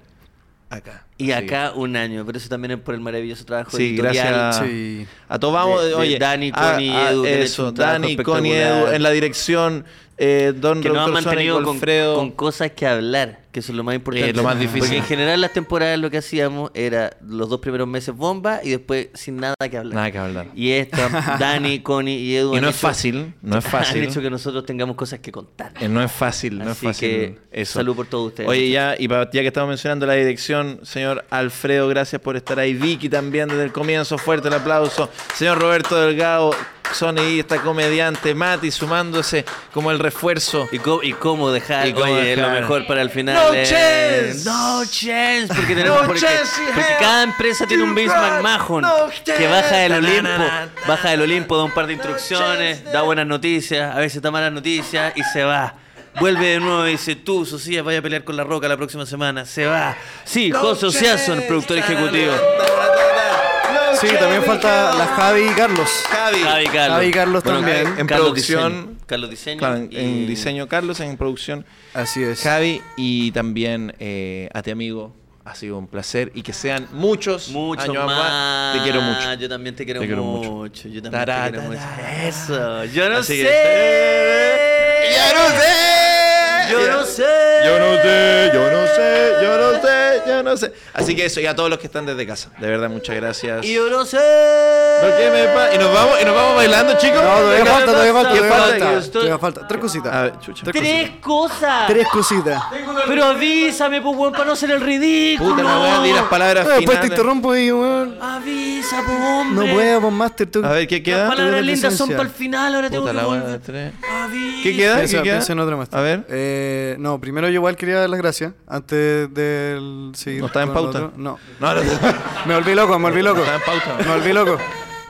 [SPEAKER 2] acá.
[SPEAKER 1] Y acá un año, pero eso también es por el maravilloso trabajo
[SPEAKER 2] Sí,
[SPEAKER 1] editorial.
[SPEAKER 2] gracias.
[SPEAKER 3] Sí.
[SPEAKER 2] A todos vamos,
[SPEAKER 1] De- de
[SPEAKER 2] oye.
[SPEAKER 1] Dani,
[SPEAKER 2] a-
[SPEAKER 1] Connie,
[SPEAKER 2] a-
[SPEAKER 1] Edu, que han hecho
[SPEAKER 2] Eso,
[SPEAKER 1] un trabajo
[SPEAKER 2] Dani, Connie, Edu,
[SPEAKER 1] espectacular.
[SPEAKER 2] en la dirección, eh, Don
[SPEAKER 1] que nos han
[SPEAKER 2] Doctor Sonic,
[SPEAKER 1] mantenido con,
[SPEAKER 2] Alfredo.
[SPEAKER 1] con cosas que hablar, que eso es lo más importante.
[SPEAKER 2] Eh, lo más difícil.
[SPEAKER 1] Porque en general las temporadas lo que hacíamos era los dos primeros meses bomba y después sin nada que hablar.
[SPEAKER 2] Nada que hablar.
[SPEAKER 1] Y esta, Dani, Connie y Edu
[SPEAKER 2] Y
[SPEAKER 1] han
[SPEAKER 2] no es
[SPEAKER 1] hecho-
[SPEAKER 2] fácil, no es
[SPEAKER 1] Han
[SPEAKER 2] fácil.
[SPEAKER 1] hecho que nosotros tengamos cosas que contar.
[SPEAKER 2] Eh, No es fácil, no es
[SPEAKER 1] Así
[SPEAKER 2] fácil.
[SPEAKER 1] que,
[SPEAKER 2] eso.
[SPEAKER 1] salud por todos ustedes.
[SPEAKER 2] Oye, ya, y pa- ya que estamos mencionando la dirección, señor Alfredo, gracias por estar ahí. Vicky también desde el comienzo, fuerte el aplauso. Señor Roberto Delgado, sonidista, comediante, Mati sumándose como el refuerzo.
[SPEAKER 1] ¿Y cómo, y cómo dejar?
[SPEAKER 2] Y cómo
[SPEAKER 1] oye,
[SPEAKER 2] dejar.
[SPEAKER 1] lo mejor para el final.
[SPEAKER 2] No
[SPEAKER 1] es-
[SPEAKER 2] chance.
[SPEAKER 1] No chance. Porque, tenemos, porque,
[SPEAKER 2] chance in
[SPEAKER 1] porque
[SPEAKER 2] hell.
[SPEAKER 1] cada empresa tiene un
[SPEAKER 2] You
[SPEAKER 1] Vince
[SPEAKER 2] got
[SPEAKER 1] McMahon
[SPEAKER 2] no
[SPEAKER 1] que baja del
[SPEAKER 2] chance.
[SPEAKER 1] Olimpo.
[SPEAKER 2] Na, na, na,
[SPEAKER 1] baja del Olimpo, da un par de instrucciones,
[SPEAKER 2] chance.
[SPEAKER 1] da buenas noticias, a veces da malas noticias y se va. Vuelve de nuevo y dice, tú, Socias, vaya a pelear con La Roca la próxima semana. Se va. Sí,
[SPEAKER 2] No
[SPEAKER 1] José
[SPEAKER 2] chance.
[SPEAKER 1] Sociason, productor ejecutivo.
[SPEAKER 2] No
[SPEAKER 3] Sí,
[SPEAKER 2] chance,
[SPEAKER 3] también falta
[SPEAKER 2] Ricardo.
[SPEAKER 3] la Javi y Carlos.
[SPEAKER 2] Javi.
[SPEAKER 1] Javi Carlos.
[SPEAKER 3] Javi Carlos también.
[SPEAKER 1] Carlos
[SPEAKER 2] En producción.
[SPEAKER 1] Diseño. Carlos Diseño.
[SPEAKER 2] Claro, en, en
[SPEAKER 1] y-
[SPEAKER 2] diseño Carlos, en producción eh,
[SPEAKER 3] Así es.
[SPEAKER 2] Javi y también eh, a ti amigo. Ha sido un placer y que sean muchos
[SPEAKER 1] Mucho
[SPEAKER 2] años
[SPEAKER 1] más.
[SPEAKER 2] Te quiero mucho.
[SPEAKER 1] Yo también te quiero,
[SPEAKER 2] Te quiero
[SPEAKER 1] mucho.
[SPEAKER 2] mucho.
[SPEAKER 1] Yo también
[SPEAKER 2] Tará,
[SPEAKER 1] te quiero
[SPEAKER 2] tará.
[SPEAKER 1] mucho. Eso. Yo no
[SPEAKER 2] Así que-
[SPEAKER 1] sé.
[SPEAKER 2] Yo no sé.
[SPEAKER 1] eh, Yo no sé.
[SPEAKER 2] Yo no sé, yo no sé, yo no sé, yo no sé. Así que eso, y a todos los que están desde casa. De verdad, muchas gracias.
[SPEAKER 1] Y yo no sé.
[SPEAKER 2] Lo que me pa- y nos vamos, y nos vamos bailando, chicos.
[SPEAKER 3] No, todavía
[SPEAKER 2] ¿Qué
[SPEAKER 3] falta, todavía falta,
[SPEAKER 2] ¿Qué
[SPEAKER 3] todavía
[SPEAKER 2] falta?
[SPEAKER 3] falta.
[SPEAKER 1] Yo estoy-
[SPEAKER 3] Todavía falta. Tres
[SPEAKER 2] A
[SPEAKER 3] cositas.
[SPEAKER 2] ver, chucha.
[SPEAKER 3] Tres
[SPEAKER 1] Tres
[SPEAKER 3] cositas.
[SPEAKER 1] cosas.
[SPEAKER 3] Tres cositas.
[SPEAKER 1] Pero avísame, pues, weón, para no ser el ridículo.
[SPEAKER 2] Puta, no voy a decir las palabras
[SPEAKER 3] Eh, Después te
[SPEAKER 2] finales.
[SPEAKER 3] interrumpo y weón.
[SPEAKER 1] Avisa, pues, hombre.
[SPEAKER 3] No puedo con Master. Tú.
[SPEAKER 2] A ver, ¿qué
[SPEAKER 1] Las
[SPEAKER 2] queda?
[SPEAKER 1] palabras
[SPEAKER 3] Tuvieron
[SPEAKER 1] lindas son
[SPEAKER 3] licencia.
[SPEAKER 1] para el final, ahora tengo
[SPEAKER 2] Puta,
[SPEAKER 1] que
[SPEAKER 2] la weá,
[SPEAKER 1] volver.
[SPEAKER 2] tres.
[SPEAKER 1] Avisa.
[SPEAKER 2] ¿Qué queda? ¿Qué
[SPEAKER 3] Piensa,
[SPEAKER 2] queda?
[SPEAKER 3] piensa en otra más.
[SPEAKER 2] A ver.
[SPEAKER 3] Eh, no, primero yo igual quería dar las gracias antes de seguir.
[SPEAKER 2] ¿No está en
[SPEAKER 3] con lo
[SPEAKER 2] pauta?
[SPEAKER 3] otro. No.
[SPEAKER 2] No, no, no.
[SPEAKER 3] Me volví loco, me volví loco.
[SPEAKER 2] está en pauta.
[SPEAKER 3] Me volví loco.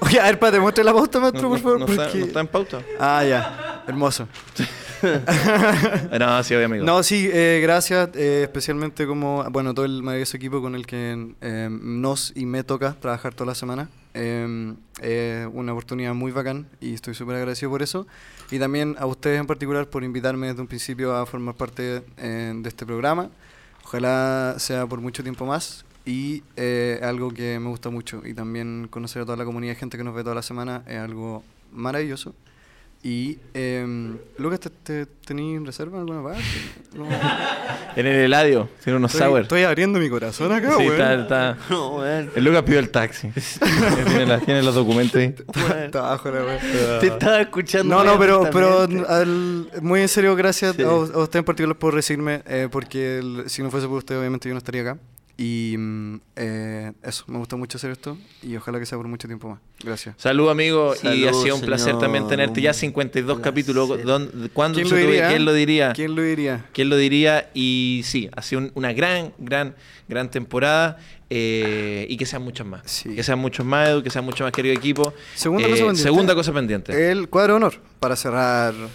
[SPEAKER 3] Oye, a ver, espérate, muestra la pauta, maestro, por favor.
[SPEAKER 2] No está,
[SPEAKER 3] porque-
[SPEAKER 2] no está en pauta. Eh,
[SPEAKER 3] Ah, ya. Hermoso.
[SPEAKER 2] No, sí, obvio, amigo.
[SPEAKER 3] No, sí, eh, gracias, eh, especialmente como, bueno, todo el maravilloso equipo con el que eh, nos y me toca trabajar toda la semana. Eh, eh, una oportunidad muy bacán y estoy súper agradecido por eso. Y también a ustedes en particular por invitarme desde un principio a formar parte eh, de este programa. Ojalá sea por mucho tiempo más y eh, algo que me gusta mucho. Y también conocer a toda la comunidad de gente que nos ve toda la semana es algo maravilloso. Y, eh, Lucas, ¿te, te, tení reserva en alguna parte? No.
[SPEAKER 2] En el heladio, tiene unos
[SPEAKER 3] Estoy,
[SPEAKER 2] sour.
[SPEAKER 3] estoy abriendo mi corazón acá,
[SPEAKER 2] sí,
[SPEAKER 3] güey.
[SPEAKER 2] está, está.
[SPEAKER 1] No, weón.
[SPEAKER 2] El Lucas pidió el taxi. tiene, las- tiene los documentos ahí.
[SPEAKER 3] Está abajo la güey.
[SPEAKER 1] Te estaba escuchando.
[SPEAKER 3] No, no,
[SPEAKER 1] weón,
[SPEAKER 3] pero, pero
[SPEAKER 1] justamente.
[SPEAKER 3] al- muy en serio, gracias
[SPEAKER 1] Sí.
[SPEAKER 3] a, a usted en particular por recibirme, eh, porque el- si no fuese por usted, obviamente yo no estaría acá. Y mm, eh, eso, me gusta mucho hacer esto y ojalá que sea por mucho tiempo más. Gracias.
[SPEAKER 2] Salud, amigo. y
[SPEAKER 1] Salud,
[SPEAKER 2] ha sido un placer
[SPEAKER 1] señor.
[SPEAKER 2] también tenerte. Ya 52
[SPEAKER 1] Un
[SPEAKER 2] capítulos.
[SPEAKER 1] placer.
[SPEAKER 2] ¿Dónde- ¿Cuándo se tuvo- ¿Quién lo diría?
[SPEAKER 3] ¿Quién lo diría?
[SPEAKER 2] ¿Quién lo diría? Y sí, ha sido un- una gran, gran, gran temporada. eh, y que sean muchas más.
[SPEAKER 3] Sí.
[SPEAKER 2] Que sean muchos más, Edu, que sean muchos más, querido equipo.
[SPEAKER 3] Segunda cosa pendiente.
[SPEAKER 2] Eh,
[SPEAKER 3] Eh,
[SPEAKER 2] Segunda cosa pendiente.
[SPEAKER 3] El cuadro de honor, para cerrar.
[SPEAKER 2] Se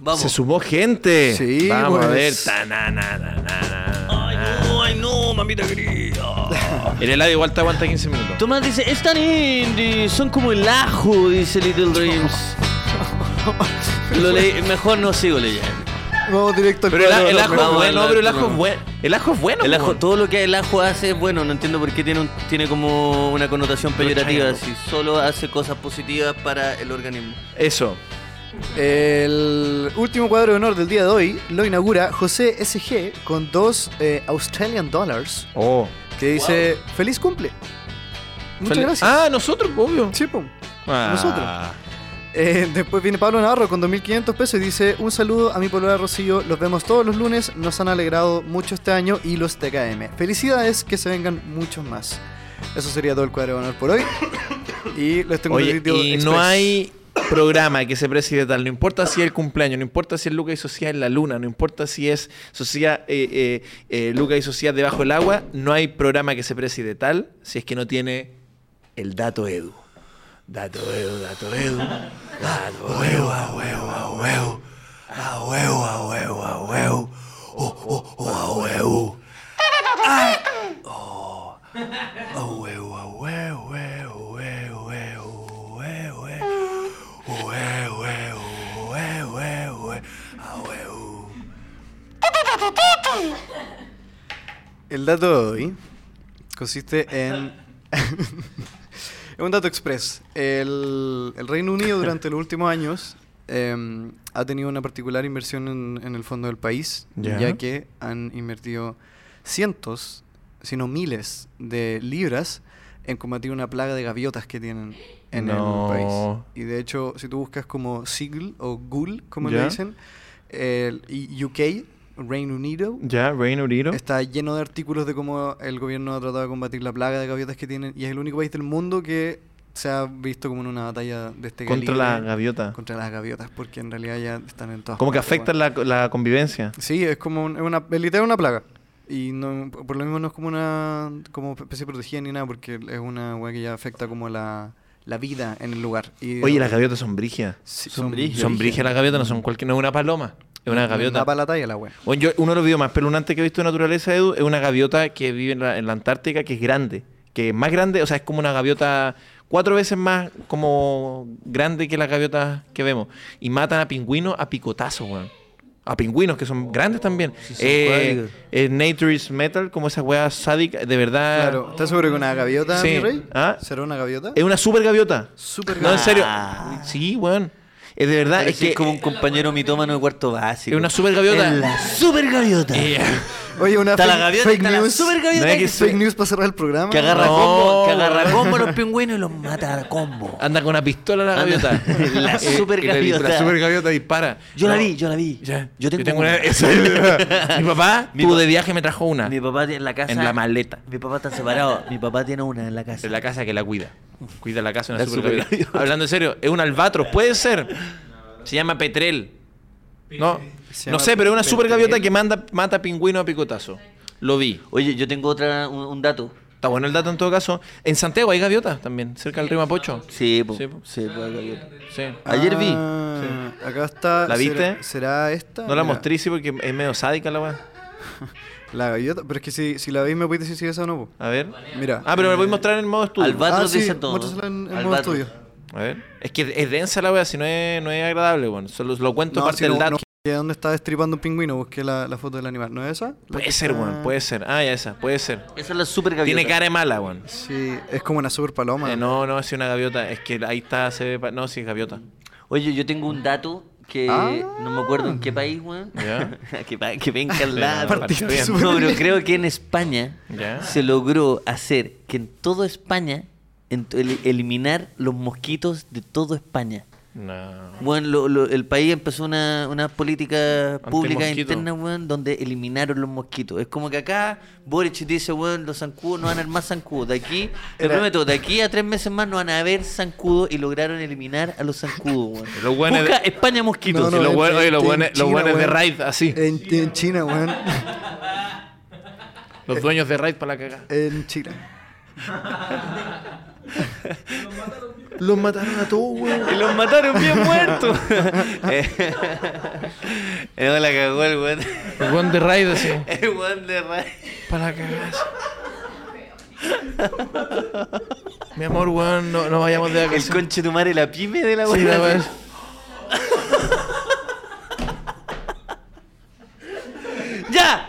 [SPEAKER 1] Vamos.
[SPEAKER 2] sumó gente.
[SPEAKER 3] Sí,
[SPEAKER 2] Vamos a ver.
[SPEAKER 3] pues.
[SPEAKER 2] Tananana.
[SPEAKER 1] Ay, no, ay, no, mamita querida.
[SPEAKER 2] El helado igual te aguanta 15 minutos.
[SPEAKER 1] Tomás dice, están indie, son como el ajo, dice Little Dreams. Lo leí- mejor no sigo leyendo.
[SPEAKER 3] Vamos directo al
[SPEAKER 2] Pero el,
[SPEAKER 3] cuadro de
[SPEAKER 2] el
[SPEAKER 3] honor.
[SPEAKER 2] ajo es
[SPEAKER 1] Vamos,
[SPEAKER 2] bueno.
[SPEAKER 1] el
[SPEAKER 2] No, pero el
[SPEAKER 1] ajo,
[SPEAKER 2] ajo es
[SPEAKER 1] no.
[SPEAKER 2] bueno. El ajo es bueno.
[SPEAKER 1] El ajo,
[SPEAKER 2] weón.
[SPEAKER 1] todo lo que el ajo hace es bueno, no entiendo por qué tiene, un- tiene como una connotación peyorativa, si solo hace cosas positivas para el organismo.
[SPEAKER 2] Eso.
[SPEAKER 3] El último cuadro de honor del día de hoy lo inaugura José SG con dos eh, Australian Dollars
[SPEAKER 2] Oh.
[SPEAKER 3] que dice feliz cumple. Muchas
[SPEAKER 2] Fel-
[SPEAKER 3] gracias.
[SPEAKER 2] Ah, nosotros, obvio.
[SPEAKER 3] Sí, pum.
[SPEAKER 2] Ah.
[SPEAKER 3] Nosotros. Eh, después viene Pablo Navarro con 2.500 pesos y dice un saludo a mi polola Rocío, los vemos todos los lunes, nos han alegrado mucho este año y los TKM. Felicidades, que se vengan muchos más. Eso sería todo el cuadro de honor por hoy. Y les tengo un
[SPEAKER 2] Oye,
[SPEAKER 3] sitio
[SPEAKER 2] y no
[SPEAKER 3] express.
[SPEAKER 2] hay programa que se preside tal, no importa si es el cumpleaños, no importa si es Lucas y Socia en la luna, no importa si es Socia, eh, eh, eh, Lucas y Socia debajo del agua, no hay programa que se preside tal si es que no tiene el dato Edu. Dato Edu, dato Edu. Dato huevo, a huevo, a huevo. A huevo, a huevo, a huevo. Oh, oh, oh, a huevo. Ay. Oh. A huevo, a huevo, huevo, huevo, huevo, huevo, huevo. Huevo, huevo, huevo, huevo, huevo. A huevo.
[SPEAKER 3] El dato de hoy consiste en... es un dato express. El, el Reino Unido durante los últimos años eh, ha tenido una particular inversión en, en el fondo del país,
[SPEAKER 2] Ya.
[SPEAKER 3] ya que han invertido cientos, sino miles de libras en combatir una plaga de gaviotas que tienen en
[SPEAKER 2] No.
[SPEAKER 3] el país. Y de hecho, si tú buscas como sigl o ghoul, como
[SPEAKER 2] Ya.
[SPEAKER 3] le dicen, el y UK, Reino Unido,
[SPEAKER 2] Ya, Reino Unido.
[SPEAKER 3] Está lleno de artículos de cómo el gobierno ha tratado de combatir la plaga de gaviotas que tienen y es el único país del mundo que se ha visto como en una batalla de este
[SPEAKER 2] Contra
[SPEAKER 3] calibre
[SPEAKER 2] la gaviota.
[SPEAKER 3] Contra las gaviotas, porque en realidad ya están en todas
[SPEAKER 2] Como que
[SPEAKER 3] partes,
[SPEAKER 2] afecta
[SPEAKER 3] weón.
[SPEAKER 2] la, la convivencia.
[SPEAKER 3] Sí, es como un- es una, es literal una plaga. Y no, por lo mismo no es como una como especie protegida ni nada, porque es una weá que ya afecta como la, la vida en el lugar. Y-
[SPEAKER 2] Oye, las gaviotas son brigias.
[SPEAKER 3] Sí,
[SPEAKER 1] son brígidas.
[SPEAKER 2] Son brigias las gaviotas, no son cualquier, no es una paloma, es una gaviota.
[SPEAKER 3] Da para la talla la weá.
[SPEAKER 2] Bueno, yo, uno de los videos más pelunantes que he visto en naturaleza, Edu, es una gaviota que vive en la, en la Antártica, que es grande. Que es más grande, o sea, es como una gaviota cuatro veces más como grande que las gaviotas que vemos. Y matan a pingüinos a picotazos, weón. A pingüinos que son grandes también.
[SPEAKER 1] son
[SPEAKER 2] Eh,
[SPEAKER 1] cuáticos.
[SPEAKER 2] eh, Nature is Metal, como esa weá sádica, de verdad.
[SPEAKER 3] Claro, ¿estás seguro que una gaviota,
[SPEAKER 2] Sí.
[SPEAKER 3] mi rey?
[SPEAKER 2] ¿Ah?
[SPEAKER 3] ¿Será una gaviota?
[SPEAKER 2] Es una super gaviota.
[SPEAKER 3] Súper
[SPEAKER 2] No, en serio.
[SPEAKER 1] Ah.
[SPEAKER 2] Sí, weón. Es de verdad.
[SPEAKER 1] Parecís
[SPEAKER 2] Es que
[SPEAKER 1] como un compañero mitómano de cuarto básico.
[SPEAKER 2] es una super gaviota.
[SPEAKER 1] Es la super gaviota.
[SPEAKER 2] Eh,
[SPEAKER 3] Oye, una
[SPEAKER 1] Está la
[SPEAKER 3] fake-
[SPEAKER 1] gaviota,
[SPEAKER 3] fake
[SPEAKER 1] está la
[SPEAKER 3] news.
[SPEAKER 1] super gaviota.
[SPEAKER 2] No hay que
[SPEAKER 1] que,
[SPEAKER 2] ser-
[SPEAKER 3] Fake news para cerrar el programa.
[SPEAKER 1] agarra
[SPEAKER 2] No,
[SPEAKER 1] combo, que agarra
[SPEAKER 2] weón.
[SPEAKER 1] combo a los pingüinos y los mata a combo.
[SPEAKER 2] Anda con una pistola la
[SPEAKER 1] Anda-
[SPEAKER 2] gaviota.
[SPEAKER 1] La
[SPEAKER 2] Eh,
[SPEAKER 1] super
[SPEAKER 2] y la- La
[SPEAKER 1] gaviota.
[SPEAKER 2] super gaviota dispara.
[SPEAKER 1] Yo la
[SPEAKER 2] No,
[SPEAKER 1] vi, yo la vi.
[SPEAKER 2] ya.
[SPEAKER 1] Yo tengo,
[SPEAKER 2] una.
[SPEAKER 1] una.
[SPEAKER 2] esa es- mi papá
[SPEAKER 1] Mi
[SPEAKER 2] tuvo
[SPEAKER 1] pa-
[SPEAKER 2] de viaje me trajo una.
[SPEAKER 1] Mi papá tiene en la casa.
[SPEAKER 2] En la maleta.
[SPEAKER 1] Mi papá está separado. Mi papá tiene una en la casa.
[SPEAKER 2] En la casa que la cuida. Cuida la casa
[SPEAKER 1] La
[SPEAKER 2] una super
[SPEAKER 1] super
[SPEAKER 2] gaviota.
[SPEAKER 1] gaviota.
[SPEAKER 2] Hablando en serio, es un albatros, puede ser. Se llama Petrel. No,
[SPEAKER 3] Se
[SPEAKER 2] no
[SPEAKER 3] llama
[SPEAKER 2] sé, pero es una super
[SPEAKER 3] Petrel.
[SPEAKER 2] gaviota que manda, mata pingüino a picotazo. Lo vi.
[SPEAKER 1] Oye, yo tengo otra, un, un dato.
[SPEAKER 2] Está bueno el dato en todo caso. En Santiago hay gaviotas también, cerca del río Mapocho.
[SPEAKER 1] Sí, po.
[SPEAKER 2] Sí,
[SPEAKER 1] Sí,
[SPEAKER 2] po.
[SPEAKER 1] po, hay gaviota.
[SPEAKER 2] Sí.
[SPEAKER 1] Ayer vi.
[SPEAKER 3] Ah, Acá está.
[SPEAKER 2] ¿La viste?
[SPEAKER 3] ¿Será, será esta?
[SPEAKER 2] No la
[SPEAKER 3] Mira,
[SPEAKER 2] mostré, sí, porque es medio sádica la weá.
[SPEAKER 3] La gaviota. Pero es que si, si la veis, me podéis decir si es esa o no. po.
[SPEAKER 2] A ver.
[SPEAKER 3] Mira.
[SPEAKER 2] Ah, pero me voy a mostrar en modo estudio.
[SPEAKER 1] Albatros
[SPEAKER 3] Ah, sí,
[SPEAKER 1] dice todo.
[SPEAKER 3] muéstrasela en- en modo
[SPEAKER 1] Albatros.
[SPEAKER 3] estudio.
[SPEAKER 2] A ver. Es que es densa la weá, si no es, no es agradable, bueno. Solo lo cuento
[SPEAKER 3] No,
[SPEAKER 2] parte
[SPEAKER 3] si
[SPEAKER 2] del
[SPEAKER 3] no-
[SPEAKER 2] dato.
[SPEAKER 3] no, que ¿Dónde está destripando un pingüino? Busqué la, la foto del animal. ¿No es esa? La
[SPEAKER 2] Puede
[SPEAKER 3] que
[SPEAKER 2] ser,
[SPEAKER 3] está-
[SPEAKER 2] weón, puede ser. Ah, ya esa, puede ser.
[SPEAKER 1] Esa es la super gaviota.
[SPEAKER 2] Tiene cara de mala, weón.
[SPEAKER 3] Sí, es como una super paloma.
[SPEAKER 2] Eh, no, no, es una gaviota. Es que ahí está, se ve. pa- No, sí, es gaviota.
[SPEAKER 1] Oye, yo tengo un dato que
[SPEAKER 3] Ah.
[SPEAKER 1] no me acuerdo en qué país, weón.
[SPEAKER 2] Ya.
[SPEAKER 1] que, pa- que venga al
[SPEAKER 2] Ah,
[SPEAKER 1] lado.
[SPEAKER 2] partiste bien.
[SPEAKER 1] No, pero creo que en España
[SPEAKER 2] Ya.
[SPEAKER 1] se logró hacer que en toda España en to- el- eliminar los mosquitos de toda España.
[SPEAKER 2] No.
[SPEAKER 1] Bueno, lo- lo- el país empezó una, una política pública
[SPEAKER 2] Antimosquito.
[SPEAKER 1] interna, weón, donde eliminaron los mosquitos. Es como que acá Boric dice, weón, los zancudos no van a haber más zancudos. De aquí, te
[SPEAKER 3] Era-
[SPEAKER 1] prometo, de aquí a tres meses más no van a haber zancudos y lograron eliminar a los zancudos, weón.
[SPEAKER 2] Los weones-
[SPEAKER 1] Busca España
[SPEAKER 3] No,
[SPEAKER 1] mosquitos.
[SPEAKER 2] no, los
[SPEAKER 3] en-
[SPEAKER 2] buen- oye, los
[SPEAKER 3] en
[SPEAKER 2] buenos- los
[SPEAKER 3] China,
[SPEAKER 2] buenos de
[SPEAKER 3] weón.
[SPEAKER 2] Raid, así.
[SPEAKER 3] En, en China, weón.
[SPEAKER 2] Los dueños de Raid para la cagada.
[SPEAKER 3] En China.
[SPEAKER 2] Los mataron a todos, weón.
[SPEAKER 1] Y los mataron bien muertos. Eh, no la cagó el weón.
[SPEAKER 2] Los weón de Raid, así.
[SPEAKER 1] El weón de Ray.
[SPEAKER 2] Para la cagada. Mi amor, weón, no, no vayamos de acá.
[SPEAKER 1] El conche tu madre, la pyme de la
[SPEAKER 2] Sí,
[SPEAKER 1] weá.
[SPEAKER 2] la weá.
[SPEAKER 1] ¡Ya!